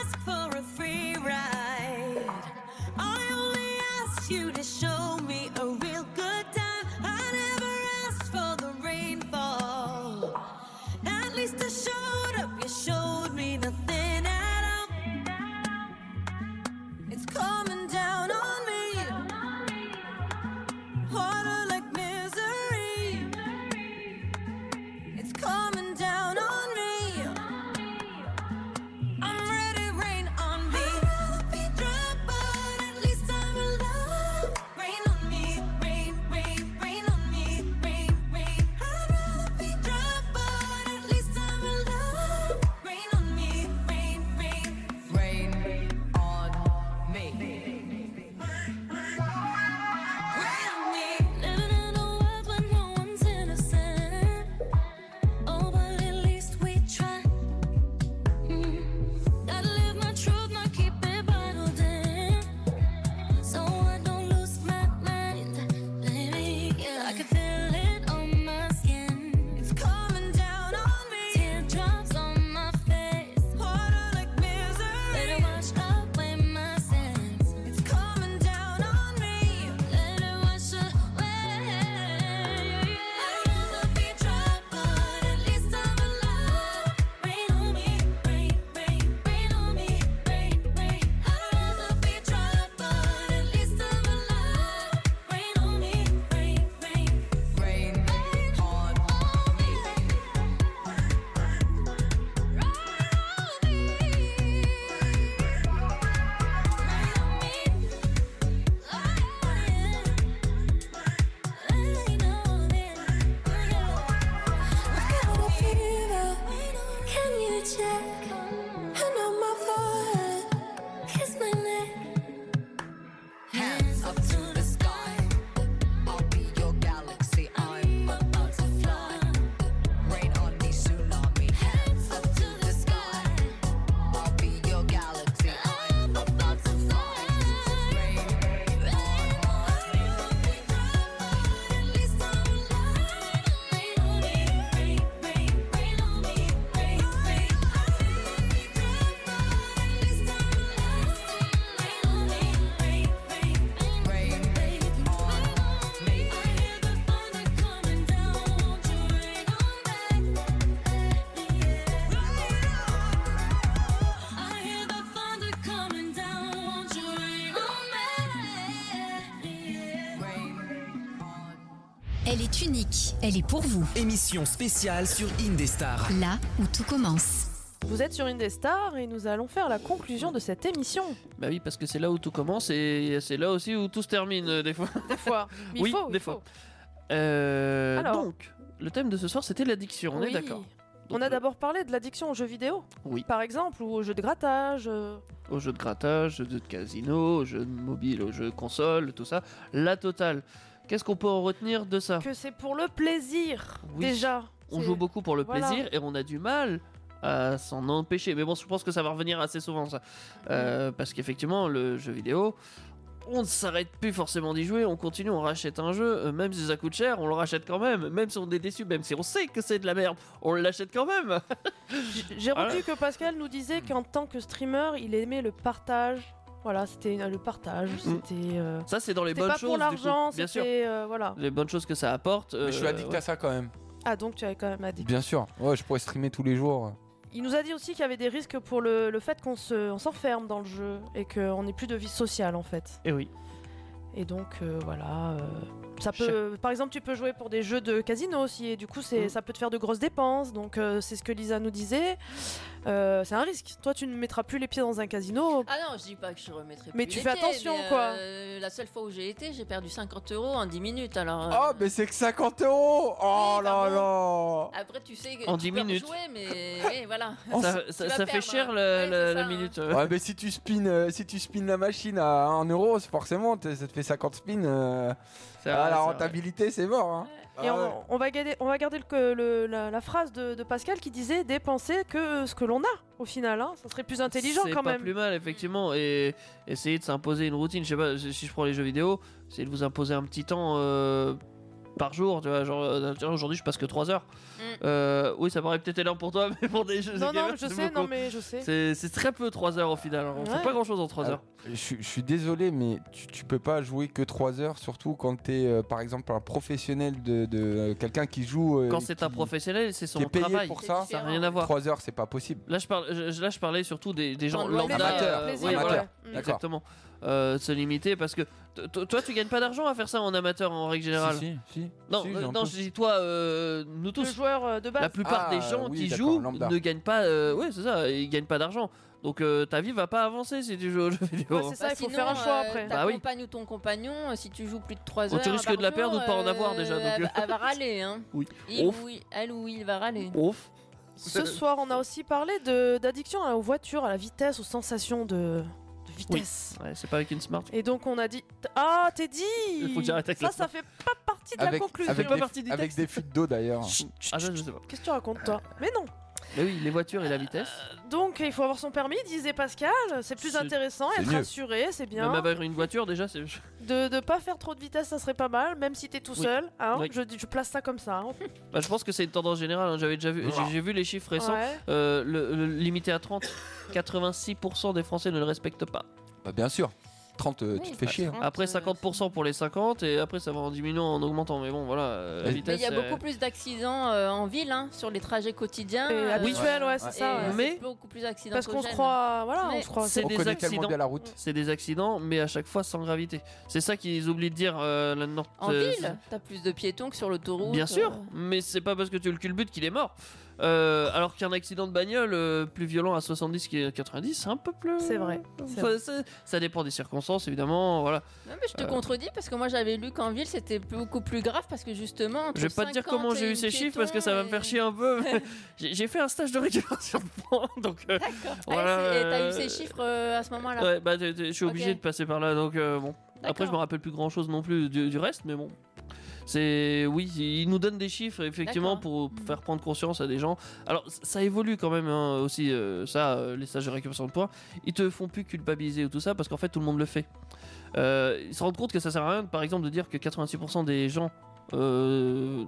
S10: ask for a free ride. I only asked you to show me a real good time. I never asked for the rainfall. At least I showed up. You showed me nothing at all. It's coming down on me. Harder like misery. It's coming down on me. I'm ready, rain on me. be drunk, but at least I'm alive. Rain on me, rain, rain, rain on me, rain, rain. I'd rather be drunk, but at least I'm alive. Rain on me, rain, rain, rain on me. Rain on me.
S11: Living in a world when no one's innocent. Oh, but at least we try. Gotta live my truth, not keep it bottled in. So I don't lose my mind, baby. I can feel it on my skin.
S10: It's coming down on me.
S11: Teardrops on my face.
S10: Harder like misery.
S11: Let it wash away my sins.
S10: It's coming down on me.
S11: Let it wash away.
S10: I'd rather be drunk, but at least I'm alive. Rain on me, rain, rain, rain on me, rain, rain. I'd rather be drunk, but at least I'm alive. Rain on me, rain, rain, rain on me.
S11: Can you check? Hand on my forehead, kiss my neck.
S10: Hands up to the sky. I'll be your galaxy. I'm about to fly. Rain on me, tsunami. Hands up to the sky. I'll be your galaxy. I'm about to fly. Rain, rain on me. At least I'm alive. Rain on me, rain, rain, rain on me, rain, rain. I'll be at least I'm alive. Rain on me, rain, rain. Rain on me. I hear the thunder coming down. Won't you rain on me? I hear the thunder coming down. Won't you rain on me?
S14: Elle est unique, elle est pour vous.
S1: Émission spéciale sur Indestar.
S14: Là où tout commence.
S2: Vous êtes sur une des stars et nous allons faire la conclusion de cette émission.
S3: Bah oui, parce que c'est là où tout commence et c'est là aussi où tout se termine, euh, des fois.
S2: Des fois. Mais il
S3: oui,
S2: faut, il
S3: des
S2: faut.
S3: fois. Euh,
S2: Alors.
S3: donc, le thème de ce soir, c'était l'addiction, on est
S2: Oui.
S3: d'accord
S2: On a d'abord parlé de l'addiction aux jeux vidéo.
S3: Oui.
S2: Par exemple, ou aux jeux de grattage. euh,
S3: Aux jeux de grattage, aux jeux de casino, aux jeux de mobile, aux jeux de console, tout ça. La totale. Qu'est-ce qu'on peut en retenir de ça
S2: Que c'est pour le plaisir,
S3: Oui.
S2: déjà.
S3: On
S2: C'est-
S3: joue beaucoup pour le
S2: Voilà.
S3: plaisir et on a du mal à s'en empêcher. Mais bon, je pense que ça va revenir assez souvent, ça. Euh, parce qu'effectivement, le jeu vidéo, on ne s'arrête plus forcément d'y jouer, on continue, on rachète un jeu, euh, même si ça coûte cher, on le rachète quand même. Même si on est déçu, même si on sait que c'est de la merde, on l'achète quand même.
S2: J'ai
S3: Voilà.
S2: retenu que Pascal nous disait qu'en tant que streamer, il aimait le partage. Voilà, c'était euh, le partage.
S3: Mm.
S2: C'était. euh,
S3: Ça, c'est dans les
S2: c'était
S3: bonnes
S2: pas
S3: choses.
S2: pour
S3: du coup,
S2: l'argent,
S3: bien sûr.
S2: c'était. euh, voilà.
S3: Les bonnes choses que ça apporte. euh,
S4: Mais je suis addict à ça quand même.
S2: Ah, donc tu avais quand même addict.
S4: Bien sûr. Ouais, je pourrais streamer tous les jours.
S2: Il nous a dit aussi qu'il y avait des risques pour le, le fait qu'on se- on s'enferme dans le jeu et qu'on n'ait plus de vie sociale en fait.
S3: Et Eh oui.
S2: Et donc euh, voilà, euh, ça peut, par exemple, tu peux jouer pour des jeux de casino aussi et du coup
S3: Mm.
S2: c'est, ça peut te faire de grosses dépenses. Donc euh, c'est ce que Lisa nous disait. Euh, c'est un risque. Toi tu ne mettras plus les pieds dans un casino.
S5: Ah non, je dis pas que je remettrai
S2: Mais
S5: plus
S2: tu fais
S5: l'été,
S2: attention,
S5: mais,
S2: quoi.
S5: euh, la seule fois où j'ai été, j'ai perdu 50 euros en 10 minutes alors. euh,
S2: Ah.
S12: Oh, mais c'est que 50 euros Oh là
S2: Oh.
S12: là
S5: Après, tu sais que
S12: En
S5: tu
S12: 10
S5: peux
S12: minutes.
S5: rejouer, mais oui, voilà.
S3: Ça,
S5: Tu
S3: ça-
S5: vas
S3: ça fait
S5: perdre. hein.
S2: hein.
S3: cher la, la- la minute. euh.
S12: Ouais, mais si tu spins, euh, si tu spins la machine à 1 euro, c'est forcément, t'es- ça te fait 50 spins. euh,
S3: C'est
S12: ah,
S3: vrai,
S12: la
S3: c'est
S12: rentabilité, c'est mort. hein.
S2: Et
S12: Ah ouais.
S2: on, on va garder, on va garder le, que- le- la, la phrase de, de Pascal qui disait dépenser que euh, ce que l'on a au final. hein. Ça serait plus intelligent
S3: C'est
S2: quand
S3: pas
S2: même.
S3: plus mal, effectivement. Et essayer de s'imposer une routine. Je sais pas, si si je prends les jeux vidéo, c'est de vous imposer un petit temps euh, par jour. Tu vois, genre, euh, tiens, aujourd'hui, je passe que 3 heures. Euh, oui, ça paraît peut-être énorme pour toi, mais pour des jeux
S2: Mm. Non,
S3: gamers,
S2: non, je
S3: c'est
S2: sais, non,
S3: beaucoup.
S2: mais je sais.
S3: C'est c'est très peu 3 heures au final. On
S2: Ouais.
S3: fait pas grand chose en 3 heures.
S12: Ah, Je, suis- je suis désolé, mais tu, tu peux pas jouer que 3 heures, surtout quand t'es euh, par exemple un professionnel de, de- euh, quelqu'un qui joue. euh,
S3: Quand c'est un
S12: qui-
S3: professionnel, c'est son
S12: qui est payé
S3: travail.
S12: pour ça.
S3: ça n'a rien à voir.
S12: 3 heures, c'est pas possible.
S3: Là, je, parle, je- je- là, je parlais surtout des, des gens
S12: Dans le loisir.
S3: lambda.
S12: Amateurs.
S3: oui,
S12: Plaisir,
S3: voilà,
S12: ouais. Mm. D'accord.
S3: Exactement. Euh, de se limiter parce que to- to- toi, tu gagnes pas d'argent à faire ça en amateur en règle générale.
S12: Si, si, si.
S3: non,
S12: Si,
S3: euh,
S12: j'ai un
S3: non,
S12: peu.
S3: je dis toi, euh, nous tous.
S2: Le joueur euh, de base.
S3: La plupart
S12: Ah,
S3: des gens
S12: oui,
S3: qui
S12: d'accord,
S3: jouent
S12: lambda.
S3: ne gagnent pas. euh, ouais, c'est ça. Ils gagnent pas d'argent. Donc euh, ta vie va pas avancer si tu joues aux jeux vidéo. hein.
S2: Ouais, c'est ça,
S5: Bah,
S2: il faut
S5: sinon,
S2: faire un choix
S5: euh,
S2: après.
S5: Ta
S3: Bah oui.
S5: compagne ou ton compagnon, euh, si tu joues plus de 3
S3: Oh,
S5: heures.
S3: tu risques de la
S5: par jour,
S3: perdre ou de pas en avoir,
S5: euh,
S3: déjà, donc,
S5: Elle,
S3: euh.
S5: elle va râler. Hein.
S3: Oui.
S5: Il
S3: Ouf.
S5: ou il- elle ou il va râler.
S3: Ouf.
S2: Ce soir, on a aussi parlé de- d'addiction aux voitures, à la vitesse, aux sensations de, de vitesse.
S3: Ouais, c'est pas avec une smart.
S2: Et donc, on a dit Ah, t'es dit
S3: Il faut que j'arrête avec
S2: Ça,
S3: la
S2: ça
S3: smart.
S2: fait pas partie de la
S12: Avec,
S2: conclusion.
S12: avec des, avec des fuites d'eau d'ailleurs.
S3: Ah, ça, je sais pas.
S2: Qu'est-ce que tu racontes, toi Mais non
S3: Mais oui, les voitures et la vitesse.
S2: Euh, Donc, il faut avoir son permis, disait Pascal. C'est plus
S3: C'est-
S2: intéressant,
S3: c'est
S2: être
S3: mieux.
S2: assuré, c'est bien.
S3: Même avoir une voiture déjà, c'est.
S2: De ne pas faire trop de vitesse, ça serait pas mal, même si t'es tout
S3: Oui.
S2: seul. hein.
S3: Oui.
S2: Je, je place ça comme ça. hein.
S3: Bah, je pense que c'est une tendance générale. hein. J'avais déjà vu, j'ai- j'ai vu les chiffres récents.
S2: Ouais.
S3: Euh, le, le- limité à 30, 86% des Français ne le respectent pas.
S12: Bah, bien sûr. 30, euh, tu te fais chier. hein.
S3: Après 50% pour les 50 et après ça va en diminuant, en augmentant. Mais bon, voilà. euh, la
S12: Mais
S5: Mais
S3: vitesse,
S5: il y a
S3: euh,
S5: beaucoup plus d'accidents euh, en ville, hein, sur les trajets quotidiens.
S2: Et
S5: euh,
S2: habituel, ouais, c'est
S5: et
S2: ça, ouais.
S5: c'est
S3: Mais-
S5: beaucoup plus accidents.
S2: Parce qu'on se croit. Voilà, on se croit.
S3: C'est des accidents.
S12: bien la route.
S3: C'est des accidents, mais à chaque fois sans gravité. C'est ça qu'ils oublient de dire euh, là-dedans.
S5: En
S3: Euh,
S5: ville, t'as plus de piétons que sur l'autoroute.
S3: Bien sûr,
S5: euh.
S3: mais c'est pas parce que tu le culbutes qu'il est mort. Euh, alors qu'un accident de bagnole euh, plus violent à 70 qu'à 90, c'est un peu plus.
S2: C'est vrai.
S3: Ça, ça- ça dépend des circonstances, évidemment. Voilà.
S5: Non, mais je te
S3: Euh,
S5: contredis parce que moi j'avais lu qu'en ville c'était beaucoup plus grave parce que justement. entre
S3: Je vais pas te dire
S5: 50
S3: comment j'ai
S5: et
S3: eu ces
S5: une
S3: chiffres parce que
S5: piéton
S3: ça va me faire
S5: et-
S3: chier un peu. mais j'ai j'ai fait un stage de récupération de points, donc. euh,
S5: Ah, et
S3: voilà,
S5: c'est- et t'as eu
S3: euh,
S5: ces chiffres euh, à ce moment-là
S3: Ouais, bah t'es- t'es- je suis obligé
S5: Ok.
S3: de passer par là, donc euh, bon. Après, je me rappelle plus grand chose non plus du, du reste, mais bon. C'est oui, ils nous donnent des chiffres effectivement pour,
S2: Mm.
S3: pour faire prendre conscience à des gens. Alors c- ça évolue quand même hein, aussi euh, ça, euh, les stages de récupération de points, ils te font plus culpabiliser ou tout ça parce qu'en fait tout le monde le fait. Euh, ils se rendent compte que ça sert à rien, par exemple, de dire que 86% des gens euh,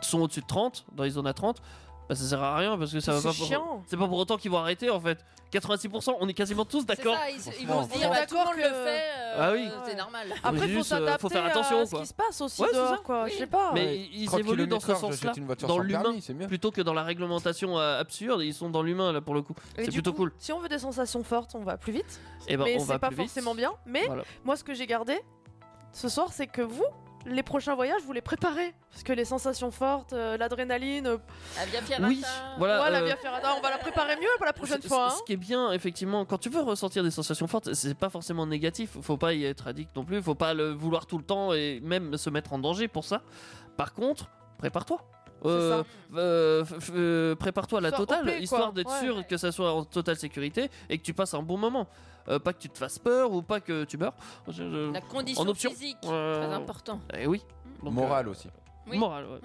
S3: sont au-dessus de 30 dans les zones à 30. Bah ça sert à rien parce que ça va
S2: C'est
S3: pas pour-
S2: chiant.
S3: c'est pas pour autant qu'ils vont arrêter en fait 86% on est quasiment tous d'accord
S5: ça, ils- ils vont se dire,
S2: On est
S5: bah, tout le
S2: d'accord
S5: monde
S2: que-
S5: le fait, euh,
S3: Ah oui.
S5: c'est normal.
S2: Après,
S3: Mais
S2: faut
S3: juste, euh,
S2: s'adapter
S3: faut faire
S2: à
S3: attention,
S2: ce
S3: quoi.
S2: qui se passe aussi
S3: Ouais, c'est
S2: dehors,
S3: ça.
S2: quoi. Je sais pas.
S3: Mais ils
S12: 30
S3: évoluent dans ce
S12: km/h,
S3: sens-là,
S12: j'achète une voiture
S3: dans
S12: sans
S3: l'humain,
S12: permis, c'est mieux.
S3: plutôt que dans la réglementation euh, absurde. Ils sont dans l'humain là pour le coup.
S2: Et
S3: C'est
S2: du
S3: plutôt
S2: coup,
S3: cool.
S2: Si on veut des sensations fortes, on va plus vite.
S3: Eh ben,
S2: mais
S3: on
S2: c'est
S3: va
S2: pas
S3: plus vite.
S2: forcément bien. Mais
S3: Voilà.
S2: moi, ce que j'ai gardé ce soir, c'est que vous, les prochains voyages, vous les préparez. Parce que les sensations fortes, euh, l'adrénaline. euh,
S5: La Via
S3: Oui, voilà,
S2: Ouais, la
S3: euh,
S2: Via Ferrata, on va la préparer mieux pour la prochaine
S3: Ce-
S2: fois.
S3: ce-
S2: hein.
S3: Ce qui est bien, effectivement, quand tu veux ressentir des sensations fortes, c'est pas forcément négatif. Faut pas y être addict non plus. Faut pas le vouloir tout le temps et même se mettre en danger pour ça. Par contre, prépare-toi. Euh, euh, f- f- euh, prépare-toi à la
S2: Soit
S3: totale,
S2: OP, quoi.
S3: histoire d'être
S2: Ouais.
S3: sûr que ça soit en totale sécurité et que tu passes un bon moment. Euh, pas que tu te fasses peur ou pas que tu meurs. Je- je-
S5: La condition
S3: en option.
S5: physique,
S3: Euh,
S5: très important. Mm.
S3: Eh oui. Donc,
S12: Morale aussi.
S5: Oui.
S3: Morale, ouais.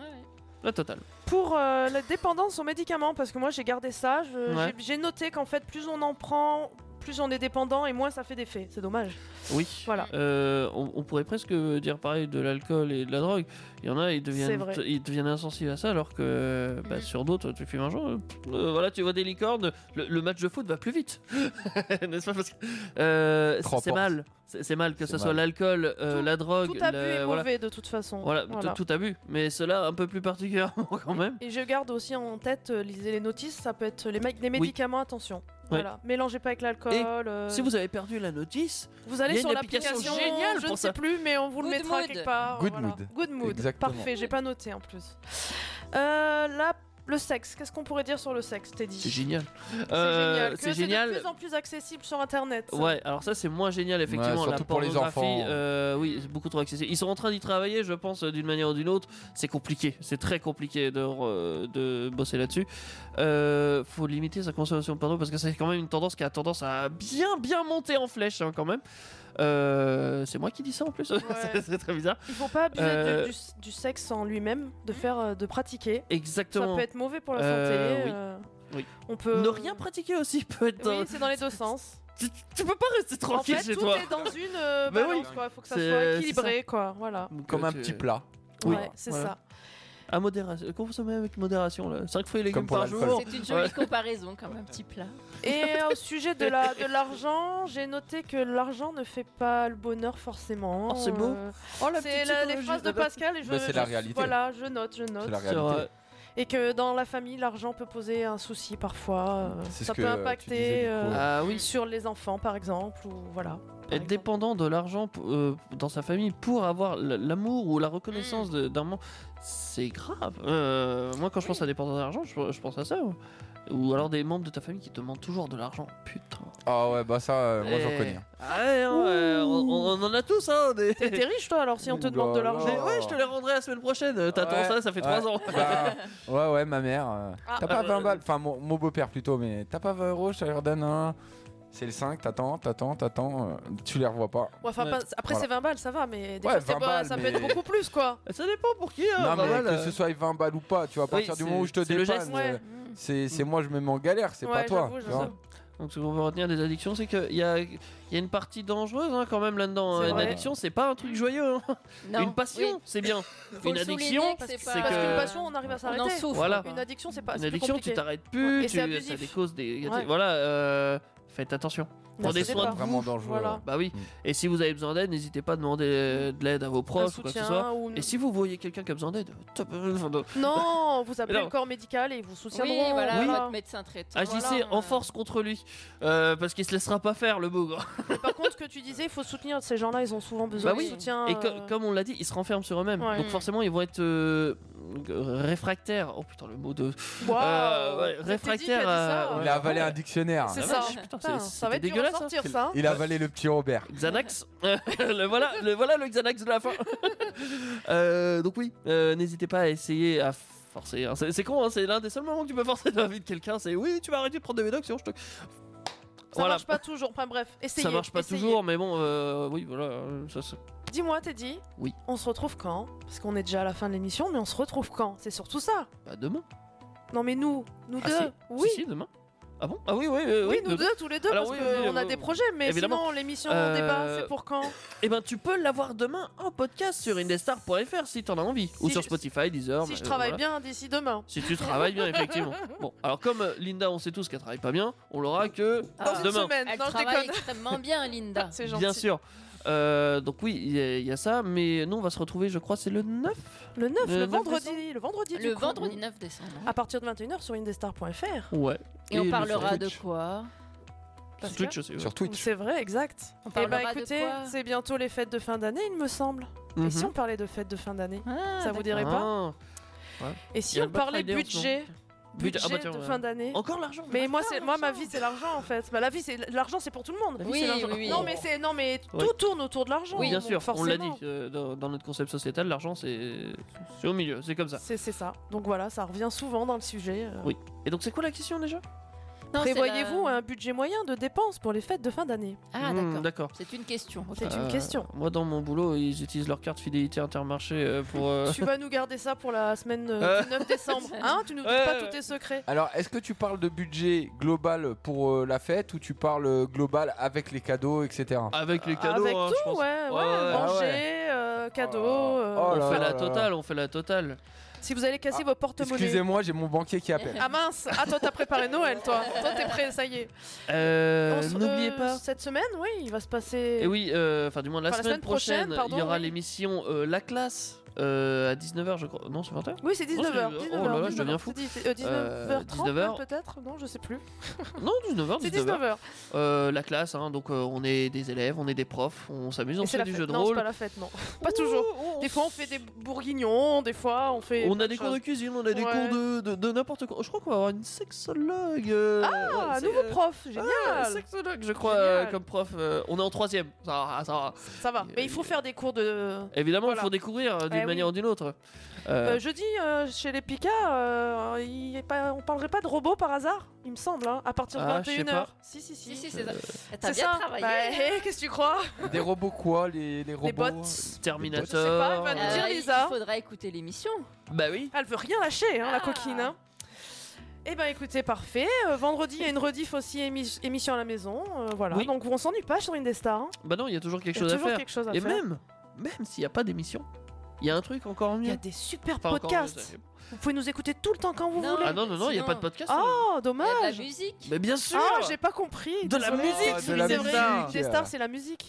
S3: La totale.
S2: Pour euh, la dépendance aux médicaments, parce que moi j'ai gardé ça, je-
S3: Ouais.
S2: j'ai j'ai noté qu'en fait, plus on en prend, plus on est dépendant et moins ça fait d'effet. C'est dommage.
S3: Oui.
S2: Voilà.
S3: Euh, on, on pourrait presque dire pareil de l'alcool et de la drogue. Il y en a, ils
S2: C'est
S3: deviennent,
S2: vrai. Mhm.
S3: ils deviennent insensibles à ça, alors que bah, sur d'autres, tu fumes un joint. euh, voilà, tu vois des licornes, le, le match de foot va plus vite. N'est-ce pas Parce que, euh, c'est- C'est
S2: Remporte.
S3: mal. C'est c'est mal que ce
S2: C'est
S3: soit
S2: mal.
S3: l'alcool, euh, la drogue.
S2: Tout abus
S3: la-
S2: est
S3: voilà.
S2: mauvais de toute façon.
S3: Voilà, t- tout abus. Mais cela un peu plus particulièrement quand même.
S2: Et je garde aussi en tête, euh, lisez les notices, ça peut être les, mé- les médicaments, attention. Voilà, mélangez pas avec l'alcool.
S3: Et
S2: euh,
S3: si vous avez perdu la notice,
S2: Vous
S3: il y
S2: allez
S3: a
S2: sur
S3: une application
S2: l'application,
S3: géniale
S2: je
S3: pour
S2: ne sais
S3: ça.
S2: plus, mais on vous le
S3: Good
S2: mettra
S3: Mood.
S2: quelque part.
S3: Good
S2: voilà.
S3: Mood.
S2: Good mood.
S3: Exactement.
S2: Parfait, j'ai pas noté en plus. Euh, là, le sexe, qu'est-ce qu'on pourrait dire sur le sexe, Teddy
S3: c'est génial.
S2: C'est
S3: Euh,
S2: génial. que
S3: C'est génial.
S2: de plus hein. en plus accessible sur internet. ça.
S3: Ouais, alors ça c'est moins génial effectivement
S12: Ouais,
S3: la
S12: surtout pour les
S3: pornographie,
S12: enfants. hein.
S3: euh, oui, c'est beaucoup trop accessible. Ils sont en train d'y travailler, je pense, d'une manière ou d'une autre. C'est compliqué, c'est très compliqué de, re- de bosser là-dessus. Euh, faut limiter sa consommation de porno parce que c'est quand même une tendance qui a tendance à bien bien monter en flèche hein, quand même. Euh, c'est moi qui dis ça en plus, C'est- c'est très bizarre.
S2: Il faut pas abuser de-
S3: Euh, Mm.
S2: du, du sexe en lui-même, de faire, euh, de pratiquer.
S3: Exactement.
S2: Ça peut être mauvais pour la santé.
S3: Euh, oui.
S2: euh,
S3: Oui.
S2: On peut. euh,
S3: Ne rien pratiquer aussi peut être.
S2: Oui, c'est dans les deux sens.
S3: Tu, peux pas rester tranquille
S2: en fait,
S3: chez
S2: tout
S3: toi.
S2: est dans une euh,
S3: Bah oui.
S2: balance, quoi. Faut que ça
S3: C'est-
S2: soit
S3: c'est
S2: équilibré,
S3: ça.
S2: quoi. Voilà.
S12: Comme un petit plat.
S3: Oui.
S2: Ouais, c'est
S3: Voilà.
S2: ça.
S3: À modération, euh, consommer avec modération là. 5 fruits et légumes
S12: Comme pour
S3: par
S12: l'alcool.
S3: jour.
S5: C'est une jolie
S3: Ouais.
S5: comparaison, comme un petit plat.
S2: Et au sujet de la- de l'argent, j'ai noté que l'argent ne fait pas le bonheur forcément.
S3: Oh, c'est beau.
S2: Euh,
S3: Oh, la
S2: c'est
S3: petite
S2: la- les
S3: psychologie.
S2: phrases de Pascal et je.
S12: Bah, c'est la
S2: je-
S12: réalité.
S2: Voilà, je note, je note.
S12: C'est la réalité. vrai.
S2: Et que dans la famille, l'argent peut poser un souci parfois. euh,
S3: C'est ce
S2: ça
S3: que,
S2: peut
S3: euh, tu
S2: impacter
S3: disais, du coup. Ah oui.
S2: sur les enfants, par exemple, ou voilà.
S3: Être dépendant de l'argent p- euh, dans sa famille pour avoir l- l'amour ou la reconnaissance
S2: Mm.
S3: de- d'un moment, c'est grave. Euh, moi, quand je pense à dépendant d'argent, je, je pense à ça. Ou, ou alors des membres de ta famille qui te demandent toujours de l'argent. Putain.
S12: Ah ouais, bah ça, euh, moi
S3: Eh.
S12: j'en connais.
S3: Ah ouais, hein, ouais, on, on- on en a tous, hein. Des...
S2: T'es t'es riche, toi, alors, si on te demande de
S12: là
S2: l'argent
S12: là.
S3: Mais ouais, je te les rendrai la semaine prochaine. Euh, T'attends
S12: Ouais,
S3: ça, ça fait
S12: ouais.
S3: 3 ans.
S12: Bah, ouais, ouais, ma mère. euh,
S3: Ah.
S12: t'as pas
S3: Euh,
S12: 20 balles, enfin mon, mon beau-père plutôt, mais t'as pas 20 euros, je te les redonne un. C'est le 5, t'attends, t'attends, t'attends, euh, tu les revois pas.
S2: Ouais, enfin, pas- après,
S12: Voilà.
S2: c'est 20 balles, ça va, mais des
S12: Ouais,
S2: fois, c'est
S12: 20
S2: pas-
S12: balles,
S2: ça peut
S12: mais-
S2: être beaucoup plus, quoi.
S3: Ça dépend pour qui, hein,
S12: Non, mais que
S3: euh,
S12: ce soit 20 balles ou pas, tu vois, à
S3: Oui,
S12: partir du
S3: c'est-
S12: moment où je te
S3: c'est le
S12: dépanne,
S3: geste.
S12: euh,
S3: Ouais.
S12: c'est c'est moi, je me mets en galère, c'est pas
S3: Ouais,
S12: toi.
S3: j'avoue,
S12: tu
S3: je
S12: vois.
S3: sais. Donc ce qu'on veut retenir des addictions, c'est qu'il y a, il y a une partie dangereuse hein, quand même là-dedans. hein.
S2: C'est
S3: Une
S2: vrai.
S3: addiction, c'est pas un truc joyeux. hein.
S2: Non,
S3: Une passion,
S2: oui.
S3: c'est bien. une
S2: le souligner
S3: addiction,
S2: que
S3: c'est
S2: c'est pas- parce
S3: que-
S2: qu'une passion, on arrive à s'arrêter.
S3: en souffre, Voilà.
S2: Voilà.
S3: quoi.
S2: Une addiction, c'est pas.
S3: Une
S2: c'est plus
S3: addiction, tu
S2: compliqué.
S3: t'arrêtes plus,
S2: Et
S3: tu,
S2: c'est
S3: ça
S2: abusif.
S3: décause des.
S2: Ouais.
S3: Voilà, euh, faites attention.
S2: Ne
S3: Prenez
S2: cédez
S3: soin
S2: pas.
S3: de vous.
S2: Vraiment dangereux, hein. Mm. Voilà. ouais.
S3: Bah oui. Et si vous avez besoin d'aide, n'hésitez pas à demander euh, de l'aide à vos proches ou quoi que ce
S2: soutien
S3: soit.
S2: ou une-
S3: Et si vous voyez quelqu'un qui a besoin d'aide, euh, top.
S2: Non, vous appelez
S3: Non.
S2: le corps médical et ils vous soutiendront.
S5: Oui, voilà, Oui. votre
S2: médecin traitant.
S3: Agissez en force contre lui, euh, parce qu'il se laissera pas faire le bougre.
S2: Par contre, ce que tu disais, il faut soutenir ces gens-là, ils ont souvent besoin
S3: Bah oui.
S2: de soutien.
S3: Et
S2: euh,
S3: co- comme on l'a dit, ils se renferment sur eux-mêmes.
S2: Ouais.
S3: Donc
S2: Mm.
S3: forcément, ils vont être euh, réfractaires. Oh putain, le mot de.
S2: Waouh,
S3: Euh, ouais,
S2: c'est Teddy qui a dit
S3: réfractaires.
S2: ça.
S3: à- Ah
S12: Il a avalé un dictionnaire.
S3: C'est ça. Putain, c'est-
S2: Putain, ça va
S3: c'était
S2: être dur à
S3: dégueulasse. hein.
S2: sortir, ça.
S12: Il a avalé le petit Robert.
S3: Xanax. le voilà, le voilà le Xanax de la fin. Euh, donc oui, euh, n'hésitez pas à essayer à forcer. hein. C'est c'est con, hein, c'est l'un des seuls moments que tu peux forcer dans la vie de quelqu'un. C'est oui, tu vas arrêter de prendre des médocs, sinon je te.
S2: Ça marche pas toujours. Enfin bref, essayez.
S3: ça marche pas
S2: essayez.
S3: toujours, mais bon, euh, oui, voilà. euh, Ça, c'est-
S2: Dis-moi, Teddy.
S3: Oui.
S2: On se retrouve quand Parce qu'on est déjà à la fin de l'émission, mais on se retrouve quand C'est surtout ça.
S3: Bah demain.
S2: Non, mais nous, nous
S3: Ah,
S2: deux.
S3: si.
S2: Oui.
S3: Si, si, demain. Ah bon Ah oui, oui, oui.
S2: Oui, nous deux, tous les deux,
S3: Alors
S2: parce
S3: oui,
S2: qu'on
S3: oui, euh,
S2: a
S3: oui,
S2: des
S3: oui.
S2: projets, mais
S3: Évidemment.
S2: sinon, l'émission, on
S3: Euh,
S2: débat, c'est pour quand
S3: Eh ben, tu peux l'avoir demain en podcast sur indestar.fr si t'en as envie. Ou sur Spotify, Deezer.
S2: Si je
S3: euh,
S2: travaille
S3: voilà.
S2: bien d'ici demain.
S3: Si tu travailles bien, effectivement. Bon, alors comme euh, Linda, on sait tous qu'elle travaille pas bien, on l'aura que
S2: Ah,
S3: demain.
S5: Elle travaille extrêmement bien, Linda.
S2: C'est
S3: Bien sûr. Euh, donc oui, il y, a- il y a ça, mais nous on va se retrouver, je crois, c'est le 9
S2: Le 9, le,
S3: décembre.
S2: vendredi, le vendredi
S5: Le
S2: du coup.
S5: vendredi 9 décembre. hein.
S2: À partir de 21h sur indestar.fr.
S3: Ouais.
S5: Et, on
S3: le
S5: parlera
S3: sur
S5: de
S3: Twitch.
S5: quoi
S3: Sur Twitch aussi. ouais.
S2: Ah, C'est vrai, exact.
S5: On
S2: Eh ben
S5: parlera de
S2: écoutez,
S5: quoi
S2: c'est bientôt les fêtes de fin d'année, il me semble.
S3: Mhm.
S2: Et si on parlait de fêtes de fin d'année
S5: Ah,
S2: Ça
S3: d'accord.
S2: vous dirait pas
S3: Ah. Ouais.
S2: Et si
S3: Il y a
S2: on
S3: le Black
S2: parlait
S3: Friday en ce moment.
S2: budget
S3: Budget-
S2: Budget
S3: ah bah tiens,
S2: de
S3: ouais.
S2: fin d'année.
S3: Encore l'argent.
S2: Mais moi, c'est moi, ma vie, c'est l'argent en fait. Bah, la vie, c'est l'argent, c'est pour tout le monde.
S3: La vie, c'est Oui, l'argent. oui, oui.
S2: Non, mais c'est non, mais
S3: Oui.
S2: tout tourne autour de l'argent.
S3: Oui, bien
S2: donc
S3: sûr, on l'a dit
S2: forcément.
S3: euh, dans, dans notre concept sociétal, l'argent c'est c'est au milieu, c'est comme ça.
S2: C'est c'est ça. Donc voilà, ça revient souvent dans le sujet. euh.
S3: Oui. Et donc c'est quoi la question déjà
S5: Non, c'est
S2: Prévoyez-vous un budget moyen de dépenses pour les fêtes de fin d'année
S5: Ah,
S3: Hmm, d'accord.
S5: C'est une question.
S2: C'est une question.
S3: Euh, Moi, dans mon boulot, ils utilisent leur carte fidélité intermarché euh, pour. euh,
S2: Tu vas nous garder ça pour la semaine euh, du 9 décembre, hein Tu nous dis
S3: Ouais,
S2: pas
S3: ouais.
S2: tous tes secrets.
S12: Alors, est-ce que tu parles de budget global pour euh, la fête ou tu parles euh, global avec les cadeaux, etc.
S3: Avec les cadeaux,
S2: Avec
S3: hein,
S2: tout,
S3: je pense.
S2: ouais, ouais,
S3: ouais.
S2: manger,
S12: Ah ouais.
S2: euh, cadeaux. euh,
S12: Oh
S3: on
S12: là
S3: fait
S12: là
S3: la
S12: là
S3: totale, Ah. on fait la totale.
S2: Si vous allez casser vos porte-monnaies.
S12: Excusez-moi, j'ai mon banquier qui appelle.
S2: Ah mince, ah toi t'as préparé Noël, toi. Toi t'es prêt, ça y est.
S3: Euh,
S2: Ah, On se-
S3: N'oubliez
S2: euh,
S3: pas.
S2: Cette semaine, oui, il va se passer.
S3: Et oui, euh, enfin, du moins, la,
S2: Enfin, la
S3: semaine,
S2: semaine prochaine, pardon,
S3: il y aura
S2: oui.
S3: l'émission euh, La Classe euh, à 19h, je crois. Non, c'est 20h
S2: Oui, c'est 19h.
S3: Oh là là, je deviens fou.
S2: euh,
S3: Euh,
S2: 19h30
S3: 19h.
S2: peut-être Non, je sais plus.
S3: Non, 19h.
S2: C'est
S3: 19h.
S2: 19h.
S3: Euh, la classe, hein, donc euh, on est des élèves, on est des profs, on s'amuse, on
S2: Et c'est
S3: fait
S2: la
S3: du
S2: fête.
S3: jeu de
S2: non, c'est
S3: rôle.
S2: pas la fête, non. Pas toujours. Des fois, on fait des bourguignons, des fois, on fait.
S3: On
S2: plein
S3: a des cours
S2: choses.
S3: de cuisine, on a des
S2: Ouais.
S3: cours de, de, de n'importe quoi. Je crois qu'on va avoir une sexologue. euh,
S2: Ah,
S3: c'est,
S2: nouveau
S3: euh,
S2: prof, génial.
S3: ah, sexologue, je crois, euh, comme prof. euh, on est en troisième. Ça va, ça va.
S2: Ça va. Mais il faut faire des cours de.
S3: Évidemment, il
S2: Voilà.
S3: faut découvrir euh, d'une
S2: Eh oui.
S3: manière ou d'une autre. Euh,
S2: Euh, jeudi, euh, chez les Picas, euh, il est pas- on parlerait pas de robots par hasard, il me semble, hein, à partir de
S3: Ah, je sais
S2: 21h.
S3: pas. Euh.
S2: Si, si, si.
S5: c'est ça. T'as
S2: C'est
S5: bien
S2: ça.
S5: travaillé. hein.
S2: Bah, hé, qu'est-ce que tu crois
S12: Des robots quoi Les, les robots
S2: bots.
S3: Terminator. Euh,
S2: va nous dire,
S5: il-
S2: Lisa.
S5: Il faudra écouter l'émission.
S3: Bah oui.
S2: Elle veut rien lâcher, hein, la coquine. hein. Eh ben écoutez, parfait. Euh, vendredi, il y a une rediff aussi, émi- émission à la maison. euh, voilà.
S3: Oui.
S2: Donc on s'ennuie pas sur Indestar. Hein.
S3: Bah non, il y a toujours quelque
S2: Il y a
S3: chose à
S2: toujours
S3: faire.
S2: quelque chose à
S3: Et
S2: faire.
S3: même, même s'il n'y a pas d'émission, il y a un truc encore mieux. Il y a
S2: des super
S3: podcasts.
S2: Podcast. Vous pouvez nous écouter tout le temps quand vous voulez.
S3: Ah non, non, non, il n'y a pas de podcast. hein.
S2: Oh, dommage.
S5: musique.
S3: Mais bien sûr
S2: Ah, j'ai pas compris.
S3: De la
S2: désolée.
S3: musique,
S2: Ah,
S3: c'est
S2: c'est vrai,
S3: bizarre.
S2: Indestar, c'est la musique.